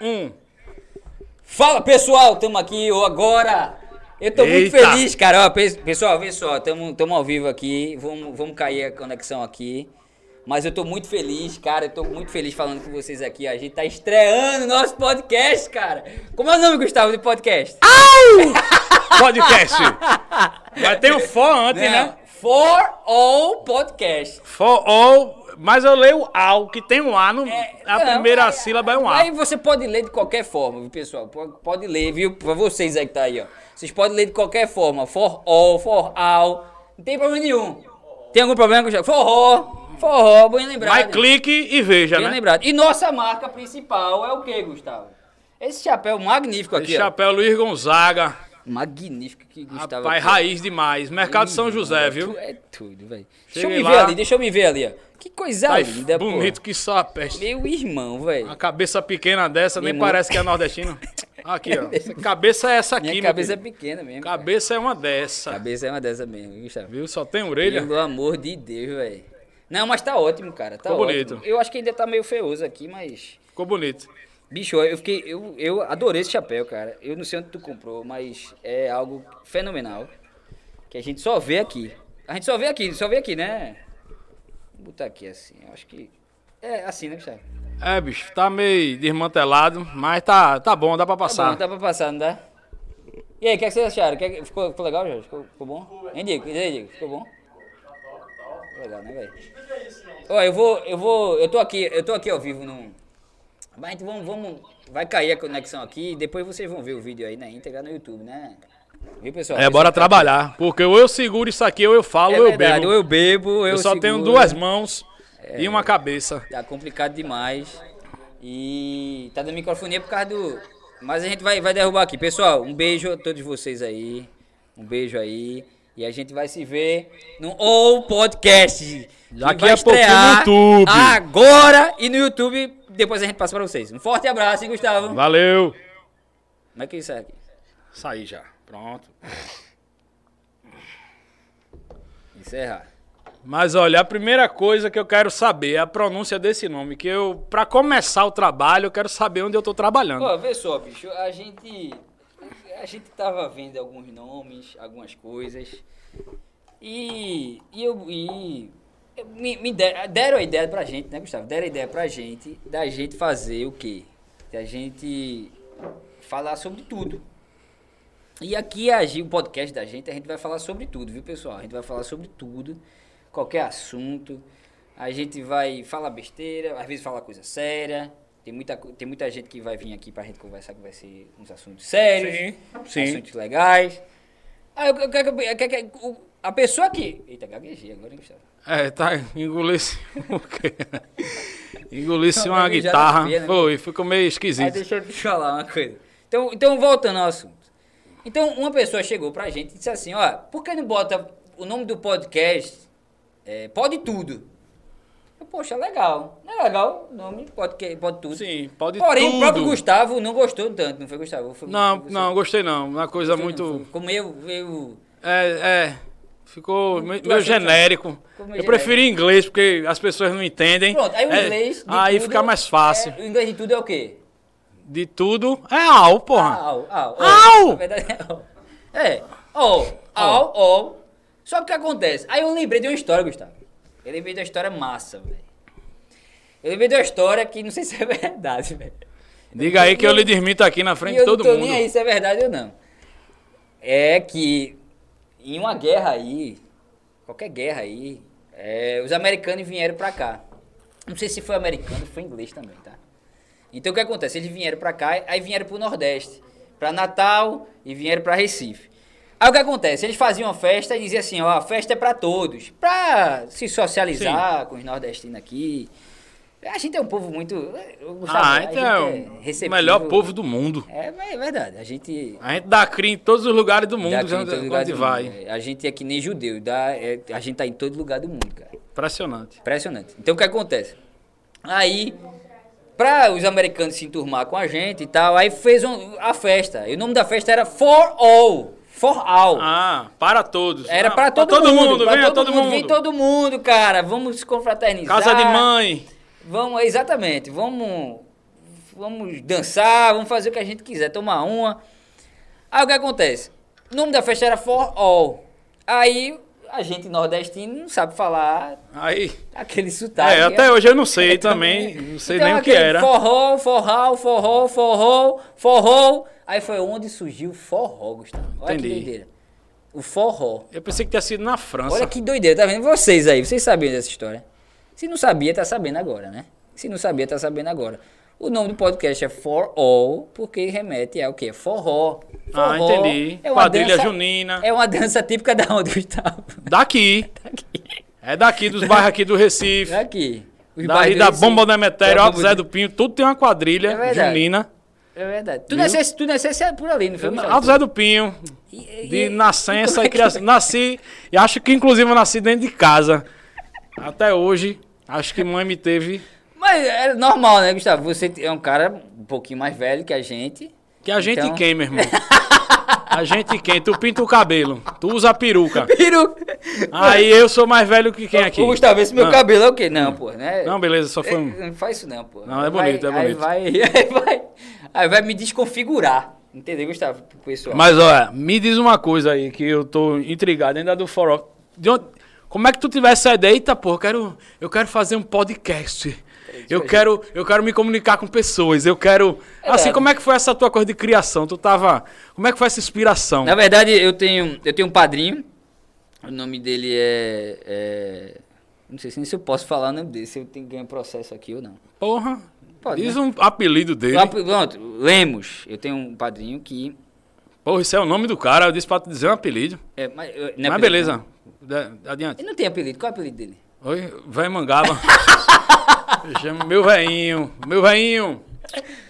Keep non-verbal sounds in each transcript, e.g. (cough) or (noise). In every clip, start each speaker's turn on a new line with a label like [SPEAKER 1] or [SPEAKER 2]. [SPEAKER 1] Um. Fala pessoal, estamos aqui ó, agora. Eu tô muito
[SPEAKER 2] Eita.
[SPEAKER 1] feliz, cara. Ó, pe- pessoal, vê só, estamos ao vivo aqui. Vamos, vamos cair a conexão aqui. Mas eu tô muito feliz, cara. Eu tô muito feliz falando com vocês aqui. A gente tá estreando nosso podcast, cara. Como é o nome, Gustavo, do podcast?
[SPEAKER 2] Podcast. Mas tem o for antes, né?
[SPEAKER 1] For All Podcast.
[SPEAKER 2] For all, mas eu leio o ao, que tem um A no.
[SPEAKER 1] É,
[SPEAKER 2] a
[SPEAKER 1] não,
[SPEAKER 2] primeira
[SPEAKER 1] aí-
[SPEAKER 2] sílaba é um A.
[SPEAKER 1] Aí você pode ler de qualquer forma, viu, pessoal. Po- Pode ler, viu? Pra vocês aí que tá aí, ó. Vocês podem ler de qualquer forma. For all, for all. Não tem problema nenhum. Tem algum problema com o Forró. Forró, bem lembrado.
[SPEAKER 2] Mas clique e veja,
[SPEAKER 1] bem
[SPEAKER 2] né?
[SPEAKER 1] lembrado. E nossa marca principal é o que, Gustavo? Esse chapéu magnífico aqui,
[SPEAKER 2] Esse chapéu Luiz Gonzaga.
[SPEAKER 1] ó. Magnífico que Gustavo.
[SPEAKER 2] Rapaz,
[SPEAKER 1] aqui, ó.
[SPEAKER 2] raiz demais. Mercado São José, viu?
[SPEAKER 1] Tu É tudo, velho. Deixa eu
[SPEAKER 2] Cheguei
[SPEAKER 1] me ver
[SPEAKER 2] lá.
[SPEAKER 1] ali, deixa eu me ver ali, ó. Que coisa
[SPEAKER 2] Ai,
[SPEAKER 1] linda, pô.
[SPEAKER 2] bonito que só a peste.
[SPEAKER 1] Meu irmão, velho.
[SPEAKER 2] Uma cabeça pequena dessa, nem
[SPEAKER 1] Irmão.
[SPEAKER 2] parece que é nordestina. Aqui, ó. Essa Cabeça é essa aqui,
[SPEAKER 1] Minha
[SPEAKER 2] meu
[SPEAKER 1] cabeça é
[SPEAKER 2] filho.
[SPEAKER 1] pequena mesmo. cara.
[SPEAKER 2] Cabeça é uma dessa.
[SPEAKER 1] Cabeça é uma dessa mesmo, Gustavo.
[SPEAKER 2] Viu? Só tem orelha.
[SPEAKER 1] Pelo amor de Deus, velho. Não, mas tá ótimo, cara. Tá
[SPEAKER 2] Ficou
[SPEAKER 1] ótimo.
[SPEAKER 2] bonito.
[SPEAKER 1] Eu acho que ainda tá meio feioso aqui, mas.
[SPEAKER 2] Ficou bonito.
[SPEAKER 1] Bicho, eu fiquei. Eu, eu adorei esse chapéu, cara. Eu não sei onde tu comprou, mas é algo fenomenal. Que a gente só vê aqui. A gente só vê aqui, só vê aqui, né? Vou botar aqui assim. Eu acho que. É assim, né, Gustavo?
[SPEAKER 2] É, bicho, tá meio desmantelado, mas tá, tá bom, dá pra
[SPEAKER 1] Tá
[SPEAKER 2] passar.
[SPEAKER 1] bom, dá pra passar, não dá? E aí, o que, é que vocês acharam? Que é que- Ficou, ficou legal, Jorge? Ficou, ficou bom? Hein, Diego? E aí, Diego? Ficou bom? Legal, né, velho? Ó, eu vou, eu vou, eu tô aqui, eu tô aqui ao vivo num... Mas então vamos, vamos, vai cair a conexão aqui e depois vocês vão ver o vídeo aí na íntegra no YouTube, né? Viu, pessoal?
[SPEAKER 2] É, bora trabalhar. Porque ou eu seguro isso aqui, ou eu falo,
[SPEAKER 1] É
[SPEAKER 2] ou eu
[SPEAKER 1] verdade,
[SPEAKER 2] bebo.
[SPEAKER 1] ou eu bebo, ou eu
[SPEAKER 2] Eu só tenho
[SPEAKER 1] seguro. né?
[SPEAKER 2] duas mãos e uma cabeça.
[SPEAKER 1] Tá complicado demais. E tá dando microfonia por causa do. Mas a gente vai, vai derrubar aqui. Pessoal, um beijo a todos vocês aí. Um beijo aí. E a gente vai se ver no OU Podcast. que
[SPEAKER 2] Daqui
[SPEAKER 1] vai
[SPEAKER 2] a pouquinho no
[SPEAKER 1] estrear
[SPEAKER 2] YouTube.
[SPEAKER 1] Agora e no YouTube. Depois a gente passa pra vocês. Um forte abraço, hein, Gustavo?
[SPEAKER 2] Valeu!
[SPEAKER 1] Como é que isso é aqui?
[SPEAKER 2] Saí já. Pronto.
[SPEAKER 1] Encerrar.
[SPEAKER 2] Mas olha, a primeira coisa que eu quero saber é a pronúncia desse nome. Que eu, pra começar o trabalho, eu quero saber onde eu tô trabalhando.
[SPEAKER 1] Ó, vê só, bicho, a gente. A gente tava vendo alguns nomes, algumas coisas. E. E eu. E, eu- me, me der- deram a ideia pra gente, né, Gustavo? Deram a ideia pra gente da gente fazer o quê? Da gente falar sobre tudo. E aqui agir o podcast da gente, a gente vai falar sobre tudo, viu, pessoal? A gente vai falar sobre tudo, qualquer assunto. A gente vai falar besteira, às vezes falar coisa séria. Tem muita, co- tem muita gente que vai vir aqui pra gente conversar, que vai ser uns assuntos sérios,
[SPEAKER 2] Sim, sim.
[SPEAKER 1] assuntos legais. Ah, eu, eu, quero que- eu quero que- o- a pessoa que. Eita, gaguejei agora, hein, Gustavo?
[SPEAKER 2] É, tá, engolisse (laughs) o quê? Engolisse
[SPEAKER 1] Não,
[SPEAKER 2] uma
[SPEAKER 1] mas já tá
[SPEAKER 2] guitarra.
[SPEAKER 1] feia, né?
[SPEAKER 2] Foi, ficou meio
[SPEAKER 1] Ah,
[SPEAKER 2] esquisito.
[SPEAKER 1] deixa (laughs) eu te falar uma coisa. Então, então, voltando ao assunto. Então, uma pessoa chegou pra gente e disse assim, ó, por que não bota o nome do podcast é, Pode Tudo? Eu, Poxa, legal. Não é legal o nome Pode, que- pode Tudo?
[SPEAKER 2] Sim, pode
[SPEAKER 1] Porém, o próprio
[SPEAKER 2] tudo.
[SPEAKER 1] Gustavo não gostou tanto, não foi, Gustavo? Foi-
[SPEAKER 2] Não,
[SPEAKER 1] foi você?
[SPEAKER 2] não, gostei não. Uma coisa
[SPEAKER 1] Foi-
[SPEAKER 2] muito.
[SPEAKER 1] foi- Como eu, eu...
[SPEAKER 2] É, é. Ficou me-
[SPEAKER 1] Tu
[SPEAKER 2] meio
[SPEAKER 1] achou que-
[SPEAKER 2] genérico.
[SPEAKER 1] Ficou meio
[SPEAKER 2] Eu preferi inglês, porque as pessoas não entendem.
[SPEAKER 1] Pronto, aí o
[SPEAKER 2] É,
[SPEAKER 1] inglês de
[SPEAKER 2] Aí
[SPEAKER 1] tudo
[SPEAKER 2] fica mais fácil.
[SPEAKER 1] é- o inglês de tudo é o quê?
[SPEAKER 2] De tudo é ao, porra.
[SPEAKER 1] Au, au,
[SPEAKER 2] Au!
[SPEAKER 1] Na verdade é au. É, au, au, au. Só que o que acontece? Aí eu lembrei de uma história, Gustavo. Eu lembrei de uma história massa, velho. Eu lembrei de uma história que não sei se é (laughs) verdade, velho.
[SPEAKER 2] Diga aí que eu lhe desmito aqui na frente
[SPEAKER 1] E eu
[SPEAKER 2] de todo
[SPEAKER 1] não tô
[SPEAKER 2] mundo.
[SPEAKER 1] nem aí se é verdade ou não. É que em uma guerra aí, qualquer guerra aí, é, os americanos vieram pra cá. Não sei se foi americano, foi inglês também, tá? Então o que acontece? Eles vieram pra cá, aí vieram pro Nordeste, pra Natal e vieram pra Recife. Aí o que acontece? Eles faziam uma festa e diziam assim, ó, a festa é pra todos, pra se socializar com os nordestinos aqui. A gente é um povo muito... eu gostava,
[SPEAKER 2] Ah,
[SPEAKER 1] a
[SPEAKER 2] então é
[SPEAKER 1] gente
[SPEAKER 2] o
[SPEAKER 1] receptivo.
[SPEAKER 2] melhor povo do mundo.
[SPEAKER 1] É, mas é verdade. A gente.
[SPEAKER 2] A gente dá cria em todos os lugares do mundo
[SPEAKER 1] dá aqui em todo
[SPEAKER 2] onde
[SPEAKER 1] lugar
[SPEAKER 2] onde
[SPEAKER 1] do
[SPEAKER 2] vai.
[SPEAKER 1] mundo, né? A gente é que nem judeu. Dá, é, a gente tá em todo lugar do mundo, cara.
[SPEAKER 2] Impressionante.
[SPEAKER 1] Impressionante. Então o que acontece? Aí, para os americanos se enturmar com a gente e tal, aí fez um- a festa. E o nome da festa era For All. For All.
[SPEAKER 2] Ah, para todos.
[SPEAKER 1] Era
[SPEAKER 2] Ah,
[SPEAKER 1] para todo, mundo, pra
[SPEAKER 2] venha todo mundo.
[SPEAKER 1] Vem todo mundo, cara. Vamos se confraternizar.
[SPEAKER 2] Casa de mãe.
[SPEAKER 1] Vamos, exatamente. Vamos, vamos dançar, vamos fazer o que a gente quiser, tomar uma. Aí o que acontece? O nome da festa era For All. Aí a gente nordestino não sabe falar
[SPEAKER 2] Aí.
[SPEAKER 1] aquele sotaque.
[SPEAKER 2] É, até hoje eu não sei
[SPEAKER 1] Eu
[SPEAKER 2] também. Não sei
[SPEAKER 1] Tá Então,
[SPEAKER 2] nem o que
[SPEAKER 1] aquele
[SPEAKER 2] era.
[SPEAKER 1] Forró, forró, forró, forró, forró. Aí foi onde surgiu o forró, Gustavo. Olha
[SPEAKER 2] Entendi.
[SPEAKER 1] que doideira. O forró.
[SPEAKER 2] Eu pensei que tinha sido na França.
[SPEAKER 1] Olha que doideira, tá vendo? Vocês aí, vocês sabiam dessa história. Se não sabia, tá sabendo agora, né? Se não sabia, tá sabendo agora. O nome do podcast é For All, porque remete ao quê? Forró.
[SPEAKER 2] Ah,
[SPEAKER 1] Forró é
[SPEAKER 2] entendi.
[SPEAKER 1] uma
[SPEAKER 2] Quadrilha junina.
[SPEAKER 1] É uma dança típica da onde, Gustavo? (laughs)
[SPEAKER 2] Daqui. É daqui, dos bairros aqui do Recife.
[SPEAKER 1] Aqui. Os bairros
[SPEAKER 2] Daí da
[SPEAKER 1] É, do Recife.
[SPEAKER 2] Bomba da Metério,
[SPEAKER 1] Da
[SPEAKER 2] Alto
[SPEAKER 1] Bomba
[SPEAKER 2] Zé
[SPEAKER 1] do-
[SPEAKER 2] do Pinho, tudo tem uma quadrilha
[SPEAKER 1] É verdade.
[SPEAKER 2] junina.
[SPEAKER 1] É verdade. Tu
[SPEAKER 2] Viu?
[SPEAKER 1] nascesse, tu nascesse por ali, não foi? Gustavo?
[SPEAKER 2] Alto Zé do Pinho,
[SPEAKER 1] E- e-
[SPEAKER 2] de
[SPEAKER 1] e-
[SPEAKER 2] nascença
[SPEAKER 1] como
[SPEAKER 2] e
[SPEAKER 1] é que-
[SPEAKER 2] criação. Nasci, e acho que inclusive eu nasci dentro de casa. Até hoje, acho que mãe me teve.
[SPEAKER 1] Mas é normal, né, Gustavo? Você é um cara um pouquinho mais velho que a gente.
[SPEAKER 2] Que a gente
[SPEAKER 1] Então-
[SPEAKER 2] quem, meu irmão? A gente quem? Tu pinta o cabelo, tu usa
[SPEAKER 1] (laughs)
[SPEAKER 2] a peruca.
[SPEAKER 1] (laughs) Peru!
[SPEAKER 2] Aí eu sou mais velho que quem aqui? Ah.
[SPEAKER 1] Ô, Gustavo, esse meu
[SPEAKER 2] Não.
[SPEAKER 1] cabelo é o quê? Não, pô, né?
[SPEAKER 2] Não, beleza, só foi um.
[SPEAKER 1] É, Não faz isso não, pô.
[SPEAKER 2] Não, é
[SPEAKER 1] Vai-
[SPEAKER 2] bonito, é bonito.
[SPEAKER 1] Aí vai, (laughs) aí vai, aí vai me desconfigurar. Entendeu, Gustavo? Pro Pessoal.
[SPEAKER 2] Mas olha, me diz uma coisa aí que eu tô intrigado ainda do forró. De onde- Como é que tu tivesse essa ideia? Eita, porra, eu quero, eu quero fazer um podcast. Eu quero, eu quero me comunicar com pessoas. Eu quero. Assim,
[SPEAKER 1] Verdade.
[SPEAKER 2] como é que foi essa tua coisa de criação? Tu tava. Como é que foi essa inspiração?
[SPEAKER 1] Na verdade, eu tenho, eu tenho um padrinho. O nome dele é. é- Não sei se nem se eu posso falar o nome dele, se eu tenho ganho processo aqui ou não.
[SPEAKER 2] Porra.
[SPEAKER 1] Pode, né?
[SPEAKER 2] diz um apelido dele.
[SPEAKER 1] Lá pro- Pronto, Lemos. Eu tenho um padrinho que.
[SPEAKER 2] Porra, esse é o nome do cara. Eu disse pra tu dizer um apelido.
[SPEAKER 1] É, mas, não é
[SPEAKER 2] Mas
[SPEAKER 1] apelido, não.
[SPEAKER 2] beleza. Da- Adiante.
[SPEAKER 1] Ele não tem apelido, qual é o apelido dele?
[SPEAKER 2] Oi, vai mangaba.
[SPEAKER 1] (laughs)
[SPEAKER 2] eu chamo meu veinho. Meu veinho.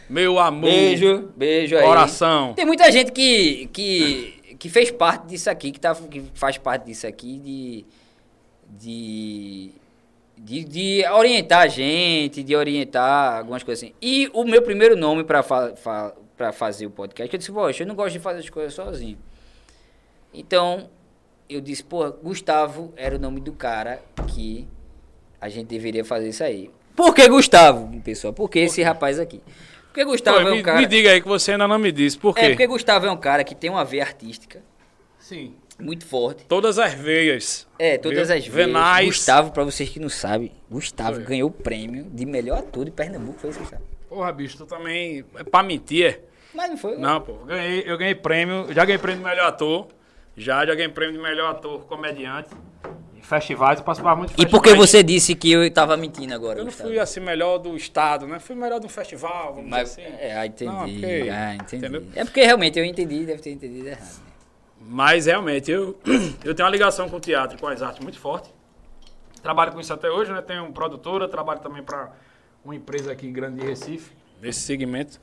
[SPEAKER 2] Meu amor.
[SPEAKER 1] Beijo, beijo aí.
[SPEAKER 2] Coração.
[SPEAKER 1] Tem muita gente que, que, que fez parte disso aqui, que, tá, que faz parte disso aqui de, de, de, de orientar a gente, de orientar algumas coisas assim. E o meu primeiro nome para fa, fa- pra fazer o podcast, eu disse, poxa, eu não gosto de fazer as coisas sozinho. Então, eu disse, pô, Gustavo era o nome do cara que a gente deveria fazer isso aí. Por que Gustavo, pessoal? Por que esse rapaz aqui? Porque Gustavo
[SPEAKER 2] Pô,
[SPEAKER 1] é um
[SPEAKER 2] me,
[SPEAKER 1] cara...
[SPEAKER 2] me diga aí que você ainda não me disse. Por quê?
[SPEAKER 1] É, porque Gustavo é um cara que tem uma veia artística
[SPEAKER 2] Sim.
[SPEAKER 1] muito forte.
[SPEAKER 2] Todas as veias.
[SPEAKER 1] É, todas
[SPEAKER 2] Viu?
[SPEAKER 1] as vezes.
[SPEAKER 2] Venais.
[SPEAKER 1] Gustavo, pra vocês que não sabem, Gustavo ganhou o prêmio de melhor ator de Pernambuco, foi isso, Gustavo?
[SPEAKER 2] Porra, bicho, tu também. É pra mentir. é?
[SPEAKER 1] Mas não foi.
[SPEAKER 2] Não, pô. Ganhei, eu ganhei prêmio. Já ganhei prêmio de melhor ator. Já, já ganhei prêmio de melhor ator comediante. Em festivais, eu participava muito de
[SPEAKER 1] E por que
[SPEAKER 2] festivais.
[SPEAKER 1] você disse que eu tava mentindo agora,
[SPEAKER 2] Eu não
[SPEAKER 1] Gustavo?
[SPEAKER 2] fui assim melhor do estado, né? Fui melhor de um festival, vamos
[SPEAKER 1] Mas,
[SPEAKER 2] dizer assim.
[SPEAKER 1] é, ah, entendi.
[SPEAKER 2] Não, ok.
[SPEAKER 1] Ah, entendi.
[SPEAKER 2] Entendeu?
[SPEAKER 1] É porque realmente eu entendi, deve ter entendido errado.
[SPEAKER 2] Mas realmente, eu, (clears throat) eu tenho uma ligação com o teatro e com as artes muito forte. Trabalho com isso até hoje, né? Tenho produtora, trabalho também para uma empresa aqui grande de Recife, nesse segmento.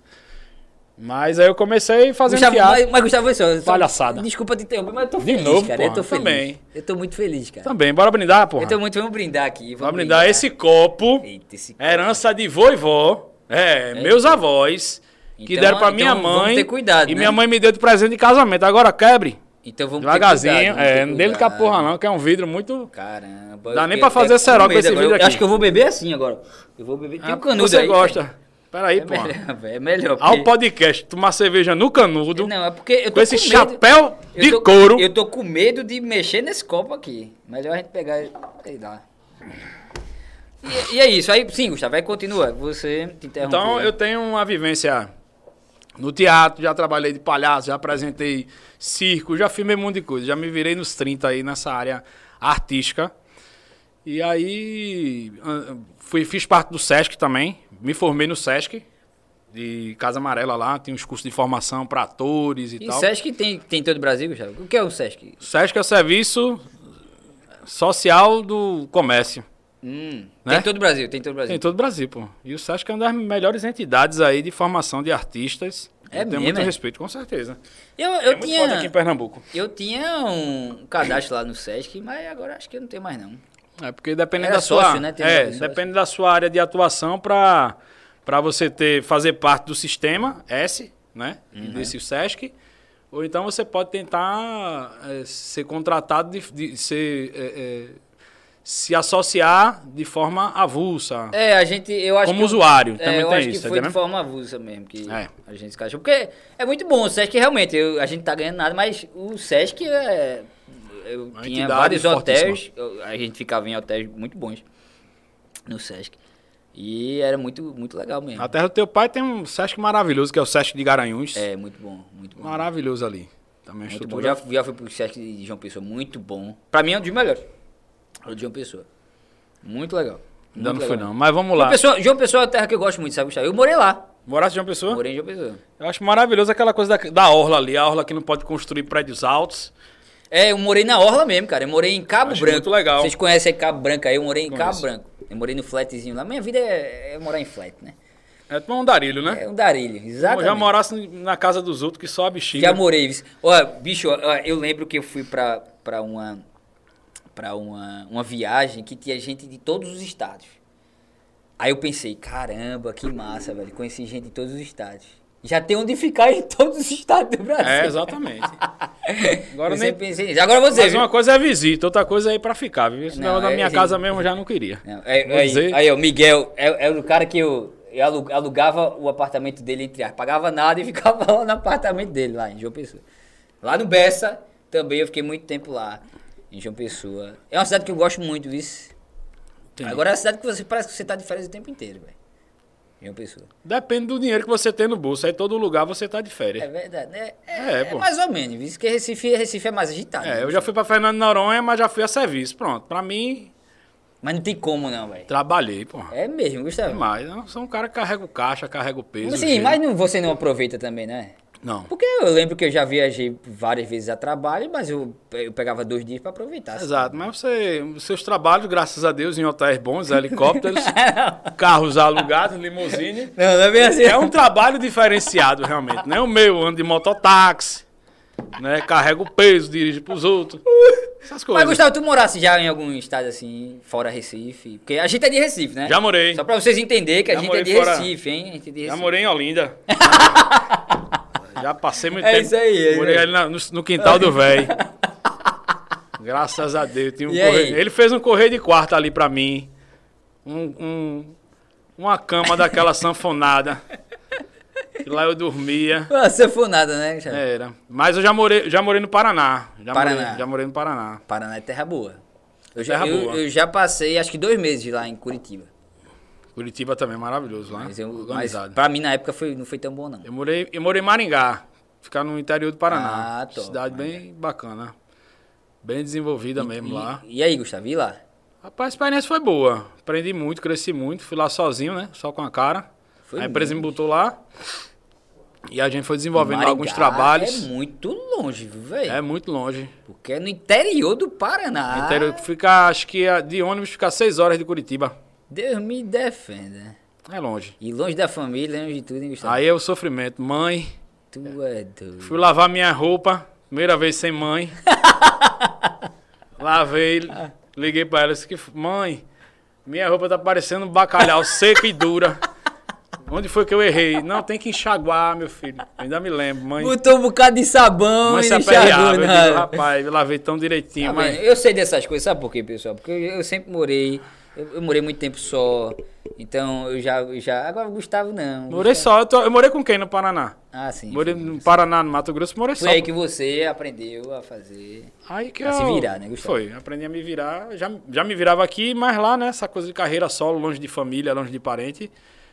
[SPEAKER 2] Mas aí eu comecei fazendo
[SPEAKER 1] Gustavo,
[SPEAKER 2] teatro.
[SPEAKER 1] mas, mas Gustavo, olha só, eu tô-
[SPEAKER 2] Palhaçada.
[SPEAKER 1] Desculpa te interromper, mas eu tô
[SPEAKER 2] De
[SPEAKER 1] feliz,
[SPEAKER 2] novo,
[SPEAKER 1] cara. eu
[SPEAKER 2] porra,
[SPEAKER 1] tô feliz.
[SPEAKER 2] também.
[SPEAKER 1] Eu tô muito feliz, cara.
[SPEAKER 2] Também, bora brindar, porra.
[SPEAKER 1] Eu tô muito. Vamos brindar aqui.
[SPEAKER 2] Bora brindar esse copo,
[SPEAKER 1] Eita, esse
[SPEAKER 2] herança de vô e vó, é, meus avós, que
[SPEAKER 1] Então,
[SPEAKER 2] deram pra
[SPEAKER 1] então
[SPEAKER 2] minha
[SPEAKER 1] vamos
[SPEAKER 2] mãe.
[SPEAKER 1] ter cuidado,
[SPEAKER 2] e
[SPEAKER 1] né?
[SPEAKER 2] minha mãe me deu de presente de casamento. Agora quebre,
[SPEAKER 1] Então vamos ter
[SPEAKER 2] devagarzinho.
[SPEAKER 1] cuidado, vamos
[SPEAKER 2] é,
[SPEAKER 1] ter
[SPEAKER 2] não dele com a
[SPEAKER 1] cuidado.
[SPEAKER 2] porra não, que é um vidro muito...
[SPEAKER 1] Caramba.
[SPEAKER 2] Dá
[SPEAKER 1] eu
[SPEAKER 2] nem
[SPEAKER 1] fiquei
[SPEAKER 2] pra
[SPEAKER 1] até
[SPEAKER 2] fazer cerol com
[SPEAKER 1] medo
[SPEAKER 2] esse
[SPEAKER 1] agora.
[SPEAKER 2] vidro
[SPEAKER 1] Eu
[SPEAKER 2] aqui.
[SPEAKER 1] Acho que eu vou beber assim agora. Eu vou beber. Tem
[SPEAKER 2] Ah,
[SPEAKER 1] um canudo
[SPEAKER 2] você
[SPEAKER 1] aí.
[SPEAKER 2] gosta. Peraí,
[SPEAKER 1] É
[SPEAKER 2] porra. Ah,
[SPEAKER 1] melhor, (laughs) velho, é melhor.
[SPEAKER 2] Ao
[SPEAKER 1] porque-
[SPEAKER 2] podcast, tomar cerveja no canudo,
[SPEAKER 1] Não, é porque eu tô
[SPEAKER 2] com esse
[SPEAKER 1] medo-
[SPEAKER 2] chapéu
[SPEAKER 1] eu
[SPEAKER 2] de
[SPEAKER 1] tô-
[SPEAKER 2] couro.
[SPEAKER 1] Eu tô com medo de mexer nesse copo aqui. Melhor a gente pegar. Sei lá. E, e é isso. Aí, sim, Gustavo, aí continua. Você te né? interrompeu.
[SPEAKER 2] Então, eu tenho uma vivência no teatro, já trabalhei de palhaço, já apresentei circo, já filmei um monte de coisa, já me virei nos 30 aí nessa área artística. E aí an- fui, fiz parte do Sesc também, me formei no Sesc, de Casa Amarela lá, tem uns cursos de formação para atores e,
[SPEAKER 1] E
[SPEAKER 2] tal.
[SPEAKER 1] Sesc tem, tem em todo o Brasil, Gustavo? O que é o Sesc?
[SPEAKER 2] Sesc é o serviço social do comércio.
[SPEAKER 1] Hum,
[SPEAKER 2] Né?
[SPEAKER 1] Tem em todo o Brasil, tem em todo o Brasil.
[SPEAKER 2] Em todo o Brasil, pô. E o Sesc é uma das melhores entidades aí de formação de artistas.
[SPEAKER 1] É
[SPEAKER 2] Eu tenho
[SPEAKER 1] mesmo,
[SPEAKER 2] muito
[SPEAKER 1] é?
[SPEAKER 2] respeito, com certeza.
[SPEAKER 1] Eu,
[SPEAKER 2] é
[SPEAKER 1] eu
[SPEAKER 2] muito
[SPEAKER 1] tinha.
[SPEAKER 2] forte aqui em Pernambuco.
[SPEAKER 1] Eu tinha um cadastro lá no Sesc, mas agora acho que não tem mais não.
[SPEAKER 2] É porque dependendo
[SPEAKER 1] Era
[SPEAKER 2] da sua,
[SPEAKER 1] sócio, né? Tem
[SPEAKER 2] é,
[SPEAKER 1] nome de sócio.
[SPEAKER 2] depende da sua área de atuação para para você ter fazer parte do sistema S, né?
[SPEAKER 1] Uhum.
[SPEAKER 2] Desse Sesc. Ou então você pode tentar é, ser contratado de, de ser é, é, se associar de forma avulsa.
[SPEAKER 1] É, a gente, eu acho
[SPEAKER 2] Como
[SPEAKER 1] que-
[SPEAKER 2] usuário, também
[SPEAKER 1] eu
[SPEAKER 2] tem
[SPEAKER 1] acho
[SPEAKER 2] isso,
[SPEAKER 1] que
[SPEAKER 2] tá
[SPEAKER 1] foi de
[SPEAKER 2] entendendo?
[SPEAKER 1] forma avulsa mesmo que
[SPEAKER 2] É.
[SPEAKER 1] a gente se cachou. Porque é muito bom, o Sesc realmente, eu- a gente tá ganhando nada, mas o Sesc é... Eu
[SPEAKER 2] Uma
[SPEAKER 1] tinha
[SPEAKER 2] entidade
[SPEAKER 1] vários
[SPEAKER 2] fortíssima.
[SPEAKER 1] hotéis, eu- a gente ficava em hotéis muito bons no Sesc. E era muito, muito legal mesmo.
[SPEAKER 2] A terra do teu pai tem um Sesc maravilhoso, que é o Sesc de Garanhuns.
[SPEAKER 1] É, muito bom, muito bom.
[SPEAKER 2] Maravilhoso ali. Também a
[SPEAKER 1] Muito bom.
[SPEAKER 2] estrutura.
[SPEAKER 1] Já, já fui pro Sesc de João Pessoa, muito bom. Pra mim é um dos melhores. O de João Pessoa. Muito legal.
[SPEAKER 2] Ainda não
[SPEAKER 1] muito
[SPEAKER 2] fui,
[SPEAKER 1] legal.
[SPEAKER 2] não. Mas vamos
[SPEAKER 1] João
[SPEAKER 2] lá.
[SPEAKER 1] Pessoa, João Pessoa é uma terra que eu gosto muito, sabe, Gustavo? Eu morei lá.
[SPEAKER 2] Morasse de uma pessoa?
[SPEAKER 1] Morei em João Pessoa.
[SPEAKER 2] Eu acho maravilhoso aquela coisa da, da orla ali. A orla que não pode construir prédios altos.
[SPEAKER 1] É, eu morei na Orla mesmo, cara. Eu morei em Cabo
[SPEAKER 2] Acho
[SPEAKER 1] Branco.
[SPEAKER 2] muito legal.
[SPEAKER 1] Vocês conhecem Cabo Branco aí? Eu morei em Cabo
[SPEAKER 2] Conheço.
[SPEAKER 1] Branco. Eu morei no flatzinho lá. Minha vida é, é morar em flat, né?
[SPEAKER 2] É tomar um darilho, né?
[SPEAKER 1] É um darilho,
[SPEAKER 2] Como
[SPEAKER 1] exatamente.
[SPEAKER 2] já morasse na casa dos outros, que só a bexiga.
[SPEAKER 1] Já morei. viu? Ó, bicho, ó, eu lembro que eu fui pra, pra, uma, pra uma, uma viagem que tinha gente de todos os estados. Aí eu pensei, caramba, que massa, velho. Conheci gente de todos os estados. Já tem onde ficar em todos os estados do Brasil.
[SPEAKER 2] É, exatamente.
[SPEAKER 1] (laughs)
[SPEAKER 2] É, Agora
[SPEAKER 1] eu
[SPEAKER 2] nem...
[SPEAKER 1] sempre pensei nisso. Agora você,
[SPEAKER 2] Mas
[SPEAKER 1] viu?
[SPEAKER 2] uma coisa é visita, outra coisa é ir pra ficar, viu? Esse
[SPEAKER 1] Não,
[SPEAKER 2] negócio da
[SPEAKER 1] é-
[SPEAKER 2] minha
[SPEAKER 1] sim.
[SPEAKER 2] casa mesmo eu já não queria.
[SPEAKER 1] Não, é-
[SPEAKER 2] Vou
[SPEAKER 1] aí,
[SPEAKER 2] dizer.
[SPEAKER 1] aí, ó, Miguel, é, é o cara que eu, eu alu- alugava o apartamento dele, entre aspas, pagava nada e (laughs) ficava lá no apartamento dele, lá em João Pessoa. Lá no Bessa, também eu fiquei muito tempo lá, em João Pessoa. É uma cidade que eu gosto muito, isso.
[SPEAKER 2] Entendi.
[SPEAKER 1] Agora é uma cidade que você parece que você tá de férias o tempo inteiro, velho. João Pessoa.
[SPEAKER 2] Depende do dinheiro que você tem no bolso. Aí todo lugar você tá de
[SPEAKER 1] É
[SPEAKER 2] férias.
[SPEAKER 1] verdade, né? É,
[SPEAKER 2] É,
[SPEAKER 1] é
[SPEAKER 2] pô.
[SPEAKER 1] mais ou menos, isso que Recife, Recife é mais agitado.
[SPEAKER 2] É,
[SPEAKER 1] né?
[SPEAKER 2] eu já fui pra Fernando de Noronha, mas já fui a serviço. Pronto, pra mim,
[SPEAKER 1] Mas não tem como não, velho.
[SPEAKER 2] trabalhei, porra.
[SPEAKER 1] É mesmo, Gustavo.
[SPEAKER 2] Mas eu sou um cara que carrega o caixa, carrega o peso. o
[SPEAKER 1] Sim,
[SPEAKER 2] giro.
[SPEAKER 1] mas não, você não aproveita também, né?
[SPEAKER 2] Não.
[SPEAKER 1] Porque eu lembro que eu já viajei várias vezes a trabalho, mas eu, eu pegava dois dias pra aproveitar. assim.
[SPEAKER 2] Exato, mas você, os seus trabalhos, graças a Deus, em
[SPEAKER 1] (laughs)
[SPEAKER 2] hotéis bons, helicópteros, carros alugados, limusine.
[SPEAKER 1] Não, não é bem assim.
[SPEAKER 2] É um trabalho diferenciado, realmente. Não é o meu, ando de mototáxi, né? Carrego o peso, dirijo pros outros. Essas
[SPEAKER 1] (laughs) Mas,
[SPEAKER 2] coisas.
[SPEAKER 1] Gustavo, tu morasse já em algum estado assim, fora Recife? Porque a gente é de Recife, né?
[SPEAKER 2] Já morei.
[SPEAKER 1] Só pra vocês entenderem que a
[SPEAKER 2] Já
[SPEAKER 1] gente é
[SPEAKER 2] morei
[SPEAKER 1] de
[SPEAKER 2] fora-
[SPEAKER 1] Recife, hein? A gente é de Recife.
[SPEAKER 2] Já morei em Olinda. (laughs) Já passei muito
[SPEAKER 1] É
[SPEAKER 2] tempo.
[SPEAKER 1] isso aí, é
[SPEAKER 2] Morei
[SPEAKER 1] isso aí.
[SPEAKER 2] ali na- no, no quintal
[SPEAKER 1] (laughs)
[SPEAKER 2] do velho. Graças a Deus. Tinha um
[SPEAKER 1] E aí?
[SPEAKER 2] correio- Ele fez um correio de quarto ali pra mim. Um, um- uma cama daquela sanfonada. E lá eu dormia.
[SPEAKER 1] Ah, sanfonada, né, Gustavo?
[SPEAKER 2] Era. Mas eu já morei, já morei no Paraná. Já
[SPEAKER 1] Paraná.
[SPEAKER 2] Morei, já morei no Paraná.
[SPEAKER 1] Paraná é terra boa. Eu já,
[SPEAKER 2] Terra
[SPEAKER 1] eu-
[SPEAKER 2] boa.
[SPEAKER 1] eu já passei acho que dois meses lá em Curitiba.
[SPEAKER 2] Curitiba também é maravilhoso lá.
[SPEAKER 1] Mas, eu, mas
[SPEAKER 2] organizado.
[SPEAKER 1] pra mim na época foi, não foi tão bom, não.
[SPEAKER 2] Eu morei, eu morei em Maringá, ficar no interior do Paraná.
[SPEAKER 1] Ah, top,
[SPEAKER 2] cidade bem bacana. Bem desenvolvida mesmo
[SPEAKER 1] E-
[SPEAKER 2] lá.
[SPEAKER 1] E, aí, Gustavo, e lá?
[SPEAKER 2] Rapaz, a experiência foi boa. Aprendi muito, cresci muito. Fui lá sozinho, né? Só com a cara.
[SPEAKER 1] Foi
[SPEAKER 2] a empresa
[SPEAKER 1] mesmo.
[SPEAKER 2] me botou lá. E a gente foi desenvolvendo lá alguns
[SPEAKER 1] Maringá
[SPEAKER 2] trabalhos.
[SPEAKER 1] É muito longe, viu, velho?
[SPEAKER 2] É muito longe.
[SPEAKER 1] Porque é no interior do Paraná.
[SPEAKER 2] Interior, fica, acho que é de ônibus fica seis horas de Curitiba.
[SPEAKER 1] Deus me defenda.
[SPEAKER 2] É longe.
[SPEAKER 1] E longe da família, longe de tudo, hein, Gustavo?
[SPEAKER 2] Aí é o sofrimento. Mãe,
[SPEAKER 1] Tu é doido.
[SPEAKER 2] Fui lavar minha roupa, primeira vez sem
[SPEAKER 1] (laughs)
[SPEAKER 2] mãe. Lavei, liguei pra ela e disse que mãe, minha roupa tá parecendo um bacalhau seca e dura. Onde foi que eu errei? Não, tem que enxaguar, meu filho. Ainda me lembro, mãe.
[SPEAKER 1] Botou um bocado de sabão
[SPEAKER 2] Mãe se
[SPEAKER 1] e enxagou,
[SPEAKER 2] aperreava. é Eu
[SPEAKER 1] né?
[SPEAKER 2] digo, rapaz, eu lavei tão
[SPEAKER 1] Tá
[SPEAKER 2] direitinho,
[SPEAKER 1] vendo?
[SPEAKER 2] mas
[SPEAKER 1] Eu sei dessas coisas, sabe por quê, pessoal? Porque eu, eu sempre morei, eu, eu morei muito tempo só, então eu já, eu já... Agora o Gustavo não.
[SPEAKER 2] morei
[SPEAKER 1] Gustavo-
[SPEAKER 2] só. Eu, tô- eu morei com quem no Paraná?
[SPEAKER 1] Ah, sim.
[SPEAKER 2] Morei no Paraná, no Mato Grosso, morei
[SPEAKER 1] Foi
[SPEAKER 2] só.
[SPEAKER 1] aí que você aprendeu a fazer...
[SPEAKER 2] Aí que
[SPEAKER 1] A
[SPEAKER 2] eu...
[SPEAKER 1] se virar, né, Gustavo?
[SPEAKER 2] Foi, aprendi a me virar. Já, já me virava aqui, mas lá, né, essa coisa de carreira solo, longe de família, longe de parente,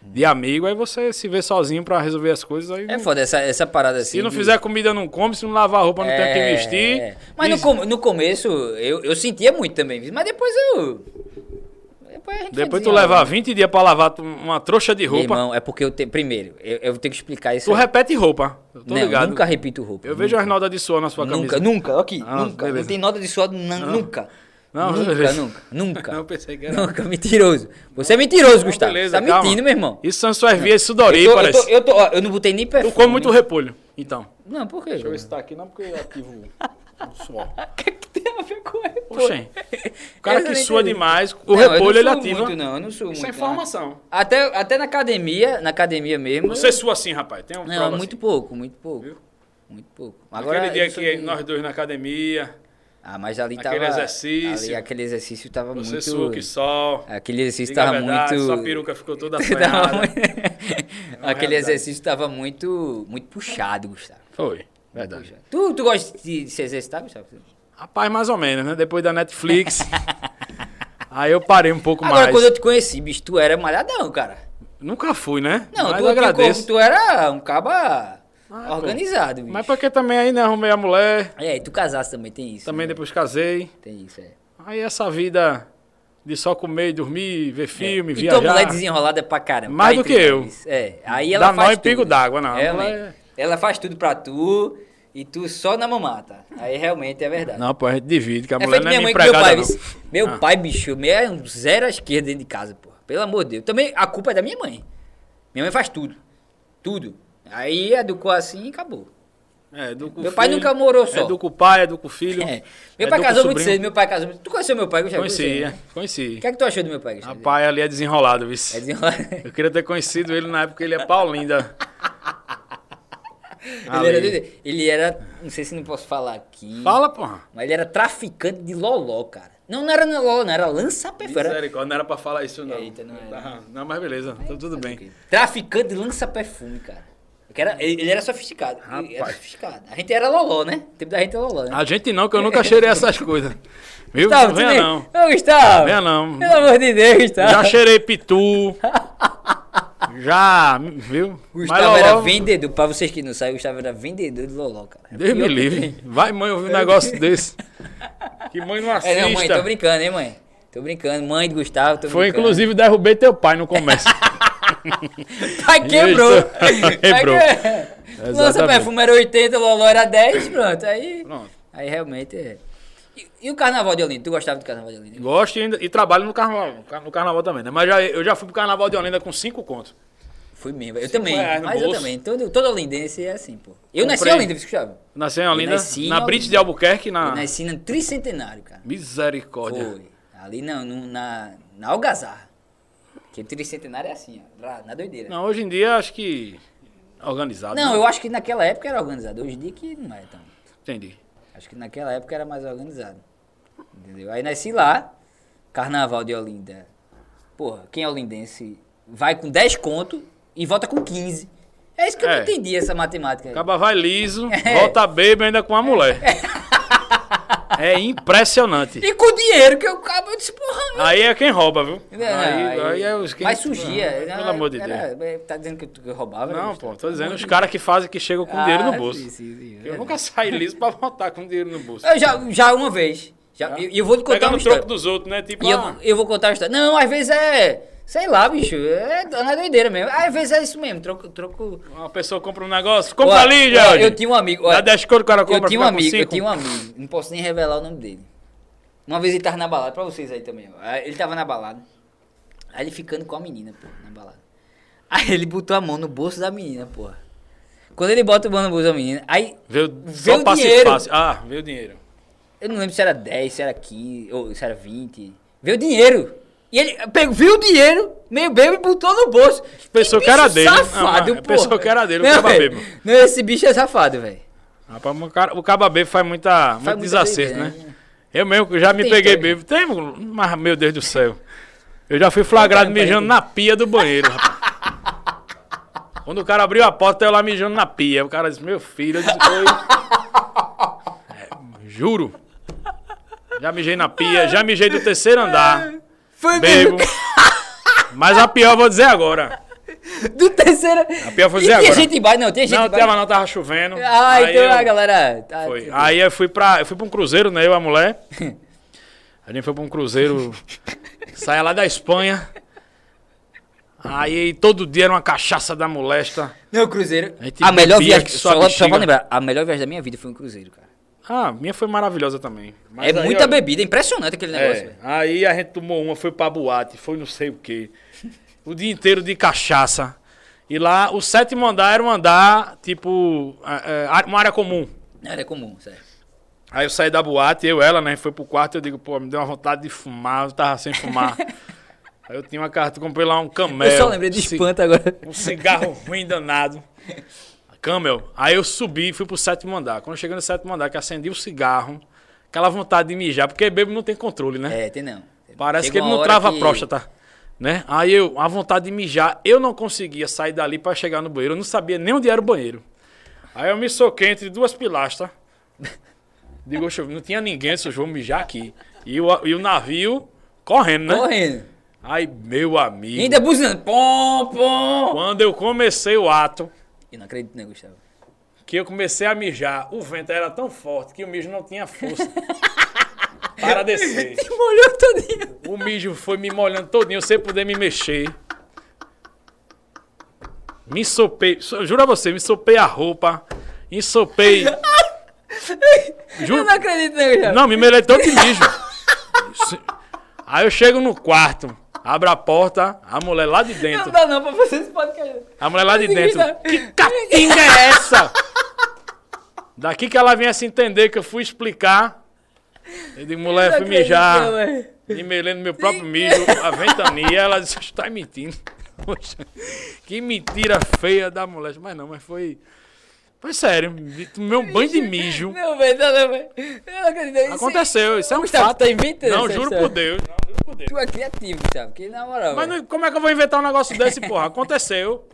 [SPEAKER 2] de amigo, aí você se vê sozinho pra resolver as coisas. Aí
[SPEAKER 1] É
[SPEAKER 2] não-
[SPEAKER 1] foda essa, essa parada assim.
[SPEAKER 2] Hum. se não
[SPEAKER 1] de-
[SPEAKER 2] fizer comida, não come. Se não lavar a roupa, não tem o que
[SPEAKER 1] É,
[SPEAKER 2] vestir.
[SPEAKER 1] é. Mas no,
[SPEAKER 2] E
[SPEAKER 1] com- no começo eu, eu sentia muito também, mas depois eu. Depois, a gente foi
[SPEAKER 2] Depois tu
[SPEAKER 1] desenrolando.
[SPEAKER 2] levar 20 dias pra lavar tu- uma trouxa de
[SPEAKER 1] Meu
[SPEAKER 2] roupa,
[SPEAKER 1] irmão, é porque eu tenho. Primeiro, eu, eu tenho que explicar isso.
[SPEAKER 2] tu
[SPEAKER 1] aí.
[SPEAKER 2] repete roupa. Eu tô
[SPEAKER 1] Não,
[SPEAKER 2] ligado.
[SPEAKER 1] nunca repito roupa.
[SPEAKER 2] Eu vejo as notas de suor na sua
[SPEAKER 1] nunca,
[SPEAKER 2] camisa.
[SPEAKER 1] nunca, nunca, aqui,
[SPEAKER 2] Ah,
[SPEAKER 1] nunca. Não
[SPEAKER 2] beleza. Ah.
[SPEAKER 1] tem nota de suado, nan- nunca.
[SPEAKER 2] Não,
[SPEAKER 1] nunca,
[SPEAKER 2] beleza.
[SPEAKER 1] nunca, nunca.
[SPEAKER 2] (laughs) Não, eu pensei que era.
[SPEAKER 1] Nunca, mentiroso. Você é mentiroso, Gustavo.
[SPEAKER 2] beleza,
[SPEAKER 1] tá
[SPEAKER 2] calma.
[SPEAKER 1] mentindo, meu irmão.
[SPEAKER 2] Isso são suas vias sudorei,
[SPEAKER 1] eu, tô, eu,
[SPEAKER 2] é parece.
[SPEAKER 1] tô, eu, tô, ó, eu não botei nem perfume.
[SPEAKER 2] Tu come muito repolho, então.
[SPEAKER 1] Não, por quê? Deixa (laughs)
[SPEAKER 2] tá aqui, não porque eu ativo o suor.
[SPEAKER 1] que que tem a ver com repolho?
[SPEAKER 2] Oxê. O cara
[SPEAKER 1] Essa eu
[SPEAKER 2] que
[SPEAKER 1] não
[SPEAKER 2] sua
[SPEAKER 1] entendi. é
[SPEAKER 2] demais, o
[SPEAKER 1] Não, eu
[SPEAKER 2] repolho ele
[SPEAKER 1] não suo
[SPEAKER 2] ativa.
[SPEAKER 1] Muito, não, eu não suo muito. não.
[SPEAKER 2] é informação.
[SPEAKER 1] Até, até na academia, na academia mesmo.
[SPEAKER 2] Você
[SPEAKER 1] eu-
[SPEAKER 2] sua assim, rapaz. Tem um
[SPEAKER 1] Não, muito pouco, muito pouco.
[SPEAKER 2] Viu?
[SPEAKER 1] Muito pouco.
[SPEAKER 2] Agora,
[SPEAKER 1] eu
[SPEAKER 2] Aquele dia
[SPEAKER 1] sou
[SPEAKER 2] que
[SPEAKER 1] de-
[SPEAKER 2] nós dois na academia,
[SPEAKER 1] Ah, mas ali
[SPEAKER 2] Aquele
[SPEAKER 1] tava.
[SPEAKER 2] exercício.
[SPEAKER 1] Ali, aquele exercício tava
[SPEAKER 2] Você
[SPEAKER 1] muito.
[SPEAKER 2] suou que sol.
[SPEAKER 1] Aquele exercício
[SPEAKER 2] Diga a
[SPEAKER 1] tava
[SPEAKER 2] verdade,
[SPEAKER 1] muito.
[SPEAKER 2] Sua
[SPEAKER 1] (laughs)
[SPEAKER 2] peruca tá ficou toda
[SPEAKER 1] Tava
[SPEAKER 2] assanhada.
[SPEAKER 1] muito- Aquele
[SPEAKER 2] realidade.
[SPEAKER 1] exercício tava muito, muito puxado, Gustavo.
[SPEAKER 2] Foi, verdade.
[SPEAKER 1] Puxado. Tu, tu gosta de se exercitar, Gustavo?
[SPEAKER 2] Rapaz, mais ou menos, né? Depois
[SPEAKER 1] (laughs)
[SPEAKER 2] da Netflix. aí eu parei um pouco
[SPEAKER 1] Agora,
[SPEAKER 2] mais.
[SPEAKER 1] quando eu te conheci, bicho, tu era malhadão, cara.
[SPEAKER 2] Nunca fui, né?
[SPEAKER 1] Não,
[SPEAKER 2] mas
[SPEAKER 1] tu,
[SPEAKER 2] eu
[SPEAKER 1] tinha
[SPEAKER 2] agradeço.
[SPEAKER 1] como- é tu era um caba
[SPEAKER 2] Ah, pô.
[SPEAKER 1] organizado, bicho.
[SPEAKER 2] Mas porque também aí, né? Arrumei a mulher.
[SPEAKER 1] É, e tu casaste também, tem isso.
[SPEAKER 2] Também
[SPEAKER 1] né?
[SPEAKER 2] depois casei.
[SPEAKER 1] Tem isso, é.
[SPEAKER 2] Aí essa vida de só comer, dormir, ver filme,
[SPEAKER 1] É. e
[SPEAKER 2] viajar.
[SPEAKER 1] tua mulher desenrolada pra caramba.
[SPEAKER 2] Mais
[SPEAKER 1] tá
[SPEAKER 2] do que
[SPEAKER 1] entre
[SPEAKER 2] eu.
[SPEAKER 1] nós. É, aí ela
[SPEAKER 2] Dá
[SPEAKER 1] faz
[SPEAKER 2] nó em
[SPEAKER 1] tudo.
[SPEAKER 2] pingo d'água, não.
[SPEAKER 1] Realmente.
[SPEAKER 2] Ela é-
[SPEAKER 1] Ela faz tudo pra tu e tu só na mamata. Aí realmente é verdade.
[SPEAKER 2] Não, pô, a gente divide, que
[SPEAKER 1] é
[SPEAKER 2] a mulher
[SPEAKER 1] feito
[SPEAKER 2] não é
[SPEAKER 1] minha
[SPEAKER 2] minha
[SPEAKER 1] mãe com meu pai.
[SPEAKER 2] empregada, não.
[SPEAKER 1] viu? Meu
[SPEAKER 2] Ah.
[SPEAKER 1] pai, bicho, meu é um zero à esquerda dentro de casa, porra. Pelo amor de Deus. Também a culpa é da minha mãe. Minha mãe faz tudo. Tudo. Aí educou assim e acabou.
[SPEAKER 2] É, educa o
[SPEAKER 1] Meu pai
[SPEAKER 2] filho,
[SPEAKER 1] nunca morou só.
[SPEAKER 2] Educa o pai, educa o filho.
[SPEAKER 1] É. Meu pai
[SPEAKER 2] educa o
[SPEAKER 1] casou muito
[SPEAKER 2] sobrinho.
[SPEAKER 1] cedo, meu pai casou muito. Tu conheceu meu pai, Gustavo?
[SPEAKER 2] Conheci,
[SPEAKER 1] Conheceu, né?
[SPEAKER 2] é, conheci.
[SPEAKER 1] O que é que tu achou do meu pai, Gustavo?
[SPEAKER 2] Rapaz, ali é desenrolado, viu?
[SPEAKER 1] É desenrolado.
[SPEAKER 2] Eu queria ter conhecido ele na época que ele é
[SPEAKER 1] (laughs)
[SPEAKER 2] Paulinda.
[SPEAKER 1] Ele era,
[SPEAKER 2] Ali.
[SPEAKER 1] doido. ele era, não sei se não posso falar aqui.
[SPEAKER 2] Fala, porra.
[SPEAKER 1] Mas ele era traficante de loló, cara. Não, não era loló, não, era lança-perfume.
[SPEAKER 2] Misericórdia, não era pra falar isso, não.
[SPEAKER 1] Eita, não era.
[SPEAKER 2] Tá, Não, mas beleza, tá tudo bem.
[SPEAKER 1] Traficante de lança-perfume, cara. Porque era- ele ele era sofisticado. Ele era
[SPEAKER 2] Rapaz.
[SPEAKER 1] sofisticado. A gente era loló, né? O tempo da gente era loló, né?
[SPEAKER 2] A gente não, que eu nunca cheirei essas coisas. Viu?
[SPEAKER 1] Gustavo,
[SPEAKER 2] não
[SPEAKER 1] tu
[SPEAKER 2] venha,
[SPEAKER 1] nem-
[SPEAKER 2] não.
[SPEAKER 1] Ô, Gustavo.
[SPEAKER 2] Venha, não.
[SPEAKER 1] Pelo amor de Deus, Gustavo.
[SPEAKER 2] Já cheirei
[SPEAKER 1] (laughs)
[SPEAKER 2] pitu. já, viu?
[SPEAKER 1] Gustavo era
[SPEAKER 2] logo-
[SPEAKER 1] vendedor. Pra vocês que não sabem, Gustavo era vendedor de loló, cara.
[SPEAKER 2] Deus me
[SPEAKER 1] Pior que
[SPEAKER 2] livre.
[SPEAKER 1] tem.
[SPEAKER 2] Vai, mãe, ouvir um (laughs) negócio desse. Que mãe não assista.
[SPEAKER 1] É, não, mãe, tô brincando, hein, mãe? Tô brincando. Mãe de Gustavo, tô
[SPEAKER 2] Foi,
[SPEAKER 1] brincando.
[SPEAKER 2] inclusive, derrubei teu pai no (laughs) começo.
[SPEAKER 1] Pai Tá quebrou.
[SPEAKER 2] Isso.
[SPEAKER 1] Pai
[SPEAKER 2] Quebrou.
[SPEAKER 1] que- Lança
[SPEAKER 2] Exatamente.
[SPEAKER 1] perfume era 80, Loló era 10, pronto. Aí,
[SPEAKER 2] Pronto.
[SPEAKER 1] aí realmente é. E, e o carnaval de Olinda? Tu gostava do carnaval de Olinda?
[SPEAKER 2] Gosto e, ainda- e trabalho no carnaval, car- no carnaval também, né? Mas já, eu já fui pro carnaval de Olinda com cinco contos.
[SPEAKER 1] Fui mesmo. Eu também.
[SPEAKER 2] reais é, no
[SPEAKER 1] Mas eu
[SPEAKER 2] bolso.
[SPEAKER 1] também. Todo, todo olindense é assim, pô. Eu nasci em
[SPEAKER 2] Comprei.
[SPEAKER 1] Olinda, viu, Gustavo?
[SPEAKER 2] Nasci em Olinda,
[SPEAKER 1] nasci em
[SPEAKER 2] na Brite
[SPEAKER 1] Olinda.
[SPEAKER 2] de Albuquerque, na...
[SPEAKER 1] Eu nasci no tricentenário, cara.
[SPEAKER 2] Misericórdia.
[SPEAKER 1] Foi. Ali não, no- na, na Algazarra. Porque tricentenário é assim, ó. lá, Na doideira. Não,
[SPEAKER 2] Não, hoje em dia, acho que... Organizado. né?
[SPEAKER 1] eu acho que naquela época era organizado. Hoje em dia que não é tão.
[SPEAKER 2] Entendi.
[SPEAKER 1] Acho que naquela época era mais organizado. Entendeu? Aí nasci lá, Carnaval de Olinda. Porra, quem é olindense vai com 10 conto e volta com 15. É isso que eu
[SPEAKER 2] É.
[SPEAKER 1] não entendi essa matemática. aí.
[SPEAKER 2] Acaba vai liso,
[SPEAKER 1] É.
[SPEAKER 2] volta bêbado ainda com
[SPEAKER 1] (laughs)
[SPEAKER 2] a mulher. É impressionante.
[SPEAKER 1] E com o dinheiro que eu acabo, eu disse, porra.
[SPEAKER 2] Aí é quem rouba, viu?
[SPEAKER 1] Não,
[SPEAKER 2] aí, aí é os que...
[SPEAKER 1] Mas surgia.
[SPEAKER 2] Pelo
[SPEAKER 1] era-
[SPEAKER 2] amor de Deus.
[SPEAKER 1] era- tá dizendo que tu que eu roubava?
[SPEAKER 2] Não,
[SPEAKER 1] Gustavo?
[SPEAKER 2] pô, tô dizendo os caras que fazem que chegam com dinheiro
[SPEAKER 1] é, Ah,
[SPEAKER 2] no bolso.
[SPEAKER 1] sim, sim, sim,
[SPEAKER 2] Eu
[SPEAKER 1] é.
[SPEAKER 2] nunca saí liso pra voltar com dinheiro no bolso.
[SPEAKER 1] Eu já, já uma vez. Já, e e eu vou te contar
[SPEAKER 2] Pegando
[SPEAKER 1] uma
[SPEAKER 2] o troco
[SPEAKER 1] história.
[SPEAKER 2] dos outros, né? Tipo,
[SPEAKER 1] E eu,
[SPEAKER 2] ah,
[SPEAKER 1] eu vou contar a história. Não, às vezes é. Sei lá, bicho. É na doideira mesmo. Às vezes é isso mesmo. Troco. troco
[SPEAKER 2] uma pessoa compra um negócio, compra
[SPEAKER 1] Ó,
[SPEAKER 2] ali,
[SPEAKER 1] ó,
[SPEAKER 2] Jorge.
[SPEAKER 1] Eu tinha um amigo. ó,
[SPEAKER 2] Dá 10 cores, o cara compra,
[SPEAKER 1] eu tinha um
[SPEAKER 2] fica com
[SPEAKER 1] amigo, eu
[SPEAKER 2] cinco.
[SPEAKER 1] tinha um amigo. Não posso nem revelar o nome dele. Uma vez ele tava na balada, pra vocês aí também. ó. Aí Ele tava na balada. Aí ele ficando com a menina, pô, na balada. Aí ele botou a mão no bolso da menina, porra. Quando ele bota a mão no bolso da menina, aí.
[SPEAKER 2] Veio,
[SPEAKER 1] veio
[SPEAKER 2] só passe
[SPEAKER 1] dinheiro.
[SPEAKER 2] fácil. Ah, veio dinheiro.
[SPEAKER 1] Eu não lembro se era 10, se era 15, ou se era 20. Veio dinheiro. E ele pegou, viu o dinheiro, meio bêbado, e botou no bolso.
[SPEAKER 2] Pensou que
[SPEAKER 1] bicho
[SPEAKER 2] era dele, né?
[SPEAKER 1] Safado,
[SPEAKER 2] Ah, mas
[SPEAKER 1] pô.
[SPEAKER 2] pensou que era dele, o
[SPEAKER 1] não,
[SPEAKER 2] cara
[SPEAKER 1] velho.
[SPEAKER 2] bêbado.
[SPEAKER 1] Não, esse bicho é safado, velho.
[SPEAKER 2] Rapaz, o, cara, o caba bêbado faz muita, muito
[SPEAKER 1] muita
[SPEAKER 2] desacerto, né?
[SPEAKER 1] doideira, né?
[SPEAKER 2] Eu mesmo que já me
[SPEAKER 1] Tem
[SPEAKER 2] peguei
[SPEAKER 1] todo.
[SPEAKER 2] bêbado. Tem, mas, meu Deus do céu. Eu já fui flagrado
[SPEAKER 1] Conta aí,
[SPEAKER 2] mijando na pia do banheiro, rapaz. Quando o cara abriu a porta, eu lá mijando na pia. O cara disse, meu filho, eu disse, foi. É, juro. Já mijei na pia, já mijei do terceiro andar.
[SPEAKER 1] Foi (laughs)
[SPEAKER 2] Bebo.
[SPEAKER 1] mesmo.
[SPEAKER 2] Mas a pior eu vou dizer agora.
[SPEAKER 1] Do terceiro. A
[SPEAKER 2] pior foi
[SPEAKER 1] e tinha
[SPEAKER 2] dizer agora.
[SPEAKER 1] gente embaixo, não, tinha gente
[SPEAKER 2] Não,
[SPEAKER 1] embaixo.
[SPEAKER 2] tava não, tava chovendo.
[SPEAKER 1] Ah,
[SPEAKER 2] Aí
[SPEAKER 1] então
[SPEAKER 2] eu-
[SPEAKER 1] a galera. Tá,
[SPEAKER 2] Foi. Aí eu fui pra. Eu fui pra um cruzeiro, né? Eu e a mulher. A gente foi pra um cruzeiro. saia lá da Espanha. Aí todo dia era uma cachaça da molesta.
[SPEAKER 1] Não, Cruzeiro.
[SPEAKER 2] Aí tem
[SPEAKER 1] A melhor
[SPEAKER 2] bebia
[SPEAKER 1] viagem.
[SPEAKER 2] que só
[SPEAKER 1] Só, só,
[SPEAKER 2] bexiga.
[SPEAKER 1] pra lembrar, a melhor viagem da minha vida foi um Cruzeiro, cara.
[SPEAKER 2] Ah, minha foi maravilhosa também. Mas
[SPEAKER 1] é
[SPEAKER 2] aí,
[SPEAKER 1] muita
[SPEAKER 2] olha,
[SPEAKER 1] bebida, é impressionante aquele negócio,
[SPEAKER 2] é,
[SPEAKER 1] velho.
[SPEAKER 2] aí a gente tomou uma, foi pra boate, foi não sei o quê. O dia inteiro de cachaça. E lá, o sétimo andar era um andar, tipo, é, é, uma área comum.
[SPEAKER 1] Não era comum, sério.
[SPEAKER 2] Aí eu saí da boate, eu e ela, né? Foi pro quarto, eu digo, pô, me deu uma vontade de fumar, eu tava
[SPEAKER 1] (laughs)
[SPEAKER 2] sem fumar. Aí eu tinha uma carta, comprei lá um camel.
[SPEAKER 1] eu só lembrei de
[SPEAKER 2] um ci-
[SPEAKER 1] espanto agora.
[SPEAKER 2] Um cigarro ruim danado. Camel. Aí eu subi, fui pro sétimo andar. Quando eu cheguei no sétimo andar, que acendi o cigarro, Aquela vontade de mijar, porque bebo não tem controle, né?
[SPEAKER 1] É, tem não.
[SPEAKER 2] Parece
[SPEAKER 1] Chega
[SPEAKER 2] que ele
[SPEAKER 1] uma
[SPEAKER 2] não
[SPEAKER 1] hora
[SPEAKER 2] trava
[SPEAKER 1] que-
[SPEAKER 2] a próstata. Né? Aí eu, a vontade de mijar, eu não conseguia sair dali pra chegar no banheiro. Eu não sabia nem onde era o banheiro. Aí eu me soquei entre duas pilastras. (laughs) Digo, "Oxe, não tinha ninguém, eu disse, vou mijar aqui. E o, e o navio correndo, né?
[SPEAKER 1] Correndo.
[SPEAKER 2] Aí, meu amigo,
[SPEAKER 1] E ainda buzinando. Pom, pom.
[SPEAKER 2] quando eu comecei o ato,
[SPEAKER 1] Eu não acredito, né, Gustavo?
[SPEAKER 2] que eu comecei a mijar, o vento era tão forte que o mijo não tinha
[SPEAKER 1] (laughs)
[SPEAKER 2] força para descer.
[SPEAKER 1] Molhou todinho.
[SPEAKER 2] O mijo foi me molhando todinho, sem poder me mexer. Me ensopei, so- juro a você, me ensopei a roupa,
[SPEAKER 1] (laughs)
[SPEAKER 2] ensopei. Ju-
[SPEAKER 1] Eu não acredito, né, Gustavo?
[SPEAKER 2] Não, me melei todo de mijo. Se- Aí eu chego no quarto, abro a porta, a mulher lá de
[SPEAKER 1] Não
[SPEAKER 2] dentro.
[SPEAKER 1] dá não pra fazer esse podcast.
[SPEAKER 2] A mulher lá de
[SPEAKER 1] Esse
[SPEAKER 2] dentro.
[SPEAKER 1] Gustavo-
[SPEAKER 2] Que catinga é essa? Daqui que ela vinha se entender que eu fui explicar. Eu digo, mulher,
[SPEAKER 1] Não
[SPEAKER 2] fui
[SPEAKER 1] acredito,
[SPEAKER 2] mijar.
[SPEAKER 1] velho.
[SPEAKER 2] E melendo meu próprio mijo, a ventania, ela disse, "Você tá mentindo. (laughs) Poxa, que mentira feia da mulher. Mas não, mas foi. Foi sério. Meu banho de mijo.
[SPEAKER 1] Não, velho, não, não, velho. Eu não acredito. Isso-
[SPEAKER 2] Aconteceu, isso é um
[SPEAKER 1] Gustavo,
[SPEAKER 2] fato.
[SPEAKER 1] tá inventando
[SPEAKER 2] Não,
[SPEAKER 1] essa
[SPEAKER 2] juro
[SPEAKER 1] história.
[SPEAKER 2] por Deus. Não, juro por Deus.
[SPEAKER 1] Tu é criativo, Gustavo, que na moral,
[SPEAKER 2] Mas
[SPEAKER 1] velho.
[SPEAKER 2] não- como é que eu vou inventar um negócio desse, porra? Aconteceu.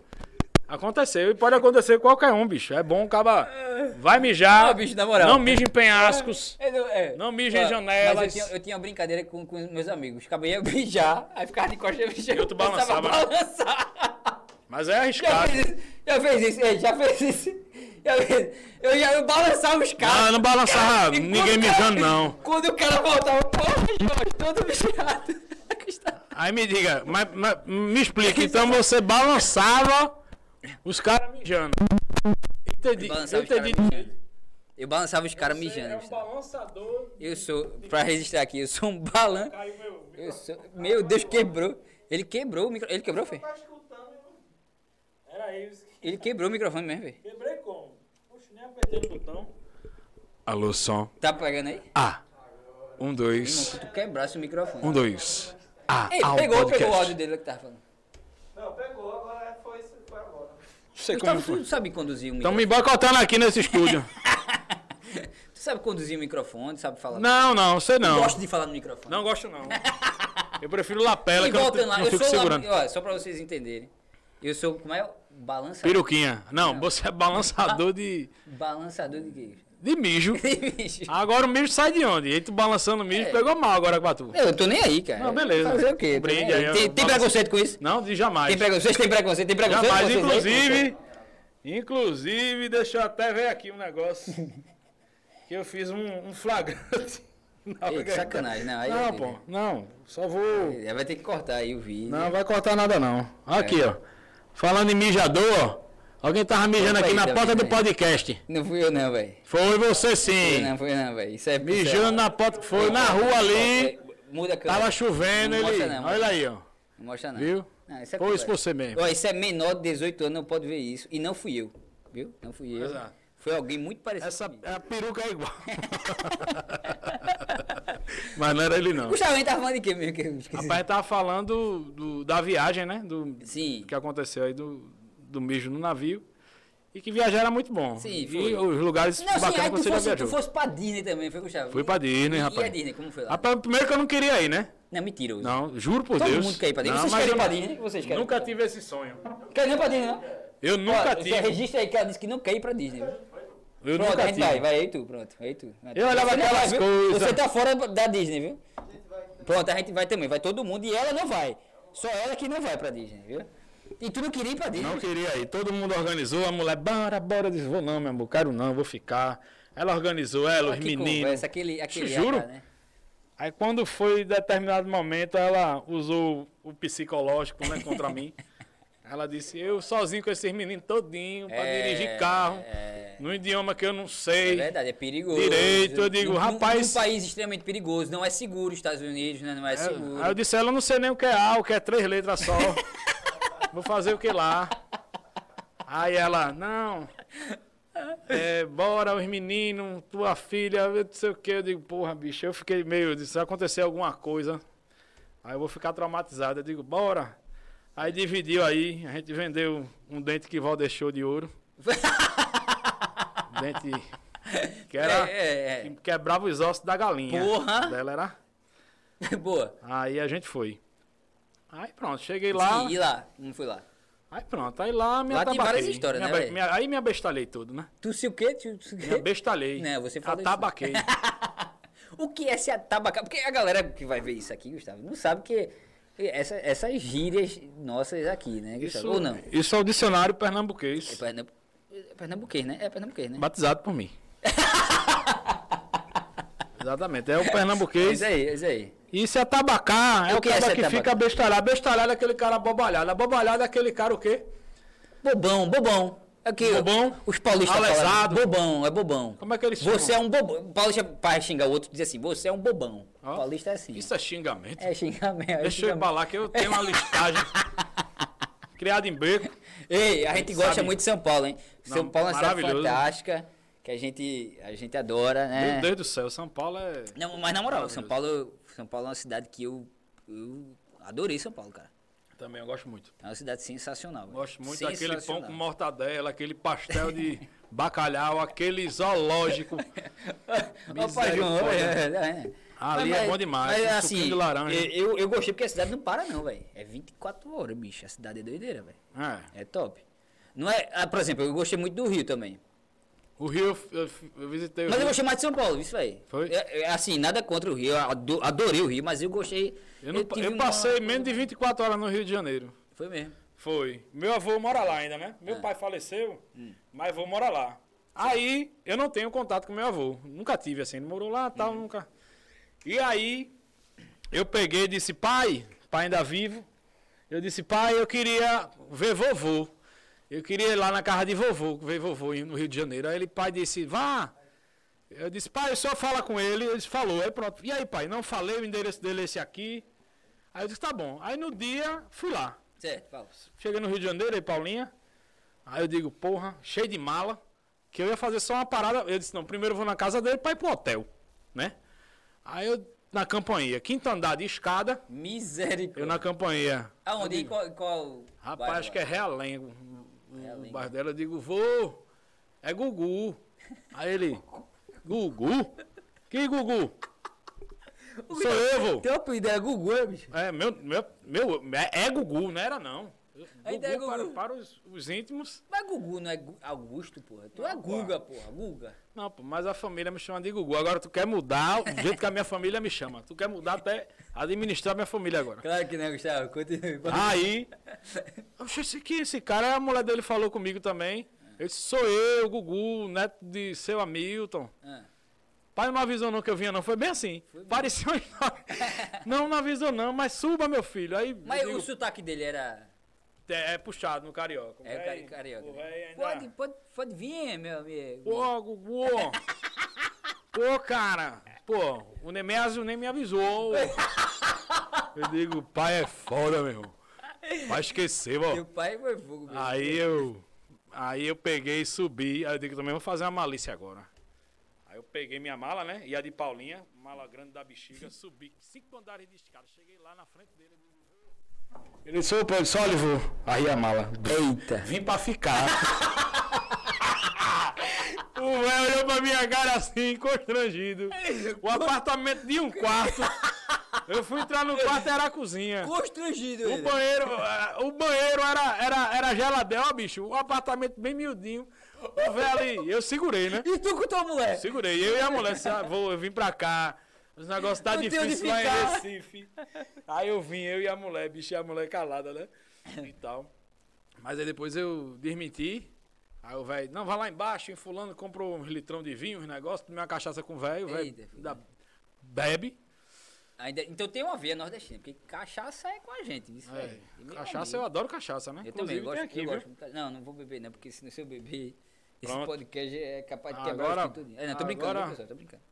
[SPEAKER 2] Aconteceu. E pode acontecer com qualquer um, bicho. É bom, acaba. Vai mijar.
[SPEAKER 1] Não, bicho, na moral.
[SPEAKER 2] Não mija em penhascos.
[SPEAKER 1] Eu não, é.
[SPEAKER 2] Não mija em
[SPEAKER 1] Ó,
[SPEAKER 2] janelas.
[SPEAKER 1] Mas eu tinha, eu tinha uma brincadeira com, com os meus amigos. Acabei (laughs) eu mijar, aí ficava de costas mijando.
[SPEAKER 2] E outro
[SPEAKER 1] começava a balançar.
[SPEAKER 2] Mas é
[SPEAKER 1] Já (laughs)
[SPEAKER 2] arriscado.
[SPEAKER 1] fez isso, já fez isso, ei, já fez isso. Já fez- Eu já eu balançava os
[SPEAKER 2] Ah,
[SPEAKER 1] carros.
[SPEAKER 2] eu não balançava
[SPEAKER 1] E
[SPEAKER 2] ninguém
[SPEAKER 1] quando o cara-
[SPEAKER 2] mijando, não.
[SPEAKER 1] Quando o cara voltava, pô, Jorge, todo mijado. (laughs) Gustavo,
[SPEAKER 2] Aí me diga, mas, mas me explica, então você balançava os caras mijando. Entendi,
[SPEAKER 1] balançava
[SPEAKER 2] eu
[SPEAKER 1] os caras
[SPEAKER 2] entendi.
[SPEAKER 1] mijando. Eu balançava os caras mijando. Gustavo.
[SPEAKER 2] é um balançador.
[SPEAKER 1] Eu sou, pra registrar aqui, eu sou um balan.
[SPEAKER 2] Caiu meu.
[SPEAKER 1] Eu sou, meu Deus, quebrou. Ele quebrou o microfone. Ele quebrou, Fê?
[SPEAKER 2] Era isso.
[SPEAKER 1] Ele quebrou o microfone mesmo, Fê.
[SPEAKER 2] Quebrei como? Poxa, nem apertei o botão. Alô, som.
[SPEAKER 1] Tá pegando aí?
[SPEAKER 2] Ah. Um,
[SPEAKER 1] Irmão,
[SPEAKER 2] dois.
[SPEAKER 1] que tu quebrasse o microfone.
[SPEAKER 2] Um, dois. Ah,
[SPEAKER 1] tá Ei,
[SPEAKER 2] ah, um
[SPEAKER 1] pegou,
[SPEAKER 2] podcast.
[SPEAKER 1] pegou o áudio dele que tava falando.
[SPEAKER 3] Não, pegou, agora foi, foi agora.
[SPEAKER 2] Não sei como
[SPEAKER 1] Gustavo,
[SPEAKER 2] foi.
[SPEAKER 1] tu sabe conduzir um
[SPEAKER 2] Estão
[SPEAKER 1] microfone.
[SPEAKER 2] me boicotando aqui
[SPEAKER 1] (laughs)
[SPEAKER 2] nesse estúdio.
[SPEAKER 1] Tu sabe conduzir um microfone, sabe falar.
[SPEAKER 2] não, não, sei não.
[SPEAKER 1] Gosto de falar no microfone.
[SPEAKER 2] Não gosto não. Eu prefiro lapela,
[SPEAKER 1] e
[SPEAKER 2] que eu não,
[SPEAKER 1] voltando lá,
[SPEAKER 2] não
[SPEAKER 1] eu
[SPEAKER 2] fico
[SPEAKER 1] sou
[SPEAKER 2] segurando.
[SPEAKER 1] lá, ó, só pra vocês entenderem. Eu sou, como é? Balança,
[SPEAKER 2] Peruquinha. Não, você é balançador de,
[SPEAKER 1] balançador de queijo. (laughs)
[SPEAKER 2] de mijo. Agora o mijo sai de onde? E tu balançando o mijo,
[SPEAKER 1] É.
[SPEAKER 2] pegou mal agora com a tua.
[SPEAKER 1] eu tô nem aí, cara.
[SPEAKER 2] Não, beleza.
[SPEAKER 1] Fazer o quê? Tô
[SPEAKER 2] Brinde
[SPEAKER 1] nem aí. tem
[SPEAKER 2] aí, ó,
[SPEAKER 1] tem
[SPEAKER 2] balança-
[SPEAKER 1] preconceito com isso?
[SPEAKER 2] Não, de
[SPEAKER 1] Tem
[SPEAKER 2] jamais.
[SPEAKER 1] preconceito, tem preconceito, tem preconceito.
[SPEAKER 2] Jamais,
[SPEAKER 1] Vocês aí,
[SPEAKER 2] inclusive. Inclusive, deixa eu até ver aqui um negócio. que eu fiz um, um flagrante. (laughs) Não,
[SPEAKER 1] Ei, que sacanagem, não, aí eu
[SPEAKER 2] Não,
[SPEAKER 1] digo.
[SPEAKER 2] pô. Não, só vou.
[SPEAKER 1] preconceito. É, Vai ter que cortar aí o vídeo.
[SPEAKER 2] Não vai cortar nada não.
[SPEAKER 1] É.
[SPEAKER 2] Aqui, ó. Falando em mijador, ó. Alguém tava mijando
[SPEAKER 1] Opa,
[SPEAKER 2] aqui
[SPEAKER 1] aí,
[SPEAKER 2] na
[SPEAKER 1] tá
[SPEAKER 2] porta do
[SPEAKER 1] mijando aí.
[SPEAKER 2] podcast.
[SPEAKER 1] Não fui eu não, velho.
[SPEAKER 2] Foi você
[SPEAKER 1] Foi
[SPEAKER 2] sim.
[SPEAKER 1] Não foi não, velho. Isso é
[SPEAKER 2] Mijando na porta. Foi na rua ali.
[SPEAKER 1] Muda a câmera.
[SPEAKER 2] Tava chovendo,
[SPEAKER 1] Não
[SPEAKER 2] ele.
[SPEAKER 1] mostra não,
[SPEAKER 2] Olha aí, ó.
[SPEAKER 1] Não mostra não.
[SPEAKER 2] Viu?
[SPEAKER 1] Não, isso é
[SPEAKER 2] Foi isso
[SPEAKER 1] conversa.
[SPEAKER 2] você mesmo.
[SPEAKER 1] Ó, isso é menor de 18 anos, não pode ver isso. E não fui eu, viu? Não fui eu.
[SPEAKER 2] Exato.
[SPEAKER 1] Foi alguém muito parecido
[SPEAKER 2] é. Essa
[SPEAKER 1] comigo.
[SPEAKER 2] a peruca
[SPEAKER 1] (laughs)
[SPEAKER 2] é igual. Mas não era ele não.
[SPEAKER 1] Gustavo, a gente tava falando de quê mesmo? Que eu esqueci.
[SPEAKER 2] Rapaz, tava falando do- da viagem, né? Do
[SPEAKER 1] Sim.
[SPEAKER 2] que aconteceu aí do, do mijo no navio. E que viajar era muito bom.
[SPEAKER 1] Sim, foi.
[SPEAKER 2] e os lugares
[SPEAKER 1] Não, sim,
[SPEAKER 2] bacanas
[SPEAKER 1] aí
[SPEAKER 2] que
[SPEAKER 1] tu
[SPEAKER 2] você já
[SPEAKER 1] fosse, tu
[SPEAKER 2] viajou.
[SPEAKER 1] fosse pra Disney também, foi, Gustavo?
[SPEAKER 2] Fui pra
[SPEAKER 1] E-
[SPEAKER 2] Disney,
[SPEAKER 1] E a
[SPEAKER 2] rapaz.
[SPEAKER 1] Disney, como foi lá?
[SPEAKER 2] Rapaz, Ah, primeiro que eu não queria ir, né?
[SPEAKER 1] Não, mentira. hoje.
[SPEAKER 2] Não, juro por
[SPEAKER 1] Todo
[SPEAKER 2] Deus.
[SPEAKER 1] mundo quer ir pra Disney.
[SPEAKER 2] Não,
[SPEAKER 1] Vocês
[SPEAKER 2] mas
[SPEAKER 1] querem
[SPEAKER 2] eu
[SPEAKER 1] pra Disney? né? Vocês querem?
[SPEAKER 2] Nunca tive esse sonho.
[SPEAKER 1] Quer nem pra Disney, não?
[SPEAKER 2] Eu nunca
[SPEAKER 1] Ó, já
[SPEAKER 2] tive.
[SPEAKER 1] Registra aí que ela disse que não quer ir pra Disney. viu?
[SPEAKER 2] Eu
[SPEAKER 1] é pronto,
[SPEAKER 2] nunca
[SPEAKER 1] a gente vai,
[SPEAKER 2] tive.
[SPEAKER 1] vai aí tu, pronto, vai aí tu. Vai.
[SPEAKER 2] Eu olhava
[SPEAKER 1] Você não
[SPEAKER 2] aquelas
[SPEAKER 1] vai, viu?
[SPEAKER 2] coisas.
[SPEAKER 1] Você tá fora da Disney, viu? Pronto, a gente vai também, vai todo mundo e ela não vai. Só ela que não vai pra Disney, viu? E tu não queria ir pra Disney?
[SPEAKER 2] Não queria ir. Todo mundo organizou. A mulher, bora, bora. Eu disse, vou não, meu amor. Quero não, vou ficar. Ela organizou, ela,
[SPEAKER 1] Ó,
[SPEAKER 2] os
[SPEAKER 1] que
[SPEAKER 2] meninos.
[SPEAKER 1] Conversa, aquele, aquele
[SPEAKER 2] Te juro.
[SPEAKER 1] rapaz, né?
[SPEAKER 2] Aí quando foi determinado momento, ela usou o psicológico, né, contra
[SPEAKER 1] (laughs)
[SPEAKER 2] mim. Ela disse, eu sozinho com esses meninos todinho, pra
[SPEAKER 1] É,
[SPEAKER 2] dirigir carro,
[SPEAKER 1] é.
[SPEAKER 2] num idioma que eu não
[SPEAKER 1] É
[SPEAKER 2] sei.
[SPEAKER 1] verdade, é perigoso.
[SPEAKER 2] Direito, eu digo,
[SPEAKER 1] Num- num-
[SPEAKER 2] rapaz-
[SPEAKER 1] Num país extremamente perigoso, não é seguro os Estados Unidos, né? Não é seguro.
[SPEAKER 2] Aí eu disse, ela não sei nem o que é A, o que é três
[SPEAKER 1] (laughs)
[SPEAKER 2] letras só. Vou fazer o que lá. Aí ela, não. é, bora, os meninos, tua filha, eu não sei o que. Eu digo, porra, bicho, eu fiquei meio, eu disse, se acontecer alguma coisa, aí eu vou ficar traumatizado. Eu digo, bora. Aí dividiu aí, a gente vendeu
[SPEAKER 1] (laughs)
[SPEAKER 2] um dente que Val deixou de ouro. dente que era.
[SPEAKER 1] É, é, é.
[SPEAKER 2] Que quebrava os ossos da galinha.
[SPEAKER 1] Porra!
[SPEAKER 2] Dela era.
[SPEAKER 1] é. (laughs) Boa.
[SPEAKER 2] Aí a gente foi. Aí pronto, cheguei lá.
[SPEAKER 1] E lá, não fui lá.
[SPEAKER 2] Aí pronto, aí lá me
[SPEAKER 1] Lá tem
[SPEAKER 2] atabaquei.
[SPEAKER 1] várias histórias,
[SPEAKER 2] Me
[SPEAKER 1] né,
[SPEAKER 2] abe-
[SPEAKER 1] velho?
[SPEAKER 2] me- Aí me abestalhei todo, né?
[SPEAKER 1] Tu se o quê? Tu, se o (laughs)
[SPEAKER 2] Me
[SPEAKER 1] quê?
[SPEAKER 2] abestalhei.
[SPEAKER 1] Não, você falou isso, não. (laughs)
[SPEAKER 2] Atabaquei.
[SPEAKER 1] O que é se atabacar? Porque a galera que vai ver isso aqui, Gustavo, não sabe que essa, essas gírias nossas aqui, né, Gustavo?
[SPEAKER 2] Isso,
[SPEAKER 1] Ou não?
[SPEAKER 2] isso é o dicionário
[SPEAKER 1] É
[SPEAKER 2] pernambuquês,
[SPEAKER 1] pernambu- é pernambuquês, né? É pernambuquês, né?
[SPEAKER 2] batizado
[SPEAKER 1] (laughs)
[SPEAKER 2] por mim. Exatamente, é o pernambuquês.
[SPEAKER 1] Isso aí, isso aí.
[SPEAKER 2] E se atabacar é
[SPEAKER 1] O
[SPEAKER 2] o
[SPEAKER 1] que é
[SPEAKER 2] cara
[SPEAKER 1] se
[SPEAKER 2] que
[SPEAKER 1] atabacar?
[SPEAKER 2] fica abestalhado. Abestalhado é aquele cara abobalhado. Abobalhado é aquele cara o quê?
[SPEAKER 1] Bobão, bobão. Aqui,
[SPEAKER 2] Bobão?
[SPEAKER 1] Os paulistas falam,
[SPEAKER 2] Alesado.
[SPEAKER 1] bobão, é bobão.
[SPEAKER 2] Como é que eles
[SPEAKER 1] Você é
[SPEAKER 2] chamam?
[SPEAKER 1] um bobão. Paulista para xingar o outro diz assim, você é um bobão.
[SPEAKER 2] Ó.
[SPEAKER 1] Paulista é assim.
[SPEAKER 2] Isso é xingamento.
[SPEAKER 1] É xingamento. é
[SPEAKER 2] Deixa eu
[SPEAKER 1] xingamento.
[SPEAKER 2] embalar que eu tenho
[SPEAKER 1] (laughs)
[SPEAKER 2] uma listagem criada em beco.
[SPEAKER 1] Ei, a gente gosta
[SPEAKER 2] Sabe-
[SPEAKER 1] muito de São Paulo, hein?
[SPEAKER 2] Não,
[SPEAKER 1] São Paulo é uma cidade
[SPEAKER 2] maravilhoso.
[SPEAKER 1] fantástica, que a gente, a gente adora, né?
[SPEAKER 2] Meu Deus do céu, São Paulo é.
[SPEAKER 1] Não, mas na moral, São
[SPEAKER 2] Maravilhoso.
[SPEAKER 1] Paulo, São Paulo é uma cidade que eu, eu adorei São Paulo, cara.
[SPEAKER 2] Também eu gosto muito.
[SPEAKER 1] É uma cidade sensacional. velho.
[SPEAKER 2] Gosto muito daquele pão
[SPEAKER 1] Sensacional. (laughs)
[SPEAKER 2] com mortadela, aquele pastel de bacalhau, aquele zoológico.
[SPEAKER 1] Opa, João,
[SPEAKER 2] Misericórdia.
[SPEAKER 1] é, é.
[SPEAKER 2] Ali é bom demais,
[SPEAKER 1] Mas,
[SPEAKER 2] um
[SPEAKER 1] assim,
[SPEAKER 2] suquinho de laranja.
[SPEAKER 1] Eu, eu gostei porque a cidade não para, não, velho. É 24 horas, bicho. A cidade é doideira, velho.
[SPEAKER 2] É.
[SPEAKER 1] É top. Não é, ah, por exemplo, eu gostei muito do Rio também.
[SPEAKER 2] O Rio, eu, f- eu f- eu visitei o
[SPEAKER 1] Mas eu
[SPEAKER 2] Rio.
[SPEAKER 1] gostei mais de São Paulo, isso aí.
[SPEAKER 2] Foi?
[SPEAKER 1] É- é, assim, nada contra o Rio. Eu ado- adorei o Rio, mas eu gostei.
[SPEAKER 2] Eu, não-
[SPEAKER 1] tive
[SPEAKER 2] eu
[SPEAKER 1] uma-
[SPEAKER 2] passei menos de 24 horas no Rio de Janeiro.
[SPEAKER 1] Foi mesmo.
[SPEAKER 2] Foi. Meu avô mora lá ainda, né? Meu pai faleceu, mas vou morar lá. Aí eu não tenho contato com meu avô. Nunca tive assim. Ele morou lá tal, nunca. E aí eu peguei e disse, pai, pai ainda vivo. Eu disse, pai, eu queria ver vovô. Eu queria ir lá na casa de vovô, ver vovô no Rio de Janeiro. Aí ele, pai, disse, vá. Eu disse, pai, só fala com ele. Ele disse, falou. Aí pronto. E aí, pai, não falei, o endereço dele é esse aqui. Aí eu disse, tá bom. Aí no dia, fui lá.
[SPEAKER 1] Certo, fala.
[SPEAKER 2] Cheguei no Rio de Janeiro, aí Paulinha. Aí eu digo, porra, cheio de mala. Que eu ia fazer só uma parada. Eu disse, não, primeiro eu vou na casa dele pra ir pro hotel, né? Aí eu, na campanha, quinto andar de escada,
[SPEAKER 1] Misericórdia.
[SPEAKER 2] eu na campanha.
[SPEAKER 1] Aonde? Em qual, qual
[SPEAKER 2] Rapaz,
[SPEAKER 1] bairro
[SPEAKER 2] acho
[SPEAKER 1] lá?
[SPEAKER 2] que é Realengo. o-
[SPEAKER 1] Realengo.
[SPEAKER 2] O bar um dela, eu digo, vô, é Gugu. Aí ele, Gugu? Que Gugu? Sou eu, vô.
[SPEAKER 1] Teu apelido era Gugu, é, bicho?
[SPEAKER 2] É, meu, meu, meu, é, é Gugu, não era não.
[SPEAKER 1] Ainda é
[SPEAKER 2] Para,
[SPEAKER 1] Gugu.
[SPEAKER 2] para os- os íntimos.
[SPEAKER 1] Mas Gugu não é Gu- Augusto, porra. Tu é Guga, porra. Guga.
[SPEAKER 2] Não, pô, mas a família me chama de Gugu. Agora tu quer mudar o jeito que a minha família me chama. Tu quer mudar até administrar minha família agora.
[SPEAKER 1] Claro que não, Gustavo. Continue.
[SPEAKER 2] Aí, eu sei que esse cara, a mulher dele falou comigo também. Eu disse, sou eu, Gugu, neto de seu Hamilton.
[SPEAKER 1] Ah,
[SPEAKER 2] Pai não avisou não que eu vinha não, foi bem assim. Pareceu uma
[SPEAKER 1] (laughs)
[SPEAKER 2] história. Não, não avisou não, mas suba meu filho. Aí
[SPEAKER 1] (laughs) Mas
[SPEAKER 2] eu digo,
[SPEAKER 1] o sotaque dele era.
[SPEAKER 2] é, é puxado no carioca.
[SPEAKER 1] É o cari-
[SPEAKER 2] Véi,
[SPEAKER 1] carioca.
[SPEAKER 2] o véi ainda-
[SPEAKER 1] Pode, pode, pode vir, meu amigo.
[SPEAKER 2] Pô, Gugu! Pô, cara! Pô, o Nemésio nem me avisou. Eu digo, pai é foda, meu irmão. Vai esquecer,
[SPEAKER 1] Teu
[SPEAKER 2] ó.
[SPEAKER 1] pai foi fogo, bicho.
[SPEAKER 2] Aí eu. Aí eu peguei e subi. Aí eu digo, também vou fazer uma malícia agora. Aí eu peguei minha mala, né? E a de Paulinha, mala grande da bexiga, subi cinco andares de escada. Cheguei lá na frente dele. Ele disse, ô Pedro, só levou. Aí a mala.
[SPEAKER 1] Eita.
[SPEAKER 2] Vim pra ficar. (laughs) o velho olhou pra minha cara assim, constrangido. O apartamento de um quarto. Eu fui entrar no quarto era a cozinha.
[SPEAKER 1] Constrangido
[SPEAKER 2] O
[SPEAKER 1] ele.
[SPEAKER 2] banheiro, eh, o banheiro era, era, era geladeira, ó, bicho. O apartamento bem miudinho. O velho ali, eu segurei, né?
[SPEAKER 1] E tu com tua mulher?
[SPEAKER 2] Segurei. Eu e a mulher, disse, ah, vou, eu vim pra cá. Os negócios tá
[SPEAKER 1] Não tem onde
[SPEAKER 2] difícil lá em
[SPEAKER 1] ficar.
[SPEAKER 2] Recife. Aí eu vim, eu e a mulher, bicho, e a mulher calada, né? E tal. Mas aí depois eu desmenti. Aí o velho, não, vai lá embaixo, em fulano, comprou um litrão de vinho, uns negócios, tomei uma cachaça com o velho,
[SPEAKER 1] Eita,
[SPEAKER 2] o velho
[SPEAKER 1] filho. é
[SPEAKER 2] ainda bebe.
[SPEAKER 1] Ainda, então tem uma veia nordestina, porque cachaça é com a gente. Isso
[SPEAKER 2] É,
[SPEAKER 1] aí. E meu
[SPEAKER 2] cachaça, eu
[SPEAKER 1] amigo.
[SPEAKER 2] adoro cachaça, né?
[SPEAKER 1] Eu também
[SPEAKER 2] Inclusive,
[SPEAKER 1] gosto,
[SPEAKER 2] tem aqui,
[SPEAKER 1] eu
[SPEAKER 2] viu?
[SPEAKER 1] gosto muito. Não, não vou beber, não, porque se não se eu beber, esse
[SPEAKER 2] Pronto.
[SPEAKER 1] podcast é capaz de quebrar
[SPEAKER 2] Agora-
[SPEAKER 1] o tudo. É, não, tô brincando,
[SPEAKER 2] agora-
[SPEAKER 1] viu, pessoal, tô brincando.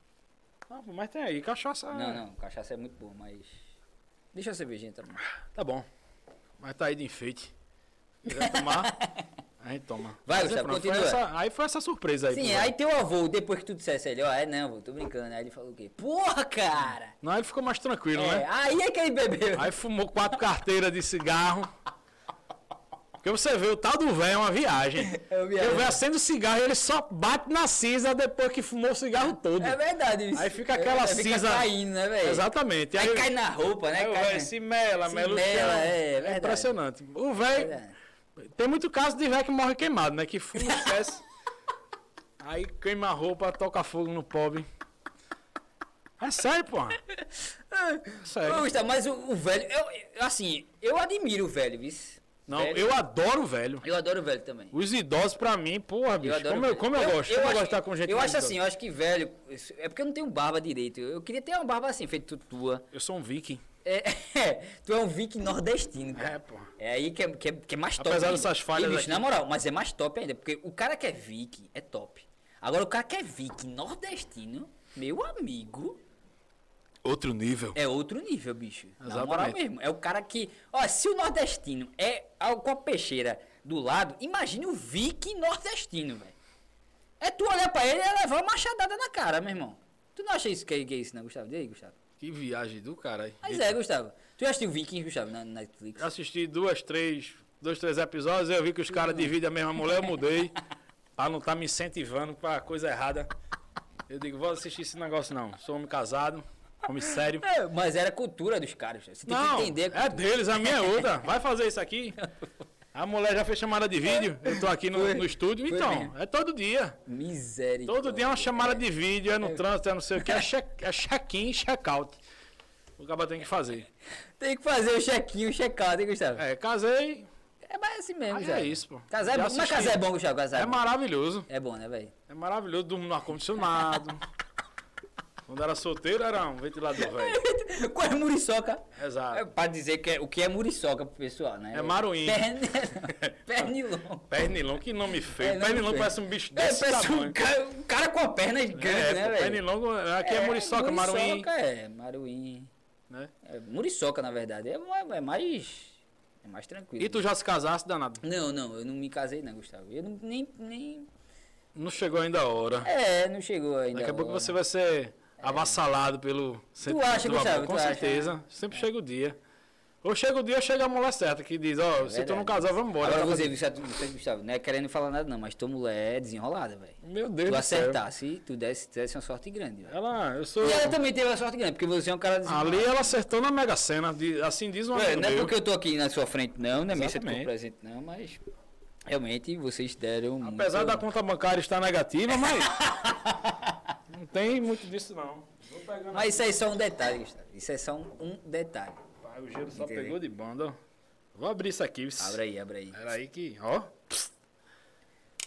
[SPEAKER 2] Ah, pô, mas tem aí, cachaça.
[SPEAKER 1] Não, não, cachaça é muito bom, mas. Deixa a cervejinha também.
[SPEAKER 2] Tá bom. Mas tá aí de enfeite. Quiser tomar,
[SPEAKER 1] (laughs)
[SPEAKER 2] a gente toma.
[SPEAKER 1] Vai,
[SPEAKER 2] Mas é
[SPEAKER 1] Gustavo,
[SPEAKER 2] pronto, foi
[SPEAKER 1] continua.
[SPEAKER 2] essa- aí foi essa surpresa aí. pro
[SPEAKER 1] Sim, é,
[SPEAKER 2] velho.
[SPEAKER 1] aí teu avô, depois que tu dissesse a ele, ó, é não, vô, tô brincando. Aí ele falou o quê? Porra, cara!
[SPEAKER 2] Não, ele ficou mais tranquilo,
[SPEAKER 1] É,
[SPEAKER 2] né?
[SPEAKER 1] aí é que ele bebeu.
[SPEAKER 2] Aí fumou quatro carteiras de cigarro. Porque você vê o tal do véio é uma viagem.
[SPEAKER 1] É uma
[SPEAKER 2] Porque
[SPEAKER 1] viagem.
[SPEAKER 2] O véio acende o cigarro e ele só bate na cinza depois que fumou o cigarro todo.
[SPEAKER 1] É verdade. isso.
[SPEAKER 2] Aí fica aquela
[SPEAKER 1] É, fica
[SPEAKER 2] cinza-
[SPEAKER 1] caindo, né, velho?
[SPEAKER 2] Exatamente. E
[SPEAKER 1] Aí cai na roupa, né?
[SPEAKER 2] Aí assim. o
[SPEAKER 1] Cai
[SPEAKER 2] véio
[SPEAKER 1] na-
[SPEAKER 2] se mela,
[SPEAKER 1] se
[SPEAKER 2] mela o chão.
[SPEAKER 1] mela, é, verdade. É
[SPEAKER 2] impressionante. O velho.
[SPEAKER 1] Verdade.
[SPEAKER 2] Tem muito caso de velho que morre queimado, né? Que fuma
[SPEAKER 1] (laughs)
[SPEAKER 2] espécie. Aí queima a roupa, toca fogo no pobre. É sério, porra. É
[SPEAKER 1] Ô,
[SPEAKER 2] sério.
[SPEAKER 1] Gustavo, mas o, o velho, eu- eu, assim, eu admiro o velho, viu?
[SPEAKER 2] Não,
[SPEAKER 1] velho.
[SPEAKER 2] eu adoro o velho.
[SPEAKER 1] Eu adoro o velho também.
[SPEAKER 2] Os idosos, pra mim, porra, bicho.
[SPEAKER 1] Eu adoro
[SPEAKER 2] como,
[SPEAKER 1] velho.
[SPEAKER 2] eu, como eu, gosto. como eu
[SPEAKER 1] acho-
[SPEAKER 2] gosto de estar com gente
[SPEAKER 1] Eu
[SPEAKER 2] mais
[SPEAKER 1] acho
[SPEAKER 2] idosa.
[SPEAKER 1] assim, eu acho que velho. isso- É porque eu não tenho barba direito. Eu eu queria ter uma barba assim, feito tu- tua.
[SPEAKER 2] Eu sou um viking.
[SPEAKER 1] É, (laughs) tu é um viking nordestino, cara.
[SPEAKER 2] É, porra.
[SPEAKER 1] É aí que é, que é, que é mais top.
[SPEAKER 2] Apesar
[SPEAKER 1] ainda.
[SPEAKER 2] dessas falhas
[SPEAKER 1] E, bicho,
[SPEAKER 2] aqui.
[SPEAKER 1] na moral, mas é mais top ainda, porque o cara que é viking é top. Agora, o cara que é viking nordestino, meu amigo,
[SPEAKER 2] Outro nível.
[SPEAKER 1] é outro nível, bicho. Na moral
[SPEAKER 2] Exatamente.
[SPEAKER 1] mesmo. É o cara que. Ó, se o nordestino é algo com a peixeira do lado, imagine o viking nordestino, velho. É tu olhar pra ele e levar uma machadada na cara, meu irmão. Tu não acha isso que é, que é isso, né, Gustavo? Diz aí, Gustavo.
[SPEAKER 2] Que viagem do caralho.
[SPEAKER 1] Mas é, Gustavo. Tu já assistiu Vikings, Gustavo, na na Netflix?
[SPEAKER 2] Eu Assisti duas, três, dois, três episódios, eu vi que os caras dividem a mesma mulher,
[SPEAKER 1] (laughs)
[SPEAKER 2] eu mudei. pra não estar me incentivando pra coisa errada. Eu digo, vou assistir esse negócio não. Sou homem casado, homem sério.
[SPEAKER 1] É, mas era a cultura dos caras. Você tem
[SPEAKER 2] Não,
[SPEAKER 1] que entender. a
[SPEAKER 2] é
[SPEAKER 1] cultura.
[SPEAKER 2] deles, a minha é
[SPEAKER 1] (laughs)
[SPEAKER 2] outra. Vai fazer isso aqui. A mulher já fez chamada de vídeo, eu tô aqui no,
[SPEAKER 1] Foi.
[SPEAKER 2] no estúdio.
[SPEAKER 1] Foi
[SPEAKER 2] Então,
[SPEAKER 1] mesmo.
[SPEAKER 2] é todo dia.
[SPEAKER 1] Misericórdia.
[SPEAKER 2] Todo dia é uma chamada de vídeo, é no trânsito, é não sei o que, é check- é check-in, check-out. O cara tem que fazer.
[SPEAKER 1] Tem que fazer o chequinho, o checado, hein, Gustavo? É,
[SPEAKER 2] É, casei,
[SPEAKER 1] mais assim mesmo,
[SPEAKER 2] Aí
[SPEAKER 1] Gustavo.
[SPEAKER 2] é isso, pô.
[SPEAKER 1] Casar é
[SPEAKER 2] Já
[SPEAKER 1] bom. Mas
[SPEAKER 2] assisti.
[SPEAKER 1] casar é bom, Gustavo. Casar é,
[SPEAKER 2] é
[SPEAKER 1] bom.
[SPEAKER 2] maravilhoso.
[SPEAKER 1] É bom, né, velho? (laughs)
[SPEAKER 2] É maravilhoso, durmo no ar-condicionado. Quando era solteiro, era um ventilador, velho.
[SPEAKER 1] Qual é muriçoca? É
[SPEAKER 2] Exato.
[SPEAKER 1] pra dizer que é- o que é muriçoca pro pessoal, né?
[SPEAKER 2] É maruim. (laughs)
[SPEAKER 1] Perne... Pernilongo.
[SPEAKER 2] Pernilongo, que nome feio.
[SPEAKER 1] É,
[SPEAKER 2] pernilongo
[SPEAKER 1] feio.
[SPEAKER 2] parece um bicho
[SPEAKER 1] É,
[SPEAKER 2] desse
[SPEAKER 1] parece um
[SPEAKER 2] tamanho.
[SPEAKER 1] cara, um cara com a perna gigante,
[SPEAKER 2] é,
[SPEAKER 1] né,
[SPEAKER 2] pô,
[SPEAKER 1] velho?
[SPEAKER 2] Pernilongo, aqui é, muriçoca, maruim.
[SPEAKER 1] Muriçoca é, maruim.
[SPEAKER 2] Né?
[SPEAKER 1] É, muriçoca, na verdade. É, é mais... É mais tranquilo.
[SPEAKER 2] E tu já se casasse, danado?
[SPEAKER 1] Não, não, eu não me casei, não, Gustavo. Eu não, nem, nem.
[SPEAKER 2] Não chegou ainda a hora.
[SPEAKER 1] É, não chegou ainda.
[SPEAKER 2] Daqui a pouco
[SPEAKER 1] agora.
[SPEAKER 2] você vai ser avassalado pelo sentimento
[SPEAKER 1] acha,
[SPEAKER 2] do amor,
[SPEAKER 1] Gustavo,
[SPEAKER 2] Com
[SPEAKER 1] tu acha,
[SPEAKER 2] certeza. Sempre chega o dia. Ou chega o dia, ou chega a mulher certa, que diz, ó, se tu
[SPEAKER 1] verdade.
[SPEAKER 2] não casar, vamos embora. tá
[SPEAKER 1] Agora você, Gustavo, você, Gustavo, não é querendo falar nada, não, mas tua mulher é desenrolada, velho.
[SPEAKER 2] Meu Deus
[SPEAKER 1] Tu
[SPEAKER 2] do céu.
[SPEAKER 1] acertasse, tu desse, desse uma sorte grande, velho.
[SPEAKER 2] Ela, Ah, eu sou...
[SPEAKER 1] E ela também teve uma sorte grande, porque você é um cara desenrolado.
[SPEAKER 2] Ali ela acertou na Mega Sena, de- assim diz uma
[SPEAKER 1] Ué, não é porque eu tô aqui na sua frente, não, não é missa de
[SPEAKER 2] Exatamente.
[SPEAKER 1] presente, não, mas. Realmente vocês deram.
[SPEAKER 2] Apesar
[SPEAKER 1] muito...
[SPEAKER 2] da conta bancária estar negativa,
[SPEAKER 1] (laughs)
[SPEAKER 2] mas. não tem muito disso, não. Vou pegar
[SPEAKER 1] Mas isso aí é só um detalhe, Gustavo. Isso é só um, um detalhe.
[SPEAKER 2] Pai, o gelo só
[SPEAKER 1] Entendeu?
[SPEAKER 2] pegou de banda, ó. Vou abrir isso aqui. viu?
[SPEAKER 1] Abre aí, abre aí.
[SPEAKER 2] Era aí que. Ó.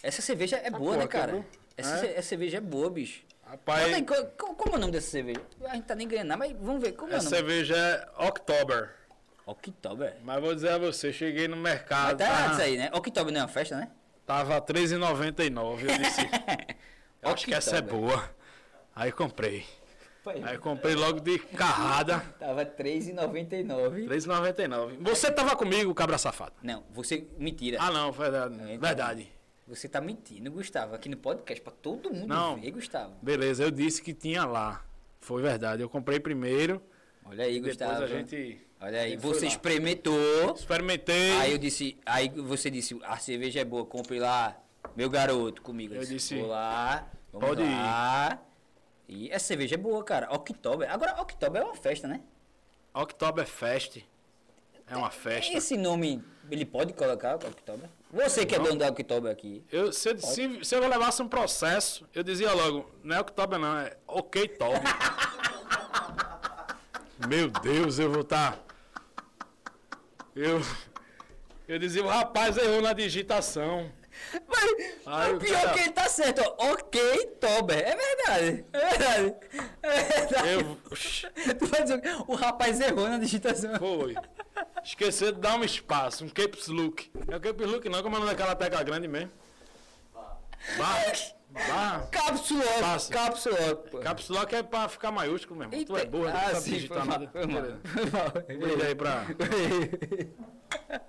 [SPEAKER 1] Essa cerveja é boa,
[SPEAKER 2] porra,
[SPEAKER 1] né, cara?
[SPEAKER 2] quebrou?
[SPEAKER 1] Essa,
[SPEAKER 2] É?
[SPEAKER 1] ce- essa cerveja é boa, bicho. Mas
[SPEAKER 2] Rapaz,
[SPEAKER 1] aí, co- co- como é o nome dessa cerveja? A gente tá nem ganhando nada, mas vamos ver. Como é o
[SPEAKER 2] essa
[SPEAKER 1] nome?
[SPEAKER 2] cerveja é October.
[SPEAKER 1] Oktober.
[SPEAKER 2] Mas vou dizer a você, cheguei no
[SPEAKER 1] Ah,
[SPEAKER 2] mercado.
[SPEAKER 1] tá errado
[SPEAKER 2] tava-
[SPEAKER 1] isso aí, né? Oktober não é uma festa, né?
[SPEAKER 2] Tava R$13,99. Eu
[SPEAKER 1] (laughs)
[SPEAKER 2] disse, (laughs) eu acho que essa é
[SPEAKER 1] Oktober.
[SPEAKER 2] boa. Aí comprei. Aí comprei logo de carrada.
[SPEAKER 1] Tava R$3,99.
[SPEAKER 2] R$3,99. Você tava comigo, cabra safado.
[SPEAKER 1] Não, você. Mentira.
[SPEAKER 2] Ah, não, verdade.
[SPEAKER 1] É, então.
[SPEAKER 2] Verdade.
[SPEAKER 1] Você tá mentindo, Gustavo. Aqui no podcast, pra todo mundo
[SPEAKER 2] Não.
[SPEAKER 1] ver, Gustavo.
[SPEAKER 2] Beleza, eu disse que tinha lá. Foi verdade. Eu comprei primeiro.
[SPEAKER 1] Olha aí,
[SPEAKER 2] E depois
[SPEAKER 1] Gustavo.
[SPEAKER 2] a gente.
[SPEAKER 1] Olha aí,
[SPEAKER 2] Ele foi
[SPEAKER 1] você
[SPEAKER 2] lá.
[SPEAKER 1] experimentou.
[SPEAKER 2] Experimentei.
[SPEAKER 1] Aí eu disse. Aí você disse, a cerveja é boa, compre lá. Meu garoto, comigo.
[SPEAKER 2] Eu disse,
[SPEAKER 1] Vou lá. Vamos
[SPEAKER 2] pode ir.
[SPEAKER 1] lá. E essa cerveja é boa, cara. Oktober. Agora, Oktober é uma festa, né?
[SPEAKER 2] Oktoberfest. É uma festa.
[SPEAKER 1] Esse nome, ele pode colocar Oktober? Você que é dono da Oktober aqui.
[SPEAKER 2] Eu, se, eu- se, se eu levasse um processo, eu dizia logo: não é Oktober, não, é Oktober. Meu Deus, eu vou estar. Eu. Eu dizia: o rapaz errou na digitação.
[SPEAKER 1] Mas,
[SPEAKER 2] Ai,
[SPEAKER 1] mas pior
[SPEAKER 2] cara.
[SPEAKER 1] que ele tá certo, ó. Oktober. É verdade. É verdade. É verdade.
[SPEAKER 2] Eu. Oxi.
[SPEAKER 1] (laughs) Tu vai dizer, o rapaz errou na digitação.
[SPEAKER 2] Foi. Esqueceu de dar um espaço, um caps look. É o caps look não, como é o nome daquela tecla grande mesmo? Bar. Bar.
[SPEAKER 1] Cápsula.
[SPEAKER 2] Passa.
[SPEAKER 1] Cápsula. pô.
[SPEAKER 2] Caps lock é pra ficar maiúsculo mesmo. Tu é
[SPEAKER 1] Eita.
[SPEAKER 2] burro, não
[SPEAKER 1] Ah,
[SPEAKER 2] sabe
[SPEAKER 1] sim,
[SPEAKER 2] digitar
[SPEAKER 1] foi mal,
[SPEAKER 2] nada.
[SPEAKER 1] foi mal,
[SPEAKER 2] Beleza.
[SPEAKER 1] foi mal.
[SPEAKER 2] Brilha aí pra...
[SPEAKER 1] (laughs)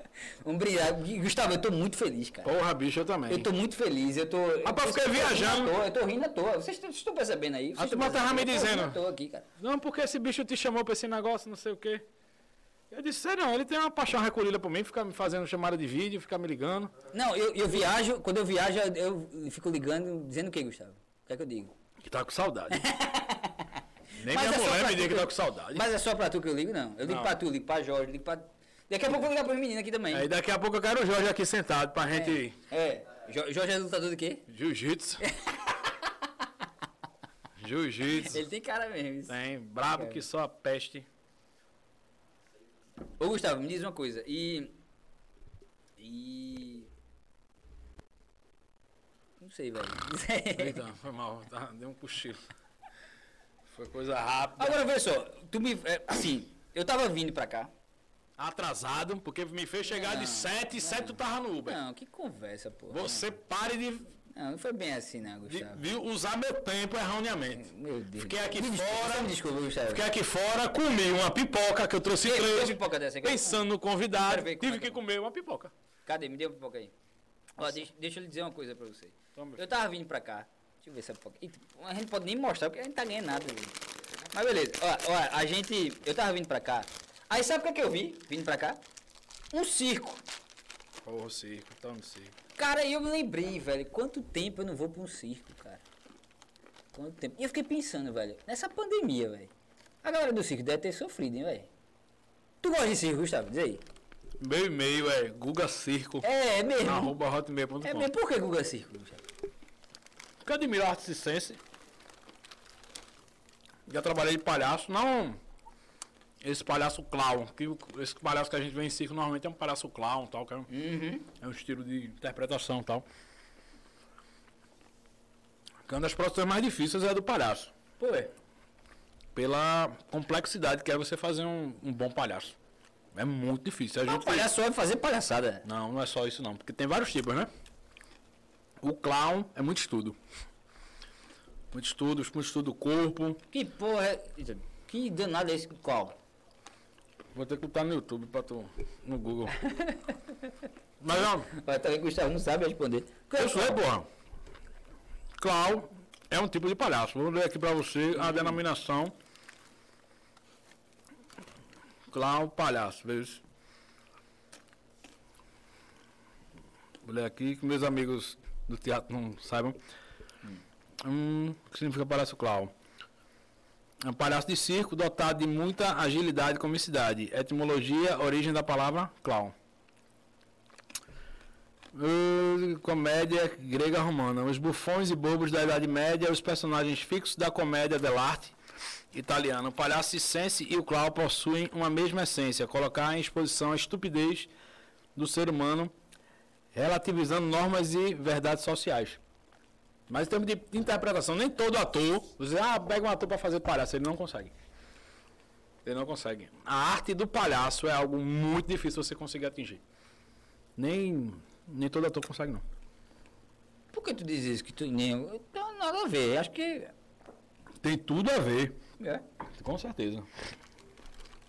[SPEAKER 1] Vamos brilhar. Gustavo, eu tô muito feliz, cara.
[SPEAKER 2] Porra, bicho, eu também.
[SPEAKER 1] Eu tô muito feliz, eu tô.
[SPEAKER 2] Rapaz, eu fiquei
[SPEAKER 1] eu Ah, tô rindo
[SPEAKER 2] viajando.
[SPEAKER 1] à toa, Eu tô rindo à toa. Vocês estão- vocês estão percebendo aí? Vocês
[SPEAKER 2] tu
[SPEAKER 1] estão
[SPEAKER 2] botava
[SPEAKER 1] percebendo?
[SPEAKER 2] me
[SPEAKER 1] Eu tô rindo
[SPEAKER 2] dizendo.
[SPEAKER 1] à toa aqui, cara.
[SPEAKER 2] Não, porque esse bicho te chamou pra esse negócio, não sei o quê. Eu disse, sério, ele tem uma paixão recolhida por mim, fica me fazendo chamada de vídeo, fica me ligando.
[SPEAKER 1] Não, eu, eu viajo, quando eu viajo, eu eu fico ligando, dizendo o que, Gustavo? O que é que eu digo?
[SPEAKER 2] Que tá com (laughs) saudade. Nem
[SPEAKER 1] Mas
[SPEAKER 2] minha
[SPEAKER 1] é só
[SPEAKER 2] mulher
[SPEAKER 1] pra
[SPEAKER 2] me diz
[SPEAKER 1] tu
[SPEAKER 2] que tá com saudade.
[SPEAKER 1] Mas é só pra tu que eu ligo, não. Eu ligo
[SPEAKER 2] Não.
[SPEAKER 1] pra tu, ligo pra Jorge, ligo pra. Daqui a pouco eu vou ligar pros meninos aqui também.
[SPEAKER 2] Aí daqui a pouco eu quero o Jorge aqui sentado pra gente.
[SPEAKER 1] É. Jo- Jorge é lutador do quê?
[SPEAKER 2] (laughs) Jiu-jitsu. Jiu-jitsu.
[SPEAKER 1] Ele tem cara mesmo. isso.
[SPEAKER 2] Tem, brabo que só a peste.
[SPEAKER 1] Ô Gustavo, me diz uma coisa. E. E. Não sei, velho. (laughs)
[SPEAKER 2] Eita, foi mal, tá, deu um cochilo. Foi coisa rápida.
[SPEAKER 1] Agora vê só, tu me. é, assim, eu tava vindo pra cá.
[SPEAKER 2] Atrasado, porque me fez chegar
[SPEAKER 1] Não,
[SPEAKER 2] de 7 e 7 tu tava no Uber.
[SPEAKER 1] Não, que conversa, pô.
[SPEAKER 2] Você pare de,
[SPEAKER 1] Não, não foi bem assim, não,
[SPEAKER 2] de-
[SPEAKER 1] Gustavo.
[SPEAKER 2] de usar meu tempo erroneamente.
[SPEAKER 1] Meu Deus.
[SPEAKER 2] Fiquei aqui
[SPEAKER 1] Me desculpa,
[SPEAKER 2] fora.
[SPEAKER 1] só Me desculpa, Gustavo.
[SPEAKER 2] Fiquei aqui fora, comi uma pipoca que eu trouxe
[SPEAKER 1] Ei,
[SPEAKER 2] crente,
[SPEAKER 1] tem pipoca dessa aqui?
[SPEAKER 2] Pensando no convidado,
[SPEAKER 1] Quero ver como
[SPEAKER 2] tive
[SPEAKER 1] é que
[SPEAKER 2] que
[SPEAKER 1] é.
[SPEAKER 2] comer uma pipoca.
[SPEAKER 1] Cadê? Me dê uma pipoca aí. Ó, deixa, deixa eu lhe dizer uma coisa pra você.
[SPEAKER 2] Toma, meu
[SPEAKER 1] eu tava vindo pra cá. Deixa eu ver essa pipoca. Eita, a gente pode nem mostrar porque a gente tá ganhando nada. velho. Mas beleza. Ó, ó, a gente. Eu tava vindo pra cá. Aí sabe o que, é que eu vi? Vindo pra cá? Um circo.
[SPEAKER 2] Porra, circo, tamo circo.
[SPEAKER 1] Cara, aí eu me lembrei, velho. Quanto tempo eu não vou pra um circo, cara? Quanto tempo? E eu fiquei pensando, velho. Nessa pandemia, velho. A galera do circo deve ter sofrido, hein, velho? Tu gosta de circo, Gustavo? Diz aí.
[SPEAKER 2] Meu e-mail é Guga Circo.
[SPEAKER 1] É, é mesmo.
[SPEAKER 2] Arroba hotmail.com.
[SPEAKER 1] É mesmo. Por que Guga Circo, Gustavo?
[SPEAKER 2] Porque eu admiro a arte circense. Já trabalhei de palhaço, não esse palhaço clown. Que o- esse palhaço que a gente vê em circo normalmente é um palhaço clown, tal, que é um, é um estilo de interpretação tal. Que Uma das profissões mais difíceis é a do palhaço.
[SPEAKER 1] Pô, é.
[SPEAKER 2] Pela complexidade que é você fazer um, um bom palhaço. É muito difícil. A
[SPEAKER 1] Ah,
[SPEAKER 2] gente
[SPEAKER 1] o palhaço é fazer palhaçada.
[SPEAKER 2] Não, não é só isso não, porque tem vários tipos, né? O clown é muito estudo. Muito estudo, muito estudo do corpo.
[SPEAKER 1] Que porra é. Que danado é esse qual?
[SPEAKER 2] Vou ter que botar no YouTube pra tu. no Google. Mas não,
[SPEAKER 1] Mas também Gustavo não sabe responder. Que
[SPEAKER 2] eu sei,
[SPEAKER 1] qual?
[SPEAKER 2] porra. Clown é um tipo de palhaço. Vou ler aqui pra você a denominação. Clown palhaço, veja. Vou ler aqui que meus amigos do teatro não saibam. Hum, o que significa palhaço clown? É um palhaço de circo dotado de muita agilidade e comicidade. Etimologia, origem da palavra clown. Uh, comédia grega romana. Os bufões e bobos da Idade Média, os personagens fixos da comédia dell'arte italiana. O palhaço circense e o clown possuem uma mesma essência, colocar em exposição a estupidez do ser humano, relativizando normas e verdades sociais. Mas em termos de interpretação, nem todo ator, você ah, pega um ator para fazer palhaço, ele não consegue. Ele não consegue. A arte do palhaço é algo muito difícil você conseguir atingir. Nem, nem todo ator consegue, não.
[SPEAKER 1] Por que tu diz isso? Que tu nem. Não tem nada a ver. Acho que.
[SPEAKER 2] Tem tudo a ver.
[SPEAKER 1] É.
[SPEAKER 2] Com certeza.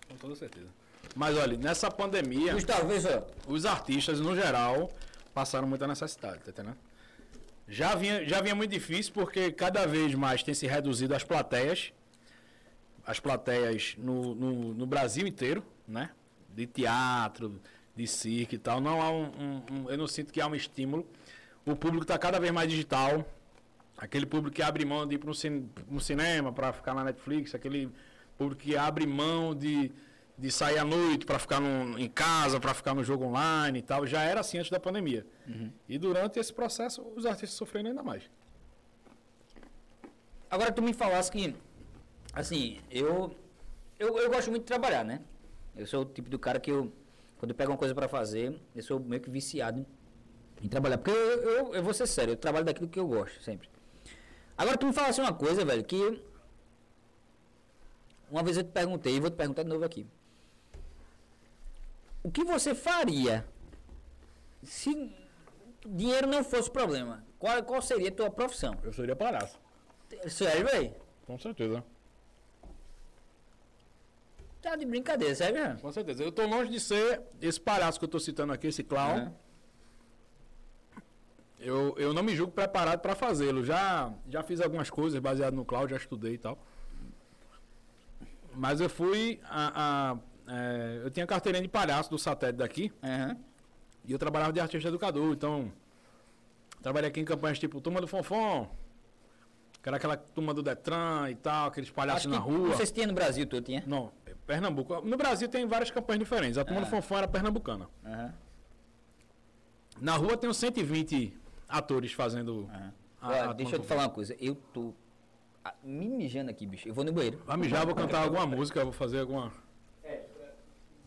[SPEAKER 2] Com toda certeza. Mas olha, nessa pandemia,
[SPEAKER 1] Gustavo, vê só.
[SPEAKER 2] os artistas, no geral, passaram muita necessidade, tá entendendo? Já vinha, já vinha muito difícil porque cada vez mais tem se reduzido as plateias, as plateias no, no, no Brasil inteiro, né? De teatro, de circo e tal. Não há um, um- um- eu não sinto que há um estímulo. O público está cada vez mais digital. Aquele público que abre mão de ir para um, cin- um cinema para ficar na Netflix, aquele público que abre mão de, de sair à noite para ficar num- em casa, para ficar no jogo online e tal, já era assim antes da pandemia. E durante esse processo, os artistas sofreram ainda mais.
[SPEAKER 1] Agora tu me falasse que. Assim, eu. Eu, eu gosto muito de trabalhar, né? Eu sou o tipo do cara que eu. Quando eu pego uma coisa pra fazer, eu sou meio que viciado em trabalhar. Porque eu, eu, eu vou ser sério, eu trabalho daquilo que eu gosto, sempre. Agora tu me falasse uma coisa, velho, que. Uma vez eu te perguntei, e vou te perguntar de novo aqui. O que você faria se dinheiro não fosse problema? Qual, qual seria a tua profissão?
[SPEAKER 2] Eu seria palhaço,
[SPEAKER 1] Sério, velho?
[SPEAKER 2] com certeza.
[SPEAKER 1] Tá de brincadeira, sério mesmo?
[SPEAKER 2] Com certeza. Eu tô longe de ser esse palhaço que eu tô citando aqui, esse clown.
[SPEAKER 1] É.
[SPEAKER 2] Eu, eu não me julgo preparado para fazê-lo. Já, já fiz algumas coisas baseado no clown, já estudei e tal. Mas eu fui a, a- é, eu tinha carteirinha de palhaço do satélite daqui.
[SPEAKER 1] Aham.
[SPEAKER 2] E eu trabalhava de artista educador, então. Trabalhei aqui em campanhas tipo Turma do Fonfon. Que era aquela turma do Detran e tal, aqueles palhaços
[SPEAKER 1] Acho que,
[SPEAKER 2] na rua.
[SPEAKER 1] Não sei se tinha no Brasil todo, tinha?
[SPEAKER 2] Não, Pernambuco. No Brasil tem várias campanhas diferentes. A turma
[SPEAKER 1] Ah.
[SPEAKER 2] do Fonfon era pernambucana.
[SPEAKER 1] Aham.
[SPEAKER 2] Na rua tem uns 120 atores fazendo.
[SPEAKER 1] aham.
[SPEAKER 2] a-
[SPEAKER 1] Olha,
[SPEAKER 2] a
[SPEAKER 1] É. deixa
[SPEAKER 2] turma
[SPEAKER 1] eu
[SPEAKER 2] do
[SPEAKER 1] te falar uma coisa. Eu tô ah, me mijando aqui, bicho. Eu vou no banheiro.
[SPEAKER 2] Vai mijar, vou cantar alguma música, vou fazer alguma.
[SPEAKER 1] É.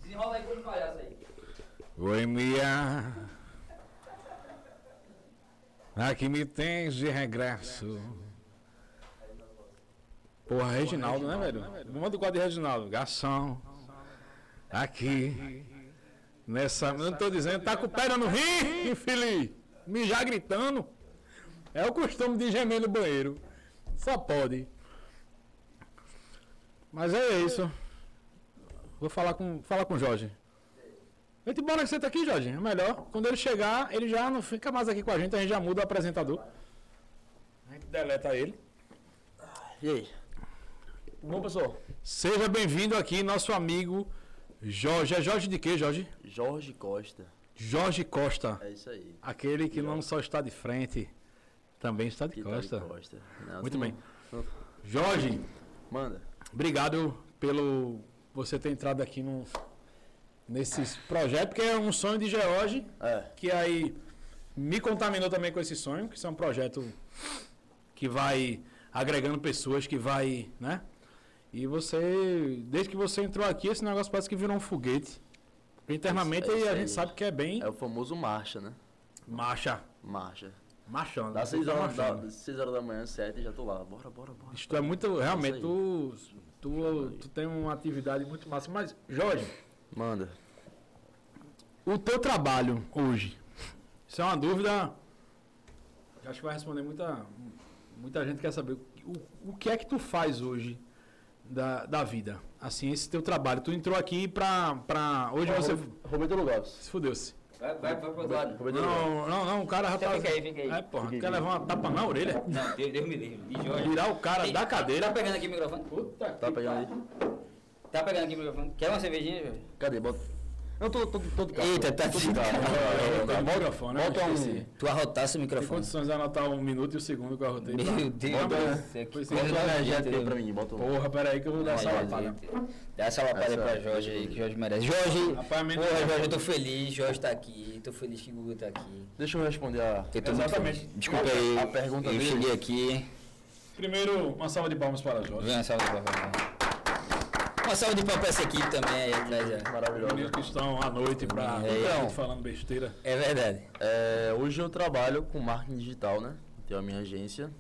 [SPEAKER 1] Desenrola aí com o palhaço aí.
[SPEAKER 2] Oi, Mia. Aqui me tens de regresso. Porra, Reginaldo, né, velho? Manda o quadro de Reginaldo. Garçom. Aqui. Nessa. Não tô dizendo, tá com pedra no rim, infeliz. Mijar gritando. É o costume de gemer no banheiro. Só pode. Mas é isso. Vou falar com, falar com o Jorge. Muito bom que você tá aqui, Jorge. É melhor. Quando ele chegar, ele já não fica mais aqui com a gente, a gente já muda o apresentador. A gente deleta ele.
[SPEAKER 1] E aí?
[SPEAKER 2] Bom, pessoal. Seja bem-vindo aqui, nosso amigo Jorge. É Jorge de quê, Jorge?
[SPEAKER 4] Jorge Costa.
[SPEAKER 2] Jorge Costa.
[SPEAKER 4] É isso aí.
[SPEAKER 2] Aquele que não só está de frente, também está de
[SPEAKER 4] Que tal de
[SPEAKER 2] costa.
[SPEAKER 4] Costa. Não,
[SPEAKER 2] Muito
[SPEAKER 4] tu
[SPEAKER 2] bem.
[SPEAKER 4] não-
[SPEAKER 2] Jorge,
[SPEAKER 4] Manda.
[SPEAKER 2] obrigado pelo você ter entrado aqui no, nesse projeto, porque é um sonho de Jorge.
[SPEAKER 4] É.
[SPEAKER 2] que aí me contaminou também com esse sonho, que isso é um projeto que vai agregando pessoas, que vai, né? E você, desde que você entrou aqui, esse negócio parece que virou um foguete. Internamente
[SPEAKER 4] É isso
[SPEAKER 2] a
[SPEAKER 4] aí.
[SPEAKER 2] gente sabe que é bem
[SPEAKER 4] É o famoso marcha, né?
[SPEAKER 2] marcha,
[SPEAKER 4] Marcha.
[SPEAKER 2] marchando.
[SPEAKER 4] Dá
[SPEAKER 2] você
[SPEAKER 4] 6
[SPEAKER 2] tá
[SPEAKER 4] horas,
[SPEAKER 2] marchando.
[SPEAKER 4] da, seis horas da manhã, 7 já tô lá. Bora, bora, bora.
[SPEAKER 2] Isso é muito, realmente,
[SPEAKER 4] aí.
[SPEAKER 2] tu, tu, tu tem uma atividade muito massa. Mas, Jorge,
[SPEAKER 4] Manda.
[SPEAKER 2] O teu trabalho hoje? Isso é uma dúvida. que Acho que vai responder muita. Muita gente quer saber. O, o que é que tu faz hoje da, da vida? Assim, esse teu trabalho. Tu entrou aqui pra. pra hoje você.
[SPEAKER 4] Roberto Lugops.
[SPEAKER 2] Se fudeu-se.
[SPEAKER 1] Vai, vai, vai pro outro lado.
[SPEAKER 4] Roberto Lugops.
[SPEAKER 2] Não, não, não, o cara já
[SPEAKER 1] Então
[SPEAKER 2] tá.
[SPEAKER 1] fica aí, fica aí.
[SPEAKER 2] É, porra,
[SPEAKER 4] Fica
[SPEAKER 2] quer
[SPEAKER 4] aí.
[SPEAKER 2] levar uma tapa
[SPEAKER 1] (laughs)
[SPEAKER 2] na orelha?
[SPEAKER 1] Não, Deus, Deus me livre. De Jorge.
[SPEAKER 2] Virar o cara
[SPEAKER 1] Ei,
[SPEAKER 2] da
[SPEAKER 1] Tá
[SPEAKER 2] cadeira.
[SPEAKER 1] pegando aqui o microfone?
[SPEAKER 2] Puta
[SPEAKER 4] Tá
[SPEAKER 2] que
[SPEAKER 4] pegando aí?
[SPEAKER 1] Tá pegando aqui o microfone? Quer uma cervejinha, Jorge?
[SPEAKER 4] Cadê? Bota. Não, tô, tô, tô de carro.
[SPEAKER 1] Eita, tá
[SPEAKER 4] Tô de carro.
[SPEAKER 1] um
[SPEAKER 2] pariu. Microfone, né?
[SPEAKER 4] Bota
[SPEAKER 2] Esqueci.
[SPEAKER 4] um.
[SPEAKER 1] Tu arrotasse o
[SPEAKER 2] Tem
[SPEAKER 1] microfone.
[SPEAKER 2] condições de anotar um minuto e o segundo que eu arrotei. tá?
[SPEAKER 1] Meu Deus
[SPEAKER 2] Bota-
[SPEAKER 1] do céu, que
[SPEAKER 2] Pois é.
[SPEAKER 4] Bota
[SPEAKER 1] coisa.
[SPEAKER 4] um energético aí pra mim. Bota um.
[SPEAKER 2] Porra, peraí que eu vou dar
[SPEAKER 1] Aí,
[SPEAKER 2] essa lapada.
[SPEAKER 1] gente, Dá essa lapada aí
[SPEAKER 4] Essa-
[SPEAKER 1] pra Jorge aí, que Jorge merece. Jorge,
[SPEAKER 2] Rapaz, mas-
[SPEAKER 1] porra, Jorge, eu tô feliz, Jorge tá aqui, tô feliz que o Gugu tá aqui.
[SPEAKER 4] Deixa eu responder a.
[SPEAKER 1] Eu tô muito
[SPEAKER 2] Exatamente.
[SPEAKER 1] feliz. Desculpa aí,
[SPEAKER 4] A pergunta
[SPEAKER 1] eu
[SPEAKER 4] dele.
[SPEAKER 1] cheguei aqui,
[SPEAKER 2] Primeiro, uma salva de palmas para
[SPEAKER 4] Tá
[SPEAKER 2] Jorge.
[SPEAKER 1] vem uma salva de palmas. Uma salva de palmas pra essa equipe também aí é, atrás, ó.
[SPEAKER 2] Meninos
[SPEAKER 4] é, Maravilhosa.
[SPEAKER 2] que estão à noite pra
[SPEAKER 1] É.
[SPEAKER 2] então, falando besteira.
[SPEAKER 1] É verdade.
[SPEAKER 4] É, hoje eu trabalho com marketing digital, né? Tenho a minha agência.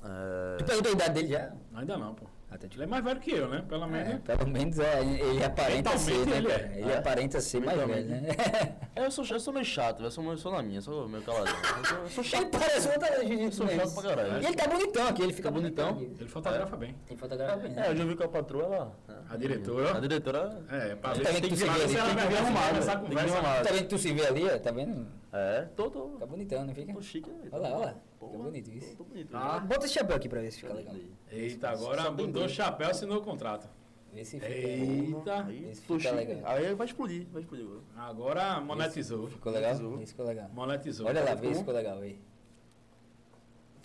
[SPEAKER 1] Tu
[SPEAKER 4] É,
[SPEAKER 1] perguntou a idade dele já? Ah, tá
[SPEAKER 2] Ainda não, pô.
[SPEAKER 1] Até
[SPEAKER 2] Ele é mais velho que eu, né? Pelo
[SPEAKER 1] É,
[SPEAKER 2] menos.
[SPEAKER 1] pelo menos é, ele aparenta ser, né,
[SPEAKER 2] ele é.
[SPEAKER 1] cara? Ele
[SPEAKER 4] É.
[SPEAKER 1] aparenta ser mais velho, né?
[SPEAKER 2] Então-
[SPEAKER 4] eu, sou, eu sou meio chato, eu sou, eu sou na minha, eu sou meio caladão. Eu sou, eu sou chato,
[SPEAKER 1] (laughs) ele parece um outra
[SPEAKER 4] eu sou chato pra caralho.
[SPEAKER 1] E ele tá bonitão aqui, ele fica bonitão.
[SPEAKER 2] Ele fotografa bem.
[SPEAKER 1] Tem fotografia, né?
[SPEAKER 4] É, eu já vi com a patroa lá.
[SPEAKER 2] A diretora.
[SPEAKER 4] Ah. A diretora.
[SPEAKER 2] É, pra
[SPEAKER 1] Tem
[SPEAKER 2] ver se
[SPEAKER 1] que
[SPEAKER 2] tem que
[SPEAKER 1] seguir,
[SPEAKER 2] ver se
[SPEAKER 1] tem
[SPEAKER 2] ela
[SPEAKER 1] que
[SPEAKER 2] vai
[SPEAKER 1] ver
[SPEAKER 2] vir
[SPEAKER 1] arrumado,
[SPEAKER 2] arrumada essa
[SPEAKER 4] tem que ver
[SPEAKER 2] conversa.
[SPEAKER 4] arrumado.
[SPEAKER 1] Tá vendo que tu se vê ali, ó? Tá vendo?
[SPEAKER 4] É, tô, tô.
[SPEAKER 1] Tá bonitão, não fica?
[SPEAKER 4] Tô chique,
[SPEAKER 1] Olha lá, olha lá.
[SPEAKER 4] Porra.
[SPEAKER 1] Fica bonito isso.
[SPEAKER 4] Tô bonito. né?
[SPEAKER 2] Ah,
[SPEAKER 1] Bota esse chapéu aqui pra ver se fica legal.
[SPEAKER 2] Eita, agora mudou o chapéu, assinou o contrato.
[SPEAKER 1] Vê se fica.
[SPEAKER 2] Eita.
[SPEAKER 4] Aí,
[SPEAKER 1] Esse
[SPEAKER 4] tô
[SPEAKER 1] fica
[SPEAKER 4] chique.
[SPEAKER 1] legal.
[SPEAKER 4] Aí vai explodir, vai explodir. agora.
[SPEAKER 2] Agora monetizou.
[SPEAKER 1] Ficou legal? Vê se ficou legal.
[SPEAKER 2] Monetizou.
[SPEAKER 1] Olha lá,
[SPEAKER 2] Tá
[SPEAKER 1] vê se
[SPEAKER 2] bom?
[SPEAKER 1] ficou legal, aí.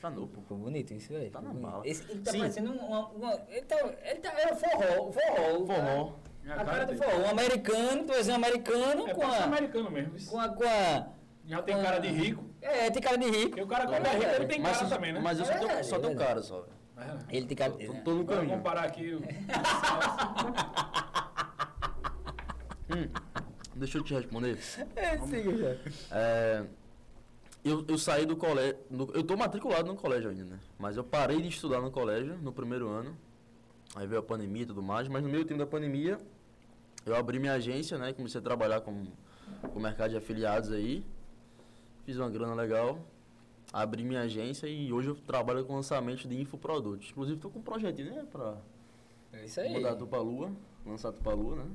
[SPEAKER 4] Tá novo.
[SPEAKER 1] Ficou bonito isso, velho.
[SPEAKER 4] Tá
[SPEAKER 1] ficou
[SPEAKER 4] na
[SPEAKER 1] bonito.
[SPEAKER 4] bala.
[SPEAKER 1] Esse, ele tá
[SPEAKER 4] Sim.
[SPEAKER 1] parecendo um. uma- uma- ele tá. Ele tá. É o forró. o Forró. o cara.
[SPEAKER 4] Forró.
[SPEAKER 2] É
[SPEAKER 1] A cara do
[SPEAKER 2] dele.
[SPEAKER 1] forró. Um americano, tu vai ser um americano
[SPEAKER 2] É
[SPEAKER 1] com
[SPEAKER 2] pra ser
[SPEAKER 1] a.
[SPEAKER 2] americano mesmo.
[SPEAKER 1] Com a. Com a.
[SPEAKER 2] Já tem cara de rico.
[SPEAKER 1] É, tem cara de rico.
[SPEAKER 2] E o cara quando é rico, ele tem
[SPEAKER 4] Mas,
[SPEAKER 2] cara
[SPEAKER 4] eu-
[SPEAKER 2] também, né?
[SPEAKER 4] mas eu só
[SPEAKER 1] É
[SPEAKER 4] tenho,
[SPEAKER 1] verdade,
[SPEAKER 4] só
[SPEAKER 1] é
[SPEAKER 4] tenho
[SPEAKER 1] verdade.
[SPEAKER 4] cara só. velho.
[SPEAKER 1] Ele tem cara.
[SPEAKER 4] Tô, tô no
[SPEAKER 2] Vamos
[SPEAKER 4] caminho.
[SPEAKER 2] comparar aqui o...
[SPEAKER 4] Deixa eu te responder.
[SPEAKER 1] É, siga já.
[SPEAKER 4] É, eu, eu saí do colégio. do- eu tô matriculado no colégio ainda, né? Mas eu parei de estudar no colégio no primeiro ano. Aí veio a pandemia e tudo mais. Mas no meio tempo da pandemia, eu abri minha agência, né? E comecei a trabalhar com o mercado de afiliados aí. Fiz uma grana legal. Abri minha agência e hoje eu trabalho com lançamento de infoprodutos. Inclusive, tô com um projetinho, né? Pra
[SPEAKER 1] É isso aí.
[SPEAKER 4] mudar tu pra lua. Lançar tu pra lua, né?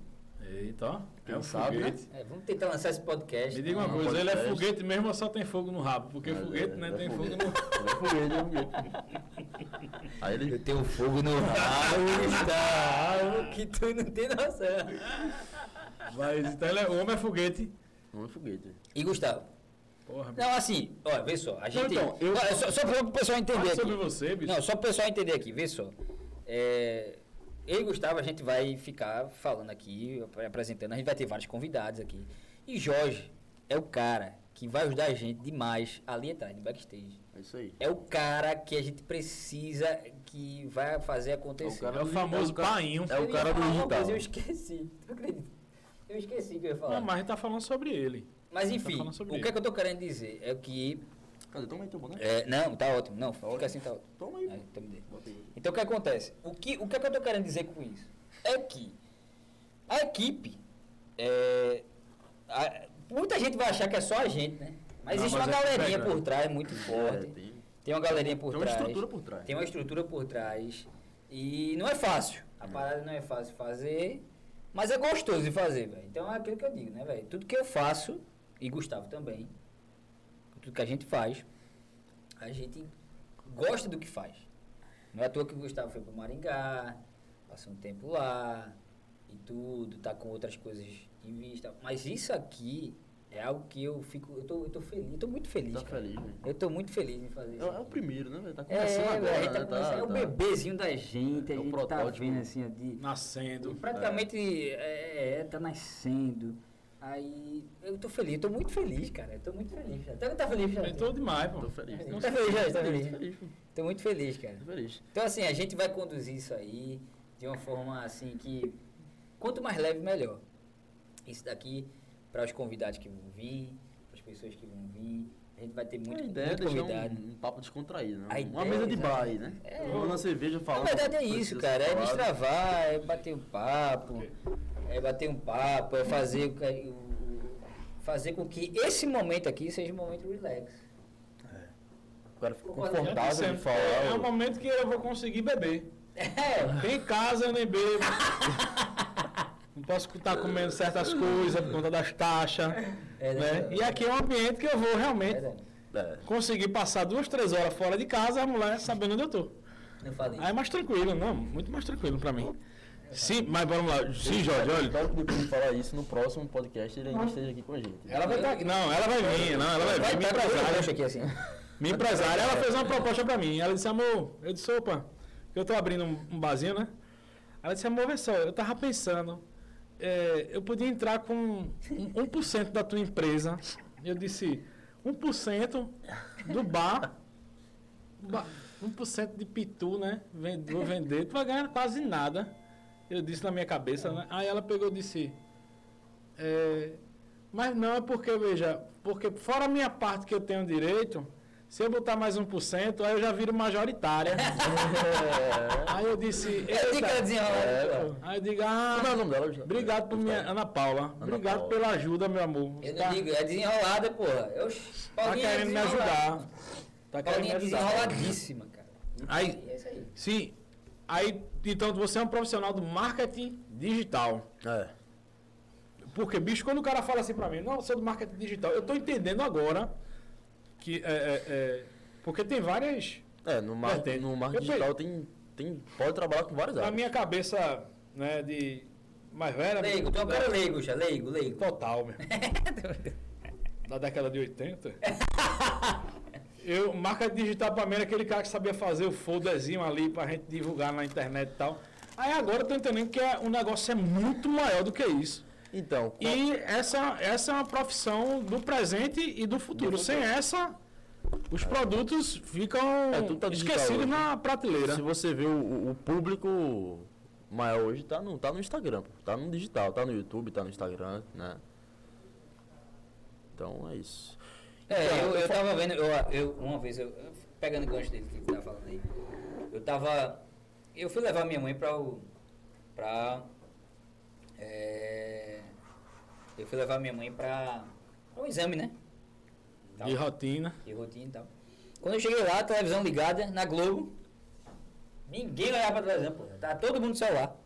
[SPEAKER 2] Eita, ó.
[SPEAKER 4] Quem
[SPEAKER 2] é um
[SPEAKER 4] sabe, né?
[SPEAKER 2] foguete.
[SPEAKER 1] É, vamos tentar lançar esse podcast.
[SPEAKER 2] Me diga uma
[SPEAKER 4] Não,
[SPEAKER 2] coisa,
[SPEAKER 4] pode
[SPEAKER 2] ele é
[SPEAKER 4] ser.
[SPEAKER 2] foguete mesmo
[SPEAKER 4] É,
[SPEAKER 2] ou só tem fogo no rabo? Porque
[SPEAKER 4] Mas (laughs)
[SPEAKER 2] foguete, né, tem fogo no... (laughs)
[SPEAKER 4] É foguete, é foguete. Aí ele.
[SPEAKER 1] Eu tenho fogo no rabo, (laughs) tá? que tu não tem noção.
[SPEAKER 2] Mas então ele é o homem é foguete.
[SPEAKER 4] Não é foguete.
[SPEAKER 1] E Gustavo?
[SPEAKER 2] Porra,
[SPEAKER 1] Não, assim, ó, vê só. A gente.
[SPEAKER 2] então, eu-
[SPEAKER 1] Olha, só, só para o pessoal entender
[SPEAKER 2] Fala
[SPEAKER 1] aqui.
[SPEAKER 2] sobre você, bicho.
[SPEAKER 1] Não, só pro pessoal entender aqui, vê só. É, eu e Gustavo, a gente vai ficar falando aqui, ap- apresentando, a gente vai ter vários convidados aqui. E Jorge é o cara que vai ajudar a gente demais ali atrás, no backstage.
[SPEAKER 4] É isso aí.
[SPEAKER 1] É o cara que a gente precisa que vai fazer acontecer.
[SPEAKER 4] cara
[SPEAKER 2] É o
[SPEAKER 4] do-
[SPEAKER 2] famoso
[SPEAKER 4] é o cara-
[SPEAKER 2] painho.
[SPEAKER 4] É
[SPEAKER 1] Eu
[SPEAKER 4] o
[SPEAKER 1] ia
[SPEAKER 4] cara do
[SPEAKER 1] falar uma
[SPEAKER 4] digital.
[SPEAKER 1] coisa, Eu esqueci, tu acredita? Eu esqueci que eu ia falar.
[SPEAKER 2] Não, mas a gente tá falando sobre ele.
[SPEAKER 1] Mas
[SPEAKER 2] tá
[SPEAKER 1] enfim,
[SPEAKER 2] falando sobre
[SPEAKER 1] o que é que eu tô querendo dizer é que...
[SPEAKER 4] Cadê? Toma aí teu boné.
[SPEAKER 1] é, não, tá ótimo. Não, fica
[SPEAKER 4] ótimo.
[SPEAKER 1] assim, tá ótimo.
[SPEAKER 4] Toma aí.
[SPEAKER 1] Aí, então me dê.
[SPEAKER 4] Bota aí.
[SPEAKER 1] Então o que acontece? O que, o que é que eu tô querendo dizer com isso? É que a equipe. é, a- muita gente vai achar que é só a gente, né? Mas
[SPEAKER 2] Não,
[SPEAKER 1] existe
[SPEAKER 2] mas
[SPEAKER 1] uma
[SPEAKER 2] é que
[SPEAKER 1] galerinha
[SPEAKER 2] pega.
[SPEAKER 1] por trás muito forte.
[SPEAKER 4] É, tem-
[SPEAKER 1] Tem uma galerinha por
[SPEAKER 4] Tem uma
[SPEAKER 1] trás.
[SPEAKER 4] estrutura por trás.
[SPEAKER 1] Tem uma estrutura por trás. E não é fácil. A parada não é fácil de fazer, mas é gostoso de fazer, velho. Então é aquilo que eu digo, né, velho? Tudo que eu faço, e Gustavo também, tudo que a gente faz, a gente gosta do que faz. Não é à toa que o Gustavo foi pro Maringá, passou um tempo lá e tudo, tá com outras coisas em vista. Mas isso aqui é algo que eu fico. Eu tô, eu tô feliz, eu tô muito feliz.
[SPEAKER 4] Tá
[SPEAKER 1] cara.
[SPEAKER 4] feliz, velho.
[SPEAKER 1] Eu tô muito feliz em fazer
[SPEAKER 4] É,
[SPEAKER 1] isso.
[SPEAKER 4] é o primeiro, né, velho? Tá
[SPEAKER 1] É,
[SPEAKER 4] começando
[SPEAKER 1] velho,
[SPEAKER 4] agora,
[SPEAKER 1] tá
[SPEAKER 4] né?
[SPEAKER 1] começando, é o
[SPEAKER 4] tá.
[SPEAKER 1] bebezinho da gente, a
[SPEAKER 4] É o
[SPEAKER 1] gente tá
[SPEAKER 4] protótipo.
[SPEAKER 1] vendo assim, ó, de,
[SPEAKER 2] Nascendo.
[SPEAKER 1] praticamente é, é, tá nascendo. Aí eu tô feliz, eu tô muito feliz, cara. Eu tô muito feliz. Até que tá feliz já.
[SPEAKER 2] Eu tô demais, pô.
[SPEAKER 4] Tô feliz.
[SPEAKER 1] Não tá feliz já, tá
[SPEAKER 4] Tô
[SPEAKER 1] feliz.
[SPEAKER 4] feliz, pô.
[SPEAKER 1] Tô muito feliz, cara.
[SPEAKER 4] Tô feliz.
[SPEAKER 1] Então assim, a gente vai conduzir isso aí de uma forma assim que quanto mais leve melhor. Isso daqui para os convidados que vão vir, para as pessoas que vão vir, a gente vai ter muito,
[SPEAKER 4] a ideia é
[SPEAKER 1] muito
[SPEAKER 4] deixar
[SPEAKER 1] convidado.
[SPEAKER 4] um, um papo descontraído, né?
[SPEAKER 1] A
[SPEAKER 4] Uma
[SPEAKER 1] ideia,
[SPEAKER 4] mesa de bar aí, né?
[SPEAKER 1] exatamente. É.
[SPEAKER 4] Tomando uma cerveja
[SPEAKER 1] Na
[SPEAKER 4] falando.
[SPEAKER 1] verdade é
[SPEAKER 4] o que
[SPEAKER 1] isso,
[SPEAKER 4] precisa
[SPEAKER 1] cara.
[SPEAKER 4] ser
[SPEAKER 1] É
[SPEAKER 4] falado.
[SPEAKER 1] destravar, é bater um papo, é bater um papo, é fazer, o que- o- o- fazer com que esse momento aqui seja um momento relax. (laughs)
[SPEAKER 4] O cara fica
[SPEAKER 1] Concordo, já
[SPEAKER 2] Já disse,
[SPEAKER 4] confortável de falar.
[SPEAKER 2] é, é o
[SPEAKER 4] ó.
[SPEAKER 2] momento que eu vou conseguir beber.
[SPEAKER 1] É,
[SPEAKER 2] Tem casa, eu nem bebo. Não posso estar comendo certas coisas por conta das taxas.
[SPEAKER 1] É,
[SPEAKER 2] né?
[SPEAKER 1] né?
[SPEAKER 2] E aqui é um ambiente que eu vou realmente
[SPEAKER 1] verdade.
[SPEAKER 4] É.
[SPEAKER 2] conseguir passar duas, três horas fora de casa, a mulher sabendo onde eu tô.
[SPEAKER 1] Não falei.
[SPEAKER 2] Aí é mais tranquilo, não, muito mais tranquilo pra mim. Sim, mas vamos lá. Sim, Jorge, olha.
[SPEAKER 4] Espero que depois de falar isso, no próximo podcast ele ainda esteja aqui com
[SPEAKER 1] (laughs)
[SPEAKER 4] a gente.
[SPEAKER 2] Ela vai estar aqui. Não, ela vai vir, não, ela vai vir. Minha
[SPEAKER 1] tá com o roxo
[SPEAKER 2] empresária,
[SPEAKER 1] aqui
[SPEAKER 2] (laughs)
[SPEAKER 1] assim.
[SPEAKER 2] minha empresária, ela fez uma proposta pra mim. Ela disse, amor, eu disse, opa, eu tô abrindo um, um barzinho, né? Ela disse, amor, vê só, eu tava pensando, é, eu podia entrar com um- 1% da tua empresa. Eu disse, 1% do bar, ba- 1% de pitu, né? Ven- Vou vender, tu vai ganhar quase nada. Eu disse na minha cabeça, né? Aí ela pegou e disse, é, mas não é porque, veja, porque fora a minha parte que eu tenho direito, se eu botar mais 1%, aí eu já viro
[SPEAKER 4] (laughs)
[SPEAKER 2] majoritária. aí eu disse,
[SPEAKER 1] Eu digo que é ela
[SPEAKER 2] "Eita."
[SPEAKER 1] desenrola.
[SPEAKER 2] Aí eu digo, ah,
[SPEAKER 4] Como é o nome dela? Gustavo?
[SPEAKER 2] obrigado por minha. Ana Paula. obrigado
[SPEAKER 4] Paula.
[SPEAKER 2] pela ajuda, meu amor.
[SPEAKER 1] Eu não
[SPEAKER 2] tá,
[SPEAKER 1] digo, é desenrolada, porra. Eu,
[SPEAKER 2] tá
[SPEAKER 1] Paulinha é
[SPEAKER 2] querendo me
[SPEAKER 1] desenrolada.
[SPEAKER 2] ajudar. Tá querendo me
[SPEAKER 1] Paulinha é
[SPEAKER 2] ajudar.
[SPEAKER 1] desenroladíssima, cara.
[SPEAKER 2] Aí,
[SPEAKER 1] E é isso aí.
[SPEAKER 2] sim. Aí, então, você é um profissional do marketing digital.
[SPEAKER 4] É.
[SPEAKER 2] Porque, bicho, quando o cara fala assim pra mim, não, eu sou do marketing digital, eu tô entendendo agora que é, é, é, porque tem várias.
[SPEAKER 4] É, no mar,
[SPEAKER 2] Vertente.
[SPEAKER 4] no mar
[SPEAKER 2] Eu
[SPEAKER 4] digital tem, tem, pode trabalhar com várias
[SPEAKER 2] Na
[SPEAKER 4] áreas.
[SPEAKER 2] minha cabeça, né, de mais velha.
[SPEAKER 1] Leigo, tu é um cara leigo já, leigo, leigo.
[SPEAKER 2] Total, meu. da década de 80. Eu, marca digital pra mim era aquele cara que sabia fazer o folderzinho ali pra gente divulgar na internet e tal. Aí agora eu tô entendendo que é, o negócio é muito maior do que isso.
[SPEAKER 4] Então, qual-
[SPEAKER 2] E essa, essa é uma profissão do presente e do futuro. Sem essa, os produtos ficam
[SPEAKER 4] É, tudo tá digital
[SPEAKER 2] esquecidos
[SPEAKER 4] hoje.
[SPEAKER 2] na prateleira.
[SPEAKER 4] se você vê o- o, o público maior hoje, tá no, tá no Instagram, pô. tá no digital, tá no YouTube, tá no Instagram, né? Então é isso.
[SPEAKER 1] É, eu, eu tava vendo, eu, eu- uma vez, eu, eu- pegando o gancho dele que ele tava falando aí, eu tava. Eu fui levar minha mãe pra o. pra. É, eu fui levar minha mãe pra. pra um exame, né? Tal,
[SPEAKER 2] De rotina.
[SPEAKER 1] de rotina e tal. Quando eu cheguei lá, a televisão ligada, na Globo, ninguém olhava pra televisão, pô. Tá todo mundo no celular.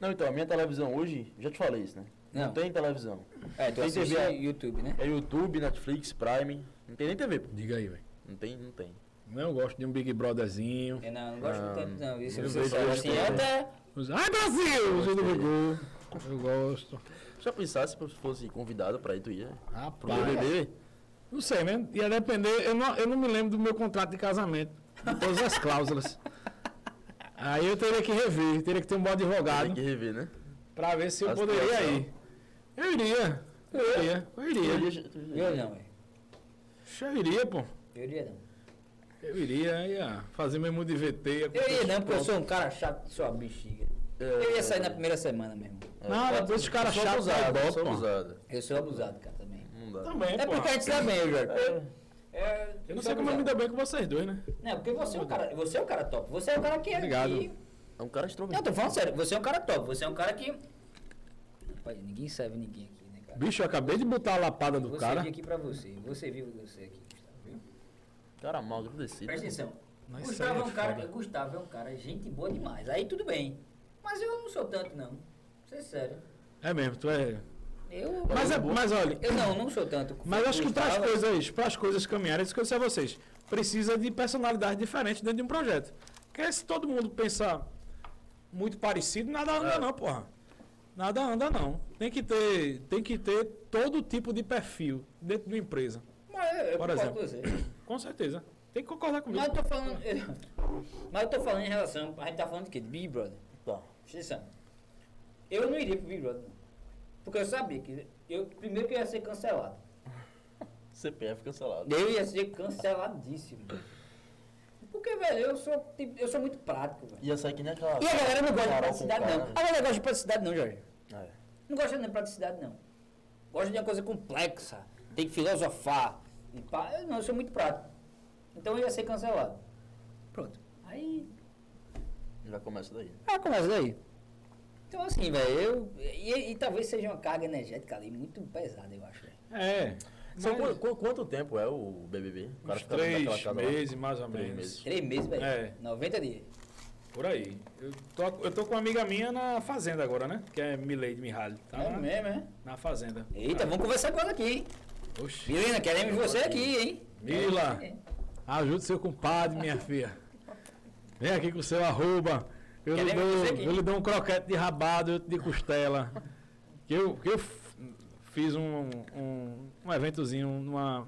[SPEAKER 4] Não, então, a minha televisão hoje, já te falei isso, né? Não,
[SPEAKER 1] Não.
[SPEAKER 4] tem televisão.
[SPEAKER 1] É, tu
[SPEAKER 4] Tem
[SPEAKER 1] assiste
[SPEAKER 4] TV.
[SPEAKER 1] YouTube, né?
[SPEAKER 4] É YouTube, Netflix, Prime, não tem nem TV, pô.
[SPEAKER 2] Diga aí, velho.
[SPEAKER 4] Não tem, não tem.
[SPEAKER 2] Não gosto de um Big Brotherzinho.
[SPEAKER 1] Eu não, não gosto muito tanto, não. Isso
[SPEAKER 4] eu
[SPEAKER 1] você
[SPEAKER 4] vejo
[SPEAKER 1] sabe
[SPEAKER 4] que
[SPEAKER 1] assim,
[SPEAKER 4] tem-
[SPEAKER 1] é até.
[SPEAKER 2] Os- Ai, Brasil! Os do Gugu. Eu gosto.
[SPEAKER 4] Já pensasse se fosse convidado pra ir, tu ia? Pro
[SPEAKER 2] Rapaz.
[SPEAKER 4] BBB?
[SPEAKER 2] Não sei, né? Ia depender. Eu não, eu não me lembro do meu contrato de casamento. De todas as cláusulas. Aí eu teria que rever. Teria que ter um bom advogado.
[SPEAKER 4] Tem que rever, né?
[SPEAKER 2] Pra ver se eu
[SPEAKER 4] As
[SPEAKER 2] poderia
[SPEAKER 4] criação.
[SPEAKER 2] ir. Eu iria. Eu iria. É. Eu iria.
[SPEAKER 1] Eu não, é.
[SPEAKER 2] Eu iria, pô.
[SPEAKER 1] Eu iria não.
[SPEAKER 2] Eu iria, ia fazer meu mundo de VT. ia
[SPEAKER 1] Eu iria
[SPEAKER 2] acontecer.
[SPEAKER 1] não, porque eu sou um cara chato, sou uma bexiga. Eu ia sair
[SPEAKER 4] É,
[SPEAKER 1] na primeira semana mesmo.
[SPEAKER 2] Não, depois os caras chatos da Ibope,
[SPEAKER 4] Sou
[SPEAKER 2] tá pô.
[SPEAKER 4] abusado.
[SPEAKER 1] Eu sou abusado, cara, também.
[SPEAKER 4] Não dá.
[SPEAKER 2] Também,
[SPEAKER 1] É
[SPEAKER 2] pô.
[SPEAKER 1] porque a gente tá bem, Jorge. É,
[SPEAKER 2] Eu não sei como eu me dou bem com vocês dois, né?
[SPEAKER 1] Não, porque você é o cara, você é o cara top. Você é o cara que é
[SPEAKER 2] Obrigado.
[SPEAKER 1] que-
[SPEAKER 4] É um cara
[SPEAKER 1] Não,
[SPEAKER 4] extrovertido.
[SPEAKER 1] tô falando sério, você é um cara top, você é um cara que. Rapaz, ninguém serve ninguém aqui, né, cara?
[SPEAKER 2] Bicho, eu acabei de botar a lapada do
[SPEAKER 1] Vou
[SPEAKER 2] cara.
[SPEAKER 1] servir aqui pra você, você viu você aqui, Gustavo, viu?
[SPEAKER 4] Cara mal, agradecido.
[SPEAKER 1] Presta atenção.
[SPEAKER 2] Mas isso aí
[SPEAKER 1] Gustavo é
[SPEAKER 2] é
[SPEAKER 1] um cara,
[SPEAKER 2] foda.
[SPEAKER 1] Gustavo é um cara, gente boa demais. Aí tudo bem. Mas eu não sou tanto, não. Pra ser sério.
[SPEAKER 2] É mesmo, tu é.
[SPEAKER 1] Eu.
[SPEAKER 2] Mas, é, mas olha,
[SPEAKER 1] Eu não, não sou tanto.
[SPEAKER 2] mas acho que pras
[SPEAKER 1] Gustavo-
[SPEAKER 2] coisas, pras coisas caminharem, isso que eu disse a vocês, precisa de personalidade diferente dentro de um projeto. Porque se todo mundo pensar muito parecido, nada anda não, porra. Nada anda não. Tem que ter, tem que ter todo tipo de perfil dentro de uma empresa.
[SPEAKER 1] Mas eu, eu
[SPEAKER 2] Por
[SPEAKER 1] concordo com você.
[SPEAKER 2] Com certeza. Tem que concordar comigo.
[SPEAKER 1] Mas eu tô falando. eu- mas eu tô falando em relação. A gente tá falando de quê? De Big Brother.
[SPEAKER 4] Tá.
[SPEAKER 1] Presta atenção. Eu não iria pro Big Brother, não. Porque eu sabia que. Eu, primeiro que eu ia ser cancelado.
[SPEAKER 4] CPF cancelado.
[SPEAKER 1] Eu ia ser canceladíssimo. Porque, velho, eu sou, tipo, eu sou muito prático, velho.
[SPEAKER 4] Ia sair que nem aquela.
[SPEAKER 1] E a galera não gosta de
[SPEAKER 4] Carol com
[SPEAKER 1] praticidade, não.
[SPEAKER 4] cara,
[SPEAKER 1] A galera gosta de praticidade, não, Jorge.
[SPEAKER 4] né? É.
[SPEAKER 1] Não gosta de praticidade, não. Gosta de uma coisa complexa. Tem que filosofar. E pá. Eu não, eu sou muito prático. Então eu ia ser cancelado. Pronto. Aí
[SPEAKER 4] Já começa daí.
[SPEAKER 1] Ah, começa daí. Então assim, velho, eu. E, e talvez seja uma carga energética ali muito pesada, eu acho. velho.
[SPEAKER 2] É.
[SPEAKER 4] São
[SPEAKER 2] mas
[SPEAKER 4] qu- qu- quanto tempo é o BBB? O
[SPEAKER 2] uns
[SPEAKER 4] fica dentro daquela
[SPEAKER 2] três
[SPEAKER 4] casa lá?
[SPEAKER 2] meses, mais ou
[SPEAKER 4] Três
[SPEAKER 2] menos.
[SPEAKER 4] meses.
[SPEAKER 1] Três meses, velho.
[SPEAKER 2] É.
[SPEAKER 1] 90 dias.
[SPEAKER 2] Por aí. Eu tô, eu tô com uma amiga minha na fazenda agora, né? Que é Milady Mihaly. Tá
[SPEAKER 1] É
[SPEAKER 2] na,
[SPEAKER 1] mesmo, é?
[SPEAKER 2] na fazenda.
[SPEAKER 1] Eita, vamos conversar com ela aqui, hein?
[SPEAKER 2] Oxi.
[SPEAKER 1] Milena, queremos você aqui, hein?
[SPEAKER 2] Mila,
[SPEAKER 1] É.
[SPEAKER 2] ajude seu compadre, minha filha. Vem aqui com o seu arroba. Eu lhe,
[SPEAKER 1] Queremos
[SPEAKER 2] dou,
[SPEAKER 1] você aqui.
[SPEAKER 2] eu lhe dou um croquete de rabado e outro de costela. Que eu, que eu f- fiz um, um, um eventozinho numa,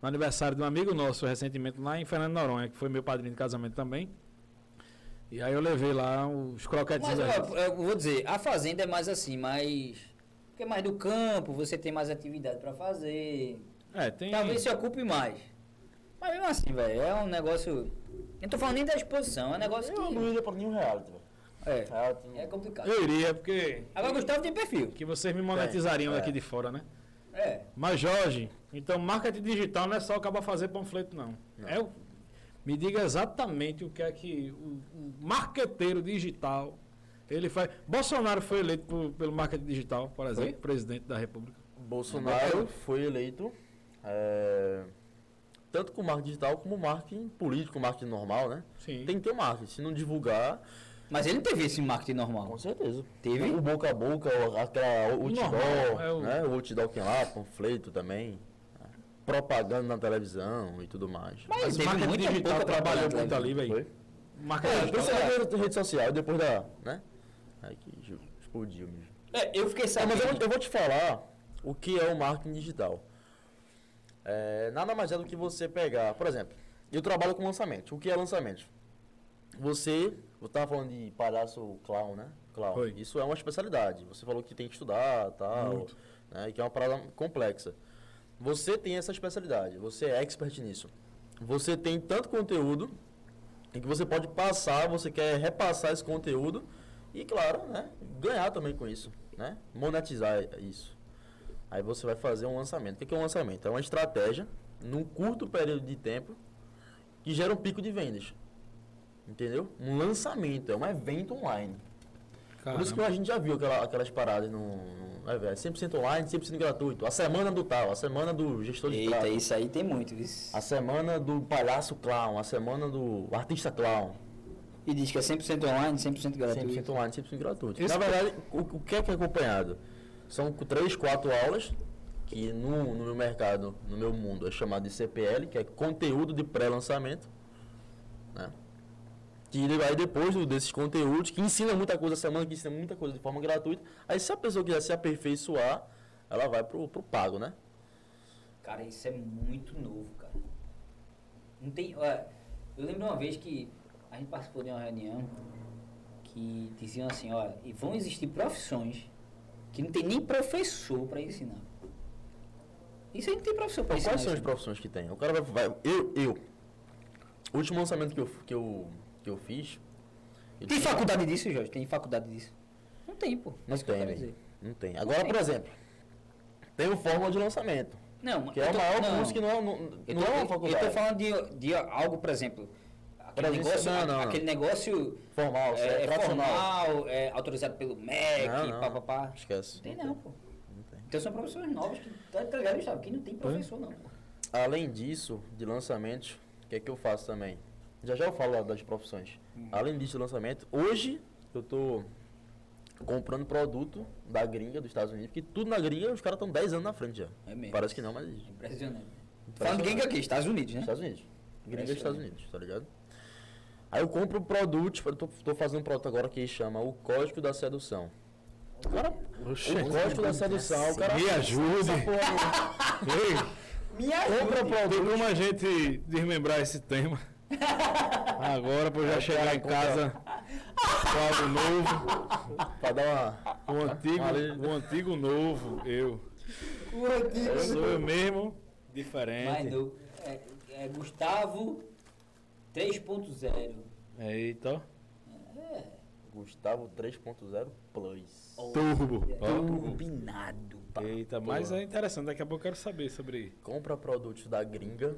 [SPEAKER 2] no aniversário de um amigo nosso recentemente lá em Fernando de Noronha, que foi meu padrinho de casamento também. E aí eu levei lá os croquetes.
[SPEAKER 1] Mas ó, eu vou dizer, a fazenda é mais assim, mais. Porque é mais do campo, você tem mais atividade pra fazer.
[SPEAKER 2] É, tem.
[SPEAKER 1] Talvez se ocupe mais. Mas mesmo assim, velho, é um negócio. Eu não tô falando nem da exposição, é um negócio
[SPEAKER 4] Eu não
[SPEAKER 1] que.
[SPEAKER 4] iria pra nenhum reality, velho.
[SPEAKER 1] É,
[SPEAKER 4] Reality não-
[SPEAKER 1] é complicado.
[SPEAKER 2] Eu iria, porque.
[SPEAKER 1] Agora Gustavo tem perfil.
[SPEAKER 2] Que vocês me monetizariam
[SPEAKER 4] Tem, é.
[SPEAKER 2] daqui de fora, né?
[SPEAKER 1] É.
[SPEAKER 2] Mas Jorge, então marketing digital não é só acabar fazer panfleto, não. É o- me diga exatamente o que é que o, o marqueteiro digital ele faz. Bolsonaro foi eleito por- pelo marketing digital, por exemplo, presidente da República.
[SPEAKER 4] Bolsonaro foi eleito é, tanto com marketing digital como marketing político, marketing normal, né?
[SPEAKER 2] Sim.
[SPEAKER 4] Tem que ter o marketing. Se não divulgar,
[SPEAKER 1] Mas ele teve esse marketing
[SPEAKER 4] com
[SPEAKER 1] normal.
[SPEAKER 4] certeza.
[SPEAKER 1] Teve?
[SPEAKER 4] O boca a boca, o- aquela outdoor,
[SPEAKER 2] normal, é o-
[SPEAKER 4] né? O outdoor que lá, panfleto também. né? Propaganda na televisão e tudo mais.
[SPEAKER 1] Mas
[SPEAKER 2] Mas o
[SPEAKER 1] teve
[SPEAKER 2] marketing
[SPEAKER 1] muita
[SPEAKER 2] digital
[SPEAKER 1] pouca
[SPEAKER 2] trabalhou
[SPEAKER 1] propaganda,
[SPEAKER 2] muito
[SPEAKER 1] né?
[SPEAKER 2] ali, velho.
[SPEAKER 4] Foi?
[SPEAKER 2] Marketing
[SPEAKER 4] É,
[SPEAKER 2] digital.
[SPEAKER 4] principalmente na rede social, depois da. né? Aí que ju- explodiu mesmo.
[SPEAKER 1] É, eu fiquei
[SPEAKER 4] É, mas eu,
[SPEAKER 1] sabendo.
[SPEAKER 4] eu vou te falar o que é o marketing digital. É, nada mais é do que você pegar, por exemplo, eu trabalho com lançamento. O que é lançamento? Você, eu tava falando de palhaço clown, né? Clown.
[SPEAKER 2] Foi.
[SPEAKER 4] Isso é uma especialidade. Você falou que tem que estudar, tá? tal,
[SPEAKER 2] Muito.
[SPEAKER 4] né? E que é uma parada complexa. Você tem essa especialidade, você é expert nisso. Você tem tanto conteúdo em que você pode passar, você quer repassar esse conteúdo e, claro, né, ganhar também com isso, né? Monetizar isso. Aí você vai fazer um lançamento. O que que é um lançamento? É uma estratégia num curto período de tempo que gera um pico de vendas. Entendeu? Um lançamento, é um evento online. Por isso que a gente já viu aquela- aquelas paradas no, no é, velho, 100% online, 100% gratuito. A semana do tal, a semana do gestor de
[SPEAKER 1] Eita,
[SPEAKER 4] tráfego.
[SPEAKER 1] isso aí tem muito. Isso.
[SPEAKER 4] A semana do palhaço clown, a semana do artista clown.
[SPEAKER 1] E diz que é 100% online, 100%
[SPEAKER 4] 100%
[SPEAKER 1] gratuito.
[SPEAKER 4] online, 100% tipo assim, gratuito.
[SPEAKER 2] Esse-
[SPEAKER 4] Na verdade, o, o que é que é acompanhado? São cu- três, quatro aulas, que no, no meu mercado, no meu mundo, é chamado de CPL, que é conteúdo de pré-lançamento. né? Que ele vai depois do- desses conteúdos, que ensina muita coisa semana, que ensina muita coisa de forma gratuita. Aí se a pessoa quiser se aperfeiçoar, ela vai pro, pro pago, né?
[SPEAKER 1] Cara, isso é muito novo, cara. Não tem. Olha, eu lembro uma vez que a gente participou de uma reunião que diziam assim, olha, e vão existir profissões que não tem nem professor pra ensinar. Isso aí não tem professor pra ensinar.
[SPEAKER 4] Então, quais são as
[SPEAKER 1] isso.
[SPEAKER 4] profissões que tem? O cara vai. vai- eu, eu. O último lançamento que eu, que eu, que eu fiz. eu
[SPEAKER 1] Tem
[SPEAKER 4] tinha-
[SPEAKER 1] faculdade disso, Jorge? Tem faculdade disso? Não tem, pô. É
[SPEAKER 4] Não
[SPEAKER 1] Isso que eu
[SPEAKER 4] tem,
[SPEAKER 1] quero
[SPEAKER 4] velho.
[SPEAKER 1] dizer.
[SPEAKER 4] Não tem. Agora, por exemplo, tem o Fórmula de Lançamento,
[SPEAKER 1] Não,
[SPEAKER 4] que é
[SPEAKER 1] eu
[SPEAKER 4] o
[SPEAKER 1] tô-
[SPEAKER 4] maior
[SPEAKER 1] não.
[SPEAKER 4] curso que não é, não,
[SPEAKER 1] Então, Eu
[SPEAKER 4] não
[SPEAKER 1] tô,
[SPEAKER 4] é
[SPEAKER 1] eu-
[SPEAKER 4] uma faculdade.
[SPEAKER 1] Eu tô falando de, de algo, por exemplo, aquele
[SPEAKER 4] Presença-
[SPEAKER 1] negócio,
[SPEAKER 4] não, não, não.
[SPEAKER 1] aquele negócio
[SPEAKER 4] Formal,
[SPEAKER 1] é,
[SPEAKER 4] é, tradicional.
[SPEAKER 1] formal, é, autorizado pelo MEC,
[SPEAKER 4] Não, não.
[SPEAKER 1] papapá.
[SPEAKER 4] Esquece.
[SPEAKER 1] Não tem não, pô. Então são professores novos que tá tá ligado, Gustavo? Que não tem professor não, pô.
[SPEAKER 4] Além disso, de lançamentos, o que é que eu faço também? Já já eu falo lá das profissões.
[SPEAKER 1] Hum.
[SPEAKER 4] Além disso, de lançamento, hoje eu tô comprando produto da gringa, dos Estados Unidos, porque tudo na gringa os caras estão 10 anos na frente já.
[SPEAKER 1] É mesmo.
[SPEAKER 4] Parece que não, mas.
[SPEAKER 1] Impressionante. Falando
[SPEAKER 4] Parece-
[SPEAKER 1] de gringa aqui, Estados Unidos, né?
[SPEAKER 4] Estados Unidos. Gringa dos
[SPEAKER 1] Parece
[SPEAKER 4] Estados Unidos, tá ligado? Aí eu compro um produto, tipo, eu tô, tô fazendo um produto agora que chama o Código da Sedução. O cara, o Código da Sedução,
[SPEAKER 1] né?
[SPEAKER 4] o cara
[SPEAKER 2] Me ajude.
[SPEAKER 4] Essa porra
[SPEAKER 2] (laughs) Ei,
[SPEAKER 1] Me
[SPEAKER 2] compra
[SPEAKER 1] ajuda.
[SPEAKER 2] produto. Tem como a gente desmembrar esse
[SPEAKER 1] (laughs)
[SPEAKER 2] tema? Agora, pra eu já chegar em casa com algo novo,
[SPEAKER 4] não- pra dar
[SPEAKER 1] (laughs)
[SPEAKER 2] o antigo,
[SPEAKER 4] Valeu.
[SPEAKER 2] o antigo novo, eu.
[SPEAKER 1] Um
[SPEAKER 2] Eu sou eu mesmo,
[SPEAKER 1] Mas
[SPEAKER 2] diferente.
[SPEAKER 1] não. É, é Gustavo 3.0.
[SPEAKER 2] Eita, ó.
[SPEAKER 4] uma Gustavo 3.0 Plus.
[SPEAKER 2] turbo. Ó.
[SPEAKER 1] Turbinado, pá.
[SPEAKER 2] Eita, mas é interessante, daqui a pouco eu quero saber sobre.
[SPEAKER 4] Compra produtos da gringa,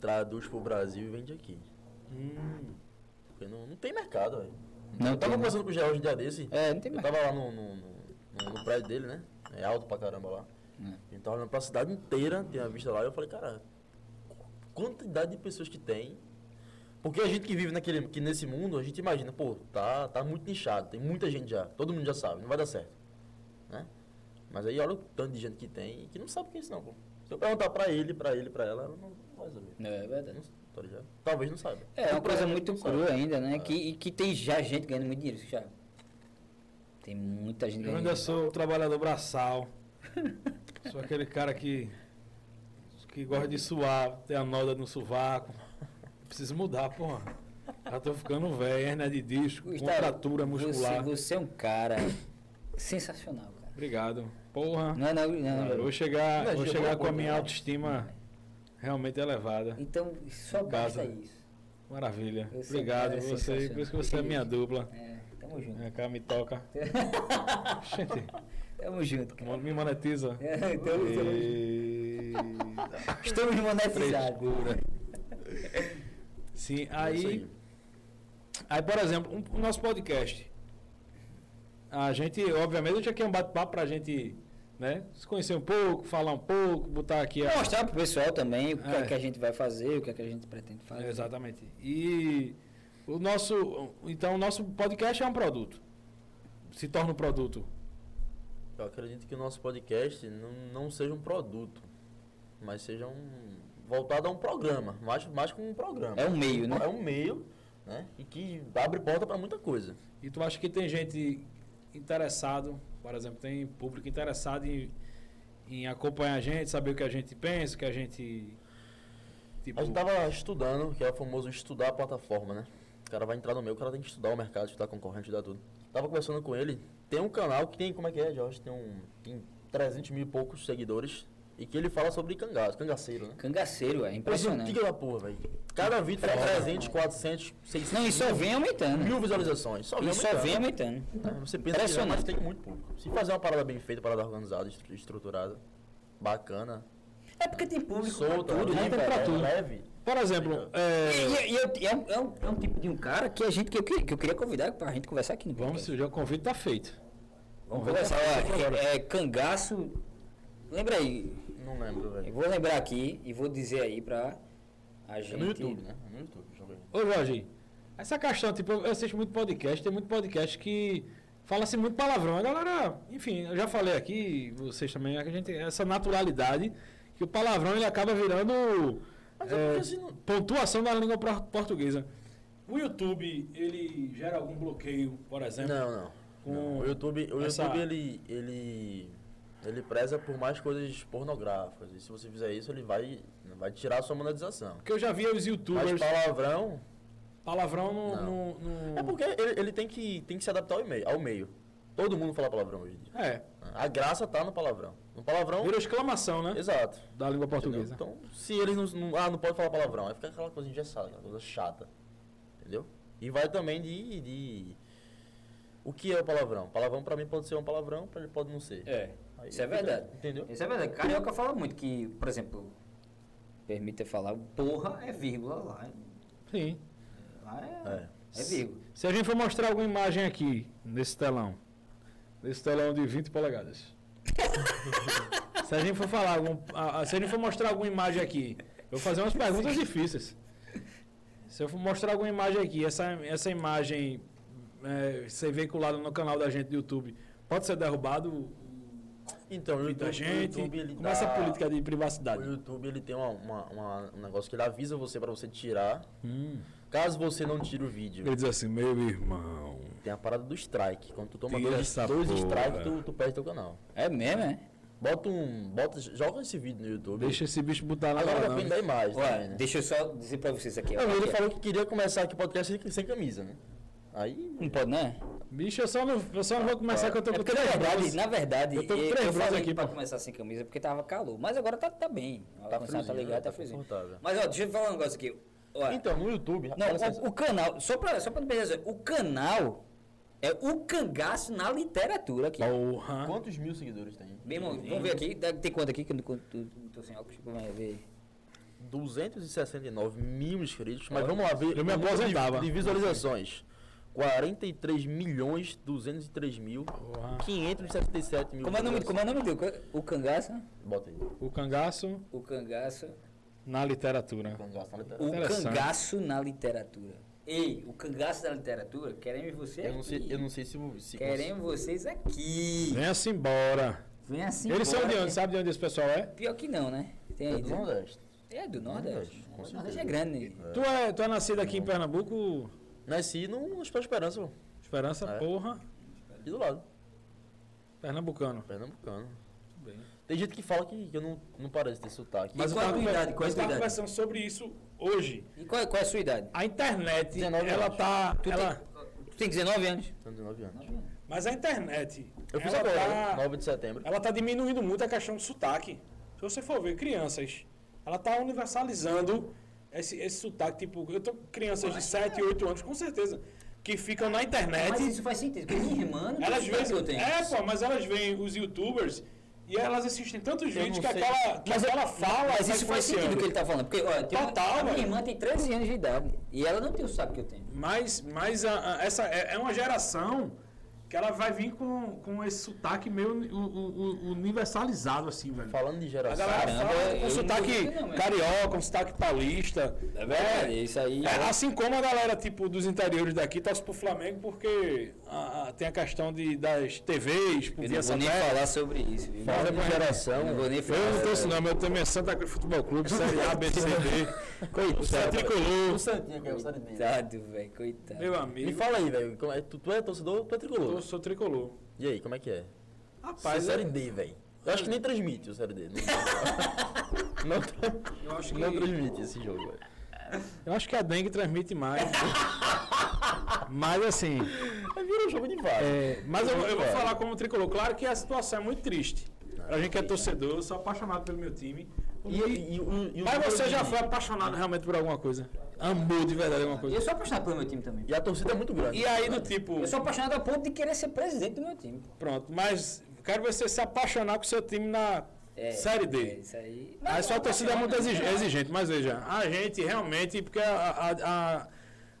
[SPEAKER 4] traduz pro Brasil e vende aqui. Porque não, não tem mercado, velho.
[SPEAKER 1] Hum. Não
[SPEAKER 4] Eu
[SPEAKER 1] tem,
[SPEAKER 4] tava
[SPEAKER 1] né?
[SPEAKER 4] conversando com o Geraldo um dia desse.
[SPEAKER 1] É, não tem
[SPEAKER 4] Eu
[SPEAKER 1] mais.
[SPEAKER 4] tava lá no, no, no- no prédio dele, né? É alto pra caramba lá. A
[SPEAKER 1] É.
[SPEAKER 4] gente tava olhando pra cidade inteira, tem a vista lá, e eu falei, cara, quantidade de pessoas que tem. Porque a gente que vive naquele, que nesse mundo, a gente imagina, pô, tá, tá muito nichado, tem muita gente já, todo mundo já sabe, não vai dar certo. Né? Mas aí olha o tanto de gente que tem e que não sabe o que é isso não, pô. Se eu perguntar pra ele, pra ele, pra ela, ela não vai saber.
[SPEAKER 1] Não, é verdade.
[SPEAKER 4] Não- tá ligado? Talvez não saiba.
[SPEAKER 1] É, é uma coisa muito
[SPEAKER 4] Sabe?
[SPEAKER 1] crua ainda, né? Que, e que tem já gente ganhando muito dinheiro, já. Tem muita gente
[SPEAKER 2] Eu
[SPEAKER 1] ganhando
[SPEAKER 2] ainda
[SPEAKER 1] dinheiro.
[SPEAKER 2] sou o trabalhador braçal. (laughs) Sou aquele cara que. que gosta de suar, tem a noda no sovaco. (laughs) Preciso mudar, porra. Já tô ficando velho, hernia de disco,
[SPEAKER 1] Gustavo,
[SPEAKER 2] contratura muscular.
[SPEAKER 1] Você, você é um cara sensacional, cara.
[SPEAKER 2] Obrigado. Porra.
[SPEAKER 1] Não é não, não,
[SPEAKER 2] Eu
[SPEAKER 1] não.
[SPEAKER 2] vou chegar,
[SPEAKER 4] Não,
[SPEAKER 2] vou
[SPEAKER 4] chegou
[SPEAKER 2] chegar
[SPEAKER 4] uma
[SPEAKER 2] com a
[SPEAKER 4] boa,
[SPEAKER 2] minha
[SPEAKER 4] né?
[SPEAKER 2] autoestima realmente elevada.
[SPEAKER 1] Então, só
[SPEAKER 2] Casa.
[SPEAKER 1] basta isso.
[SPEAKER 2] Maravilha.
[SPEAKER 1] Eu sei,
[SPEAKER 2] Obrigado
[SPEAKER 1] cara, é
[SPEAKER 2] você, por isso que
[SPEAKER 1] sensacional.
[SPEAKER 2] você é minha dupla.
[SPEAKER 1] É, tamo junto.
[SPEAKER 2] Minha cara me toca. Gente,
[SPEAKER 1] (laughs) Tamo junto, cara.
[SPEAKER 2] me monetiza.
[SPEAKER 1] (laughs) É, tamo- tamo junto.
[SPEAKER 2] Eita.
[SPEAKER 1] Estamos monetizados.
[SPEAKER 2] Sim,
[SPEAKER 4] É isso
[SPEAKER 2] aí. Aí, por exemplo, um- o nosso podcast. A gente, obviamente, eu tinha que um bate-papo pra gente, né? Se conhecer um pouco, falar um pouco, botar aqui a.
[SPEAKER 1] Mostrar pro pessoal também o que é.
[SPEAKER 2] É.
[SPEAKER 1] que a gente vai fazer, o que é que a gente pretende fazer.
[SPEAKER 2] Exatamente. E o nosso. Então, o nosso podcast é um produto. Se torna um produto.
[SPEAKER 4] Eu acredito que o nosso podcast não, não seja um produto, mas seja um. voltado a um programa, mais, mais com um programa.
[SPEAKER 1] É um meio, né?
[SPEAKER 4] É um meio, né? E que abre porta pra muita coisa.
[SPEAKER 2] E tu acha que tem gente interessado, por exemplo, tem público interessado em, em acompanhar a gente, saber o que a gente pensa, o que a gente. Tipo,
[SPEAKER 4] A gente tá- tava estudando, que é o famoso estudar a plataforma, né? O cara vai entrar no meio, o cara tem que estudar o mercado, estudar a concorrente, estudar tudo. Tava conversando com ele, tem um canal que tem, como é que é, Jorge? Tem um. Tem 300 mil e poucos seguidores. E que ele fala sobre cangaço, cangaceiro, né?
[SPEAKER 1] Cangaceiro, é
[SPEAKER 4] Parece um
[SPEAKER 1] impressionante. É né?
[SPEAKER 4] tigre da porra, velho. Cada vídeo tem 300, 400, 600.
[SPEAKER 1] Não, e só vem aumentando.
[SPEAKER 4] mil visualizações. Só vem
[SPEAKER 1] E só
[SPEAKER 4] aumentando.
[SPEAKER 1] vem aumentando.
[SPEAKER 4] É, Você pensa que já,
[SPEAKER 1] Impressionante.
[SPEAKER 4] mas tem muito público. Se fazer uma parada bem feita, parada organizada, estru- estruturada, bacana,
[SPEAKER 1] É porque tem público pra
[SPEAKER 4] solta,
[SPEAKER 1] tudo, né?
[SPEAKER 4] limpa,
[SPEAKER 2] pra
[SPEAKER 4] é
[SPEAKER 2] tudo.
[SPEAKER 4] leve.
[SPEAKER 2] por exemplo, é,
[SPEAKER 1] E, e- e eu- é, um, é um- é um tipo de um cara que a gente que eu, que- que eu queria convidar pra gente conversar aqui no
[SPEAKER 2] vamos,
[SPEAKER 1] podcast.
[SPEAKER 2] já o convite tá feito.
[SPEAKER 1] Vamos conversar. Ó, é, é cangaço. Lembra aí.
[SPEAKER 4] Não lembro,
[SPEAKER 1] Eu
[SPEAKER 4] velho.
[SPEAKER 1] vou lembrar aqui e vou dizer aí pra a gente.
[SPEAKER 4] É no YouTube, né? É no YouTube. deixa eu ver.
[SPEAKER 2] Ô Jorge, essa questão, tipo, eu assisto muito podcast, tem muito podcast que fala-se muito palavrão. A galera, enfim, eu já falei aqui, vocês também, a gente, essa naturalidade, que o palavrão ele acaba virando
[SPEAKER 4] Mas é porque
[SPEAKER 2] é,
[SPEAKER 4] assim não-
[SPEAKER 2] pontuação da língua pro- portuguesa.
[SPEAKER 5] O YouTube, ele gera algum bloqueio, por exemplo?
[SPEAKER 4] Não, não.
[SPEAKER 5] Com
[SPEAKER 4] Não, O YouTube, o
[SPEAKER 5] essa-
[SPEAKER 4] YouTube ele, ele, ele preza por mais coisas pornográficas. E se você fizer isso, ele vai, vai tirar a sua monetização.
[SPEAKER 2] Porque eu já vi os
[SPEAKER 4] Mas
[SPEAKER 2] youtubers.
[SPEAKER 4] palavrão.
[SPEAKER 5] Palavrão no.
[SPEAKER 4] Não.
[SPEAKER 5] no- no-
[SPEAKER 4] É porque ele, ele tem, que, tem que se adaptar ao, e-mail, ao meio. Todo mundo fala palavrão hoje em dia.
[SPEAKER 2] É,
[SPEAKER 4] A graça tá no palavrão. No palavrão.
[SPEAKER 2] virou exclamação, né?
[SPEAKER 4] Exato.
[SPEAKER 2] Da língua
[SPEAKER 4] Entendeu?
[SPEAKER 2] portuguesa.
[SPEAKER 4] Então, se eles não, não- Ah, não pode falar palavrão. Aí fica aquela coisa engessada, aquela coisa chata. Entendeu? E vai também de. de- O que é o palavrão? Palavrão pra mim pode ser um palavrão, pra ele pode não ser.
[SPEAKER 1] É,
[SPEAKER 4] Aí
[SPEAKER 1] isso é
[SPEAKER 4] fica-
[SPEAKER 1] verdade.
[SPEAKER 4] Entendeu?
[SPEAKER 1] Isso é verdade. Carioca fala muito que, por exemplo, permita falar, porra é vírgula lá.
[SPEAKER 2] Sim.
[SPEAKER 1] Lá é,
[SPEAKER 4] É.
[SPEAKER 1] é vírgula.
[SPEAKER 2] Se a gente for mostrar alguma imagem aqui, nesse telão. Nesse telão de 20 polegadas. se a gente for falar algum, a- a- se a gente for mostrar alguma imagem aqui, eu vou fazer umas perguntas difíceis. Se eu for mostrar alguma imagem aqui, essa, essa imagem é, ser veiculada no canal da gente do YouTube, pode ser derrubado
[SPEAKER 4] Então, o
[SPEAKER 2] muita
[SPEAKER 4] YouTube,
[SPEAKER 2] gente?
[SPEAKER 4] o YouTube, ele
[SPEAKER 2] Como é essa
[SPEAKER 4] dá-
[SPEAKER 2] política de
[SPEAKER 4] O
[SPEAKER 2] privacidade?
[SPEAKER 4] YouTube ele tem uma- uma- uma- um negócio que ele avisa você pra você tirar.
[SPEAKER 2] Hum.
[SPEAKER 4] Caso você não tire o vídeo,
[SPEAKER 2] diz assim, meu irmão.
[SPEAKER 4] tem a parada do strike. Quando tu toma
[SPEAKER 2] Tira
[SPEAKER 4] dois,
[SPEAKER 2] essa
[SPEAKER 4] dois
[SPEAKER 2] porra.
[SPEAKER 4] strikes, tu, tu perde teu canal.
[SPEAKER 1] É mesmo, é?
[SPEAKER 4] Bota um. Bota, joga esse vídeo no YouTube.
[SPEAKER 2] Deixa esse bicho botar lá
[SPEAKER 4] Agora
[SPEAKER 2] na
[SPEAKER 4] depende da imagem. também,
[SPEAKER 1] Olha,
[SPEAKER 4] né?
[SPEAKER 1] deixa eu só dizer pra vocês aqui. ó.
[SPEAKER 4] Não, ele falou que queria começar aqui o podcast sem- sem camisa, né? Aí.
[SPEAKER 1] Não pode, não é?
[SPEAKER 2] Bicho, eu só não, eu só não vou começar que eu tô
[SPEAKER 1] É
[SPEAKER 2] com
[SPEAKER 1] porque, na
[SPEAKER 2] três
[SPEAKER 1] verdade,
[SPEAKER 2] bolas.
[SPEAKER 1] na verdade,
[SPEAKER 2] Eu tô com
[SPEAKER 1] eu,
[SPEAKER 2] três
[SPEAKER 1] eu
[SPEAKER 2] blusas
[SPEAKER 1] falei
[SPEAKER 2] aqui,
[SPEAKER 1] aqui pra
[SPEAKER 2] pô.
[SPEAKER 1] começar sem camisa porque tava calor. Mas agora tá, tá bem. Tá, tá
[SPEAKER 4] friozinho,
[SPEAKER 1] ligado,
[SPEAKER 4] né?
[SPEAKER 1] tá
[SPEAKER 4] Tá
[SPEAKER 1] friozinho.
[SPEAKER 4] confortável.
[SPEAKER 1] Mas, ó, deixa eu falar um negócio aqui. Ó,
[SPEAKER 4] Então, assim. no YouTube.
[SPEAKER 1] não,
[SPEAKER 4] olha só.
[SPEAKER 1] o, o canal, só pra, só pra não perder, o canal é o cangaço na literatura aqui.
[SPEAKER 2] Porra.
[SPEAKER 4] Quantos mil seguidores tem?
[SPEAKER 1] Meu irmão, vamos ver aqui. Deve ter quanto aqui que eu não conto- não tô sem óculos. Vamos ver.
[SPEAKER 4] 269 mil inscritos, mas vamos lá ver.
[SPEAKER 2] Eu me aposentava.
[SPEAKER 4] De visualizações: 43 milhões 203 mil 577 mil.
[SPEAKER 1] Como é o nome, como
[SPEAKER 4] visualizações.
[SPEAKER 1] é o nome do ca- O cangaço?
[SPEAKER 4] Bota aí.
[SPEAKER 2] O cangaço
[SPEAKER 1] O cangaço.
[SPEAKER 2] na literatura.
[SPEAKER 1] O
[SPEAKER 2] Interessante.
[SPEAKER 1] cangaço na literatura. Ei, o cangaço na literatura, queremos você
[SPEAKER 4] Eu não sei,
[SPEAKER 1] aqui.
[SPEAKER 4] eu não sei se. vou- se
[SPEAKER 1] Queremos vocês aqui.
[SPEAKER 2] Venha-se embora.
[SPEAKER 1] Vem assim.
[SPEAKER 2] Eles são
[SPEAKER 1] bora,
[SPEAKER 2] de
[SPEAKER 1] né?
[SPEAKER 2] onde? Sabe de onde esse pessoal é?
[SPEAKER 1] Pior que não, né? Tem
[SPEAKER 4] É
[SPEAKER 1] aí,
[SPEAKER 4] do
[SPEAKER 1] né?
[SPEAKER 4] Nordeste.
[SPEAKER 1] É do Nordeste.
[SPEAKER 4] Nordeste, com
[SPEAKER 1] O Nordeste
[SPEAKER 4] certeza.
[SPEAKER 1] é grande. né?
[SPEAKER 2] Tu é, tu é nascido aqui em Pernambuco,
[SPEAKER 4] Nasci no Hospital é Esperança, pô.
[SPEAKER 2] Esperança,
[SPEAKER 4] É.
[SPEAKER 2] porra,
[SPEAKER 4] Ali do lado.
[SPEAKER 2] pernambucano.
[SPEAKER 4] Pernambucano. Tem gente que fala que, que eu não, não pareço ter sotaque.
[SPEAKER 1] Mas- qual a tua
[SPEAKER 3] conver-
[SPEAKER 1] idade? Qual a
[SPEAKER 3] eu
[SPEAKER 1] tua
[SPEAKER 3] tava
[SPEAKER 1] idade?
[SPEAKER 3] conversando sobre isso hoje.
[SPEAKER 1] E qual, qual é a sua idade?
[SPEAKER 3] A internet,
[SPEAKER 4] 19
[SPEAKER 3] ela
[SPEAKER 4] anos.
[SPEAKER 3] tá. Ela,
[SPEAKER 1] Tu tem 19 anos?
[SPEAKER 4] Tenho 19 anos.
[SPEAKER 3] Mas a internet.
[SPEAKER 4] Eu fiz
[SPEAKER 3] ela
[SPEAKER 4] agora,
[SPEAKER 3] tá-
[SPEAKER 4] 9 de setembro.
[SPEAKER 3] ela tá diminuindo muito a questão do sotaque. Se você for ver crianças, ela tá universalizando esse, esse sotaque. Tipo, eu tô crianças de 7, 8 anos, com certeza, que ficam na
[SPEAKER 2] É
[SPEAKER 1] Mas
[SPEAKER 3] internet.
[SPEAKER 1] isso faz sentido, porque minha irmã não
[SPEAKER 3] Elas
[SPEAKER 1] tem idade
[SPEAKER 3] veem.
[SPEAKER 1] que eu tenho.
[SPEAKER 2] tá
[SPEAKER 3] É, pô, mas elas veem os youtubers e elas assistem tantos vídeos
[SPEAKER 4] não
[SPEAKER 3] que
[SPEAKER 4] sei.
[SPEAKER 3] aquela, que aquela fala.
[SPEAKER 1] Mas
[SPEAKER 3] tá
[SPEAKER 1] isso faz sentido o
[SPEAKER 3] influenciando.
[SPEAKER 1] que ele tá falando. Porque, olha, tem uma-
[SPEAKER 3] Total,
[SPEAKER 1] a minha
[SPEAKER 3] velho.
[SPEAKER 1] irmã tem 13 anos de idade e ela não tem o saco que eu tenho.
[SPEAKER 3] Mas, mas a- a- essa é, é uma geração que ela vai vir com, com esse sotaque meio uni- u- u- u- universalizado, assim, velho.
[SPEAKER 4] Falando de
[SPEAKER 3] A
[SPEAKER 4] geração.
[SPEAKER 3] galera
[SPEAKER 1] Caramba,
[SPEAKER 3] fala com
[SPEAKER 1] eu não
[SPEAKER 3] sotaque
[SPEAKER 1] duvido não, é. mas-
[SPEAKER 3] carioca, um sotaque paulista. É
[SPEAKER 1] isso aí.
[SPEAKER 3] É, assim como a galera, tipo, dos interiores daqui torce pro Flamengo porque ah, ah, tem a questão de, das TVs, por
[SPEAKER 1] Eu
[SPEAKER 3] via
[SPEAKER 1] não vou nem
[SPEAKER 3] satélite.
[SPEAKER 1] falar sobre isso. Viu?
[SPEAKER 4] Falando de geração.
[SPEAKER 1] Eu não vou nem falar. né?
[SPEAKER 2] não, meu também é Santa Cruz Futebol Clube, Série A, B, C,
[SPEAKER 1] (laughs)
[SPEAKER 2] D.
[SPEAKER 3] é
[SPEAKER 2] Coitado.
[SPEAKER 4] O
[SPEAKER 2] Tricolor.
[SPEAKER 4] Santinho aqui, o Santinho.
[SPEAKER 1] Coitado, velho, coitado.
[SPEAKER 3] Meu
[SPEAKER 4] Me
[SPEAKER 3] amigo,
[SPEAKER 4] fala aí, velho. como é- Tu, tu é torcedor ou tu é
[SPEAKER 3] eu
[SPEAKER 4] tricolor?
[SPEAKER 3] sou tricolor.
[SPEAKER 4] E aí, como é que é?
[SPEAKER 3] Rapaz,
[SPEAKER 4] Série D, velho. Eu acho que nem transmite o Série D.
[SPEAKER 3] (laughs)
[SPEAKER 4] Não, não, tra-
[SPEAKER 3] eu acho que...
[SPEAKER 4] não transmite esse jogo, velho.
[SPEAKER 2] Eu acho que a dengue transmite mais.
[SPEAKER 1] (laughs)
[SPEAKER 2] Mas assim,
[SPEAKER 4] Mas vira um jogo de vaga.
[SPEAKER 2] é,
[SPEAKER 3] Mas eu, eu vou falar como tricolor. Claro que a situação é muito triste. Pra gente que é torcedor, eu sou apaixonado pelo meu time.
[SPEAKER 4] E, e, e, o- e o
[SPEAKER 3] Mas
[SPEAKER 4] número
[SPEAKER 3] você
[SPEAKER 4] de-
[SPEAKER 3] já foi apaixonado realmente por alguma coisa? Amor de verdade alguma
[SPEAKER 1] E
[SPEAKER 3] coisa?
[SPEAKER 1] eu sou apaixonado pelo meu time também.
[SPEAKER 4] E a torcida é muito grande.
[SPEAKER 3] E aí do tipo,
[SPEAKER 1] Eu sou apaixonado a ponto de querer ser presidente do meu time.
[SPEAKER 3] pronto, mas quero ver você se apaixonar com o seu time na
[SPEAKER 1] É,
[SPEAKER 3] Série
[SPEAKER 1] é
[SPEAKER 3] D.
[SPEAKER 1] isso aí.
[SPEAKER 2] Aí só a torcida é muito exig- exigente, mas veja, a gente realmente, porque a, a, a,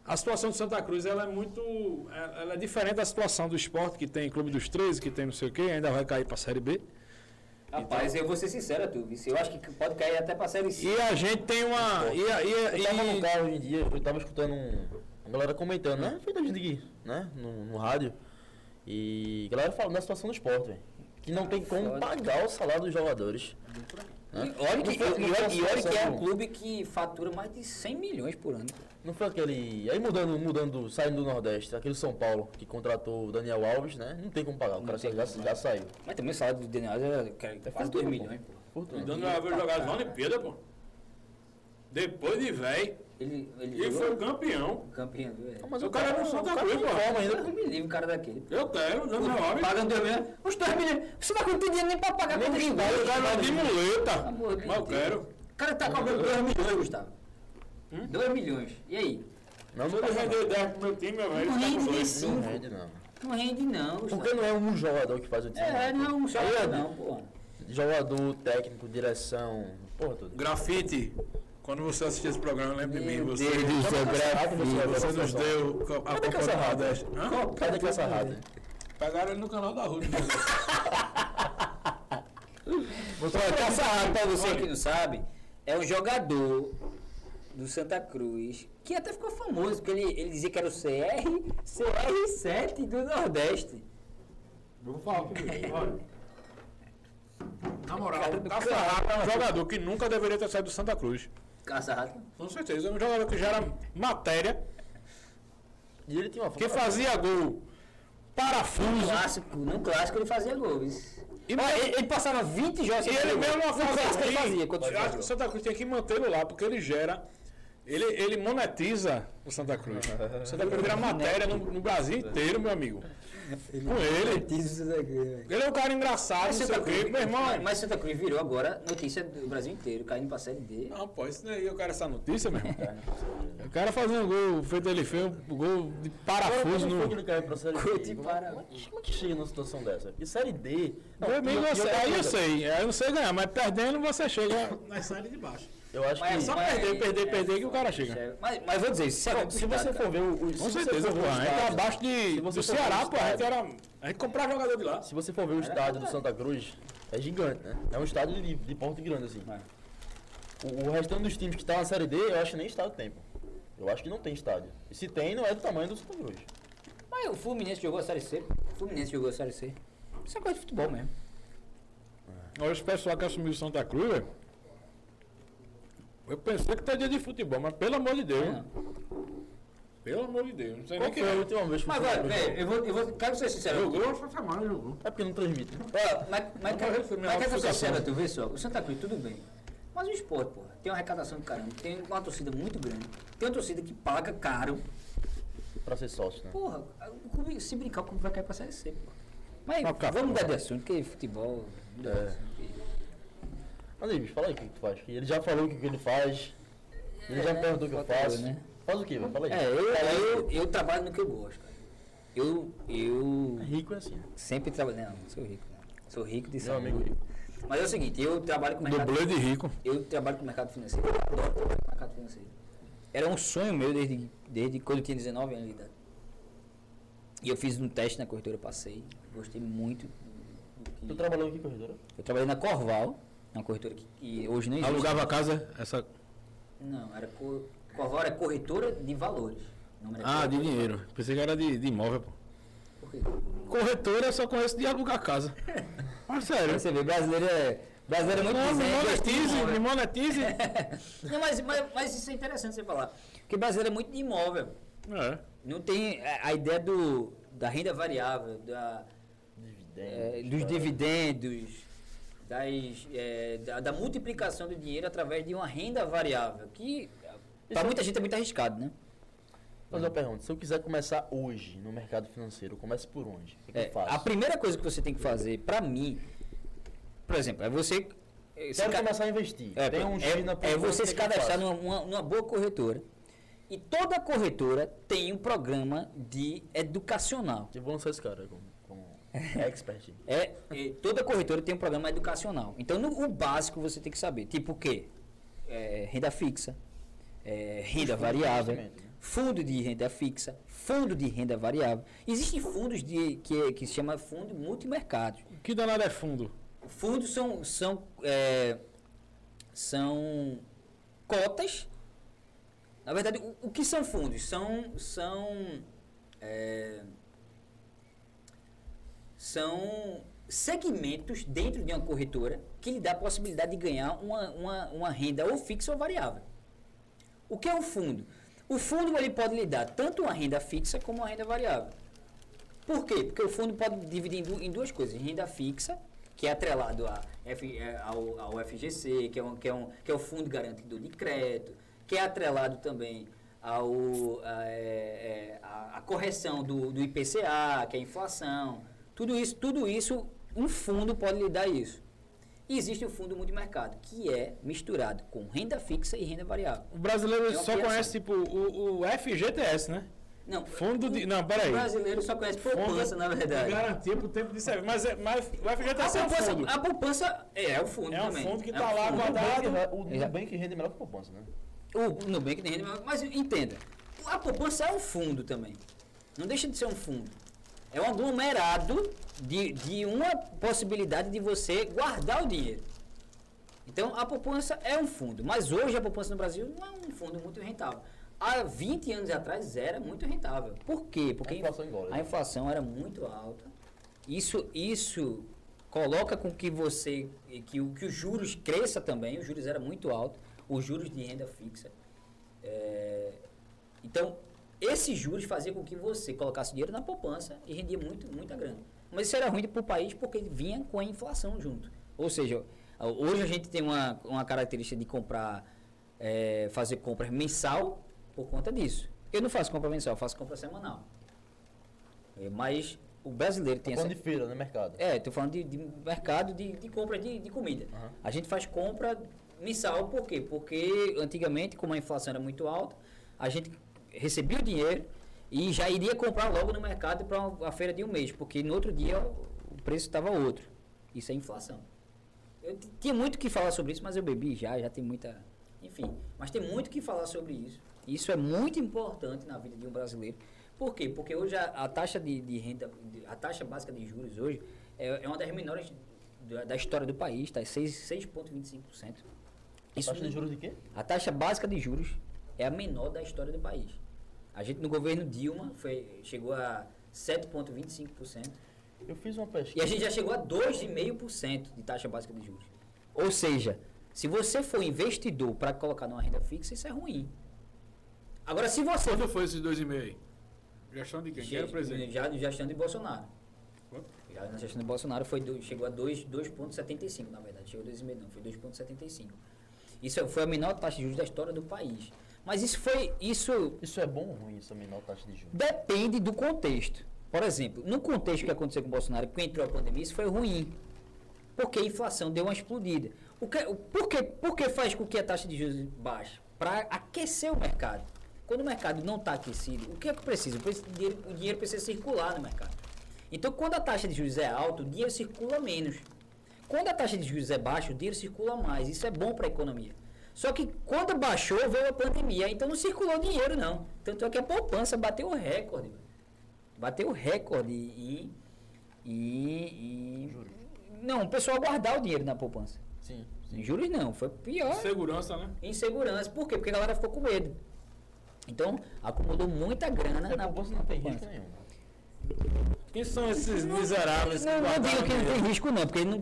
[SPEAKER 2] a situação do Santa Cruz ela é muito. Ela ela é diferente da situação do esporte que tem Clube dos 13, que tem não sei o quê, ainda vai cair pra Série B.
[SPEAKER 4] Então,
[SPEAKER 1] Rapaz, eu vou ser sincero a tu, viu? Eu acho que pode cair até pra série
[SPEAKER 2] E
[SPEAKER 1] C.
[SPEAKER 2] a gente tem uma. E, a- e, a-
[SPEAKER 4] Eu tava
[SPEAKER 2] e-
[SPEAKER 4] no carro hoje em dia, eu tava escutando um, a galera comentando, né? Foi da gente aqui, né? No, no rádio. E a galera falando da situação do esporte, velho. Que não tem como pagar o salário dos jogadores. Né?
[SPEAKER 1] E olha
[SPEAKER 4] Não
[SPEAKER 1] que,
[SPEAKER 4] foi-
[SPEAKER 1] e
[SPEAKER 4] não
[SPEAKER 1] olha-
[SPEAKER 4] foi
[SPEAKER 1] e olha que é um
[SPEAKER 4] acesso-
[SPEAKER 1] clube que fatura mais de 100 milhões por ano.
[SPEAKER 4] Não foi aquele. Aí mudando, mudando, saindo do Nordeste, aquele São Paulo que contratou o Daniel Alves, né? Não tem como pagar, o cara já, já saiu.
[SPEAKER 1] Mas também o salário do Daniel Alves é cara, tá quase 2 milhões, pô.
[SPEAKER 2] O
[SPEAKER 4] Então,
[SPEAKER 2] Daniel Alves jogava na Olimpíada, pô. Depois de velho.
[SPEAKER 1] Ele, ele
[SPEAKER 2] Ele foi
[SPEAKER 1] jogou
[SPEAKER 2] o campeão.
[SPEAKER 1] campeão, velho.
[SPEAKER 4] Mas é
[SPEAKER 2] o cara era um
[SPEAKER 1] tá
[SPEAKER 2] Santa Cruz, pô.
[SPEAKER 4] forma
[SPEAKER 1] Mas
[SPEAKER 4] ainda.
[SPEAKER 1] eu me livre um cara daquele.
[SPEAKER 2] Eu quero, o Daniel Alves.
[SPEAKER 1] Pagando 2 milhões. Os 2 milhões. Você não tem dinheiro nem pra pagar
[SPEAKER 4] Nem
[SPEAKER 1] conta de
[SPEAKER 4] guindar,
[SPEAKER 1] luz.
[SPEAKER 2] Eu tava de muleta.
[SPEAKER 1] Amor de
[SPEAKER 2] Mas eu
[SPEAKER 1] Deus.
[SPEAKER 2] quero.
[SPEAKER 1] O cara
[SPEAKER 4] Hum?
[SPEAKER 1] tá cobrando 2 milhões, Gustavo. 2 milhões. E aí?
[SPEAKER 4] Não,
[SPEAKER 2] Se
[SPEAKER 4] não
[SPEAKER 2] eu
[SPEAKER 4] tá
[SPEAKER 2] defender 10 pro meu time, meu velho.
[SPEAKER 1] Não
[SPEAKER 2] tá com
[SPEAKER 1] rende nem
[SPEAKER 2] dois.
[SPEAKER 1] 5.
[SPEAKER 4] não rende, não.
[SPEAKER 1] Não rende não, Gustavo.
[SPEAKER 4] Porque não é um jogador que faz o time.
[SPEAKER 1] É,
[SPEAKER 4] né?
[SPEAKER 1] não, só
[SPEAKER 4] Aí,
[SPEAKER 1] não, pô.
[SPEAKER 4] Jogador, técnico, direção, porra tudo.
[SPEAKER 2] Grafite, quando você assistiu esse programa, lembra de mim. Você, você nos
[SPEAKER 4] Cadê
[SPEAKER 2] deu a Copa
[SPEAKER 4] essa
[SPEAKER 2] do
[SPEAKER 4] rata?
[SPEAKER 2] Nordeste. Hã?
[SPEAKER 4] que essa rata?
[SPEAKER 2] Pegaram ele no canal da Rússia. (laughs) tá
[SPEAKER 1] Caça-rato, pra você que não sabe, é um jogador do Santa Cruz que até ficou famoso, porque ele, ele dizia que era o CR, CR7 do Nordeste.
[SPEAKER 6] Vou falar comigo.
[SPEAKER 2] Na moral, Caçarrata é um jogador que nunca deveria ter saído do Santa Cruz.
[SPEAKER 1] Caça-rato.
[SPEAKER 2] Com certeza, é um jogador que já era matéria,
[SPEAKER 4] E ele tinha uma
[SPEAKER 2] que fazia gol, parafuso.
[SPEAKER 1] Clássico, no clássico ele fazia gols.
[SPEAKER 2] E, não-
[SPEAKER 1] Ele, ele passava 20 jogos
[SPEAKER 2] e ele mesmo uma fase
[SPEAKER 1] clássico ele
[SPEAKER 2] ruim,
[SPEAKER 1] fazia quando
[SPEAKER 2] Eu acho que
[SPEAKER 1] jogou.
[SPEAKER 2] o Santa Cruz tem que mantê-lo lá, porque ele gera. Ele, ele monetiza o Santa Cruz. O Santa Cruz vira matéria no, no Brasil inteiro, meu amigo. Com ele. Ele é um cara engraçado, não
[SPEAKER 1] Mas
[SPEAKER 2] sei
[SPEAKER 1] Santa,
[SPEAKER 2] o quê,
[SPEAKER 1] Cruz,
[SPEAKER 2] meu irmão.
[SPEAKER 1] mas, mas Santa Cruz virou agora notícia do Brasil inteiro, caindo pra Série D.
[SPEAKER 2] Não, pô, isso daí eu quero essa notícia, meu irmão. É. O cara fazendo gol, feito ele feio, gol de parafuso
[SPEAKER 4] Como
[SPEAKER 2] no.
[SPEAKER 4] foi que ele caiu pra Série
[SPEAKER 1] Curti
[SPEAKER 4] D? Como é-
[SPEAKER 1] Tipo, para-
[SPEAKER 4] Como é que- como é que chega numa situação dessa? E Série D... Não, é
[SPEAKER 2] Meu amigo,
[SPEAKER 4] e- e
[SPEAKER 2] eu sei,
[SPEAKER 4] outra
[SPEAKER 2] aí eu
[SPEAKER 4] coisa,
[SPEAKER 2] sei, aí eu não sei ganhar, mas perdendo você chega na série de baixo.
[SPEAKER 4] Eu acho
[SPEAKER 1] Mas
[SPEAKER 4] que...
[SPEAKER 1] é
[SPEAKER 2] Só
[SPEAKER 1] Mas-
[SPEAKER 2] perder, perder, perder que o cara chega.
[SPEAKER 1] Mas, mas vou dizer, se,
[SPEAKER 4] Não, se você for ver o... o- se
[SPEAKER 2] Com
[SPEAKER 4] você
[SPEAKER 2] certeza,
[SPEAKER 4] for ver
[SPEAKER 2] pô.
[SPEAKER 4] o
[SPEAKER 2] A gente tá
[SPEAKER 4] estádio-
[SPEAKER 2] abaixo de,
[SPEAKER 4] se
[SPEAKER 2] do
[SPEAKER 4] você for ver o
[SPEAKER 2] Ceará, pô. A gente
[SPEAKER 4] estádio-
[SPEAKER 2] era. um- A gente comprava jogador de lá.
[SPEAKER 4] Se você for ver o estádio do Santa Cruz, é gigante, né? É um estádio de, de porte grande, assim. O, o restante dos times que tá na Série D, eu acho que nem estádio tem, pô. Eu acho que não tem estádio. E se tem, não é do tamanho do Santa Cruz.
[SPEAKER 1] Mas o Fluminense jogou a Série C. O Fluminense jogou a Série C. Isso é coisa de futebol mesmo.
[SPEAKER 2] Olha os pessoal que assumiu o Santa Cruz, velho. Eu pensei que tá dia de futebol, mas pelo amor de Deus.
[SPEAKER 1] Não.
[SPEAKER 2] Pelo amor de Deus, não sei
[SPEAKER 4] Qual
[SPEAKER 2] nem
[SPEAKER 4] que
[SPEAKER 2] quem
[SPEAKER 4] foi a
[SPEAKER 2] é.
[SPEAKER 4] última vez que o
[SPEAKER 1] Mas
[SPEAKER 4] Santa
[SPEAKER 1] agora,
[SPEAKER 4] Cruz
[SPEAKER 1] velho, eu vou, eu vou, quero ser sincero.
[SPEAKER 2] Jogou essa semana, jogou.
[SPEAKER 4] É porque não transmite, né?
[SPEAKER 1] Ó, mas, mas,
[SPEAKER 2] Não,
[SPEAKER 1] mas,
[SPEAKER 2] mas foi minha
[SPEAKER 1] quero ser
[SPEAKER 2] autoexplicação.
[SPEAKER 1] sincero, tu vê só. O Santa Cruz, tudo bem. Mas o esporte, porra, tem uma arrecadação do caramba. Tem uma torcida muito grande. Tem uma torcida que paga caro.
[SPEAKER 4] Pra ser sócio, né?
[SPEAKER 1] Porra, o clube, se brincar, o clube vai cair pra Série C, porra. Mas
[SPEAKER 2] Vai ficar
[SPEAKER 1] vamos mudar de assunto, porque futebol...
[SPEAKER 4] É. Mas aí, bicho, fala aí o que tu faz. que Ele já falou o que que ele faz. Ele já me perguntou o que eu
[SPEAKER 1] falta eu,
[SPEAKER 4] faço.
[SPEAKER 1] É, né?
[SPEAKER 4] Faz o que, velho? Fala aí.
[SPEAKER 1] É, eu, eu, eu trabalho no que eu gosto, cara. Eu, eu
[SPEAKER 4] Rico é assim.
[SPEAKER 1] sempre trabalho... Não, não sou rico, não. Sou rico de
[SPEAKER 4] Meu
[SPEAKER 1] saúde.
[SPEAKER 4] amigo rico.
[SPEAKER 1] Mas é o seguinte, eu trabalho com mercado...
[SPEAKER 2] de rico.
[SPEAKER 1] Eu trabalho com mercado financeiro. Eu adoro trabalhar com mercado financeiro. Era um sonho meu desde, desde quando eu tinha 19 anos de idade. E eu fiz um teste na corretora, passei. Gostei muito.
[SPEAKER 4] Tu
[SPEAKER 1] do que-
[SPEAKER 4] trabalhou aqui em corredora?
[SPEAKER 1] Eu trabalhei na Corval, uma corretora que, que hoje nem existe.
[SPEAKER 7] Alugava a casa, essa.
[SPEAKER 2] É
[SPEAKER 1] Não, era cor... Corval era corretora de valores. Não era
[SPEAKER 7] Ah, de
[SPEAKER 1] corretora
[SPEAKER 7] dinheiro. Pensei que era de, de imóvel, pô.
[SPEAKER 1] Por quê?
[SPEAKER 7] Corretora eu só conheço de alugar
[SPEAKER 2] (laughs)
[SPEAKER 7] casa. Mas sério.
[SPEAKER 1] Você vê, brasileiro é... Brasileiro é muito
[SPEAKER 7] Não, me
[SPEAKER 1] bizarro, gosta de
[SPEAKER 2] assim,
[SPEAKER 7] monetize,
[SPEAKER 1] imóvel.
[SPEAKER 2] né?
[SPEAKER 7] me
[SPEAKER 2] (laughs)
[SPEAKER 7] monetize.
[SPEAKER 1] Não, mas, mas, mas isso é interessante você falar. Porque brasileiro é muito de imóvel.
[SPEAKER 7] É.
[SPEAKER 1] Não tem a, a ideia do, da renda variável, da, é,
[SPEAKER 4] Dividendos.
[SPEAKER 1] dos
[SPEAKER 4] tá?
[SPEAKER 1] dividendos, das, é, da, da multiplicação do dinheiro através de uma renda variável, que para muita gente é muito arriscado, né?
[SPEAKER 4] Mas eu pergunto, se eu quiser começar hoje no mercado financeiro, eu começo por onde? O que, que
[SPEAKER 1] É,
[SPEAKER 4] eu
[SPEAKER 1] a
[SPEAKER 4] faço?
[SPEAKER 1] primeira coisa que você tem que fazer, para mim, por exemplo, é você... é, se
[SPEAKER 4] Quero
[SPEAKER 1] ca-
[SPEAKER 4] começar a investir.
[SPEAKER 1] É,
[SPEAKER 4] Tem um
[SPEAKER 1] é-
[SPEAKER 4] X na
[SPEAKER 1] é
[SPEAKER 4] poupança, o
[SPEAKER 1] você
[SPEAKER 4] que
[SPEAKER 1] se
[SPEAKER 4] que eu
[SPEAKER 1] cadastrar
[SPEAKER 4] faço?
[SPEAKER 1] numa, numa- numa boa corretora. E toda corretora tem um programa de educacional.
[SPEAKER 4] Eu vou lançar esse cara como,
[SPEAKER 1] (laughs)
[SPEAKER 4] como expert.
[SPEAKER 1] É, é, toda corretora tem um programa educacional. Então, no- o básico você tem que saber. Tipo o quê? É, renda fixa, é, renda
[SPEAKER 4] fundos de
[SPEAKER 1] variável,
[SPEAKER 4] investimento, né?
[SPEAKER 1] fundo de renda fixa, fundo de renda variável. Existem fundos de, que, que se chama fundo multimercado.
[SPEAKER 7] Que danado é fundo?
[SPEAKER 1] Fundos são são é, são cotas. Na verdade, o, o que são fundos? São são é, são segmentos dentro de uma corretora que lhe dá a possibilidade de ganhar uma, uma, uma renda ou fixa ou variável. O que é um fundo? O fundo ele pode lhe dar tanto uma renda fixa como uma renda variável. Por quê? Porque o fundo pode dividir em du- em duas coisas: renda fixa, que é atrelado a F- eh, ao, ao FGC, que é, um, que, é um, que é o Fundo Garantido de Crédito, que é atrelado também ao, a, eh, eh, a- a correção do, do IPCA, que é a inflação. Tudo isso, tudo isso, um fundo pode lhe dar isso. E existe o fundo multimercado, que é misturado com renda fixa e renda variável.
[SPEAKER 2] O brasileiro
[SPEAKER 1] É uma
[SPEAKER 2] só
[SPEAKER 1] piaça.
[SPEAKER 2] conhece, tipo, o, o FGTS, né?
[SPEAKER 1] Não,
[SPEAKER 2] Fundo de.
[SPEAKER 1] o-
[SPEAKER 2] Não, peraí.
[SPEAKER 1] O brasileiro só conhece poupança, na verdade.
[SPEAKER 2] Garantia pro tempo de serviço. Mas, é- mas o
[SPEAKER 1] A
[SPEAKER 2] FGTS é um fundo.
[SPEAKER 1] poupança, tá a poupança é, é o fundo
[SPEAKER 2] É um
[SPEAKER 1] também.
[SPEAKER 2] fundo que
[SPEAKER 1] É
[SPEAKER 2] tá
[SPEAKER 1] um
[SPEAKER 2] lá
[SPEAKER 1] fundo.
[SPEAKER 2] guardado.
[SPEAKER 4] O Nubank rende melhor que poupança, né?
[SPEAKER 1] O Nubank tem renda, mas- mas entenda, a poupança é um fundo também. Não deixa de ser um fundo. É um aglomerado de, de uma possibilidade de você guardar o dinheiro. Então a poupança é um fundo, mas hoje a poupança no Brasil não é um fundo muito rentável. Há 20 anos atrás era muito rentável. Por quê? Porque
[SPEAKER 4] A inflação engole,
[SPEAKER 1] a
[SPEAKER 4] né?
[SPEAKER 1] inflação era muito alta. Isso, isso coloca com que você que, o- que os juros cresça também. Os juros era muito alto, os juros de renda fixa. É, então esses juros faziam com que você colocasse dinheiro na poupança e rendia muito, muita grana. Mas isso era ruim para o país porque vinha com a inflação junto. Ou seja, hoje a gente tem uma, uma característica de comprar, é, fazer compras mensal por conta disso. Eu não faço compra mensal, eu faço compra semanal. É, Mas o brasileiro tem essa.
[SPEAKER 4] Fundo de feira, né? Mercado.
[SPEAKER 1] É, tô falando de, de mercado de, de compra de, de comida. A gente faz compra mensal, por quê? Porque antigamente, como a inflação era muito alta, a gente recebia o dinheiro e já iria comprar logo no mercado para a feira de um mês, porque no outro dia o o preço estava outro. Isso é inflação. Eu t- tinha muito o que falar sobre isso, mas eu bebi já, já tem muita. Enfim, mas tem muito o que falar sobre isso. Isso é muito importante na vida de um brasileiro. Por quê? Porque hoje a, a taxa de, de renda, de- a taxa básica de juros hoje é, é uma das menores da, da história do país, tá? É está 6,25%. Isso né?
[SPEAKER 4] Taxa de juros de quê?
[SPEAKER 1] a taxa básica de juros é a menor da história do país. A gente no governo Dilma foi, chegou a 7,25%.
[SPEAKER 4] Eu fiz uma
[SPEAKER 1] E a
[SPEAKER 4] pesquisa.
[SPEAKER 1] gente já chegou a 2,5% de taxa básica de juros. Ou seja, se você for investidor para colocar numa renda fixa, isso é ruim. Agora, se você.
[SPEAKER 8] Quanto foi esses dois e meio aí? Gestão de quem? Quem era o presidente?
[SPEAKER 1] Já já gestão de Bolsonaro.
[SPEAKER 8] Quanto?
[SPEAKER 1] Já na gestão de Bolsonaro foi do- chegou a dois- 2,75, na verdade. Chegou a 2,5, não, foi 2,75. Isso é, foi a menor taxa de juros da história do país. Mas isso foi. Isso
[SPEAKER 4] Isso é bom ou ruim, essa menor taxa de juros?
[SPEAKER 1] Depende do contexto. Por exemplo, no contexto que aconteceu com o Bolsonaro, que entrou a pandemia, isso foi ruim. Porque a inflação deu uma explodida. O que, o- por, que, por que faz com que a taxa de juros baixe? Para aquecer o mercado. Quando o mercado não está aquecido, o que é que precisa? Precisa- O dinheiro, o dinheiro precisa circular no mercado. Então, quando a taxa de juros é alta, o dinheiro circula menos. Quando a taxa de juros é baixa, o dinheiro circula mais. Isso é bom para a economia. Só que quando baixou, veio a pandemia. Então não circulou dinheiro, não. Tanto é que a poupança bateu o recorde. velho. Bateu o recorde e. E.
[SPEAKER 4] Juros.
[SPEAKER 1] Não, o pessoal guardar o dinheiro na poupança.
[SPEAKER 4] Sim.
[SPEAKER 1] Juros não, foi pior.
[SPEAKER 8] Segurança, né?
[SPEAKER 1] Insegurança. Por quê? Porque a galera ficou com medo. Então, acumulou muita grana
[SPEAKER 4] Na
[SPEAKER 1] na
[SPEAKER 4] bolsa É, não tem risco
[SPEAKER 1] poupança.
[SPEAKER 4] nenhum.
[SPEAKER 2] Quem são esses miseráveis
[SPEAKER 1] Não, não digo que não tem risco não, porque não.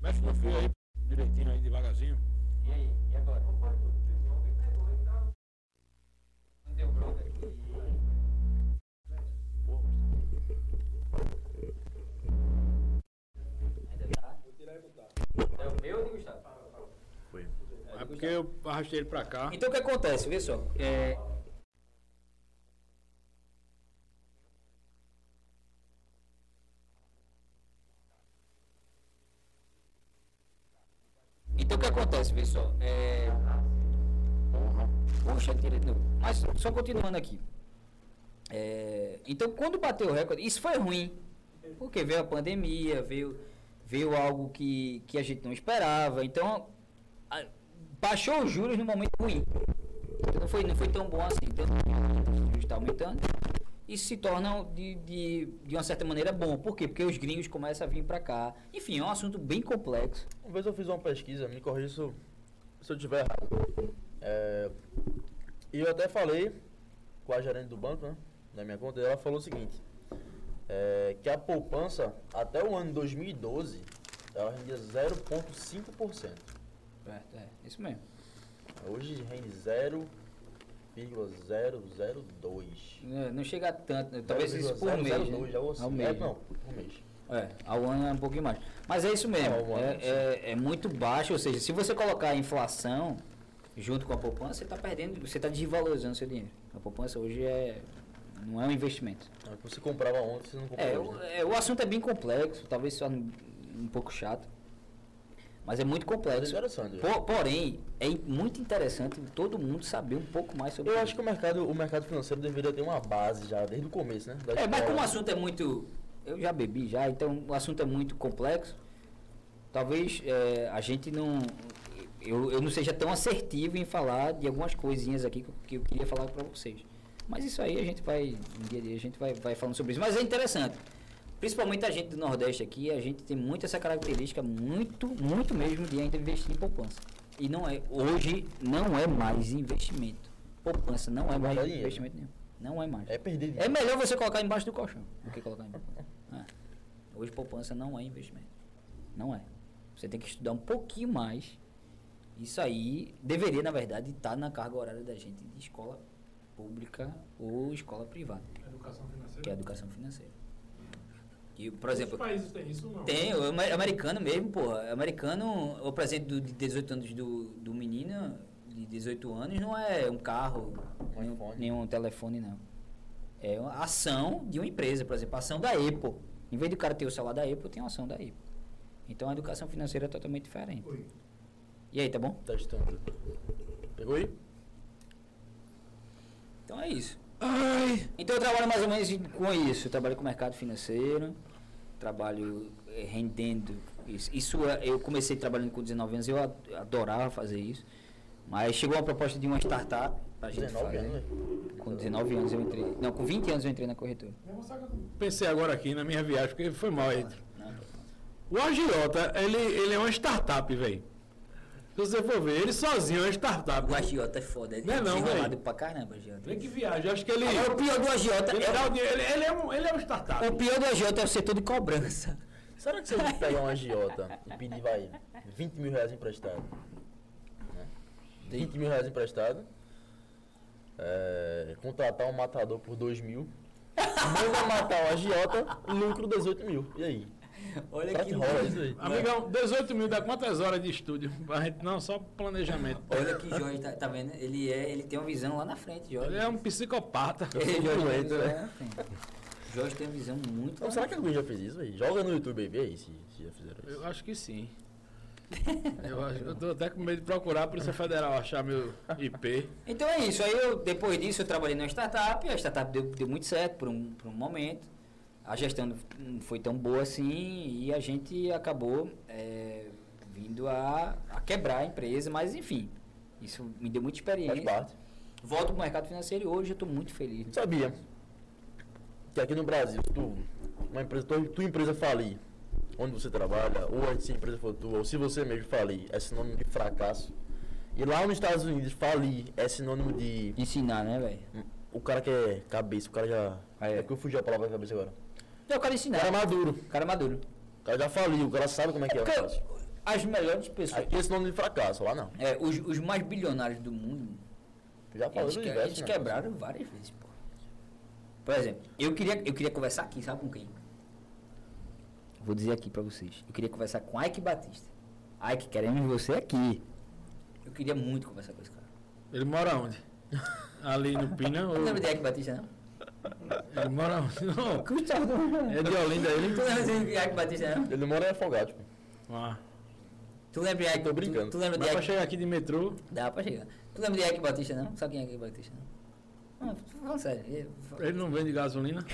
[SPEAKER 2] Mexe no fio aí, direitinho aí, devagarzinho.
[SPEAKER 1] É o meu ou Gustavo?
[SPEAKER 8] É porque eu arrastei ele pra cá.
[SPEAKER 1] Então o que acontece? Vê só. É, Então o que acontece, pessoal? É... Poxa, tira de novo. Mas só continuando aqui. É, Então quando bateu o recorde, isso foi ruim. Porque veio a pandemia, veio, veio algo que, que a gente não esperava. Então a- baixou os juros no momento ruim. Então, não, foi, não foi tão bom assim. Então os juros estão aumentando. Isso se torna de, de, de uma certa maneira bom. Por quê? Porque os gringos começam a vir para cá. Enfim, é um assunto bem complexo.
[SPEAKER 4] Uma vez eu fiz uma pesquisa, me corrija se eu se eu tiver errado. É, e eu até falei com a gerente do banco, né? Na minha conta, e ela falou o seguinte: é, que a poupança, até o ano 2012, ela rendia 0,5%.
[SPEAKER 1] Certo, é. Isso mesmo.
[SPEAKER 4] Hoje rende 0,002.
[SPEAKER 1] Não, não chega a tanto, né? talvez isso por
[SPEAKER 4] 0,002,
[SPEAKER 1] mês.
[SPEAKER 4] já
[SPEAKER 1] Né?
[SPEAKER 4] vou assim.
[SPEAKER 1] Ao
[SPEAKER 4] É,
[SPEAKER 1] mês.
[SPEAKER 4] não,
[SPEAKER 1] né?
[SPEAKER 4] por mês.
[SPEAKER 1] É, ao ano é um pouquinho mais. Mas é isso mesmo.
[SPEAKER 4] É, ao ano,
[SPEAKER 1] é,
[SPEAKER 4] sim.
[SPEAKER 1] é- é muito baixo, ou seja, se você colocar a inflação junto com a poupança, você está perdendo, você está desvalorizando seu dinheiro. A poupança hoje é não é um investimento.
[SPEAKER 4] É o que você comprava ontem, você não comprou
[SPEAKER 1] É,
[SPEAKER 4] hoje,
[SPEAKER 1] o,
[SPEAKER 4] né?
[SPEAKER 1] é, o assunto é bem complexo, talvez só um, um pouco chato, mas é muito
[SPEAKER 4] Mas é
[SPEAKER 1] complexo.
[SPEAKER 4] interessante.
[SPEAKER 1] Po- porém, é in- muito interessante todo mundo saber um pouco mais sobre
[SPEAKER 4] Eu
[SPEAKER 1] isso.
[SPEAKER 4] acho que o mercado, o mercado financeiro deveria ter uma base já, desde o começo, né? Da
[SPEAKER 1] É, mas
[SPEAKER 4] escola.
[SPEAKER 1] como o assunto é muito. Eu já bebi já, então o assunto é muito complexo. Talvez é, a gente não. Eu, eu não seja tão assertivo em falar de algumas coisinhas aqui que, eu- que eu queria falar para vocês. Mas isso aí a gente vai. No dia a dia a gente vai, vai falando sobre isso. Mas é interessante. Principalmente a gente do Nordeste aqui, a gente tem muito essa característica, muito, muito mesmo, de ainda investir em poupança. E não é. Hoje não é mais investimento. Poupança não é mais
[SPEAKER 4] Dá dinheiro.
[SPEAKER 1] investimento nenhum. Não é mais.
[SPEAKER 4] É perder dinheiro.
[SPEAKER 1] É melhor você colocar embaixo do colchão do que colocar em poupança. É. Hoje poupança não é investimento. Não é. Você tem que estudar um pouquinho mais. Isso aí deveria, na verdade, estar na carga horária da gente de escola pública ou escola privada,
[SPEAKER 9] Educação financeira.
[SPEAKER 1] que é a educação financeira. E, por exemplo,
[SPEAKER 9] países têm isso não?
[SPEAKER 1] tem, o ama- americano mesmo, porra. Americano, o presente do, de 18 anos do, do menino, de 18 anos, não é um carro,
[SPEAKER 4] Um
[SPEAKER 1] nenhum,
[SPEAKER 4] iPhone.
[SPEAKER 1] nenhum telefone, não. É uma ação de uma empresa, por exemplo, a ação da Apple. Em vez do cara ter o celular da Apple, tem uma ação da Apple. Então a educação financeira é totalmente diferente. E aí, tá bom?
[SPEAKER 4] Testando. Pegou aí?
[SPEAKER 1] Então é isso. Então eu trabalho mais ou menos com isso. Eu trabalho com o mercado financeiro, trabalho eh, rendendo. Isso, Isso é- eu comecei trabalhando com 19 anos, eu ad- adorava fazer isso. Mas chegou uma proposta de uma startup pra gente
[SPEAKER 4] 19
[SPEAKER 1] fazer.
[SPEAKER 4] anos, né?
[SPEAKER 1] Com 19 anos eu entrei. Não, com 20 anos eu entrei na corretora.
[SPEAKER 9] Pensei agora aqui na minha viagem, porque foi mal aí. O Agiota, ele, ele é uma startup, velho. Se você for ver, ele sozinho é uma startup.
[SPEAKER 1] O agiota é foda, é
[SPEAKER 9] Não é não,
[SPEAKER 1] desenrolado
[SPEAKER 9] velho.
[SPEAKER 1] pra caramba, agiota.
[SPEAKER 9] Vem que viagem, eu acho que ele.
[SPEAKER 1] Agora, o pior do agiota
[SPEAKER 9] Ele,
[SPEAKER 1] é
[SPEAKER 9] dá o dinheiro, ele, ele é um, ele é um startup.
[SPEAKER 1] o pior do agiota é o setor de cobrança.
[SPEAKER 4] Será
[SPEAKER 1] (laughs)
[SPEAKER 4] que se eu pegar um agiota e pedir, vai, 20 mil reais emprestado? né? 20 mil reais emprestado. é, contratar um matador por 2 mil. Manda matar um agiota, lucro 18 mil. E aí?
[SPEAKER 1] (laughs) Olha
[SPEAKER 9] Tá
[SPEAKER 4] Será que rola isso aí?
[SPEAKER 1] né?
[SPEAKER 9] Amigão, 18 mil dá quantas horas de estúdio? A gente- não, só planejamento.
[SPEAKER 1] Olha que Jorge, tá, tá vendo? Ele, é, ele tem uma visão lá na frente, Jorge.
[SPEAKER 9] Ele é um psicopata. é um
[SPEAKER 1] Ele, é um Jorge, tem
[SPEAKER 4] doente,
[SPEAKER 1] uma visão
[SPEAKER 4] né?
[SPEAKER 1] lá na frente. é, Jorge tem uma visão muito.
[SPEAKER 4] Não,
[SPEAKER 1] lá
[SPEAKER 4] será
[SPEAKER 1] na
[SPEAKER 4] que alguém já fez isso aí? Joga no YouTube aí, vê aí se, se já fizeram isso.
[SPEAKER 9] Eu acho que sim. Eu, acho, eu tô até com medo de procurar a Polícia Federal achar meu IP.
[SPEAKER 1] Então é isso. Aí eu, depois disso, eu trabalhei numa startup. A startup deu, deu muito certo por um, por um momento. A gestão não foi tão boa assim e a gente acabou eh, vindo a, a quebrar a empresa. Mas enfim, isso me deu muita
[SPEAKER 4] Faz
[SPEAKER 1] experiência.
[SPEAKER 4] parte.
[SPEAKER 1] Volto pro mercado financeiro e hoje eu tô muito feliz.
[SPEAKER 4] Sabia que aqui no Brasil, se tu, uma empresa, tua, tua empresa falir, onde você trabalha, ou se a empresa for tua, ou se você mesmo falir, é sinônimo de fracasso. E lá nos Estados Unidos, falir é sinônimo de.
[SPEAKER 1] Ensinar, né, velho?
[SPEAKER 4] O cara que é cabeça, o cara já.
[SPEAKER 1] Ah, é.
[SPEAKER 4] É que eu fugi a palavra da cabeça agora.
[SPEAKER 1] Eu quero
[SPEAKER 4] O
[SPEAKER 1] ensinar.
[SPEAKER 4] cara é maduro,
[SPEAKER 1] Cara maduro.
[SPEAKER 4] o cara já faliu, o cara sabe como é que é o
[SPEAKER 1] Porque
[SPEAKER 4] negócio.
[SPEAKER 1] as melhores pessoas,
[SPEAKER 4] Aqui é sinônimo de fracasso, lá não.
[SPEAKER 1] eh, os, os mais bilionários do mundo,
[SPEAKER 4] Já falou
[SPEAKER 1] Eles,
[SPEAKER 4] do
[SPEAKER 1] que-
[SPEAKER 4] universo,
[SPEAKER 1] eles
[SPEAKER 4] né?
[SPEAKER 1] quebraram várias vezes, pô. Por exemplo, eu queria, eu queria conversar aqui, sabe com quem? Vou dizer aqui pra vocês. Eu queria conversar com Ike Batista. Ike, queremos você aqui. Eu queria muito conversar com esse cara.
[SPEAKER 9] Ele mora onde? Ali no Pina?
[SPEAKER 1] Não é-
[SPEAKER 9] Ou...
[SPEAKER 1] lembra de Ike Batista, não?
[SPEAKER 9] Ele mora onde? Não.
[SPEAKER 1] Gustavo, não.
[SPEAKER 9] É de Olinda ele?
[SPEAKER 1] Tu lembra de Ike Batista, não?
[SPEAKER 4] Ele mora em afogado, tipo.
[SPEAKER 9] Ah,
[SPEAKER 1] Tu lembra de Ike...
[SPEAKER 4] Tô brincando.
[SPEAKER 1] Tu, tu lembra
[SPEAKER 9] dá
[SPEAKER 1] de
[SPEAKER 9] pra
[SPEAKER 1] Ike...
[SPEAKER 9] chegar aqui de metrô.
[SPEAKER 1] Dá pra chegar. Tu lembra de Ike Batista, não? Sabe quem é Ike Batista, não? Não, tô falando sério. Eu-
[SPEAKER 9] Ele não vende gasolina.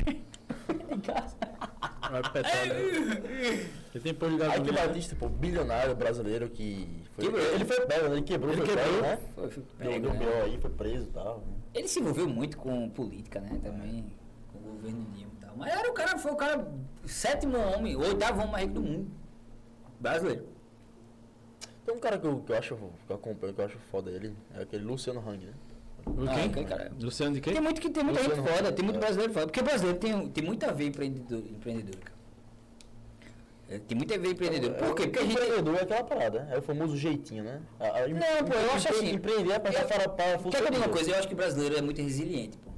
[SPEAKER 9] Vai petróleo. Ele tem posto de
[SPEAKER 4] Aí que
[SPEAKER 9] gasolina.
[SPEAKER 4] Batista, pô, bilionário brasileiro que. Foi,
[SPEAKER 1] Quebrou.
[SPEAKER 4] ele foi pego, né? Ele quebrou,
[SPEAKER 9] Ele
[SPEAKER 4] foi
[SPEAKER 9] quebrou.
[SPEAKER 4] pego, né?
[SPEAKER 1] Foi, foi
[SPEAKER 4] Deu,
[SPEAKER 1] pego,
[SPEAKER 4] deu
[SPEAKER 1] né?
[SPEAKER 4] B.O. aí, foi preso e tal.
[SPEAKER 1] Ele se envolveu muito com política, né? Também, com o governo Dilma e tal. Mas era o cara, foi o cara, sétimo homem, oitavo homem mais rico do mundo. Brasileiro.
[SPEAKER 4] Tem um cara que eu, que eu acho, que eu acompanho, que eu acho foda ele, é aquele Luciano Hang, né?
[SPEAKER 10] O
[SPEAKER 1] Ah,
[SPEAKER 10] quem?
[SPEAKER 1] aquele cara.
[SPEAKER 10] Luciano de quem?
[SPEAKER 1] Tem muito que tem muita gente
[SPEAKER 4] Luciano
[SPEAKER 1] foda,
[SPEAKER 4] Huck,
[SPEAKER 1] tem muito
[SPEAKER 4] é.
[SPEAKER 1] brasileiro foda. Porque o brasileiro tem, tem muito a ver empreendedor, empreendedor, cara. É, Tem muito a ver empreendedor. Por quê? Porque a gente.
[SPEAKER 4] Empreendedor é aquela parada, é o famoso jeitinho, né? A- a-
[SPEAKER 1] Não, pô, eu acho
[SPEAKER 4] empre-
[SPEAKER 1] assim.
[SPEAKER 4] Empreender é passar
[SPEAKER 1] Eu-
[SPEAKER 4] para para
[SPEAKER 1] Quer que eu diga uma coisa? Eu acho que o brasileiro é muito resiliente, pô.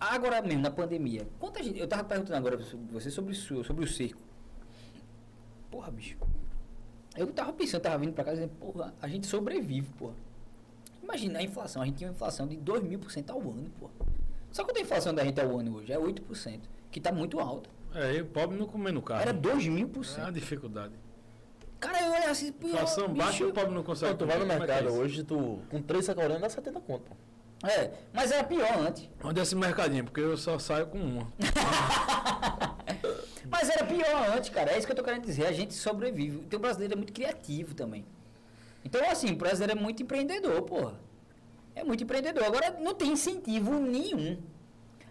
[SPEAKER 1] Agora mesmo, na pandemia, quanta gente. Eu tava perguntando agora pra você sobre o, seu- sobre o circo. Porra, bicho. Eu tava pensando, tava vindo pra casa dizendo, porra, a gente sobrevive, porra. Imagina a inflação, a gente tinha uma inflação de 2 mil por cento ao ano, porra. Só quanto é a inflação da gente ao ano hoje? É 8%, que tá muito alta.
[SPEAKER 2] É, e o pobre não comendo carro.
[SPEAKER 1] Era 2 mil por
[SPEAKER 2] É uma
[SPEAKER 1] cento.
[SPEAKER 2] dificuldade.
[SPEAKER 1] Cara, eu olhava assim, pô,
[SPEAKER 2] É. Inflação baixa e o pobre não consegue.
[SPEAKER 4] Pô, tu vai no
[SPEAKER 2] comer. Como é que é
[SPEAKER 4] mercado
[SPEAKER 2] isso?
[SPEAKER 4] hoje, tu com três sacolões dá 70 conto, pô.
[SPEAKER 1] É, mas era pior antes.
[SPEAKER 2] Onde é esse mercadinho? Porque eu só saio com uma.
[SPEAKER 1] Mas era pior antes, cara. É isso que eu tô querendo dizer. A gente sobrevive. Então o brasileiro é muito criativo também. Então, assim, o brasileiro é muito empreendedor, porra. É muito empreendedor. Agora, não tem incentivo nenhum.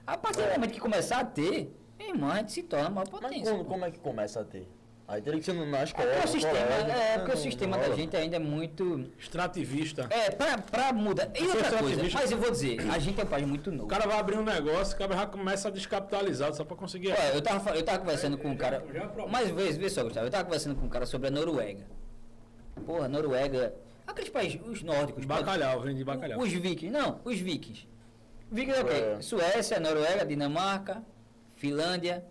[SPEAKER 1] A partir do momento que começar a ter, meu irmão, a gente se torna uma
[SPEAKER 4] É. Mas
[SPEAKER 1] potência.
[SPEAKER 4] quando,
[SPEAKER 1] pô.
[SPEAKER 4] como é que começa a ter? Aí teria que ser na escola,
[SPEAKER 1] Porque o
[SPEAKER 4] no
[SPEAKER 1] sistema,
[SPEAKER 4] colégio,
[SPEAKER 1] é,
[SPEAKER 4] né?
[SPEAKER 1] porque o
[SPEAKER 4] Não-
[SPEAKER 1] sistema
[SPEAKER 4] não
[SPEAKER 1] da
[SPEAKER 4] rola.
[SPEAKER 1] gente ainda é muito...
[SPEAKER 2] Extrativista.
[SPEAKER 1] É, pra, pra mudar... E outra coisa,
[SPEAKER 2] ativista.
[SPEAKER 1] mas eu vou dizer, a gente é um país muito novo.
[SPEAKER 2] O cara vai abrir um negócio, o cara já começa a descapitalizar só pra conseguir.
[SPEAKER 1] Ó, eu tava, fa- eu tava conversando com um cara.
[SPEAKER 2] é
[SPEAKER 1] Mais uma vez, vê só, Gustavo. Eu tava conversando com um cara sobre a Noruega. Porra, Noruega. Aqueles países, os nórdicos.
[SPEAKER 2] Bacalhau,
[SPEAKER 1] pode-
[SPEAKER 2] vende bacalhau.
[SPEAKER 1] Os vikings. Não, os vikings. Vikings é o quê?
[SPEAKER 4] É.
[SPEAKER 1] Suécia, Noruega, Dinamarca, Finlândia.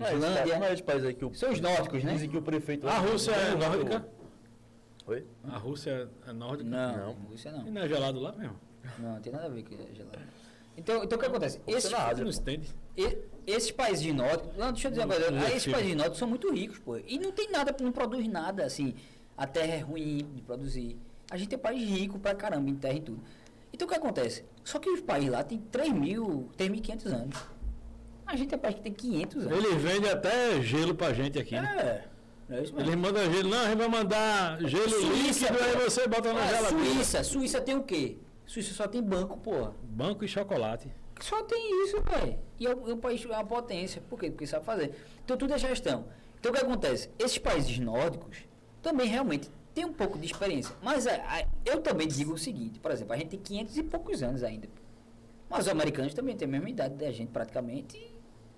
[SPEAKER 4] Não é esse país-
[SPEAKER 1] Islândia.
[SPEAKER 4] não é esse país aí que o...
[SPEAKER 1] São os nórdicos, né?
[SPEAKER 4] Dizem que o prefeito... um
[SPEAKER 2] A Rússia é nórdica.
[SPEAKER 4] Oi?
[SPEAKER 2] A Rússia é nórdica.
[SPEAKER 1] Não, Rússia
[SPEAKER 2] E
[SPEAKER 1] não.
[SPEAKER 2] não é gelado lá mesmo.
[SPEAKER 1] Não, tem nada a ver com gelado. Então, então o que acontece? Esses,
[SPEAKER 2] Você não entende.
[SPEAKER 1] E- esses países nórdicos, não, deixa eu dizer uma coisa,
[SPEAKER 2] Não,
[SPEAKER 1] esses
[SPEAKER 2] filho.
[SPEAKER 1] países nórdicos são muito ricos, pô. E não tem nada, não produz nada, assim. A terra é ruim de produzir. A gente é país rico pra caramba em terra e tudo. Então o que acontece? Só que os países lá têm 3 mil, 3.500 anos. A gente é país que tem 500 anos.
[SPEAKER 10] Ele vende até gelo pra gente aqui.
[SPEAKER 2] né?
[SPEAKER 1] É, é isso mesmo.
[SPEAKER 10] Ele manda gelo. Não, ele vai mandar gelo
[SPEAKER 1] Suíça,
[SPEAKER 10] líquido, aí
[SPEAKER 1] pô.
[SPEAKER 10] você bota
[SPEAKER 2] É,
[SPEAKER 10] na
[SPEAKER 1] Ah,
[SPEAKER 10] geladeira.
[SPEAKER 1] Suíça, Suíça tem o quê? Suíça só tem banco, porra.
[SPEAKER 2] Banco e chocolate.
[SPEAKER 1] Só tem isso, velho. E é um país é uma potência. Por quê? Porque sabe fazer. Então tudo é gestão. Então o que acontece? Esses países nórdicos também realmente têm um pouco de experiência. Mas é, é, eu também digo o seguinte, por exemplo, a gente tem 500 e poucos anos ainda. Mas os americanos também têm a mesma idade da gente praticamente e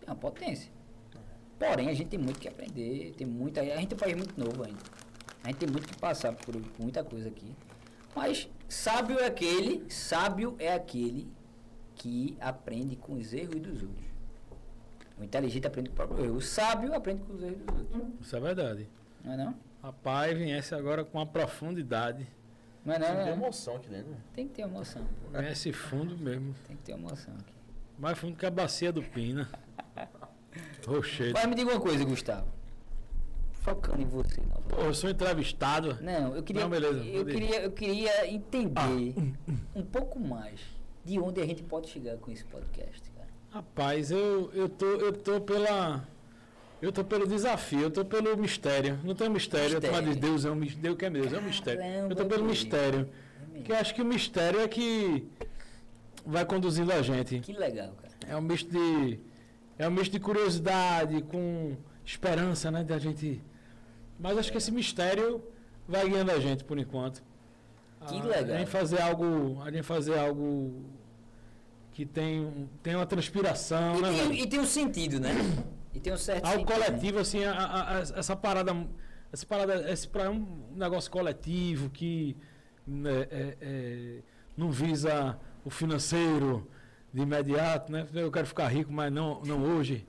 [SPEAKER 1] é uma potência. Porém, a gente tem muito que aprender, tem muita. A gente é um país muito novo ainda. A gente tem muito que passar por muita coisa aqui. Mas sábio é aquele, sábio é aquele que aprende com os erros dos outros. O inteligente aprende com o próprio erro. O sábio aprende com os erros dos outros.
[SPEAKER 2] Isso é verdade.
[SPEAKER 1] Não é não?
[SPEAKER 2] Rapaz, viesse agora com uma profundidade.
[SPEAKER 1] Não é não,
[SPEAKER 4] Tem
[SPEAKER 1] não, é não.
[SPEAKER 4] emoção aqui dentro, né?
[SPEAKER 1] Tem que ter emoção, pô.
[SPEAKER 2] Viesse fundo mesmo.
[SPEAKER 1] Tem que ter emoção aqui.
[SPEAKER 2] Mais fundo que a bacia do (laughs) Pina. Rochedo.
[SPEAKER 1] Mas me diga uma coisa, Gustavo. Focando em você. Não,
[SPEAKER 2] Pô, eu sou entrevistado.
[SPEAKER 1] não eu queria.
[SPEAKER 2] Não, beleza,
[SPEAKER 1] eu,
[SPEAKER 2] pode ir. Ah, hum,
[SPEAKER 1] queria eu queria entender um pouco mais de onde a gente pode chegar com esse podcast, cara.
[SPEAKER 2] Rapaz, eu, eu, tô, eu tô pela. Eu tô pelo desafio, eu tô pelo mistério. Não tem mistério,
[SPEAKER 1] Mistério.
[SPEAKER 2] mistério. mas Deus é um mistério. Deus que é meu, Deus é um mistério. Eu tô pelo
[SPEAKER 1] Caramba,
[SPEAKER 2] mistério.
[SPEAKER 1] É
[SPEAKER 2] Que eu acho que o mistério é que vai conduzindo a gente.
[SPEAKER 1] Que legal, cara.
[SPEAKER 2] É um misto de. É um misto de curiosidade com esperança, né? Da gente. Mas acho que esse mistério vai guiando a gente por enquanto.
[SPEAKER 1] Que
[SPEAKER 2] A-
[SPEAKER 1] legal.
[SPEAKER 2] A gente fazer algo. A gente fazer algo que tem, um- tem uma transpiração,
[SPEAKER 1] E
[SPEAKER 2] né? velho?
[SPEAKER 1] tem, e tem um sentido, né? E tem um certo
[SPEAKER 2] Algo
[SPEAKER 1] sentido.
[SPEAKER 2] coletivo, assim, a- a- a- essa parada. Essa parada. Esse pra- é um negócio coletivo que né, é- é, não visa o financeiro de imediato, né? Eu quero ficar rico, mas não, não hoje.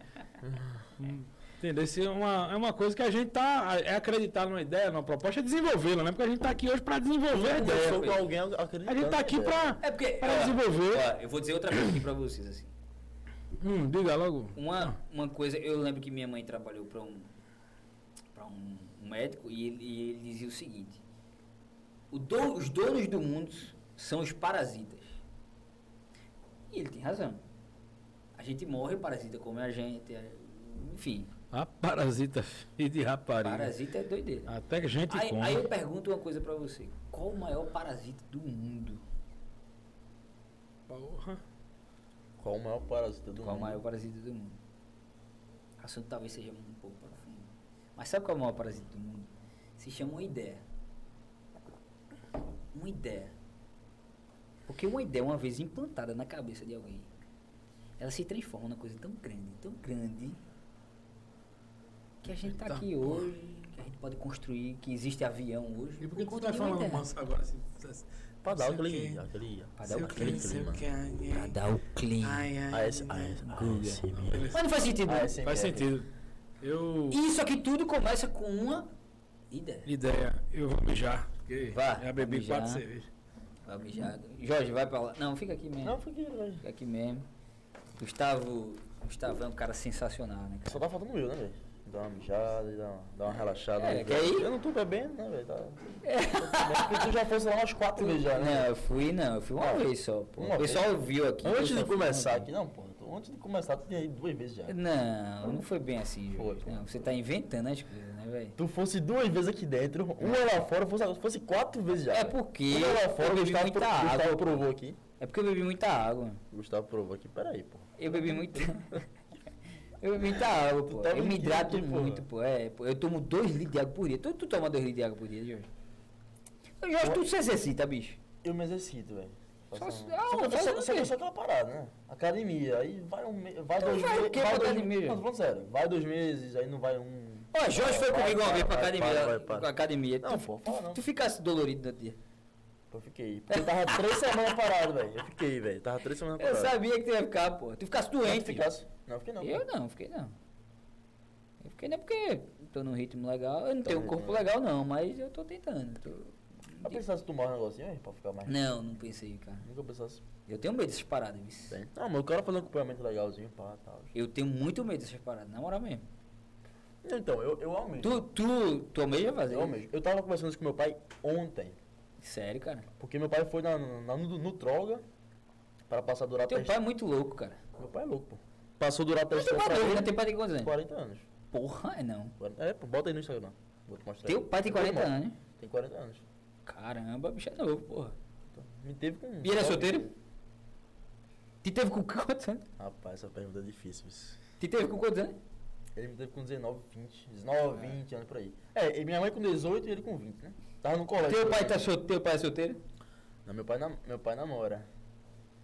[SPEAKER 2] Hum, Entendeu? Isso é uma, é uma coisa que a gente tá. É acreditar numa ideia, numa proposta, é desenvolvê-la, né? Porque a gente tá aqui hoje para desenvolver a
[SPEAKER 4] Eu sou
[SPEAKER 2] ideia.
[SPEAKER 4] com alguém acreditando.
[SPEAKER 2] A gente tá
[SPEAKER 4] na
[SPEAKER 2] aqui
[SPEAKER 4] ideia.
[SPEAKER 2] para
[SPEAKER 1] É porque.
[SPEAKER 2] pra
[SPEAKER 1] ó,
[SPEAKER 2] desenvolver.
[SPEAKER 1] ó, eu vou dizer outra coisa aqui pra vocês, assim.
[SPEAKER 2] Hum, diga logo.
[SPEAKER 1] Uma, uma coisa, eu lembro que minha mãe trabalhou para um, pra um médico e ele, e ele dizia o seguinte: o don- os donos do mundo são os parasitas. E ele tem razão. A gente morre, o parasita come a gente, é- enfim,
[SPEAKER 2] A parasita e de rapariga.
[SPEAKER 1] parasita é doideira.
[SPEAKER 2] Até que a gente
[SPEAKER 1] Aí,
[SPEAKER 2] come.
[SPEAKER 1] aí eu pergunto uma coisa para você: qual o maior parasita do mundo?
[SPEAKER 2] Porra.
[SPEAKER 4] Qual o maior parasita do
[SPEAKER 1] Qual o
[SPEAKER 4] mundo?
[SPEAKER 1] maior parasita do mundo? O assunto talvez seja um pouco profundo. Mas sabe qual é o maior parasita do mundo? Se chama uma ideia. uma ideia. Porque uma ideia, uma vez implantada na cabeça de alguém, ela se transforma numa coisa tão grande, tão grande, que a gente tá aqui hoje, que a gente pode construir, que existe avião hoje.
[SPEAKER 2] E por que tu
[SPEAKER 1] conta
[SPEAKER 2] tá
[SPEAKER 1] de uma
[SPEAKER 2] falando
[SPEAKER 1] ideia.
[SPEAKER 2] manso agora? assim? é Sei
[SPEAKER 4] Pra dar
[SPEAKER 2] Sei o
[SPEAKER 4] aquele,
[SPEAKER 2] quê.
[SPEAKER 4] aquele,
[SPEAKER 1] Pra dar o
[SPEAKER 2] o
[SPEAKER 1] clima.
[SPEAKER 2] que, sei o que.
[SPEAKER 1] Pra dar o clima.
[SPEAKER 2] Ai, ai,
[SPEAKER 4] AS, AS, ASMR.
[SPEAKER 1] Mas não faz sentido. né?
[SPEAKER 2] Faz sentido. Eu.
[SPEAKER 1] Isso aqui tudo começa com uma ideia.
[SPEAKER 2] Ideia, eu vou mijar. porque
[SPEAKER 1] Vá,
[SPEAKER 2] Já
[SPEAKER 1] vai
[SPEAKER 2] bebi
[SPEAKER 1] mijar.
[SPEAKER 2] quatro cervejas.
[SPEAKER 1] Vai mijar. Jorge, vai pra lá. Não, fica aqui mesmo. Não, fica aqui,
[SPEAKER 4] né?
[SPEAKER 1] velho. Fica aqui mesmo. Gustavo, Gustavo é um cara sensacional, né, cara?
[SPEAKER 4] Só tá faltando eu, né, velho? Dá uma mijada e dá uma, dá uma relaxada.
[SPEAKER 1] É,
[SPEAKER 4] né,
[SPEAKER 1] quer
[SPEAKER 4] velho?
[SPEAKER 1] ir?
[SPEAKER 4] Eu não tô bebendo, né, velho? Tá...
[SPEAKER 1] (laughs)
[SPEAKER 4] É. Porque tu já fosse lá umas quatro vezes já, né?
[SPEAKER 1] Não, eu fui não, eu fui uma vez só, pô.
[SPEAKER 4] Uma
[SPEAKER 1] o pessoal viu aqui. eu
[SPEAKER 4] Antes
[SPEAKER 1] só
[SPEAKER 4] de
[SPEAKER 1] fui uma
[SPEAKER 4] começar
[SPEAKER 1] vez.
[SPEAKER 4] aqui, não, pô. tu- Antes de começar, tu tinha ido duas vezes já.
[SPEAKER 1] Não, não foi bem assim, Jorge.
[SPEAKER 4] Foi.
[SPEAKER 1] Não, você tá inventando as coisas, né, velho?
[SPEAKER 4] Tu fosse duas vezes aqui dentro, uma lá fora, fosse, fosse quatro vezes já.
[SPEAKER 1] É
[SPEAKER 4] velho.
[SPEAKER 1] porque
[SPEAKER 4] Uma lá
[SPEAKER 1] eu
[SPEAKER 4] fora, o
[SPEAKER 1] bebi
[SPEAKER 4] Gustavo,
[SPEAKER 1] muita
[SPEAKER 4] pro- Gustavo
[SPEAKER 1] água.
[SPEAKER 4] provou aqui.
[SPEAKER 1] É porque eu bebi muita água.
[SPEAKER 4] Gustavo provou aqui, peraí, pô.
[SPEAKER 1] Eu bebi muito. (laughs) eu bebi muita água, pô.
[SPEAKER 4] tá
[SPEAKER 1] eu me
[SPEAKER 4] mentindo
[SPEAKER 1] hidrato
[SPEAKER 4] aqui, pô.
[SPEAKER 1] muito, pô. É, pô. Eu tomo dois litros de água por dia. Tu, tu toma dois litros de água por dia, Jorge? Ô, Jorge, tu se exercita, bicho.
[SPEAKER 4] Eu me exercito, velho.
[SPEAKER 1] Só-
[SPEAKER 4] Faço um-
[SPEAKER 1] ah,
[SPEAKER 4] só, que eu
[SPEAKER 1] faz
[SPEAKER 4] só,
[SPEAKER 1] o
[SPEAKER 4] só,
[SPEAKER 1] quê?
[SPEAKER 4] que- só aquela parada, né? Academia, aí vai um mês, vai
[SPEAKER 1] Então
[SPEAKER 4] dois
[SPEAKER 1] vai o
[SPEAKER 4] meses,
[SPEAKER 1] quê
[SPEAKER 4] vai
[SPEAKER 1] pra
[SPEAKER 4] dois
[SPEAKER 1] academia,
[SPEAKER 4] meses,
[SPEAKER 1] gente?
[SPEAKER 4] não, tô falando sério, vai dois meses, aí não vai um...
[SPEAKER 1] Ó, Jorge foi
[SPEAKER 4] Vai,
[SPEAKER 1] comigo uma
[SPEAKER 4] vai,
[SPEAKER 1] vez pra
[SPEAKER 4] vai,
[SPEAKER 1] academia.
[SPEAKER 4] para, vai, para.
[SPEAKER 1] pra academia.
[SPEAKER 4] Não,
[SPEAKER 1] tu,
[SPEAKER 4] pô, fala não.
[SPEAKER 1] tu ficasse dolorido no dia.
[SPEAKER 4] Eu fiquei, porque eu tava
[SPEAKER 1] (laughs)
[SPEAKER 4] três semanas parado, velho, eu fiquei, velho, tava três semanas
[SPEAKER 1] Eu
[SPEAKER 4] parado.
[SPEAKER 1] sabia que tu ia ficar, pô. Tu ficasse
[SPEAKER 4] Não, eu
[SPEAKER 1] é doente.
[SPEAKER 4] ficasse- não, eu fiquei não.
[SPEAKER 1] Eu
[SPEAKER 4] pô.
[SPEAKER 1] não, fiquei não. Eu fiquei não porque tô num ritmo legal. Eu não
[SPEAKER 4] Tá
[SPEAKER 1] tenho um
[SPEAKER 4] num
[SPEAKER 1] corpo
[SPEAKER 4] ritmo.
[SPEAKER 1] legal não, mas eu tô tentando. tô-
[SPEAKER 4] Eu pensava se tomar um negocinho aí pra ficar mais...
[SPEAKER 1] Não, não pensei, cara.
[SPEAKER 4] Nunca pensasse
[SPEAKER 1] Eu tenho medo dessas paradas, bicho.
[SPEAKER 4] bem. Não, mas o cara fazendo um acompanhamento legalzinho, pá, tal.
[SPEAKER 1] Eu tenho muito medo dessas paradas, na moral mesmo.
[SPEAKER 4] Não, Então, eu, eu almejo.
[SPEAKER 1] Tu, tu, tu almeja fazer?
[SPEAKER 4] Eu mesmo. Eu tava conversando isso com meu pai ontem,
[SPEAKER 1] Sério, cara.
[SPEAKER 4] porque meu pai foi na, na, na nutróloga pra passar durar
[SPEAKER 1] Teu pai é muito louco, cara.
[SPEAKER 4] Meu pai é louco, pô. Passou durar
[SPEAKER 1] Mas teu pai é louco, né?
[SPEAKER 4] teste
[SPEAKER 1] Teu pai tem quantos anos?
[SPEAKER 4] 40 anos.
[SPEAKER 1] Porra, é não.
[SPEAKER 4] Quarenta- É, pô, bota aí no Instagram. Vou te mostrar.
[SPEAKER 1] Teu
[SPEAKER 4] aí.
[SPEAKER 1] pai tem
[SPEAKER 4] Meu
[SPEAKER 1] 40
[SPEAKER 4] irmão
[SPEAKER 1] anos.
[SPEAKER 4] Tem 40 anos.
[SPEAKER 1] Caramba, bicho é novo, porra.
[SPEAKER 4] Então, Me teve com.
[SPEAKER 1] E ele é
[SPEAKER 4] nove.
[SPEAKER 1] solteiro? Te teve com quantos anos?
[SPEAKER 4] Rapaz, essa pergunta é difícil. Isso.
[SPEAKER 1] Te teve com quantos anos?
[SPEAKER 4] Ele me teve com 19, 20. 19, 20 anos por aí. É, e minha mãe com 18 e ele com 20, né? Tava no colégio.
[SPEAKER 1] Teu pai,
[SPEAKER 4] também.
[SPEAKER 1] tá sol... teu pai é solteiro?
[SPEAKER 4] Não, meu pai, nam- meu pai namora.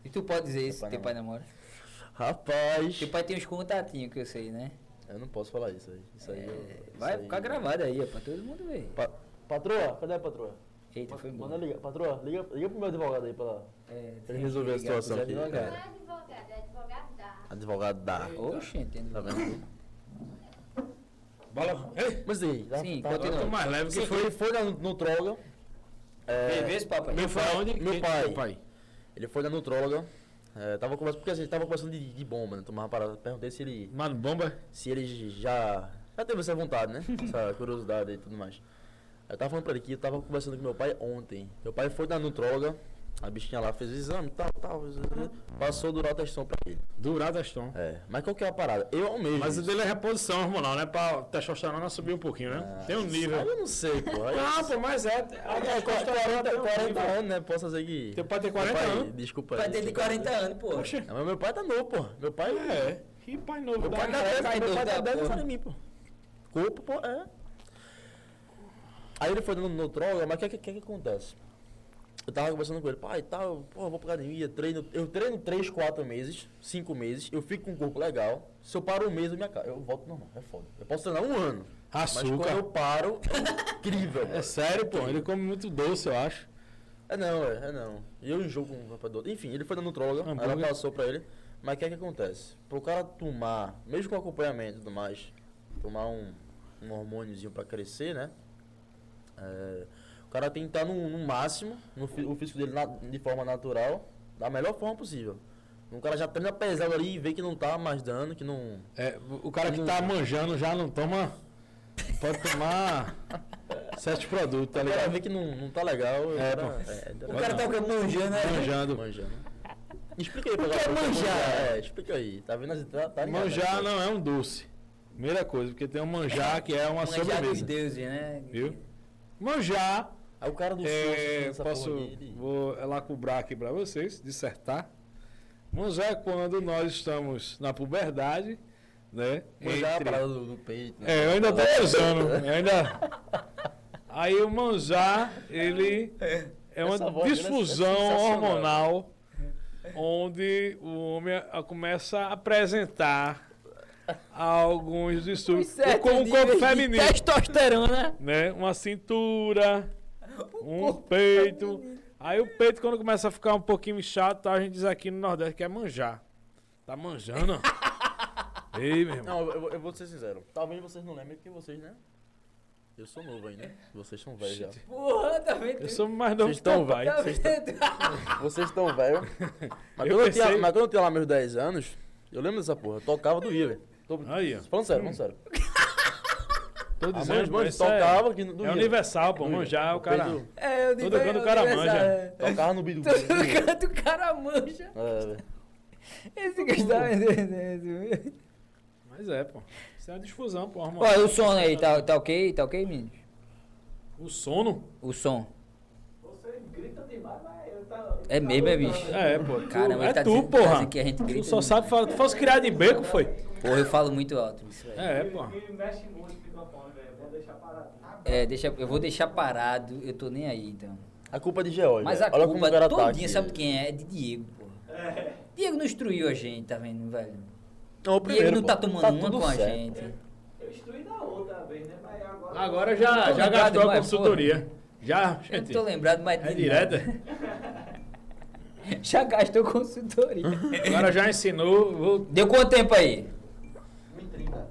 [SPEAKER 1] E tu pode dizer isso,
[SPEAKER 4] pai
[SPEAKER 1] teu
[SPEAKER 4] não.
[SPEAKER 1] pai namora.
[SPEAKER 4] Rapaz.
[SPEAKER 1] Teu pai tem uns contatinhos que eu sei, né?
[SPEAKER 4] Eu não posso falar isso aí. Isso aí. eu-
[SPEAKER 1] É,
[SPEAKER 4] isso
[SPEAKER 1] vai
[SPEAKER 4] aí-
[SPEAKER 1] ficar gravado aí, ó, pra todo mundo ver.
[SPEAKER 4] Pa- patroa, cadê a patroa?
[SPEAKER 1] Eita, foi
[SPEAKER 4] Manda
[SPEAKER 1] embora.
[SPEAKER 4] ligar. Patroa, liga, liga pro meu advogado aí pra lá.
[SPEAKER 1] É, tem
[SPEAKER 4] Pra ele resolver a
[SPEAKER 1] que ligar
[SPEAKER 4] situação
[SPEAKER 1] pro
[SPEAKER 4] aqui.
[SPEAKER 1] advogado.
[SPEAKER 4] É.
[SPEAKER 8] Não é advogado, é advogado da.
[SPEAKER 4] Advogado da.
[SPEAKER 1] Oxe, entendeu?
[SPEAKER 4] Tá vendo?
[SPEAKER 2] Bola. Ei,
[SPEAKER 4] Mas e aí? tá-
[SPEAKER 1] Sim,
[SPEAKER 4] tá-
[SPEAKER 1] continua.
[SPEAKER 2] tô mais leve
[SPEAKER 4] Porque
[SPEAKER 2] que foi.
[SPEAKER 4] foi, foi na nutróloga.
[SPEAKER 1] Vê,
[SPEAKER 4] É,
[SPEAKER 1] vê esse papo aí.
[SPEAKER 2] Meu foi aonde?
[SPEAKER 4] meu
[SPEAKER 2] Quem-
[SPEAKER 4] pai.
[SPEAKER 2] teu pai.
[SPEAKER 4] ele foi na nutróloga. É, tava conversando, porque assim, tava conversando de, de bomba, né? Tomava parada. Perguntei se ele,
[SPEAKER 2] Mano, bomba.
[SPEAKER 4] se ele já, já teve essa vontade, (laughs) né? Essa curiosidade e tudo mais. Eu tava falando pra ele que eu tava conversando com meu pai ontem. Meu pai foi na nutróloga, a bichinha lá fez o exame, tal, tal,
[SPEAKER 1] Uhum.
[SPEAKER 4] passou durar a testão pra ele.
[SPEAKER 2] Durado Aston.
[SPEAKER 4] É, mas qual que é a parada? Eu mesmo.
[SPEAKER 2] Mas o dele é reposição hormonal, né? Pra testosterona subir um pouquinho,
[SPEAKER 4] Ah,
[SPEAKER 2] né? Tem um
[SPEAKER 4] Aí
[SPEAKER 2] nível.
[SPEAKER 4] eu não sei, pô. Aí-
[SPEAKER 2] Ah, pô, mas é. A
[SPEAKER 4] É,
[SPEAKER 2] testosterona
[SPEAKER 4] 40,
[SPEAKER 2] tem um
[SPEAKER 4] 40
[SPEAKER 2] nível.
[SPEAKER 4] anos, né? Posso dizer que.
[SPEAKER 2] Teu pai tem 40
[SPEAKER 4] Meu pai,
[SPEAKER 2] anos.
[SPEAKER 4] Desculpa aí.
[SPEAKER 1] Pai dele de 40 anos, pô.
[SPEAKER 2] Oxe.
[SPEAKER 4] Não, mas meu pai tá novo, pô. Meu pai.
[SPEAKER 2] É. Que pai novo. um
[SPEAKER 4] Meu
[SPEAKER 2] da
[SPEAKER 4] pai tá
[SPEAKER 2] hora.
[SPEAKER 1] cara, tá
[SPEAKER 4] 10, meu
[SPEAKER 1] idoso
[SPEAKER 4] pai tá
[SPEAKER 1] da
[SPEAKER 4] 10
[SPEAKER 1] porra.
[SPEAKER 4] anos em mim, pô. Corpo, pô, é. Aí ele foi dando no troll, mas o que, que, que que acontece? Eu tava conversando com ele, pai e tal, pô, eu vou pra academia, treino. Eu treino 3, 4 meses, 5 meses, eu fico com um corpo legal. Se eu paro um mês, eu, me aca... eu volto normal, é foda. Eu posso treinar um ano. Mas quando eu
[SPEAKER 2] Açúcar.
[SPEAKER 4] paro, é incrível.
[SPEAKER 2] (laughs) É sério, pô. Ele come muito doce, eu acho.
[SPEAKER 4] É não, é, é não. E eu enjoo com o rapador. Enfim, ele foi na nutróloga, aí ela
[SPEAKER 2] Hambúrguer.
[SPEAKER 4] passou pra ele. Mas o que é que acontece? Pro cara tomar, mesmo com acompanhamento e tudo mais, tomar um, um hormôniozinho pra crescer, né? É, o cara tem que estar no, no máximo, no, fí- o físico dele na- de forma natural, da melhor forma possível. Um cara já treina pesado ali e vê que não tá mais dando, que não.
[SPEAKER 2] É, o cara que tá manjando já não toma. Pode tomar certos produtos, tá
[SPEAKER 4] O cara
[SPEAKER 2] ligado?
[SPEAKER 4] vê que não, não tá legal.
[SPEAKER 2] É,
[SPEAKER 4] o cara,
[SPEAKER 2] pô.
[SPEAKER 4] é,
[SPEAKER 1] O cara tá o quê? Manjando, né?
[SPEAKER 2] Manjando.
[SPEAKER 4] manjando.
[SPEAKER 2] (laughs)
[SPEAKER 4] Explica aí pra
[SPEAKER 1] O que é
[SPEAKER 4] galera o que é
[SPEAKER 1] manjar?
[SPEAKER 4] É, explica aí. Tá vendo? Tá, tá ligado,
[SPEAKER 2] Manjar
[SPEAKER 4] né?
[SPEAKER 2] não é um doce. Primeira coisa, porque tem um manjar que é uma
[SPEAKER 1] Manjar dos
[SPEAKER 2] sobremesa.
[SPEAKER 1] deuses, né?
[SPEAKER 2] Viu? Manjar.
[SPEAKER 4] Aí o cara do assim,
[SPEAKER 2] É,
[SPEAKER 4] essa Um porra
[SPEAKER 2] posso
[SPEAKER 4] aqui, ele-
[SPEAKER 2] vou elacubrar aqui para vocês, dissertar. Manjar é quando nós estamos na puberdade, né?
[SPEAKER 4] Manjar a
[SPEAKER 2] Entre-
[SPEAKER 4] é parada do, do peito, né?
[SPEAKER 2] É, eu né? ainda tô usando. Eu ainda. Aí o manjar, ele É uma
[SPEAKER 11] Essa voz dele é
[SPEAKER 2] disfusão
[SPEAKER 11] sensacional.
[SPEAKER 2] hormonal onde o homem a- começa a apresentar alguns distúrbios é com o corpo feminino,
[SPEAKER 1] é Testosterona.
[SPEAKER 2] né? Uma cintura, um peito. Aí o peito quando começa a ficar um pouquinho inchado, tá, a gente diz aqui no Nordeste que é manjar. Tá manjando?
[SPEAKER 11] (laughs)
[SPEAKER 2] Ei, meu irmão.
[SPEAKER 4] Não, eu, eu vou ser sincero. Talvez vocês não lembrem, porque vocês, né? Eu sou novo ainda. né? Vocês são velhos já.
[SPEAKER 1] Porra, tá vendo?
[SPEAKER 2] Eu sou mais novo
[SPEAKER 4] Vocês
[SPEAKER 2] que teu
[SPEAKER 4] tão-
[SPEAKER 2] pai.
[SPEAKER 1] Tá
[SPEAKER 4] vocês estão-
[SPEAKER 1] vendo?
[SPEAKER 4] Vocês
[SPEAKER 2] (laughs)
[SPEAKER 4] estão velhos. Mas,
[SPEAKER 2] Eu
[SPEAKER 4] quando eu tinha-
[SPEAKER 2] pensei-
[SPEAKER 4] mas quando eu tinha lá meus 10 anos, eu lembro dessa porra. Eu tocava do velho. Tô...
[SPEAKER 2] Aí, ó.
[SPEAKER 4] Falando sério, falando sério.
[SPEAKER 2] Tô
[SPEAKER 4] As
[SPEAKER 2] dizendo,
[SPEAKER 4] bandas
[SPEAKER 2] isso é-
[SPEAKER 4] tocavam aqui no do
[SPEAKER 2] É
[SPEAKER 4] Ira.
[SPEAKER 2] universal, pô.
[SPEAKER 4] Do Ira.
[SPEAKER 2] Manjar, o
[SPEAKER 4] peito-
[SPEAKER 2] cara.
[SPEAKER 1] É, eu
[SPEAKER 2] Todo canto o cara manja.
[SPEAKER 4] Tocava
[SPEAKER 2] (laughs)
[SPEAKER 4] no bidu.
[SPEAKER 1] Todo canto o cara manja.
[SPEAKER 4] É, velho.
[SPEAKER 1] Esse que está vendendo. né,
[SPEAKER 2] Mas é, pô. Isso é uma disfusão, pô. hormonal.
[SPEAKER 1] Olha, o sono aí, tá, tá ok? Tá ok, menino?
[SPEAKER 2] O sono?
[SPEAKER 1] O som.
[SPEAKER 3] Você grita demais, mas eu tá.
[SPEAKER 1] É
[SPEAKER 3] tá
[SPEAKER 1] mesmo, é
[SPEAKER 3] voltando.
[SPEAKER 1] bicho.
[SPEAKER 2] É, pô. Tu,
[SPEAKER 1] Caramba,
[SPEAKER 2] é
[SPEAKER 1] ele tá
[SPEAKER 2] tu,
[SPEAKER 1] dizendo- tá
[SPEAKER 2] porra.
[SPEAKER 1] dizendo que a gente grita
[SPEAKER 2] tu só
[SPEAKER 1] demais.
[SPEAKER 2] sabe falar. Tu fosse criado em beco, foi?
[SPEAKER 1] Porra, eu falo muito alto isso, velho.
[SPEAKER 2] É, pô.
[SPEAKER 3] E mexe muito o microfone, velho. Vou deixar parado.
[SPEAKER 1] É, deixa, eu vou deixar parado, eu tô nem aí, então.
[SPEAKER 4] A culpa é de George.
[SPEAKER 1] Mas a
[SPEAKER 4] velho. Olha como o
[SPEAKER 1] culpa
[SPEAKER 4] cara tá
[SPEAKER 1] todinha,
[SPEAKER 4] aqui.
[SPEAKER 1] sabe de quem é? É de Diego, porra. Diego não instruiu a gente, tá vendo, velho?
[SPEAKER 4] Não, o
[SPEAKER 1] Diego não
[SPEAKER 4] pô.
[SPEAKER 1] tá tomando uma
[SPEAKER 4] tudo
[SPEAKER 1] com a
[SPEAKER 4] certo.
[SPEAKER 1] gente.
[SPEAKER 3] Eu instruí da outra vez, né? Mas agora.
[SPEAKER 12] Agora já,
[SPEAKER 1] Tô
[SPEAKER 12] já
[SPEAKER 1] ligado,
[SPEAKER 12] gastou a
[SPEAKER 1] mas,
[SPEAKER 12] consultoria. Já,
[SPEAKER 1] Eu
[SPEAKER 12] gente.
[SPEAKER 1] não tô lembrado mais
[SPEAKER 12] É
[SPEAKER 1] de
[SPEAKER 12] direta.
[SPEAKER 1] nada. (laughs) Já gastou consultoria.
[SPEAKER 12] Agora já ensinou. Vou...
[SPEAKER 1] Deu quanto tempo aí?
[SPEAKER 3] 1h30.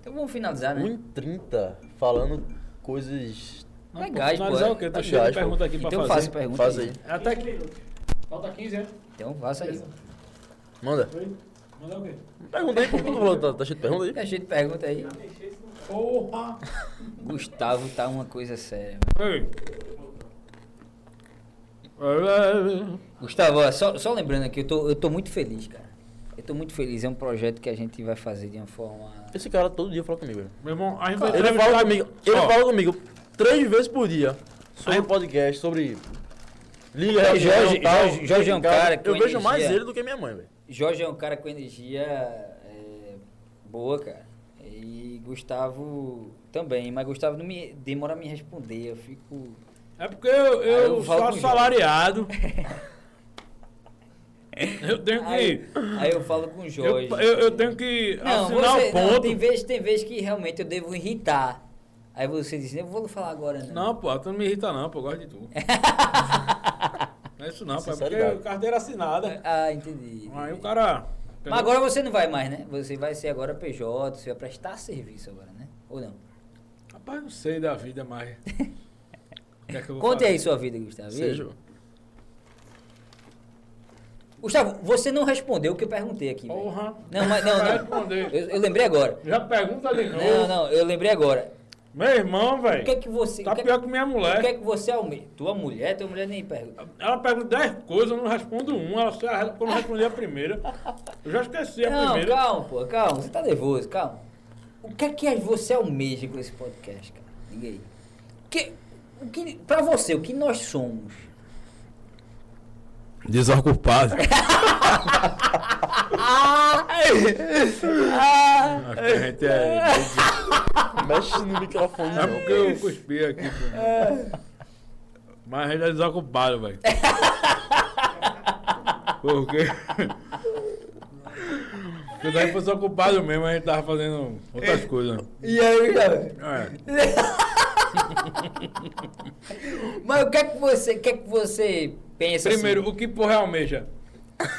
[SPEAKER 1] Então vamos finalizar, né?
[SPEAKER 4] 1,30 falando coisas.
[SPEAKER 2] Não,
[SPEAKER 1] Legais,
[SPEAKER 2] pô.
[SPEAKER 1] pô,
[SPEAKER 2] Finalizar
[SPEAKER 1] é.
[SPEAKER 2] o quê? Tá
[SPEAKER 4] Tá
[SPEAKER 2] cheio de
[SPEAKER 4] gás, pô.
[SPEAKER 2] pergunta aqui pra
[SPEAKER 1] Então faça
[SPEAKER 2] fazer.
[SPEAKER 1] a pergunta.
[SPEAKER 4] Faz
[SPEAKER 1] aí.
[SPEAKER 4] aí.
[SPEAKER 2] É Até que...
[SPEAKER 13] Falta 15, né?
[SPEAKER 1] Então faça aí.
[SPEAKER 4] Manda.
[SPEAKER 13] Mandar o quê?
[SPEAKER 4] Pergunta aí, pô. Tu falou, tá, tá cheio de pergunta aí?
[SPEAKER 1] Tá cheio de pergunta aí.
[SPEAKER 13] Porra!
[SPEAKER 1] Gustavo tá uma coisa séria. Gustavo, ó, só, só lembrando aqui, eu tô, eu tô muito feliz, cara. Eu tô muito feliz, é um projeto que a gente vai fazer de uma forma.
[SPEAKER 4] Esse cara todo dia fala comigo. velho.
[SPEAKER 2] Meu irmão, a gente vai
[SPEAKER 4] Ele fala
[SPEAKER 2] entrevistar-
[SPEAKER 4] comigo. Ele
[SPEAKER 2] Ó.
[SPEAKER 4] fala comigo três vezes por dia. Sobre podcast, sobre. Liga,
[SPEAKER 1] É, Jorge-
[SPEAKER 4] reunião, tal,
[SPEAKER 1] Jorge- Jorge é um
[SPEAKER 4] fica em casa.
[SPEAKER 1] cara com
[SPEAKER 4] Eu vejo mais
[SPEAKER 1] energia.
[SPEAKER 4] ele do que minha mãe, velho.
[SPEAKER 1] Jorge é um cara com energia é, boa, cara. E Gustavo também, mas Gustavo não me demora a me responder, eu fico.
[SPEAKER 2] É porque eu,
[SPEAKER 1] Aí
[SPEAKER 2] eu
[SPEAKER 1] eu falo
[SPEAKER 2] sou
[SPEAKER 1] com o (laughs)
[SPEAKER 2] assalariado. eu tenho
[SPEAKER 1] Aí, assim.
[SPEAKER 2] que...
[SPEAKER 1] aí eu falo com o
[SPEAKER 2] Eu,
[SPEAKER 1] Jorge.
[SPEAKER 2] eu, eu tenho que
[SPEAKER 1] Não,
[SPEAKER 2] assinar
[SPEAKER 1] você- não,
[SPEAKER 2] o ponto. Não,
[SPEAKER 1] tem vezes tem vez que realmente eu devo irritar. Aí você diz, eu vou falar agora, né?" não.
[SPEAKER 2] pô, tu não me irrita não, pô. Eu gosto de
[SPEAKER 1] (laughs)
[SPEAKER 2] tu. não é isso não, pô. É porque
[SPEAKER 4] Sinceridade.
[SPEAKER 2] carteira assinada.
[SPEAKER 1] Ah, entendi.
[SPEAKER 2] Aí
[SPEAKER 1] entendi.
[SPEAKER 2] o cara...
[SPEAKER 1] Mas agora você não vai mais, né? Você vai ser agora PJ, você vai prestar serviço agora, né? Ou não?
[SPEAKER 2] Rapaz, não sei da
[SPEAKER 1] (laughs)
[SPEAKER 2] vida mais. O que é que eu vou
[SPEAKER 1] Conte
[SPEAKER 2] fazer?
[SPEAKER 1] aí sua vida, Gustavo. E aí?
[SPEAKER 4] Seja.
[SPEAKER 1] Gustavo, você não respondeu o que eu perguntei aqui. velho.
[SPEAKER 2] Porra.
[SPEAKER 1] Não, mas
[SPEAKER 2] (laughs)
[SPEAKER 1] não,
[SPEAKER 2] Vai
[SPEAKER 1] não.
[SPEAKER 2] responder.
[SPEAKER 1] Eu, eu lembrei agora.
[SPEAKER 2] Já pergunta de novo.
[SPEAKER 1] Não, não, eu lembrei agora.
[SPEAKER 2] Meu irmão,
[SPEAKER 1] O que é
[SPEAKER 2] velho.
[SPEAKER 1] que você.
[SPEAKER 2] Tá
[SPEAKER 1] o que é,
[SPEAKER 2] pior que minha
[SPEAKER 1] o que é
[SPEAKER 2] mulher.
[SPEAKER 1] que você almeja? Tua mulher, tua mulher nem pergunta.
[SPEAKER 2] Ela pergunta 10 coisas, eu não respondo uma. Ela só quando eu respondi a primeira. Eu já esqueci é a
[SPEAKER 1] Não,
[SPEAKER 2] primeira.
[SPEAKER 1] calma, pô, calma. Você tá nervoso, calma. O que é que você almeja com esse podcast, cara? Diga aí. Que, o que, pra você, o que nós
[SPEAKER 2] (laughs)
[SPEAKER 1] somos?
[SPEAKER 14] Desocupado.
[SPEAKER 2] Ah.
[SPEAKER 12] Acho que a gente é.
[SPEAKER 4] (laughs) Mexe no microfone,
[SPEAKER 12] É
[SPEAKER 4] não.
[SPEAKER 12] porque eu cuspi aqui. Pô.
[SPEAKER 2] É. Mas ele é desocupado, velho.
[SPEAKER 12] Porque.
[SPEAKER 2] Porque daí fosse ocupado mesmo, a gente tava fazendo outras coisas.
[SPEAKER 1] E aí, Gustavo?
[SPEAKER 2] É.
[SPEAKER 1] Mas o que é que você, o que é que você pensa
[SPEAKER 2] Primeiro, o que porra é almeja?
[SPEAKER 1] assim?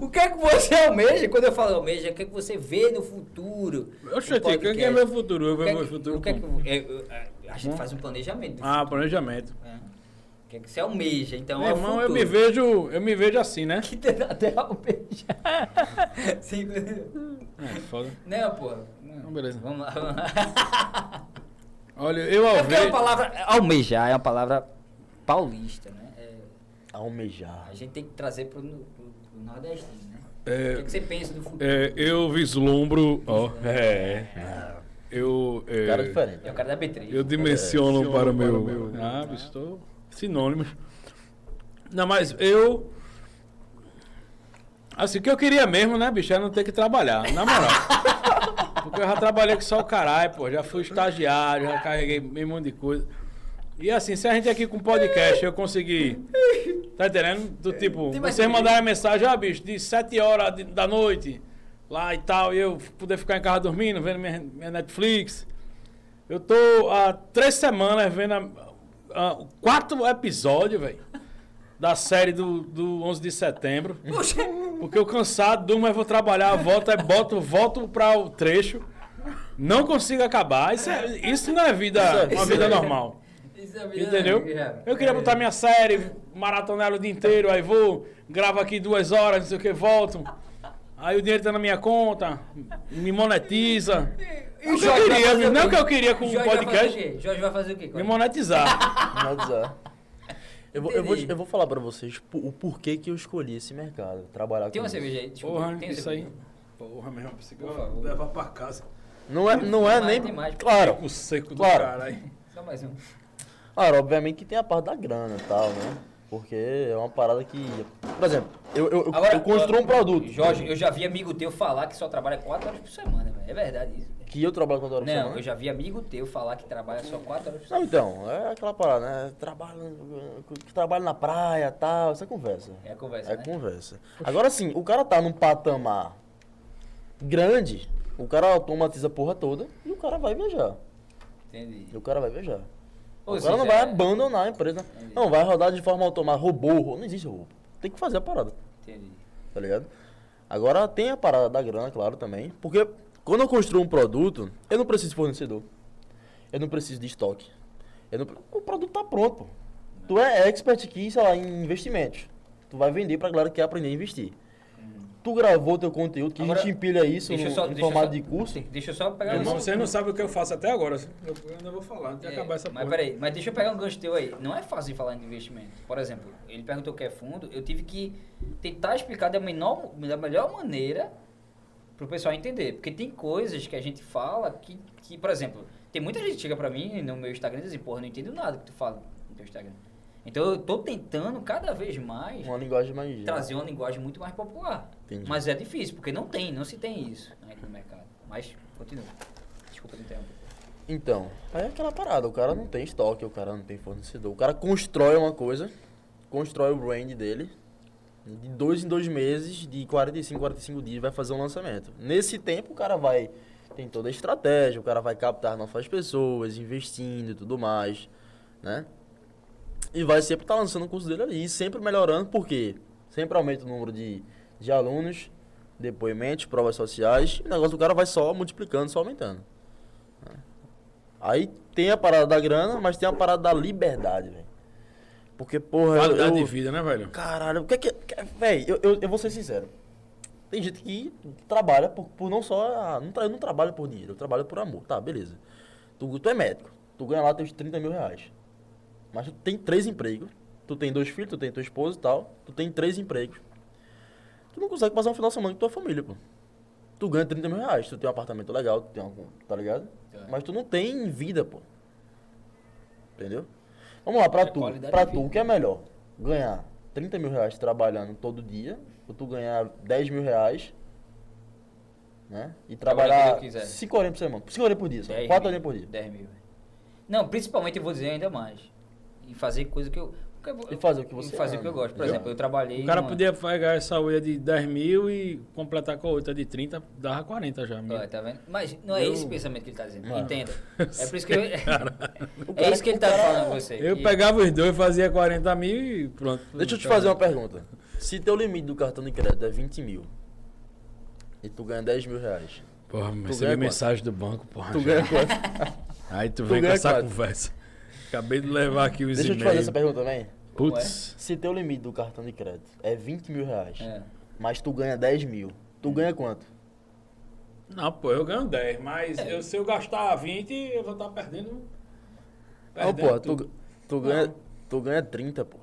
[SPEAKER 1] O que é que você almeja? Quando eu falo almeja, o que é que você vê no futuro?
[SPEAKER 2] Eu
[SPEAKER 1] do
[SPEAKER 2] chatei, o que é que é
[SPEAKER 1] podcast?
[SPEAKER 2] meu futuro? Eu
[SPEAKER 1] O que é
[SPEAKER 2] vejo meu
[SPEAKER 1] que-
[SPEAKER 2] futuro.
[SPEAKER 1] o que é que
[SPEAKER 2] como?
[SPEAKER 1] eu- é, eu- a gente faz um planejamento. do
[SPEAKER 2] Ah, planejamento.
[SPEAKER 1] futuro, né? O que é que você almeja? Então,
[SPEAKER 2] Meu
[SPEAKER 1] é o
[SPEAKER 2] irmão, eu me
[SPEAKER 1] futuro. (laughs)
[SPEAKER 2] vejo. Eu me vejo assim, né?
[SPEAKER 1] Que tem até almeja. (laughs) Sim.
[SPEAKER 2] É, foda.
[SPEAKER 1] Não, porra.
[SPEAKER 2] Então, beleza.
[SPEAKER 1] Vamos lá, vamos
[SPEAKER 2] (laughs)
[SPEAKER 1] lá.
[SPEAKER 2] Olha, eu
[SPEAKER 1] É porque é uma
[SPEAKER 2] almejo.
[SPEAKER 1] palavra... Almejar é uma palavra paulista, né? É,
[SPEAKER 4] Almejar.
[SPEAKER 1] a gente tem que trazer pro, pro, pro nordestino, né? O que, é
[SPEAKER 2] É,
[SPEAKER 1] que você pensa do futuro?
[SPEAKER 2] é, eu vislumbro. Ó, é. Eu. é,
[SPEAKER 4] Cara diferente.
[SPEAKER 1] É o cara da B3. (laughs)
[SPEAKER 2] Eu dimensiono para o meu. Ah, bicho, estou sinônimos. Não, mas eu Assim, o que eu queria mesmo, né, bicho, é não ter que trabalhar, na moral. Porque eu já trabalhei com só o caralho, pô. Já fui estagiário, já carreguei meio monte de coisa. E assim, se a gente aqui com podcast eu conseguir. Tá entendendo? Do tipo, vocês mandarem mensagem, ah, bicho, de 7 horas de- da noite, lá e tal, e eu poder ficar em casa dormindo, vendo minha, minha Netflix. Eu tô há três semanas vendo a- a- quatro episódios, velho, da série do, do 11 de setembro. Porque eu cansado, durmo, mas vou trabalhar, volto, aí boto, volto pra o trecho. Não consigo acabar. Isso, é- isso não é é. vida, uma vida normal.
[SPEAKER 1] é
[SPEAKER 2] Entendeu? Eu queria botar minha série, maratonar ela o dia inteiro, aí vou, gravo aqui duas horas, não sei o que, volto. Aí o dinheiro tá na minha conta, me monetiza. Não que eu
[SPEAKER 1] Jorge vai
[SPEAKER 2] queria,
[SPEAKER 1] fazer o
[SPEAKER 2] não
[SPEAKER 1] quê?
[SPEAKER 2] que eu queria com o
[SPEAKER 1] Jorge vai fazer o
[SPEAKER 2] podcast,
[SPEAKER 1] quê? Jorge vai fazer o quê?
[SPEAKER 2] me
[SPEAKER 1] Cláudio? (laughs)
[SPEAKER 2] monetizar.
[SPEAKER 4] Monetizar. Eu vou, eu, vou,
[SPEAKER 1] Entendi.
[SPEAKER 4] eu vou falar pra vocês po- o porquê que eu escolhi esse mercado, trabalhar
[SPEAKER 1] Tem
[SPEAKER 4] com
[SPEAKER 1] uma
[SPEAKER 4] isso.
[SPEAKER 1] cerveja aí? Desculpa,
[SPEAKER 2] Porra,
[SPEAKER 1] tem
[SPEAKER 2] isso aí.
[SPEAKER 1] cerveja?
[SPEAKER 2] Porra, meu irmão, pensei que eu ia levar pra casa.
[SPEAKER 4] Não é, não é
[SPEAKER 1] Tem mais,
[SPEAKER 4] nem...
[SPEAKER 1] tem mais.
[SPEAKER 4] Claro,
[SPEAKER 2] O seco do
[SPEAKER 4] Claro.
[SPEAKER 2] caralho.
[SPEAKER 1] Só mais um.
[SPEAKER 4] Cara, obviamente que tem a parte da grana e tal, né? Porque é uma parada que. Por exemplo, eu, eu, eu- eu construo um produto.
[SPEAKER 1] Jorge, eu já vi amigo teu falar que só trabalha 4 horas por semana, velho. É verdade isso. velho.
[SPEAKER 4] Que eu trabalho quanto horas por
[SPEAKER 1] Não,
[SPEAKER 4] semana.
[SPEAKER 1] eu já vi amigo teu falar que trabalha só 4 horas por semana.
[SPEAKER 4] Não, então, é aquela parada, né? Trabalho, trabalho na praia e tal, essa conversa.
[SPEAKER 1] É a conversa,
[SPEAKER 4] É
[SPEAKER 1] né?
[SPEAKER 4] conversa. Agora sim, o cara tá num patamar grande, o cara automatiza a porra toda e o cara vai viajar.
[SPEAKER 1] Entendi.
[SPEAKER 4] E o cara vai viajar.
[SPEAKER 1] Ou
[SPEAKER 4] o cara não
[SPEAKER 1] seja, é-
[SPEAKER 4] vai
[SPEAKER 2] é
[SPEAKER 4] abandonar a empresa. Não, vai rodar de forma automática. Robô, ro- não existe robô. Tem que fazer a parada.
[SPEAKER 1] Entendi.
[SPEAKER 4] tá ligado? Agora tem a parada da grana, claro, também. Porque quando eu construo um produto, eu não preciso de fornecedor. Eu não preciso de estoque. Eu não pre- O produto tá pronto, pô. Tu é expert aqui, sei lá, em investimentos. Tu vai vender pra galera que quer aprender a investir. Tu gravou teu conteúdo, que
[SPEAKER 1] Hum. Agora,
[SPEAKER 4] a gente empilha isso
[SPEAKER 1] deixa eu
[SPEAKER 4] no-
[SPEAKER 1] só-
[SPEAKER 4] em
[SPEAKER 1] deixa eu
[SPEAKER 4] formato
[SPEAKER 1] só-
[SPEAKER 4] de curso.
[SPEAKER 1] Deixa eu só pegar
[SPEAKER 2] Meu irmão,
[SPEAKER 1] um-
[SPEAKER 2] vocês não sabem o que eu faço até agora. Eu eu ainda vou falar, não tem que
[SPEAKER 1] É,
[SPEAKER 2] acabar essa
[SPEAKER 1] mas
[SPEAKER 2] porra.
[SPEAKER 1] peraí, mas deixa eu pegar um gancho teu aí. Não é fácil de falar em investimento. Por exemplo, ele perguntou o que é fundo, eu tive que tentar explicar da, menor, da melhor maneira pro pessoal entender. Porque tem coisas que a gente fala que, que por exemplo, tem muita gente que chega pra mim no meu Instagram e diz, assim, porra, não entendo nada que tu fala no teu Instagram. Então eu tô tentando cada vez mais
[SPEAKER 4] Uma linguagem mais.
[SPEAKER 1] trazer uma linguagem muito mais popular.
[SPEAKER 4] Entendi.
[SPEAKER 1] Mas é difícil, porque não tem, não se tem isso ainda no mercado. Mas continua. Desculpa te interromper.
[SPEAKER 4] Então, aí é aquela parada, o cara não tem estoque, o cara não tem fornecedor. O cara constrói uma coisa, constrói o brand dele. De dois em dois meses, de 45 em 45 dias, vai fazer um lançamento. Nesse tempo, o cara vai. Tem toda a estratégia, o cara vai captar novas pessoas, investindo e tudo mais, né? E vai sempre estar lançando o curso dele ali, e sempre melhorando, porque sempre aumenta o número de, de alunos, depoimentos, provas sociais, e o negócio do cara vai só multiplicando, só aumentando. né? Aí tem a parada da grana, mas tem a parada da liberdade, velho. Porque, porra, eu-
[SPEAKER 2] Qualidade de
[SPEAKER 4] eu,
[SPEAKER 2] vida, né, velho?
[SPEAKER 4] Caralho, o que é que. que- Véi, eu, eu, eu vou ser sincero. Tem gente que trabalha por, por não só. a- Não tra- eu não trabalho por dinheiro, eu trabalho por amor. Tá, beleza. Tu, tu é médico, tu ganha lá teus 30 mil reais. Mas tu tem três empregos. Tu tem dois filhos, tu tem tua esposa e tal. Tu tem três empregos. Tu não consegue passar um final de semana com tua família, pô. Tu ganha 30 mil reais, tu tem um apartamento legal, tu tem algum. Tá ligado? Mas tu não tem vida, pô. Entendeu? Vamos lá, pra tu.
[SPEAKER 1] qualidade
[SPEAKER 4] Pra
[SPEAKER 1] de
[SPEAKER 4] tu, o que é melhor? Ganhar 30 mil reais trabalhando todo dia, ou tu ganhar 10 mil reais, né? E
[SPEAKER 1] Trabalhando
[SPEAKER 4] trabalhar
[SPEAKER 1] quando eu quiser.
[SPEAKER 4] 5 horas por semana. 5 horas por dia, só.
[SPEAKER 1] 10
[SPEAKER 4] 4
[SPEAKER 1] mil,
[SPEAKER 4] horas por dia.
[SPEAKER 1] 10 mil. velho. Não, principalmente eu vou dizer ainda mais. E fazer coisa que eu. que eu-
[SPEAKER 4] E fazer o que você
[SPEAKER 1] E fazer o
[SPEAKER 4] ama.
[SPEAKER 1] que eu gosto. Por
[SPEAKER 4] Exato.
[SPEAKER 1] exemplo, eu trabalhei.
[SPEAKER 2] O cara
[SPEAKER 1] numa-
[SPEAKER 2] podia pegar essa olha de 10 mil e completar com a outra de 30, dava 40 já. mil.
[SPEAKER 1] Ó, tá vendo? Mas não é esse pensamento que ele tá dizendo. Entenda. É por isso
[SPEAKER 4] (laughs)
[SPEAKER 1] que eu. (laughs) é
[SPEAKER 4] cara-
[SPEAKER 1] isso que ele tá falando com você.
[SPEAKER 2] Eu
[SPEAKER 1] que-
[SPEAKER 2] pegava os dois, fazia 40 mil e pronto. Tá.
[SPEAKER 4] Deixa eu te fazer uma pergunta. Se teu limite do cartão de crédito é 20 mil, e tu ganha 10 mil reais,
[SPEAKER 2] Porra, mas
[SPEAKER 4] ganha
[SPEAKER 2] recebi
[SPEAKER 4] quanto?
[SPEAKER 2] mensagem do banco, porra.
[SPEAKER 4] tu
[SPEAKER 2] já.
[SPEAKER 4] ganha quanto?
[SPEAKER 2] Aí tu
[SPEAKER 4] tu
[SPEAKER 2] vem com
[SPEAKER 4] ganha
[SPEAKER 2] essa
[SPEAKER 4] quanto?
[SPEAKER 2] conversa. Acabei de levar aqui os
[SPEAKER 4] Deixa eu te fazer
[SPEAKER 2] e-mails.
[SPEAKER 4] essa pergunta também.
[SPEAKER 2] Putz,
[SPEAKER 4] Se teu limite do cartão de crédito é 20 mil reais,
[SPEAKER 1] É. Hum.
[SPEAKER 4] mas tu ganha 10 mil, tu ganha quanto?
[SPEAKER 2] não, pô, eu ganho 10, mas
[SPEAKER 1] É.
[SPEAKER 2] eu- se eu gastar 20, eu vou estar perdendo.
[SPEAKER 4] Não,
[SPEAKER 2] perdendo
[SPEAKER 4] pô, tu,
[SPEAKER 2] tudo.
[SPEAKER 4] tu, ganha, tu ganha 30, pô.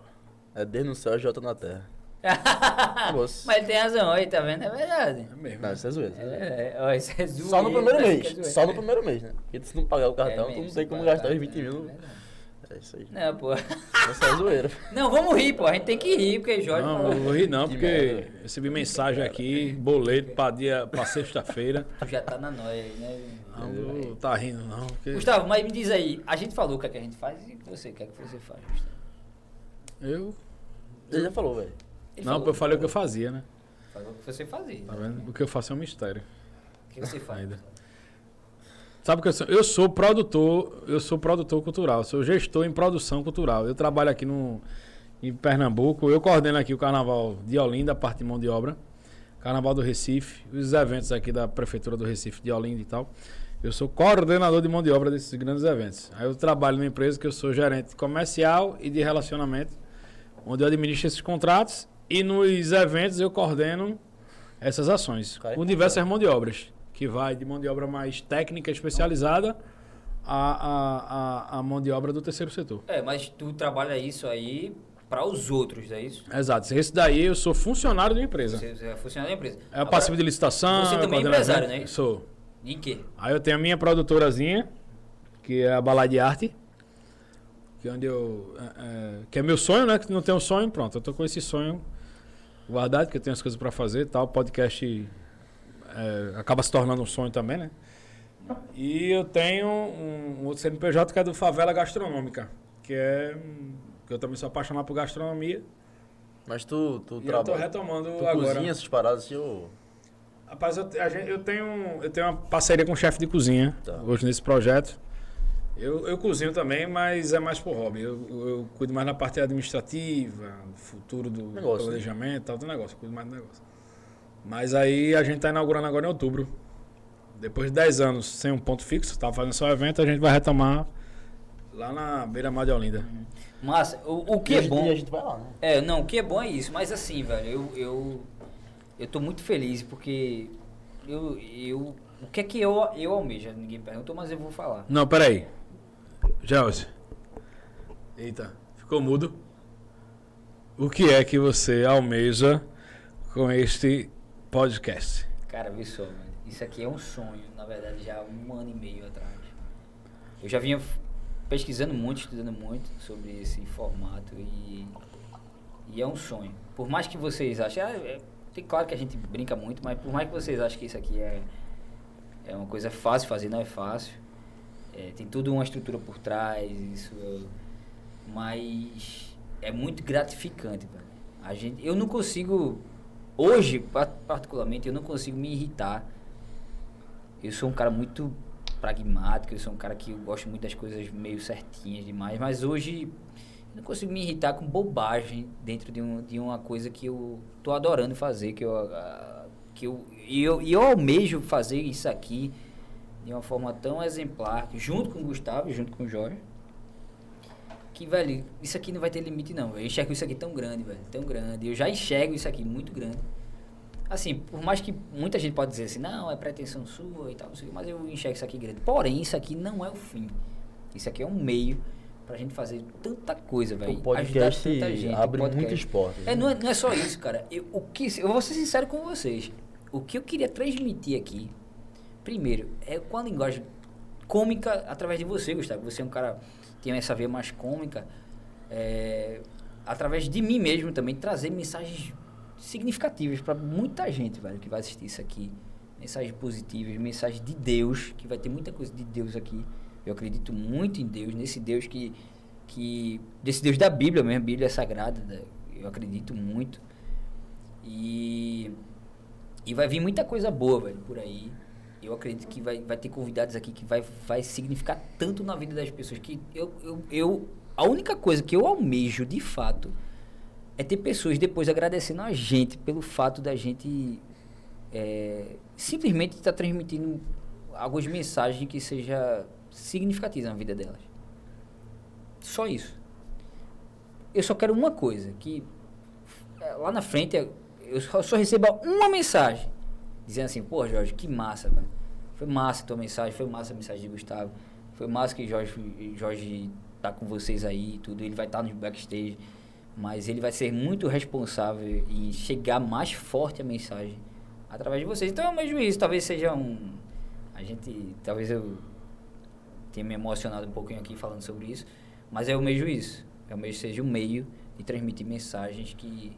[SPEAKER 4] É desde no céu e Jota
[SPEAKER 1] (laughs)
[SPEAKER 4] na terra. Acabou.
[SPEAKER 1] Mas ele tem razão, aí, tá vendo? É verdade.
[SPEAKER 2] É mesmo.
[SPEAKER 4] Não, isso é zoeira. isso é zoeira.
[SPEAKER 1] É, ó, isso é
[SPEAKER 4] Só
[SPEAKER 1] zoeira,
[SPEAKER 4] no primeiro
[SPEAKER 1] isso é
[SPEAKER 4] mês.
[SPEAKER 1] zoeira.
[SPEAKER 4] Só no primeiro mês, né? Porque se não pagar o
[SPEAKER 1] É
[SPEAKER 4] cartão, tu
[SPEAKER 1] mesmo,
[SPEAKER 4] não tem como
[SPEAKER 1] pagar,
[SPEAKER 4] gastar os
[SPEAKER 1] é
[SPEAKER 4] 20 mil.
[SPEAKER 1] verdade.
[SPEAKER 4] É isso aí.
[SPEAKER 1] Não, pô. (laughs)
[SPEAKER 4] Essa é zoeira.
[SPEAKER 1] Não, vamos rir, pô. A gente tem que rir, porque Jorge
[SPEAKER 2] Não,
[SPEAKER 1] falou.
[SPEAKER 2] não vou rir não,
[SPEAKER 4] Que
[SPEAKER 2] porque
[SPEAKER 4] merda.
[SPEAKER 2] recebi mensagem aqui, boleto pra, dia, pra sexta-feira.
[SPEAKER 1] Tu já tá na noia aí, né?
[SPEAKER 4] É.
[SPEAKER 2] Não, não tá rindo não. Porque
[SPEAKER 1] Gustavo, mas me diz aí, a gente falou o que é que a gente faz e você, o que é que você faz, Gustavo?
[SPEAKER 2] eu...
[SPEAKER 4] Ele já falou, velho.
[SPEAKER 1] Ele
[SPEAKER 2] Não,
[SPEAKER 1] falou,
[SPEAKER 2] eu falei o que eu fazia, né?
[SPEAKER 1] falou o que você fazia.
[SPEAKER 2] Tá vendo? O que eu faço é um mistério.
[SPEAKER 1] O que você faz?
[SPEAKER 2] Ainda. Sabe o que eu sou? Eu sou produtor, eu sou produtor cultural, sou gestor em produção cultural. Eu trabalho aqui no, em Pernambuco, eu coordeno aqui o Carnaval de Olinda, a parte de mão de obra, Carnaval do Recife, os eventos aqui da Prefeitura do Recife, de Olinda e tal. Eu sou coordenador de mão de obra desses grandes eventos. Aí eu trabalho numa empresa que eu sou gerente comercial e de relacionamento, onde eu administro esses contratos e nos eventos eu coordeno essas ações.
[SPEAKER 4] Cara,
[SPEAKER 2] o universo é mão de obras, que vai de mão de obra mais técnica, especializada, à, à, à, à mão de obra do terceiro setor.
[SPEAKER 1] É, mas tu trabalha isso aí pra os outros, é isso?
[SPEAKER 2] Exato. Esse daí eu sou funcionário de uma empresa.
[SPEAKER 1] Você, você é funcionário da empresa.
[SPEAKER 2] É
[SPEAKER 1] Agora,
[SPEAKER 2] passivo de licitação.
[SPEAKER 1] você
[SPEAKER 2] eu
[SPEAKER 1] também é
[SPEAKER 2] coordeno
[SPEAKER 1] empresário,
[SPEAKER 2] evento,
[SPEAKER 1] né?
[SPEAKER 2] Sou.
[SPEAKER 1] Em quê?
[SPEAKER 2] Aí eu tenho a minha produtorazinha, que é a Balade de Arte, que é onde eu. é, é, que é meu sonho, né? Que não tem um sonho, pronto. Eu tô com esse sonho guardado, que eu tenho as coisas pra fazer e tal. O podcast é, acaba se tornando um sonho também, né? E eu tenho um, um outro CNPJ que é do Favela Gastronômica, que é. um- que eu também sou apaixonado por gastronomia.
[SPEAKER 4] Mas tu,
[SPEAKER 2] e
[SPEAKER 4] tu
[SPEAKER 2] eu tô
[SPEAKER 4] trabalha.
[SPEAKER 2] retomando
[SPEAKER 4] Tu
[SPEAKER 2] agora.
[SPEAKER 4] cozinha essas paradas assim, ou.
[SPEAKER 2] Rapaz, eu, te- a gente- eu tenho, eu tenho uma parceria com o chefe de cozinha
[SPEAKER 4] Tá.
[SPEAKER 2] hoje nesse projeto. Eu, eu cozinho também, mas é mais por hobby. Eu, eu- eu cuido mais na parte administrativa, futuro do
[SPEAKER 4] Negócio, né?
[SPEAKER 2] planejamento, tal, do negócio. Eu cuido mais do negócio. Mas aí a gente está inaugurando agora em outubro. Depois de 10 anos sem um ponto fixo, tá fazendo só evento, a gente vai retomar lá na beira-mar de Olinda.
[SPEAKER 1] Massa, o, o que
[SPEAKER 4] E a
[SPEAKER 1] é
[SPEAKER 4] gente-
[SPEAKER 1] bom.
[SPEAKER 4] E a gente vai lá, né?
[SPEAKER 1] É, não, o que é bom é isso, mas assim, velho, eu, eu, eu tô muito feliz porque eu, eu, o que é que eu, eu almejo? Ninguém perguntou, mas eu vou falar.
[SPEAKER 2] Não, peraí. Gelsi. Eita, ficou mudo. O que é que você almeja com este podcast?
[SPEAKER 1] Cara, vê só, velho, isso aqui é um sonho, na verdade, já há um ano e meio atrás. Eu já vinha f- pesquisando muito, estudando muito sobre esse formato e, e é um sonho. Por mais que vocês achem, ah, é, tem- claro que a gente brinca muito, mas por mais que vocês achem que isso aqui é, é uma coisa fácil fazer, não é fácil. É, tem toda uma estrutura por trás, isso é, mas é muito gratificante, velho. A gente, eu não consigo hoje, pa- particularmente, eu não consigo me irritar. Eu sou um cara muito pragmático, eu sou um cara que eu gosto muito das coisas meio certinhas demais, mas hoje eu não consigo me irritar com bobagem dentro de, um, de uma coisa que eu tô adorando fazer, que eu, ah, que eu, e eu, e eu almejo fazer isso aqui de uma forma tão exemplar, junto com o Gustavo, junto com o Jorge. Que, velho, isso aqui não vai ter limite, não. Eu enxergo isso aqui tão grande, velho. Tão grande. Eu já enxergo isso aqui muito grande. Assim, por mais que muita gente pode dizer assim, não, é pretensão sua e tal, não sei o quê, mas eu enxergo isso aqui grande. Porém, isso aqui não é o fim. Isso aqui é um meio pra gente fazer tanta coisa, velho.
[SPEAKER 4] O
[SPEAKER 1] Ajudar
[SPEAKER 4] podcast
[SPEAKER 1] tanta gente,
[SPEAKER 4] abre né?
[SPEAKER 1] o podcast.
[SPEAKER 4] muitas portas.
[SPEAKER 1] É, não é, não é só isso, cara. Eu, o que, eu vou ser sincero com vocês. O que eu queria transmitir aqui, primeiro, é com a linguagem cômica através de você, Gustavo. Você é um cara que tem essa veia mais cômica. é, através de mim mesmo também, trazer mensagens significativas para muita gente, velho, que vai assistir isso aqui. Mensagens positivas, mensagens de Deus, que vai ter muita coisa de Deus aqui. Eu acredito muito em Deus, nesse Deus que que desse Deus da Bíblia mesmo, a Bíblia é sagrada, da- eu acredito muito. E e vai vir muita coisa boa, velho, por aí. Eu acredito que vai, vai ter convidados aqui que vai, vai significar tanto na vida das pessoas que eu, eu, eu a única coisa que eu almejo de fato é ter pessoas depois agradecendo a gente pelo fato da gente é, simplesmente estar transmitindo algumas mensagens que seja significativas na vida delas. Só isso. Eu só quero uma coisa, que é, lá na frente é, eu só, só receba uma mensagem dizendo assim, pô Jorge, que massa, velho. Foi massa a tua mensagem, foi massa a mensagem de Gustavo. Foi massa que Jorge, Jorge tá com vocês aí e tudo, ele vai estar no backstage, mas ele vai ser muito responsável em chegar mais forte a mensagem através de vocês. Então é mesmo isso, talvez seja um. A gente. Talvez eu tenha me emocionado um pouquinho aqui falando sobre isso. Mas eu almejo isso. Eu almejo que seja um meio de transmitir mensagens que,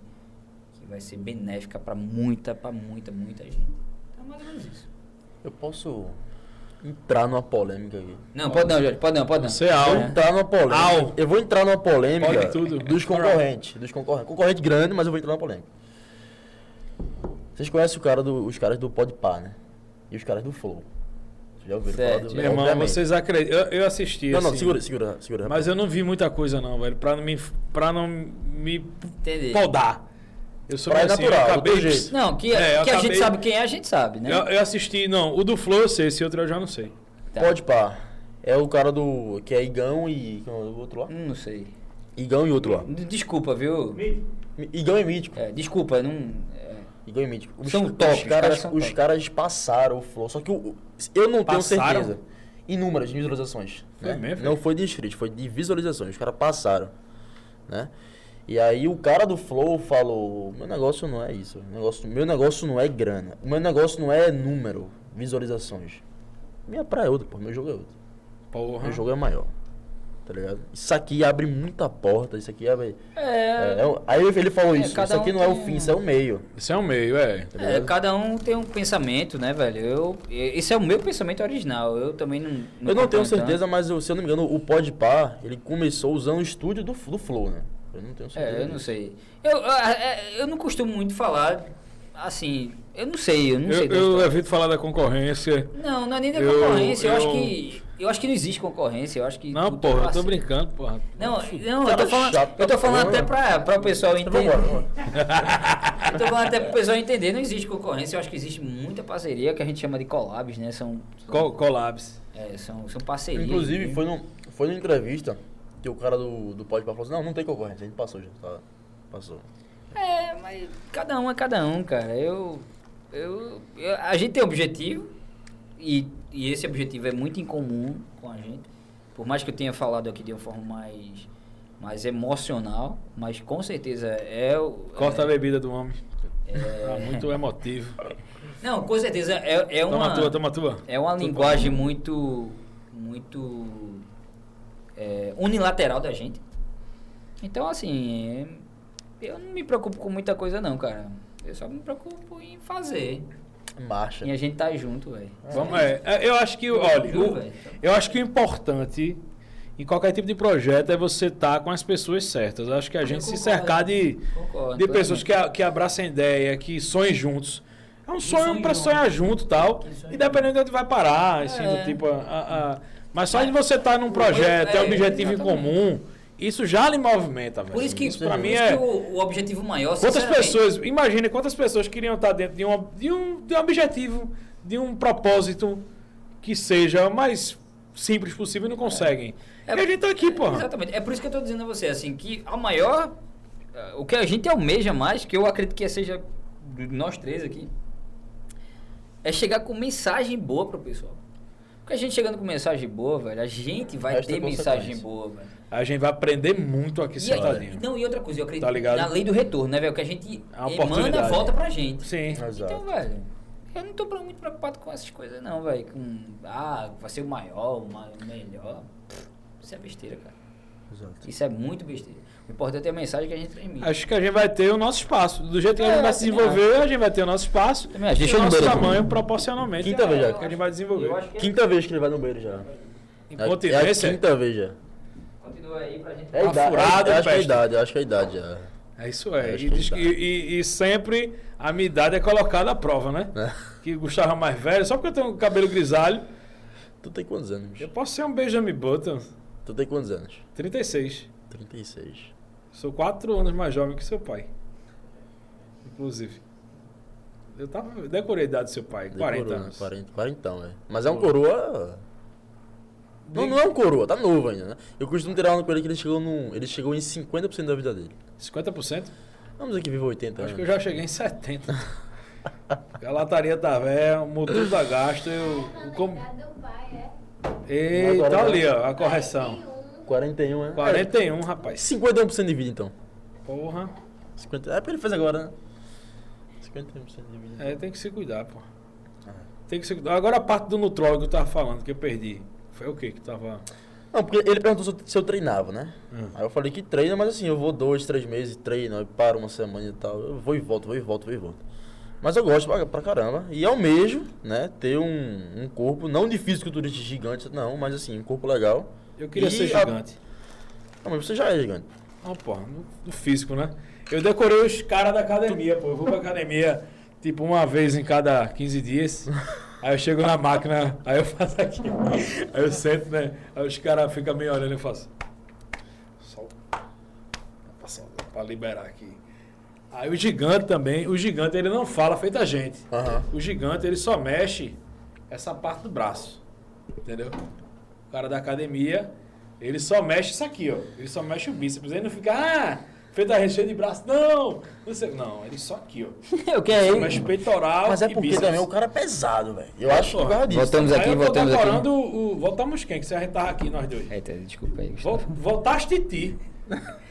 [SPEAKER 1] que vai ser benéfica pra muita, pra muita, muita gente. Então, mais ou menos isso.
[SPEAKER 4] Eu posso entrar numa polêmica aqui.
[SPEAKER 1] Não, pode não, Jorge. Pode não, pode não.
[SPEAKER 2] Você é
[SPEAKER 4] Eu
[SPEAKER 2] algo.
[SPEAKER 4] vou entrar numa polêmica.
[SPEAKER 2] Au.
[SPEAKER 4] Eu vou entrar numa polêmica
[SPEAKER 2] Pode tudo.
[SPEAKER 4] dos concorrentes. Dos concorrentes. Concorrente grande, mas eu vou entrar numa polêmica. Vocês conhecem o cara do- os caras do Podpah, né? E os caras do Flow. Vocês já ouviram falar
[SPEAKER 1] Certo.
[SPEAKER 4] do
[SPEAKER 2] Meu irmão,
[SPEAKER 4] Obviamente.
[SPEAKER 2] vocês acreditam. Eu, eu assisti.
[SPEAKER 4] Não, não,
[SPEAKER 2] assim,
[SPEAKER 4] segura, segura, segura.
[SPEAKER 2] Mas eu não vi muita coisa, não, velho. Pra não me, pra não me
[SPEAKER 1] Entendi.
[SPEAKER 2] podar. Eu sou
[SPEAKER 4] Pra
[SPEAKER 2] meio
[SPEAKER 4] é
[SPEAKER 2] assim,
[SPEAKER 4] natural,
[SPEAKER 2] eu
[SPEAKER 4] do
[SPEAKER 2] acabei.
[SPEAKER 4] teu jeito.
[SPEAKER 1] Não, que,
[SPEAKER 2] É, eu
[SPEAKER 1] que a gente
[SPEAKER 2] acabei-
[SPEAKER 1] sabe quem é, a gente sabe, né?
[SPEAKER 2] Eu, eu assisti, não. O do Flow eu sei, esse outro eu já não sei.
[SPEAKER 1] Tá.
[SPEAKER 4] Podpah. É o cara do. que é Igão e. Como é o outro lá?
[SPEAKER 1] Hum, Não sei.
[SPEAKER 4] Igão e outro lá.
[SPEAKER 1] D- Desculpa, viu?
[SPEAKER 4] Igão e Mítico.
[SPEAKER 1] É, desculpa, não. é,
[SPEAKER 4] Igão e Mítico. Os,
[SPEAKER 1] São
[SPEAKER 4] os
[SPEAKER 1] top, os
[SPEAKER 4] caras,
[SPEAKER 1] caras são
[SPEAKER 4] os
[SPEAKER 1] top.
[SPEAKER 4] caras passaram o Flow. Só que o- o- eu não
[SPEAKER 2] Passaram?
[SPEAKER 4] tenho certeza. Inúmeras de visualizações.
[SPEAKER 2] Foi
[SPEAKER 4] né?
[SPEAKER 2] mesmo?
[SPEAKER 4] Não foi de inscritos, foi de visualizações. Os caras passaram. Né? E aí o cara do Flow falou: meu negócio não é isso. Meu negócio, meu negócio não é grana. O meu negócio não é número, visualizações. Minha praia é outra, pô. Meu jogo é outro.
[SPEAKER 2] Porra.
[SPEAKER 4] Meu jogo é maior. Tá ligado? Isso aqui abre muita porta, isso aqui abre. É, é um- aí ele falou isso,
[SPEAKER 1] cada
[SPEAKER 4] isso aqui
[SPEAKER 1] um
[SPEAKER 4] não é o
[SPEAKER 1] tem
[SPEAKER 4] fim,
[SPEAKER 1] um-
[SPEAKER 4] isso é o meio.
[SPEAKER 2] Isso é um meio, é.
[SPEAKER 4] Tá
[SPEAKER 1] É,
[SPEAKER 4] ligado?
[SPEAKER 1] cada um tem um pensamento, né, velho? Eu, e- esse é o meu pensamento original. Eu também não. então.
[SPEAKER 4] eu não tenho
[SPEAKER 1] acompanho tanto.
[SPEAKER 4] certeza, mas eu- se eu não me engano, o Podpah, ele começou usando o estúdio do, do Flow, né? Eu não tenho certeza.
[SPEAKER 1] É, eu não sei. Eu, eu, é, eu não costumo muito falar assim. Eu não sei, eu não
[SPEAKER 2] Eu,
[SPEAKER 1] sei. da
[SPEAKER 2] eu
[SPEAKER 1] história.
[SPEAKER 2] evito falar da concorrência.
[SPEAKER 1] Não, não é nem da
[SPEAKER 2] eu-
[SPEAKER 1] concorrência. Eu, acho
[SPEAKER 2] eu-
[SPEAKER 1] que. Eu acho que não existe concorrência. Eu acho que.
[SPEAKER 2] Não,
[SPEAKER 1] tudo
[SPEAKER 2] porra, eu tô
[SPEAKER 1] parceiro.
[SPEAKER 2] brincando, Tá porra.
[SPEAKER 1] Não, não, eu
[SPEAKER 4] Cara
[SPEAKER 1] tô falando,
[SPEAKER 4] chato
[SPEAKER 1] eu tô
[SPEAKER 4] pra
[SPEAKER 1] falando
[SPEAKER 4] porra.
[SPEAKER 1] até pra, pra o pessoal
[SPEAKER 4] Vamos
[SPEAKER 1] entender.
[SPEAKER 4] embora, vamos embora.
[SPEAKER 1] (laughs) Eu tô falando até pro pessoal entender, não existe concorrência, eu acho que existe muita parceria que a gente chama de collabs, né? São, são,
[SPEAKER 2] Co collabs.
[SPEAKER 1] é, são, são parcerias.
[SPEAKER 4] (laughs) Inclusive,
[SPEAKER 1] né?
[SPEAKER 4] foi, num, foi numa entrevista que o cara do, do Podpah falou assim, não, não tem concorrência, a gente passou já, tá? Passou.
[SPEAKER 1] É, mas cada um é cada um, cara. Eu, eu, eu- a gente tem objetivo e, e esse objetivo é muito incomum com a gente. Por mais que eu tenha falado aqui de uma forma mais, mais emocional, mas com certeza é o.
[SPEAKER 2] Corta a
[SPEAKER 1] é,
[SPEAKER 2] bebida do homem. Tá
[SPEAKER 1] é,
[SPEAKER 2] muito emotivo.
[SPEAKER 1] Não, com certeza é, é uma.
[SPEAKER 2] Toma tua, toma tua.
[SPEAKER 1] É uma linguagem muito, muito é, unilateral da gente. Então, assim, é, eu não me preocupo com muita coisa, não, cara. Eu só me preocupo em fazer.
[SPEAKER 4] Marcha.
[SPEAKER 1] E a gente tá junto, velho.
[SPEAKER 2] Vamos, é. É, Eu acho que, olha,
[SPEAKER 1] Viu,
[SPEAKER 2] o-
[SPEAKER 1] velho?
[SPEAKER 2] eu acho que o importante em qualquer tipo de projeto é você estar com as pessoas certas. Eu acho que a
[SPEAKER 1] Eu
[SPEAKER 2] gente se
[SPEAKER 1] concordo.
[SPEAKER 2] cercar de,
[SPEAKER 1] Concordo. é.
[SPEAKER 2] de pessoas
[SPEAKER 1] plenamente.
[SPEAKER 2] que, a- que abraçam a ideia, que sonhem juntos. É um sonho
[SPEAKER 1] sonhem
[SPEAKER 2] pra
[SPEAKER 1] junto.
[SPEAKER 2] sonhar junto e tal.
[SPEAKER 1] Que sonhem
[SPEAKER 2] Independente de onde vai parar, assim,
[SPEAKER 1] É.
[SPEAKER 2] do tipo. a- a- a- Mas só de você estar num projeto,
[SPEAKER 1] é,
[SPEAKER 2] ter um objetivo em
[SPEAKER 1] exatamente.
[SPEAKER 2] comum, isso já lhe movimenta, velho.
[SPEAKER 1] Por isso que,
[SPEAKER 2] isso pra
[SPEAKER 1] por
[SPEAKER 2] mim
[SPEAKER 1] isso
[SPEAKER 2] é.
[SPEAKER 1] que o, o objetivo maior...
[SPEAKER 2] Quantas
[SPEAKER 1] sinceramente,
[SPEAKER 2] pessoas, imagina quantas pessoas queriam estar dentro de um, de um, de um objetivo, de um propósito que seja o mais simples possível e não conseguem.
[SPEAKER 1] É.
[SPEAKER 2] e a gente tá aqui, porra.
[SPEAKER 1] Exatamente. É por isso que eu tô dizendo a você, assim, que a maior. eh, O que a gente almeja mais, que eu acredito que seja de nós três aqui, é chegar com mensagem boa pro pessoal. Porque a gente chegando com mensagem boa, velho, a gente vai
[SPEAKER 2] é
[SPEAKER 4] Resta
[SPEAKER 1] ter
[SPEAKER 4] consequência.
[SPEAKER 1] mensagem boa, velho.
[SPEAKER 2] A gente vai aprender muito aqui
[SPEAKER 1] E, aí,
[SPEAKER 2] sentadinho.
[SPEAKER 1] não, e outra coisa, eu acredito
[SPEAKER 2] Tá ligado?
[SPEAKER 1] na lei do retorno, né, velho? Que a gente
[SPEAKER 2] É uma
[SPEAKER 1] emana
[SPEAKER 2] oportunidade.
[SPEAKER 1] volta pra gente.
[SPEAKER 2] Sim.
[SPEAKER 4] Exato.
[SPEAKER 1] Então, velho, eu não tô pra- muito preocupado com essas coisas, não, velho. Com, ah, vai ser o maior, o ma- o melhor. Isso é besteira, cara.
[SPEAKER 4] Exato.
[SPEAKER 1] Isso é muito besteira. O importante é a mensagem que a gente transmite.
[SPEAKER 2] Acho que a gente vai ter o nosso espaço. Do jeito que a gente
[SPEAKER 1] É,
[SPEAKER 2] vai se
[SPEAKER 1] também
[SPEAKER 2] desenvolver, a gente vai ter o nosso espaço.
[SPEAKER 1] Também acho.
[SPEAKER 2] e
[SPEAKER 1] Deixa
[SPEAKER 2] o
[SPEAKER 1] eu ir
[SPEAKER 2] nosso
[SPEAKER 1] embora,
[SPEAKER 2] tamanho proporcionalmente.
[SPEAKER 4] Quinta
[SPEAKER 2] é
[SPEAKER 4] vez já.
[SPEAKER 2] o que a gente vai
[SPEAKER 1] Eu
[SPEAKER 2] desenvolver.
[SPEAKER 1] acho que
[SPEAKER 4] Quinta vez que ele vai no banheiro já.
[SPEAKER 2] Incontinência.
[SPEAKER 4] É a quinta vez já.
[SPEAKER 1] continua aí pra (laughs) gente.
[SPEAKER 4] É a
[SPEAKER 2] Tá
[SPEAKER 4] idade,
[SPEAKER 2] furado,
[SPEAKER 4] eu acho que é a
[SPEAKER 2] peste.
[SPEAKER 4] idade, eu acho que é a idade já.
[SPEAKER 2] É isso é.
[SPEAKER 4] Acho
[SPEAKER 2] E,
[SPEAKER 4] que
[SPEAKER 2] diz que-
[SPEAKER 4] dá.
[SPEAKER 2] e- e sempre a minha idade é colocada à prova, né? Que Gustavo é mais velho, só porque eu tenho cabelo grisalho.
[SPEAKER 4] (laughs) Tu tem quantos anos?
[SPEAKER 2] Eu posso ser um Benjamin Button,
[SPEAKER 4] Tu tem quantos anos?
[SPEAKER 2] 36.
[SPEAKER 4] 36.
[SPEAKER 2] Sou 4 anos mais jovem que seu pai. Inclusive. Eu tava, decorei a idade do seu pai, 40
[SPEAKER 4] Decorou, né?
[SPEAKER 2] anos.
[SPEAKER 4] 40, 40 é. Mas é um coroa. Não, não é um coroa, tá novo ainda, né? Eu costumo tirar uma com ele que ele chegou, num, ele chegou em 50% da vida dele.
[SPEAKER 2] 50%?
[SPEAKER 4] Vamos dizer que vive 80
[SPEAKER 2] Acho que eu
[SPEAKER 4] anos.
[SPEAKER 2] já cheguei em
[SPEAKER 4] (laughs)
[SPEAKER 2] 70. A lataria tá velha, mudou
[SPEAKER 4] (laughs)
[SPEAKER 2] da gasto, eu... eu como-
[SPEAKER 8] do pai, é.
[SPEAKER 2] Ei, tá ali, ó, a correção.
[SPEAKER 8] 41.
[SPEAKER 4] 41, é?
[SPEAKER 2] 41, rapaz.
[SPEAKER 4] 51% de vida, então.
[SPEAKER 2] Porra.
[SPEAKER 4] 50... É porque ele fez agora, né? 51% de vida.
[SPEAKER 2] É, tem que se cuidar, pô.
[SPEAKER 4] Ah.
[SPEAKER 2] Tem que se cuidar. Agora a parte do nutrólogo que eu tava falando, que eu perdi. Foi o que que tava.
[SPEAKER 4] Não, porque ele perguntou se eu, se eu treinava, né? Aí eu falei que treina, mas assim, eu vou dois, três meses, treino, aí paro uma semana e tal. Eu vou e volto, vou e volto, vou e volto. Mas eu gosto pra, pra caramba. E almejo, né, ter um, um corpo, não de fisiculturista gigante, não, mas assim, um corpo legal.
[SPEAKER 2] Eu queria
[SPEAKER 4] E
[SPEAKER 2] ser
[SPEAKER 4] a-
[SPEAKER 2] gigante.
[SPEAKER 4] Não, mas você já é gigante.
[SPEAKER 2] Não, porra, Ah, no, no físico, né? Eu decorei os caras da academia, pô. Eu vou pra academia, tipo, uma vez em cada 15 dias. Aí eu chego na máquina, aí eu faço aqui. Aí eu sento, né? Aí os caras ficam meio olhando e eu faço. Só passando pra liberar aqui. Aí o gigante também, o gigante ele não fala feito a gente.
[SPEAKER 4] Aham.
[SPEAKER 2] O gigante ele só mexe essa parte do braço. Entendeu? O cara da academia, ele só mexe isso aqui, ó. Ele só mexe o bíceps. Ele não fica, ah, feito a gente cheio de braço. Não! Não, sei. não ele só aqui, ó.
[SPEAKER 1] o que é
[SPEAKER 2] Só
[SPEAKER 1] ele?
[SPEAKER 2] mexe peitoral.
[SPEAKER 4] Mas é
[SPEAKER 2] e
[SPEAKER 4] porque
[SPEAKER 2] bíceps.
[SPEAKER 4] também o cara é pesado, velho. Eu acho que é
[SPEAKER 2] porra.
[SPEAKER 4] por causa disso. né?
[SPEAKER 1] Voltamos
[SPEAKER 2] Aí
[SPEAKER 1] aqui,
[SPEAKER 2] eu tô
[SPEAKER 1] voltamos aqui.
[SPEAKER 2] decorando o. Voltamos quem? Que se a gente tava aqui, nós dois.
[SPEAKER 1] Eita, É, desculpa aí. Gustavo.
[SPEAKER 2] Vol- Voltaste ti.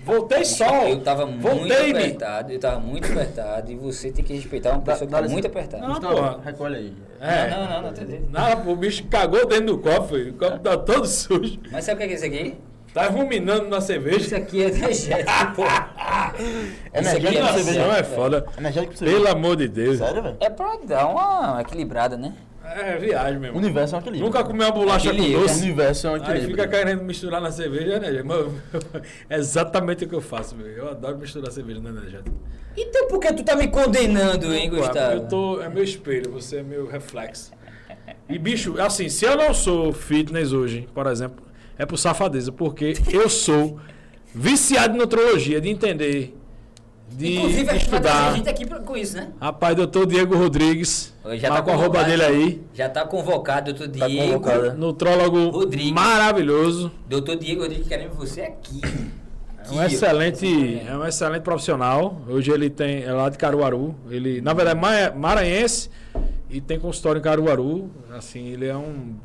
[SPEAKER 2] Voltei sol.
[SPEAKER 1] Eu tava muito
[SPEAKER 2] Voltei-me.
[SPEAKER 1] apertado, eu tava muito apertado e você tem que respeitar uma pessoa que tá
[SPEAKER 4] dá
[SPEAKER 1] muito
[SPEAKER 4] licença.
[SPEAKER 1] apertada.
[SPEAKER 2] Não,
[SPEAKER 4] Gustavo,
[SPEAKER 2] porra.
[SPEAKER 4] recolhe aí.
[SPEAKER 2] É.
[SPEAKER 1] Não, não, não, tá entendendo.
[SPEAKER 2] Não, o bicho cagou dentro do copo, filho. o copo tá todo sujo.
[SPEAKER 1] Mas sabe o que é isso aqui?
[SPEAKER 2] Tá ruminando
[SPEAKER 1] (laughs)
[SPEAKER 2] na
[SPEAKER 1] Isso
[SPEAKER 2] cerveja.
[SPEAKER 1] aqui é energético, pô. Isso aqui
[SPEAKER 4] energético, você
[SPEAKER 1] energético.
[SPEAKER 4] veja.
[SPEAKER 2] Não é foda.
[SPEAKER 4] Energético pra você.
[SPEAKER 2] Pelo amor de Deus.
[SPEAKER 4] Sério, velho?
[SPEAKER 1] É pra dar uma equilibrada, né?
[SPEAKER 2] É viagem mesmo.
[SPEAKER 4] O universo é um equilíbrio.
[SPEAKER 2] Nunca comeu uma bolacha com
[SPEAKER 1] Aquele-
[SPEAKER 4] O
[SPEAKER 2] doce.
[SPEAKER 4] universo é um
[SPEAKER 2] Aí
[SPEAKER 4] equilíbrio.
[SPEAKER 2] fica querendo misturar na cerveja, né? gente? Mas- (laughs) É exatamente o que eu faço, meu. Eu adoro misturar cerveja né, na energética.
[SPEAKER 1] Então por que tu tá me condenando, hein, Gustavo?
[SPEAKER 2] Eu tô. É meu espelho, você é meu reflexo. E, bicho, assim, se eu não sou fitness hoje, por exemplo, é por safadeza, porque eu sou viciado em nutrologia, de entender, de
[SPEAKER 1] Inclusive, é a gente vai trazer
[SPEAKER 2] estudar.
[SPEAKER 1] gente aqui pra- com isso, né?
[SPEAKER 2] Rapaz, doutor Diego Rodrigues,
[SPEAKER 1] Ô, já
[SPEAKER 2] tá
[SPEAKER 1] tá
[SPEAKER 2] com a roupa
[SPEAKER 1] convocado.
[SPEAKER 2] dele aí.
[SPEAKER 1] Já tá convocado, doutor
[SPEAKER 4] Tá
[SPEAKER 1] Diego.
[SPEAKER 4] convocado, né?
[SPEAKER 2] Nutrólogo
[SPEAKER 1] Rodrigues.
[SPEAKER 2] maravilhoso.
[SPEAKER 1] doutor Diego, eu querendo você aqui.
[SPEAKER 2] É um excelente, é um excelente profissional. Hoje ele tem é lá de Caruaru. Ele, na verdade, é ma- maranhense e tem consultório em Caruaru. Assim, ele é um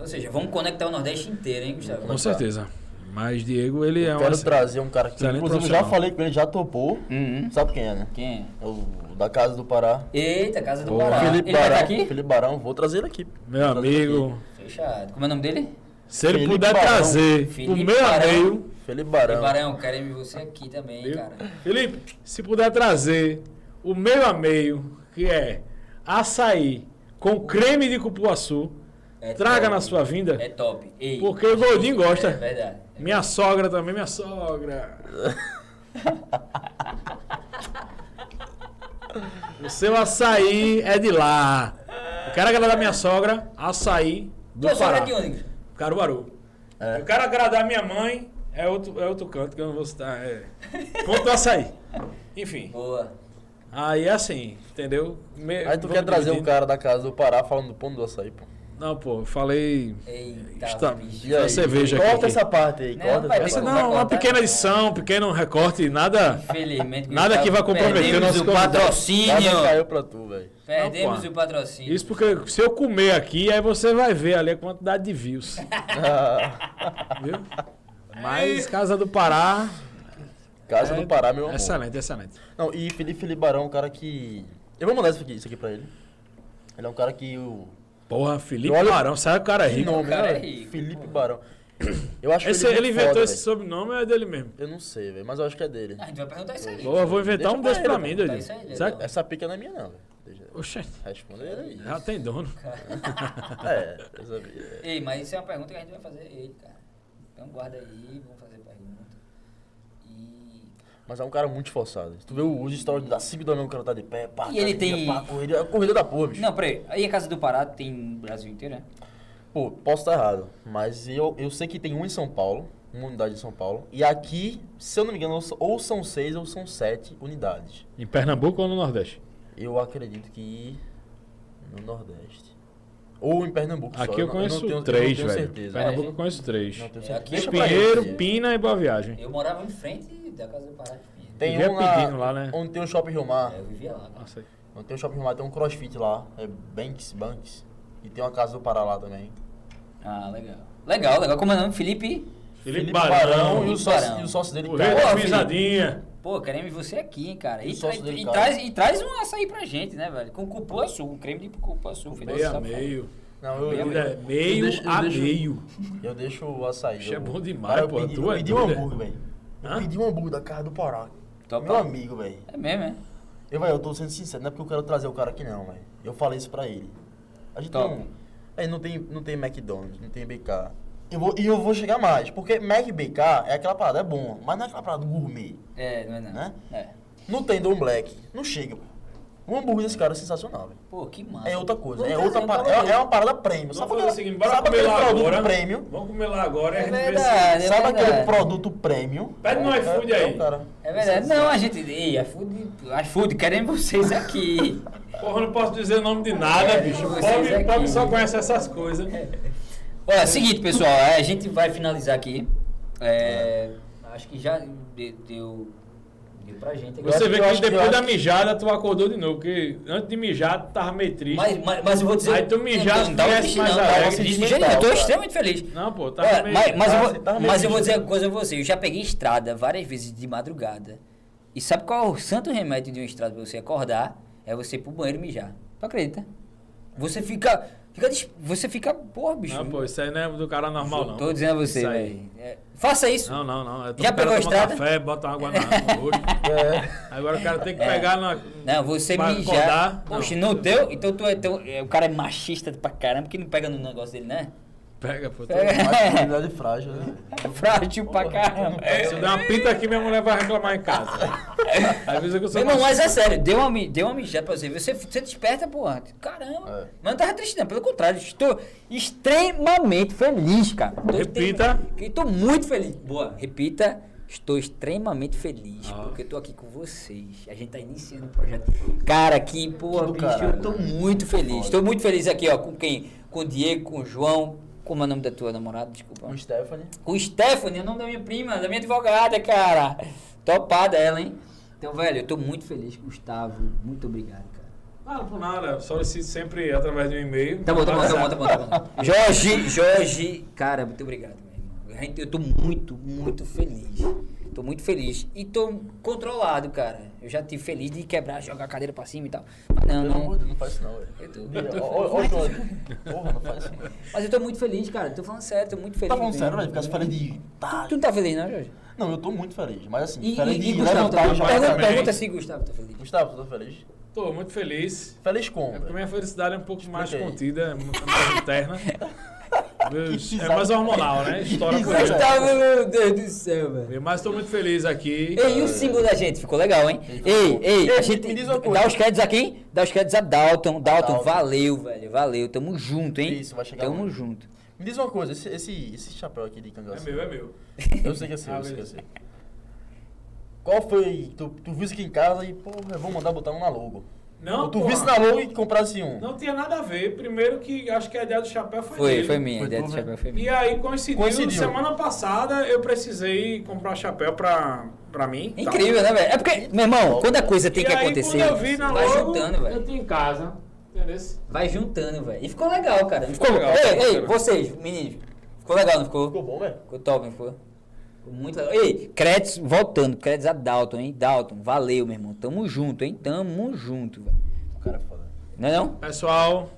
[SPEAKER 1] Ou seja, vamos conectar o Nordeste inteiro, hein, Gustavo?
[SPEAKER 2] Com certeza. Mas Diego, ele é
[SPEAKER 4] Eu
[SPEAKER 2] um.
[SPEAKER 4] quero
[SPEAKER 2] exce-
[SPEAKER 4] trazer um cara que,
[SPEAKER 2] excelente
[SPEAKER 4] inclusive, eu já
[SPEAKER 2] profissional.
[SPEAKER 4] falei com ele, já topou. Sabe quem é, né?
[SPEAKER 1] Uhum. Quem
[SPEAKER 4] É O da Casa do Pará.
[SPEAKER 1] é? Eita, Casa do
[SPEAKER 2] Boa.
[SPEAKER 1] Pará.
[SPEAKER 4] Felipe
[SPEAKER 1] Ele
[SPEAKER 4] Barão.
[SPEAKER 1] vai tá aqui?
[SPEAKER 4] Felipe Barão, vou trazer ele aqui.
[SPEAKER 15] Meu amigo,
[SPEAKER 1] Fechado. Como é o nome dele?
[SPEAKER 15] se ele
[SPEAKER 4] um Felipe
[SPEAKER 15] puder
[SPEAKER 4] Barão.
[SPEAKER 15] trazer o
[SPEAKER 1] Felipe
[SPEAKER 15] meu
[SPEAKER 1] Barão.
[SPEAKER 15] amigo,
[SPEAKER 4] Felipe
[SPEAKER 1] Barão,
[SPEAKER 4] Barão.
[SPEAKER 1] Barão queremos você aqui também, cara.
[SPEAKER 15] Felipe, se puder trazer o meu amigo, que é açaí com creme de cupuaçu,
[SPEAKER 1] É
[SPEAKER 15] traga
[SPEAKER 1] top.
[SPEAKER 15] na sua vinda.
[SPEAKER 1] É top. Ei,
[SPEAKER 15] Porque o Gordinho gosta.
[SPEAKER 1] É verdade.
[SPEAKER 15] Minha sogra também, minha sogra. o seu açaí é de lá. Eu quero agradar minha sogra, açaí do
[SPEAKER 1] Tua sogra
[SPEAKER 15] Pará.
[SPEAKER 1] é de onde?
[SPEAKER 15] Caruaru.
[SPEAKER 4] É.
[SPEAKER 15] Eu quero agradar minha mãe, é outro, é outro canto que eu não vou citar. É. Ponto do açaí. Enfim,
[SPEAKER 1] Boa.
[SPEAKER 15] aí é assim, entendeu? Me-
[SPEAKER 4] Aí tu
[SPEAKER 15] vamos
[SPEAKER 4] quer trazer um
[SPEAKER 15] dividindo.
[SPEAKER 4] cara da Casa do Pará falando do pão do açaí, pô.
[SPEAKER 15] Não, pô, eu falei.
[SPEAKER 1] Eita,
[SPEAKER 15] Está-
[SPEAKER 1] bicho.
[SPEAKER 4] E aí?
[SPEAKER 15] cerveja
[SPEAKER 4] corta
[SPEAKER 15] aqui.
[SPEAKER 4] essa parte aí,
[SPEAKER 1] Não,
[SPEAKER 4] corta
[SPEAKER 1] vai
[SPEAKER 4] essa
[SPEAKER 15] Essa
[SPEAKER 4] parte.
[SPEAKER 1] Não,
[SPEAKER 15] não, uma
[SPEAKER 1] contar,
[SPEAKER 15] pequena
[SPEAKER 1] não.
[SPEAKER 15] edição, um pequeno recorte, nada.
[SPEAKER 1] Infelizmente,
[SPEAKER 15] Nada que vai comprometer o
[SPEAKER 1] perdemos
[SPEAKER 15] nosso
[SPEAKER 1] o
[SPEAKER 15] convidado.
[SPEAKER 4] Quase
[SPEAKER 1] patrocínio.
[SPEAKER 4] caiu pra tu, velho.
[SPEAKER 1] Perdemos
[SPEAKER 15] Não,
[SPEAKER 1] o patrocínio.
[SPEAKER 15] Isso porque se eu comer aqui, aí você vai ver ali a quantidade de
[SPEAKER 4] (laughs)
[SPEAKER 15] views. Viu? Mas Casa do Pará,
[SPEAKER 4] Casa do Pará, meu amor.
[SPEAKER 15] É excelente, excelente.
[SPEAKER 4] Não, e Felipe, Felipe Barão é um cara que... Eu vou mandar isso aqui, isso aqui pra ele. Ele é um cara que... O...
[SPEAKER 15] Porra, Felipe
[SPEAKER 4] Olha-
[SPEAKER 15] Barão, sabe o cara é
[SPEAKER 4] Que
[SPEAKER 15] rico.
[SPEAKER 4] nome,
[SPEAKER 1] cara
[SPEAKER 4] né?
[SPEAKER 1] é rico,
[SPEAKER 4] Felipe Barão. Eu acho
[SPEAKER 15] Esse,
[SPEAKER 4] que ele, é
[SPEAKER 15] ele
[SPEAKER 4] muito
[SPEAKER 15] inventou
[SPEAKER 4] foda,
[SPEAKER 15] esse
[SPEAKER 4] velho.
[SPEAKER 15] sobrenome ou é dele mesmo?
[SPEAKER 4] Eu não sei, velho, mas eu acho que é dele.
[SPEAKER 1] A gente vai perguntar isso aí.
[SPEAKER 15] Pô, eu vou inventar
[SPEAKER 4] Deixa
[SPEAKER 15] um
[SPEAKER 4] pra
[SPEAKER 15] desse
[SPEAKER 4] ele,
[SPEAKER 15] pra
[SPEAKER 4] pô.
[SPEAKER 15] mim,
[SPEAKER 1] Tá, isso aí,
[SPEAKER 15] doidinho.
[SPEAKER 1] né?
[SPEAKER 15] Sabe?
[SPEAKER 4] Essa pica não é minha, não, velho. Deixa-
[SPEAKER 15] Oxe,
[SPEAKER 4] Responda ele aí.
[SPEAKER 15] já tem dono.
[SPEAKER 4] É, eu sabia.
[SPEAKER 1] Ei, mas isso é uma pergunta que a gente vai fazer a ele, cara. Então guarda aí, vamos fazer pergunta. E.
[SPEAKER 4] Mas é um cara muito esforçado. Se tu vê os stories das 5 da manhã, o cara tá de pé, pá,
[SPEAKER 1] E ele
[SPEAKER 4] academia,
[SPEAKER 1] tem-
[SPEAKER 4] pá, corrida, é corrida da porra, bicho.
[SPEAKER 1] Não, peraí. Aí a Casa do Pará tem no Brasil inteiro, né?
[SPEAKER 4] Pô, posso estar errado, mas eu, eu sei que tem um em São Paulo, uma unidade em São Paulo, e aqui, se eu não me engano, ou s- ou são seis ou são sete unidades.
[SPEAKER 15] Em Pernambuco ou no Nordeste?
[SPEAKER 4] Eu acredito que no Nordeste. Ou em Pernambuco só,
[SPEAKER 15] Aqui eu
[SPEAKER 4] não-
[SPEAKER 15] conheço
[SPEAKER 4] não tenho,
[SPEAKER 15] três,
[SPEAKER 4] eu não tenho
[SPEAKER 15] velho.
[SPEAKER 4] certeza. É.
[SPEAKER 15] Pernambuco eu conheço três.
[SPEAKER 4] Não tenho
[SPEAKER 1] É,
[SPEAKER 4] certeza.
[SPEAKER 1] aqui
[SPEAKER 4] Deixa pra ele
[SPEAKER 15] Pinheiro,
[SPEAKER 4] aqui.
[SPEAKER 15] Pina e Boa Viagem.
[SPEAKER 1] Eu morava em frente da Casa do Pará de Pinheiro.
[SPEAKER 4] Tem
[SPEAKER 15] Vivia
[SPEAKER 4] um lá,
[SPEAKER 15] pedindo lá, né?
[SPEAKER 4] onde tem o Shopping Rio Mar.
[SPEAKER 1] É, Eu vivia lá, cara.
[SPEAKER 15] Nossa, aí.
[SPEAKER 4] Onde tem o Shopping Rio Mar, tem um crossfit lá, é Banks, Banks. E tem uma casa do Pará lá também.
[SPEAKER 1] Ah, legal. Legal, legal. Como é o nome? Felipe?
[SPEAKER 15] Felipe
[SPEAKER 4] e
[SPEAKER 15] Barão,
[SPEAKER 4] o
[SPEAKER 1] Felipe
[SPEAKER 4] sócio,
[SPEAKER 1] Barão.
[SPEAKER 4] e o sócio dele, tá
[SPEAKER 15] o
[SPEAKER 4] cara.
[SPEAKER 15] rei da
[SPEAKER 1] Porra,
[SPEAKER 15] pisadinha.
[SPEAKER 1] Pô, queremos você aqui, hein, cara. E,
[SPEAKER 4] Eu sou
[SPEAKER 1] tra-
[SPEAKER 4] dele,
[SPEAKER 1] e
[SPEAKER 4] cara.
[SPEAKER 1] traz, e traz um açaí pra gente, né, velho? Com cupuaçu, um creme de cupuaçu. filho.
[SPEAKER 15] Meio a
[SPEAKER 1] Nossa,
[SPEAKER 15] meio.
[SPEAKER 4] Não, eu, eu,
[SPEAKER 2] É
[SPEAKER 4] eu,
[SPEAKER 2] meio
[SPEAKER 4] deixo- eu
[SPEAKER 2] a
[SPEAKER 4] deixo-
[SPEAKER 2] meio.
[SPEAKER 4] Eu deixo o açaí.
[SPEAKER 2] Isso é
[SPEAKER 4] eu-
[SPEAKER 2] bom demais,
[SPEAKER 4] Cara, eu
[SPEAKER 2] pô,
[SPEAKER 4] pedi,
[SPEAKER 2] tu
[SPEAKER 4] eu
[SPEAKER 2] é
[SPEAKER 4] pedi um
[SPEAKER 2] doido, é?
[SPEAKER 4] hambúrguer, velho. Eu
[SPEAKER 2] Hã? Então tá.
[SPEAKER 4] pedi um hambúrguer da cara do Pará. Meu amigo, velho.
[SPEAKER 1] É mesmo, é?
[SPEAKER 4] Eu, velho, eu tô sendo sincero, não é porque eu quero trazer o cara aqui não, velho. Eu falei isso pra ele. A gente
[SPEAKER 1] Top.
[SPEAKER 4] não. Aí não tem, não tem McDonald's, não tem BK. Eu vou, e eu vou chegar mais, porque Mac e BK é aquela parada, é bom, mas não é aquela parada gourmet,
[SPEAKER 1] É, não é não.
[SPEAKER 4] né?
[SPEAKER 1] É.
[SPEAKER 4] Não tem Don Black, não chega, pô. O hambúrguer desse cara é sensacional, velho.
[SPEAKER 1] Pô, que massa.
[SPEAKER 4] É outra coisa,
[SPEAKER 1] Vamos um
[SPEAKER 4] é
[SPEAKER 1] fazer,
[SPEAKER 4] outra
[SPEAKER 1] vamos
[SPEAKER 4] parada, é,
[SPEAKER 1] fazer.
[SPEAKER 4] é uma parada premium.
[SPEAKER 2] Vamos
[SPEAKER 4] Sabe
[SPEAKER 2] fazer
[SPEAKER 4] aquele,
[SPEAKER 2] o seguinte, bora
[SPEAKER 4] sabe é
[SPEAKER 2] comer
[SPEAKER 4] aquele
[SPEAKER 2] lá
[SPEAKER 4] produto
[SPEAKER 2] agora.
[SPEAKER 4] premium?
[SPEAKER 2] Vamos comer lá agora.
[SPEAKER 1] É
[SPEAKER 2] É verdade.
[SPEAKER 1] verdade, é
[SPEAKER 4] sabe aquele
[SPEAKER 1] verdade.
[SPEAKER 4] produto premium?
[SPEAKER 2] Pede no
[SPEAKER 4] É,
[SPEAKER 2] iFood
[SPEAKER 4] é, é
[SPEAKER 2] aí.
[SPEAKER 4] o cara.
[SPEAKER 1] É verdade. Não, a gente. Ei, iFood, iFood, queremos vocês aqui. (laughs)
[SPEAKER 2] Porra, eu não posso dizer o nome de nada,
[SPEAKER 1] É,
[SPEAKER 2] bicho.
[SPEAKER 1] vocês
[SPEAKER 2] Pobre,
[SPEAKER 1] aqui.
[SPEAKER 2] pobre só conhece essas coisas.
[SPEAKER 4] É,
[SPEAKER 1] Olha, seguinte, pessoal, é, a gente vai finalizar aqui. É, acho que já de- deu, deu pra gente. aqui.
[SPEAKER 2] Você
[SPEAKER 4] acho
[SPEAKER 2] vê
[SPEAKER 4] que- eu
[SPEAKER 2] que
[SPEAKER 4] acho que- eu
[SPEAKER 2] depois
[SPEAKER 4] acho
[SPEAKER 2] da mijada tu acordou de novo, porque antes de mijar tu tava meio triste.
[SPEAKER 1] Mas, mas, mas eu vou dizer.
[SPEAKER 2] Aí tu me já
[SPEAKER 1] não, não dá um
[SPEAKER 2] fez
[SPEAKER 1] triste,
[SPEAKER 2] mais
[SPEAKER 1] não,
[SPEAKER 2] a
[SPEAKER 1] dá um
[SPEAKER 2] Alex
[SPEAKER 1] triste de
[SPEAKER 4] digital,
[SPEAKER 1] jeito nenhum. eu tô
[SPEAKER 4] cara.
[SPEAKER 1] extremamente feliz.
[SPEAKER 2] Não, pô, tava
[SPEAKER 1] Olha,
[SPEAKER 2] meio...
[SPEAKER 1] mas, mas, eu
[SPEAKER 4] tá-
[SPEAKER 1] vou,
[SPEAKER 4] tá meio
[SPEAKER 1] mas eu vou dizer
[SPEAKER 4] digital.
[SPEAKER 1] uma coisa a você. Eu já peguei estrada várias vezes de madrugada. E sabe qual é o santo remédio de uma estrada pra você acordar? É você ir pro banheiro mijar. Tu acredita? Você fica. fica des- você fica. Porra, bicho.
[SPEAKER 2] Não, pô, isso aí não é do cara normal, não.
[SPEAKER 1] Tô dizendo a você,
[SPEAKER 2] Isso aí.
[SPEAKER 1] velho. É, faça isso.
[SPEAKER 2] Não, não, não. É
[SPEAKER 1] Já
[SPEAKER 2] o cara
[SPEAKER 1] pegou a
[SPEAKER 2] toma
[SPEAKER 1] estrada?
[SPEAKER 2] café, bota água na
[SPEAKER 1] (laughs)
[SPEAKER 2] no rosto. Agora o cara tem que
[SPEAKER 1] É.
[SPEAKER 2] pegar na...
[SPEAKER 1] Não, você
[SPEAKER 2] Pra
[SPEAKER 1] mijar.
[SPEAKER 2] acordar,
[SPEAKER 1] Poxa,
[SPEAKER 2] não.
[SPEAKER 1] não deu? Então tu é tão. é, O cara é machista pra caramba que não pega no negócio dele, né?
[SPEAKER 2] Pega, pô. Tô...
[SPEAKER 1] Pega. (laughs)
[SPEAKER 4] Masculinidade frágil, né?
[SPEAKER 1] Frágil pra caramba.
[SPEAKER 2] Se eu der uma pinta aqui, minha mulher vai reclamar
[SPEAKER 1] (laughs)
[SPEAKER 2] em casa. Às vezes eu
[SPEAKER 1] Meu
[SPEAKER 2] sou...
[SPEAKER 1] irmão, mas é sério, deu uma, mi- deu uma mijada pra você. Você, você desperta, porra. Caramba. Mas não tava triste, não. Pelo contrário, estou extremamente feliz, cara. Tô
[SPEAKER 2] Repita.
[SPEAKER 1] extrem- Estou muito feliz. Boa, repita. Estou extremamente feliz
[SPEAKER 2] Ah.
[SPEAKER 1] porque estou aqui com vocês. A gente tá iniciando o projeto. Cara, que porra,
[SPEAKER 4] do
[SPEAKER 1] bicho,
[SPEAKER 4] caralho,
[SPEAKER 1] eu tô
[SPEAKER 4] né?
[SPEAKER 1] muito feliz. Estou muito feliz aqui, ó, com quem? Com o Diego, com o João. Como é o nome da tua namorada? Desculpa.
[SPEAKER 4] O Stephanie.
[SPEAKER 1] Com Stephanie, é o nome da minha prima, da minha advogada, cara. Topada ela, hein? Então, velho, eu tô muito feliz, Gustavo. Muito obrigado, cara.
[SPEAKER 2] Não, por nada. Solicito sempre através de um e-mail.
[SPEAKER 1] Tá bom, tá bom, tá bom, tá bom, tá bom.
[SPEAKER 4] (laughs)
[SPEAKER 1] Jorge, Jorge, cara, muito obrigado, meu irmão. Gente, Eu tô muito, muito feliz. Tô muito feliz. E tô controlado, cara. Eu já tive feliz de quebrar, jogar a cadeira pra cima e tal. Mas não,
[SPEAKER 4] Pelo amor de
[SPEAKER 1] não.
[SPEAKER 4] Deus, não faz isso não, velho.
[SPEAKER 1] Eu tô-
[SPEAKER 4] Ô, ô, ô, Jorge. Porra, não faz isso não.
[SPEAKER 1] Mas eu tô muito feliz, cara. Tô falando sério, tô muito feliz.
[SPEAKER 4] Tá falando sério, velho?
[SPEAKER 1] mesmo.
[SPEAKER 4] Ficar se falando de... Tá.
[SPEAKER 1] um Tu não tá feliz, não, Jorge?
[SPEAKER 4] Não, eu tô muito feliz, mas assim,
[SPEAKER 1] E,
[SPEAKER 4] feliz
[SPEAKER 1] e,
[SPEAKER 4] de
[SPEAKER 1] e Gustavo, tá
[SPEAKER 4] levantar
[SPEAKER 1] feliz?
[SPEAKER 4] o
[SPEAKER 1] Pergunta,
[SPEAKER 4] jornal.
[SPEAKER 2] também.
[SPEAKER 1] pergunta se Gustavo tá feliz.
[SPEAKER 4] Gustavo, tu tá feliz?
[SPEAKER 2] Tô muito feliz.
[SPEAKER 4] Feliz como?
[SPEAKER 2] É porque
[SPEAKER 4] velho?
[SPEAKER 2] minha felicidade é um pouco mais
[SPEAKER 4] Explica aí.
[SPEAKER 2] contida, é
[SPEAKER 1] (laughs)
[SPEAKER 2] mais interna. Meus-
[SPEAKER 4] Que
[SPEAKER 2] é mais
[SPEAKER 4] bizarro.
[SPEAKER 2] hormonal, né? História
[SPEAKER 4] Que
[SPEAKER 2] por
[SPEAKER 4] bizarro.
[SPEAKER 2] aí.
[SPEAKER 1] Gustavo, meu Deus do céu, velho.
[SPEAKER 2] Mas tô muito feliz aqui.
[SPEAKER 1] Ei, e o símbolo da gente? Ficou legal, hein?
[SPEAKER 4] Ele
[SPEAKER 1] Ei,
[SPEAKER 4] ficou.
[SPEAKER 1] ei, a
[SPEAKER 4] Ei,
[SPEAKER 1] gente.
[SPEAKER 4] me diz uma coisa.
[SPEAKER 1] Dá os créditos aqui? Dá os créditos a Dalton. Dalton,
[SPEAKER 4] Dalton.
[SPEAKER 1] valeu, velho. Valeu. Tamo junto, hein?
[SPEAKER 4] Isso, vai chegar
[SPEAKER 1] Tamo
[SPEAKER 4] lá.
[SPEAKER 1] junto.
[SPEAKER 4] Me diz uma coisa, esse, esse, esse chapéu aqui de
[SPEAKER 2] É
[SPEAKER 4] cangaceiro.
[SPEAKER 2] meu, é meu.
[SPEAKER 4] Eu sei que é seu,
[SPEAKER 2] Ah,
[SPEAKER 4] eu sei que é
[SPEAKER 2] beleza.
[SPEAKER 4] seu. Qual foi? Tu, tu viu isso aqui em casa e, porra, eu vou mandar botar um na logo.
[SPEAKER 2] Não,
[SPEAKER 4] Ou tu
[SPEAKER 2] porra,
[SPEAKER 4] visse na logo e comprasse um.
[SPEAKER 2] Não tinha nada a ver. Primeiro que acho que a ideia do chapéu foi,
[SPEAKER 1] Foi,
[SPEAKER 2] dele.
[SPEAKER 1] foi minha. a
[SPEAKER 4] Foi
[SPEAKER 1] ideia
[SPEAKER 4] tu,
[SPEAKER 1] do
[SPEAKER 4] né?
[SPEAKER 1] chapéu foi minha.
[SPEAKER 2] E aí coincidiu,
[SPEAKER 4] Coincidiu.
[SPEAKER 2] semana passada eu precisei comprar um chapéu pra, pra mim. tá?
[SPEAKER 1] Incrível, né, velho? É porque, meu
[SPEAKER 4] Tá
[SPEAKER 1] irmão, quando a coisa tem
[SPEAKER 2] e
[SPEAKER 1] que
[SPEAKER 2] aí,
[SPEAKER 1] acontecer,
[SPEAKER 2] Quando eu vi na uh,
[SPEAKER 1] vai
[SPEAKER 2] logo,
[SPEAKER 1] juntando,
[SPEAKER 2] eu
[SPEAKER 1] velho.
[SPEAKER 2] tinha em casa. Entendeu?
[SPEAKER 1] Vai juntando, velho. E ficou legal, cara. Ficou
[SPEAKER 2] legal,
[SPEAKER 1] Ei,
[SPEAKER 2] cara.
[SPEAKER 1] ei, vocês, meninos. Ficou legal, não ficou?
[SPEAKER 4] Ficou bom, velho?
[SPEAKER 1] Ficou top, não ficou? Ficou Muito legal. Ei, créditos, voltando, créditos a Dalton, hein? Dalton, valeu, meu irmão. Tamo junto, hein? Tamo junto, velho.
[SPEAKER 4] O cara é foda.
[SPEAKER 1] Não é não?
[SPEAKER 2] Pessoal,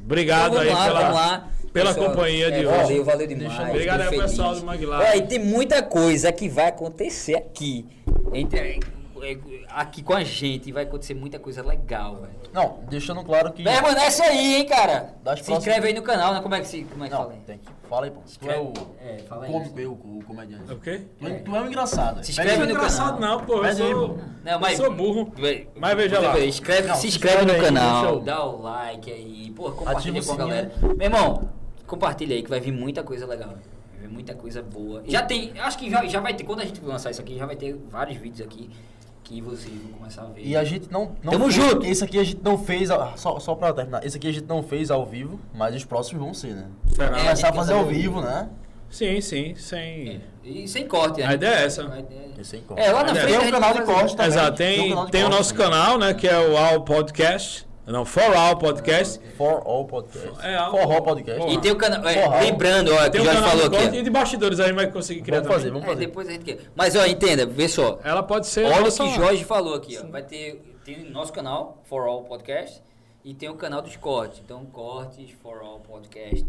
[SPEAKER 2] obrigado
[SPEAKER 1] Então,
[SPEAKER 2] aí
[SPEAKER 1] vamos lá,
[SPEAKER 2] pela,
[SPEAKER 1] vamos lá.
[SPEAKER 2] pela
[SPEAKER 1] Pessoal,
[SPEAKER 2] companhia
[SPEAKER 1] é,
[SPEAKER 2] de hoje.
[SPEAKER 1] Valeu, valeu demais.
[SPEAKER 4] Deixa-
[SPEAKER 2] obrigado
[SPEAKER 1] tô
[SPEAKER 2] aí,
[SPEAKER 1] feliz.
[SPEAKER 2] pessoal do Maglar.
[SPEAKER 1] Olha, e tem muita coisa que vai acontecer aqui. Entre- é, aqui com a gente vai acontecer muita coisa legal, velho.
[SPEAKER 4] Não, deixando claro que.
[SPEAKER 1] Permanece aí, hein, cara.
[SPEAKER 4] Das
[SPEAKER 1] se
[SPEAKER 4] próximas-
[SPEAKER 1] inscreve aí no canal, né? Como é que se como é que
[SPEAKER 4] Não,
[SPEAKER 1] fala aí?
[SPEAKER 4] tem que. Fala aí, pô. Tu é o.
[SPEAKER 1] É, fala aí.
[SPEAKER 4] Cômico, eu, o comediante.
[SPEAKER 2] É o quê?
[SPEAKER 4] Tu é, tu é um engraçado.
[SPEAKER 1] Se
[SPEAKER 4] velho.
[SPEAKER 1] inscreve
[SPEAKER 2] Não
[SPEAKER 1] no
[SPEAKER 2] é engraçado
[SPEAKER 1] canal.
[SPEAKER 2] não, pô. Eu
[SPEAKER 4] Mas aí,
[SPEAKER 2] sou,
[SPEAKER 4] mano.
[SPEAKER 1] Não, mas-
[SPEAKER 2] eu sou burro.
[SPEAKER 1] Vai-
[SPEAKER 2] Mas veja lá.
[SPEAKER 1] Escreve,
[SPEAKER 4] Não,
[SPEAKER 1] se
[SPEAKER 4] se
[SPEAKER 1] inscreve no
[SPEAKER 4] inscreve aí,
[SPEAKER 1] canal,
[SPEAKER 4] deixa eu-
[SPEAKER 1] dá o like aí, pô, compartilha
[SPEAKER 4] Ativa
[SPEAKER 1] com a
[SPEAKER 4] o
[SPEAKER 1] galera. Meu irmão, compartilha aí que vai vir muita coisa legal. Vai vir muita coisa boa. Já tem, acho que já, já vai ter, quando a gente lançar isso aqui, já vai ter vários vídeos aqui que vocês vão começar a ver.
[SPEAKER 4] E a gente não. não
[SPEAKER 1] Tamo
[SPEAKER 4] fez-
[SPEAKER 1] junto.
[SPEAKER 4] Esse aqui a gente não fez. ao- Só, só pra terminar. Esse aqui a gente não fez ao vivo, mas os próximos vão ser, né?
[SPEAKER 2] Será?
[SPEAKER 1] É. a gente
[SPEAKER 4] Começar a
[SPEAKER 1] tem
[SPEAKER 4] fazer
[SPEAKER 1] que
[SPEAKER 4] ao
[SPEAKER 1] fazer
[SPEAKER 4] vivo, né?
[SPEAKER 2] Sim, sim, sem...
[SPEAKER 1] É. E sem corte, né?
[SPEAKER 2] A ideia é essa.
[SPEAKER 1] A ideia-
[SPEAKER 4] Esse aí corta.
[SPEAKER 1] É, lá na
[SPEAKER 2] Mas é,
[SPEAKER 1] frente.
[SPEAKER 4] Tem
[SPEAKER 1] a
[SPEAKER 4] um
[SPEAKER 1] gente
[SPEAKER 4] canal
[SPEAKER 1] vai
[SPEAKER 4] de
[SPEAKER 1] fazer.
[SPEAKER 4] corte também.
[SPEAKER 2] Exato,
[SPEAKER 4] um
[SPEAKER 2] tem,
[SPEAKER 4] canal de
[SPEAKER 2] Tá tem o
[SPEAKER 4] corte
[SPEAKER 2] nosso
[SPEAKER 4] também.
[SPEAKER 2] canal, né? Que é o All Podcast. Não, For All Podcast.
[SPEAKER 1] É,
[SPEAKER 4] For All Podcast.
[SPEAKER 2] É,
[SPEAKER 4] For All Podcast.
[SPEAKER 2] Porra.
[SPEAKER 1] E tem o canal. é,
[SPEAKER 4] Porra.
[SPEAKER 1] lembrando, ó, que
[SPEAKER 2] Tem
[SPEAKER 1] o
[SPEAKER 2] um
[SPEAKER 1] Jorge
[SPEAKER 2] canal
[SPEAKER 1] falou
[SPEAKER 2] de
[SPEAKER 1] aqui.
[SPEAKER 2] corte
[SPEAKER 1] ó.
[SPEAKER 2] e de bastidores aí vai conseguir criar
[SPEAKER 4] Vamos fazer,
[SPEAKER 2] também.
[SPEAKER 4] vamos
[SPEAKER 1] É,
[SPEAKER 4] fazer.
[SPEAKER 1] depois a gente quer. Mas ó, entenda, vê só.
[SPEAKER 2] Ela pode ser...
[SPEAKER 1] Olha o
[SPEAKER 2] nossa-
[SPEAKER 1] que Jorge falou aqui, ó. Vai ter tem nosso canal, For All Podcast. E tem o canal dos cortes. Então, Cortes for All Podcast.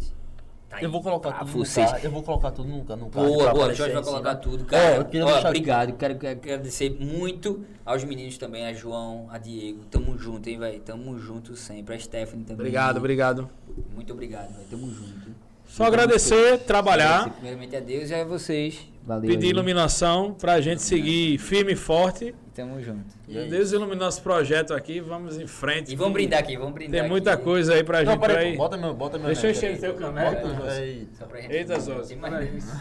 [SPEAKER 1] Tá aí
[SPEAKER 4] Eu vou colocar
[SPEAKER 1] pra
[SPEAKER 4] tudo no
[SPEAKER 1] vocês.
[SPEAKER 4] card, Eu vou colocar tudo no, ca- no card.
[SPEAKER 1] Boa,
[SPEAKER 4] pra
[SPEAKER 1] boa. O
[SPEAKER 4] aparecer
[SPEAKER 1] Jorge vai
[SPEAKER 4] em cima.
[SPEAKER 1] colocar tudo,
[SPEAKER 4] É,
[SPEAKER 1] cara.
[SPEAKER 4] eu queria
[SPEAKER 1] Ó,
[SPEAKER 4] deixar
[SPEAKER 1] obrigado. Quero, quero agradecer muito aos meninos também, a João, a Diego. Tamo junto, hein, velho? Tamo junto sempre. A Stephanie também.
[SPEAKER 16] Obrigado, obrigado.
[SPEAKER 1] Muito obrigado, velho. Tamo junto.
[SPEAKER 2] Só agradecer,
[SPEAKER 1] Agradecer
[SPEAKER 2] trabalhar,
[SPEAKER 1] Primeiramente a Deus e a vocês. Valeu.
[SPEAKER 2] pedir
[SPEAKER 1] Então, aí.
[SPEAKER 2] iluminação pra gente seguir firme e forte.
[SPEAKER 1] Tamo junto.
[SPEAKER 2] Deus ilumina nosso projeto aqui, vamos em frente.
[SPEAKER 1] é E vamos brindar aqui, vamos brindar
[SPEAKER 2] Tem muita
[SPEAKER 1] aqui.
[SPEAKER 2] coisa aí pra
[SPEAKER 4] Não,
[SPEAKER 2] gente
[SPEAKER 4] peraí,
[SPEAKER 2] aí.
[SPEAKER 4] pô, bota meu, bota meu.
[SPEAKER 2] Deixa eu
[SPEAKER 4] neto aí.
[SPEAKER 2] encher o teu caneco.
[SPEAKER 4] Bota-
[SPEAKER 1] É
[SPEAKER 4] Eita.
[SPEAKER 1] Só pra gente-
[SPEAKER 2] Eita, Zózio,
[SPEAKER 1] Tem mais,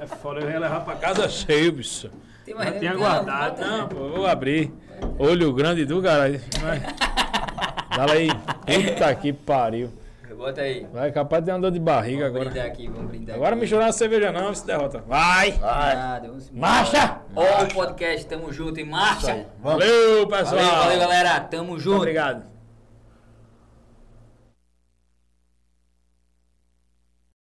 [SPEAKER 2] É foda, eu ia levar pra casa cheio, bicho.
[SPEAKER 1] tem mais
[SPEAKER 2] Tinha
[SPEAKER 1] não,
[SPEAKER 2] Tá guardado.
[SPEAKER 1] bota-
[SPEAKER 2] Não, pô, vou abrir. Olho grande do caralho.
[SPEAKER 1] (laughs)
[SPEAKER 2] Vai. Dá aí. Puta que pariu.
[SPEAKER 1] Bota aí. Vamos
[SPEAKER 2] Vai, capaz de andar de barriga agora.
[SPEAKER 1] brindar aqui, vamos brindar
[SPEAKER 2] Agora
[SPEAKER 1] aqui. Ah,
[SPEAKER 2] misturar uma cerveja não, se derrota. Vai!
[SPEAKER 1] Nada, vamos embora.
[SPEAKER 2] Marcha!
[SPEAKER 1] Ó, o podcast, tamo junto em marcha.
[SPEAKER 4] Vamos.
[SPEAKER 1] Valeu,
[SPEAKER 2] Valeu, pessoal!
[SPEAKER 1] valeu, galera. Tamo junto.
[SPEAKER 2] Obrigado.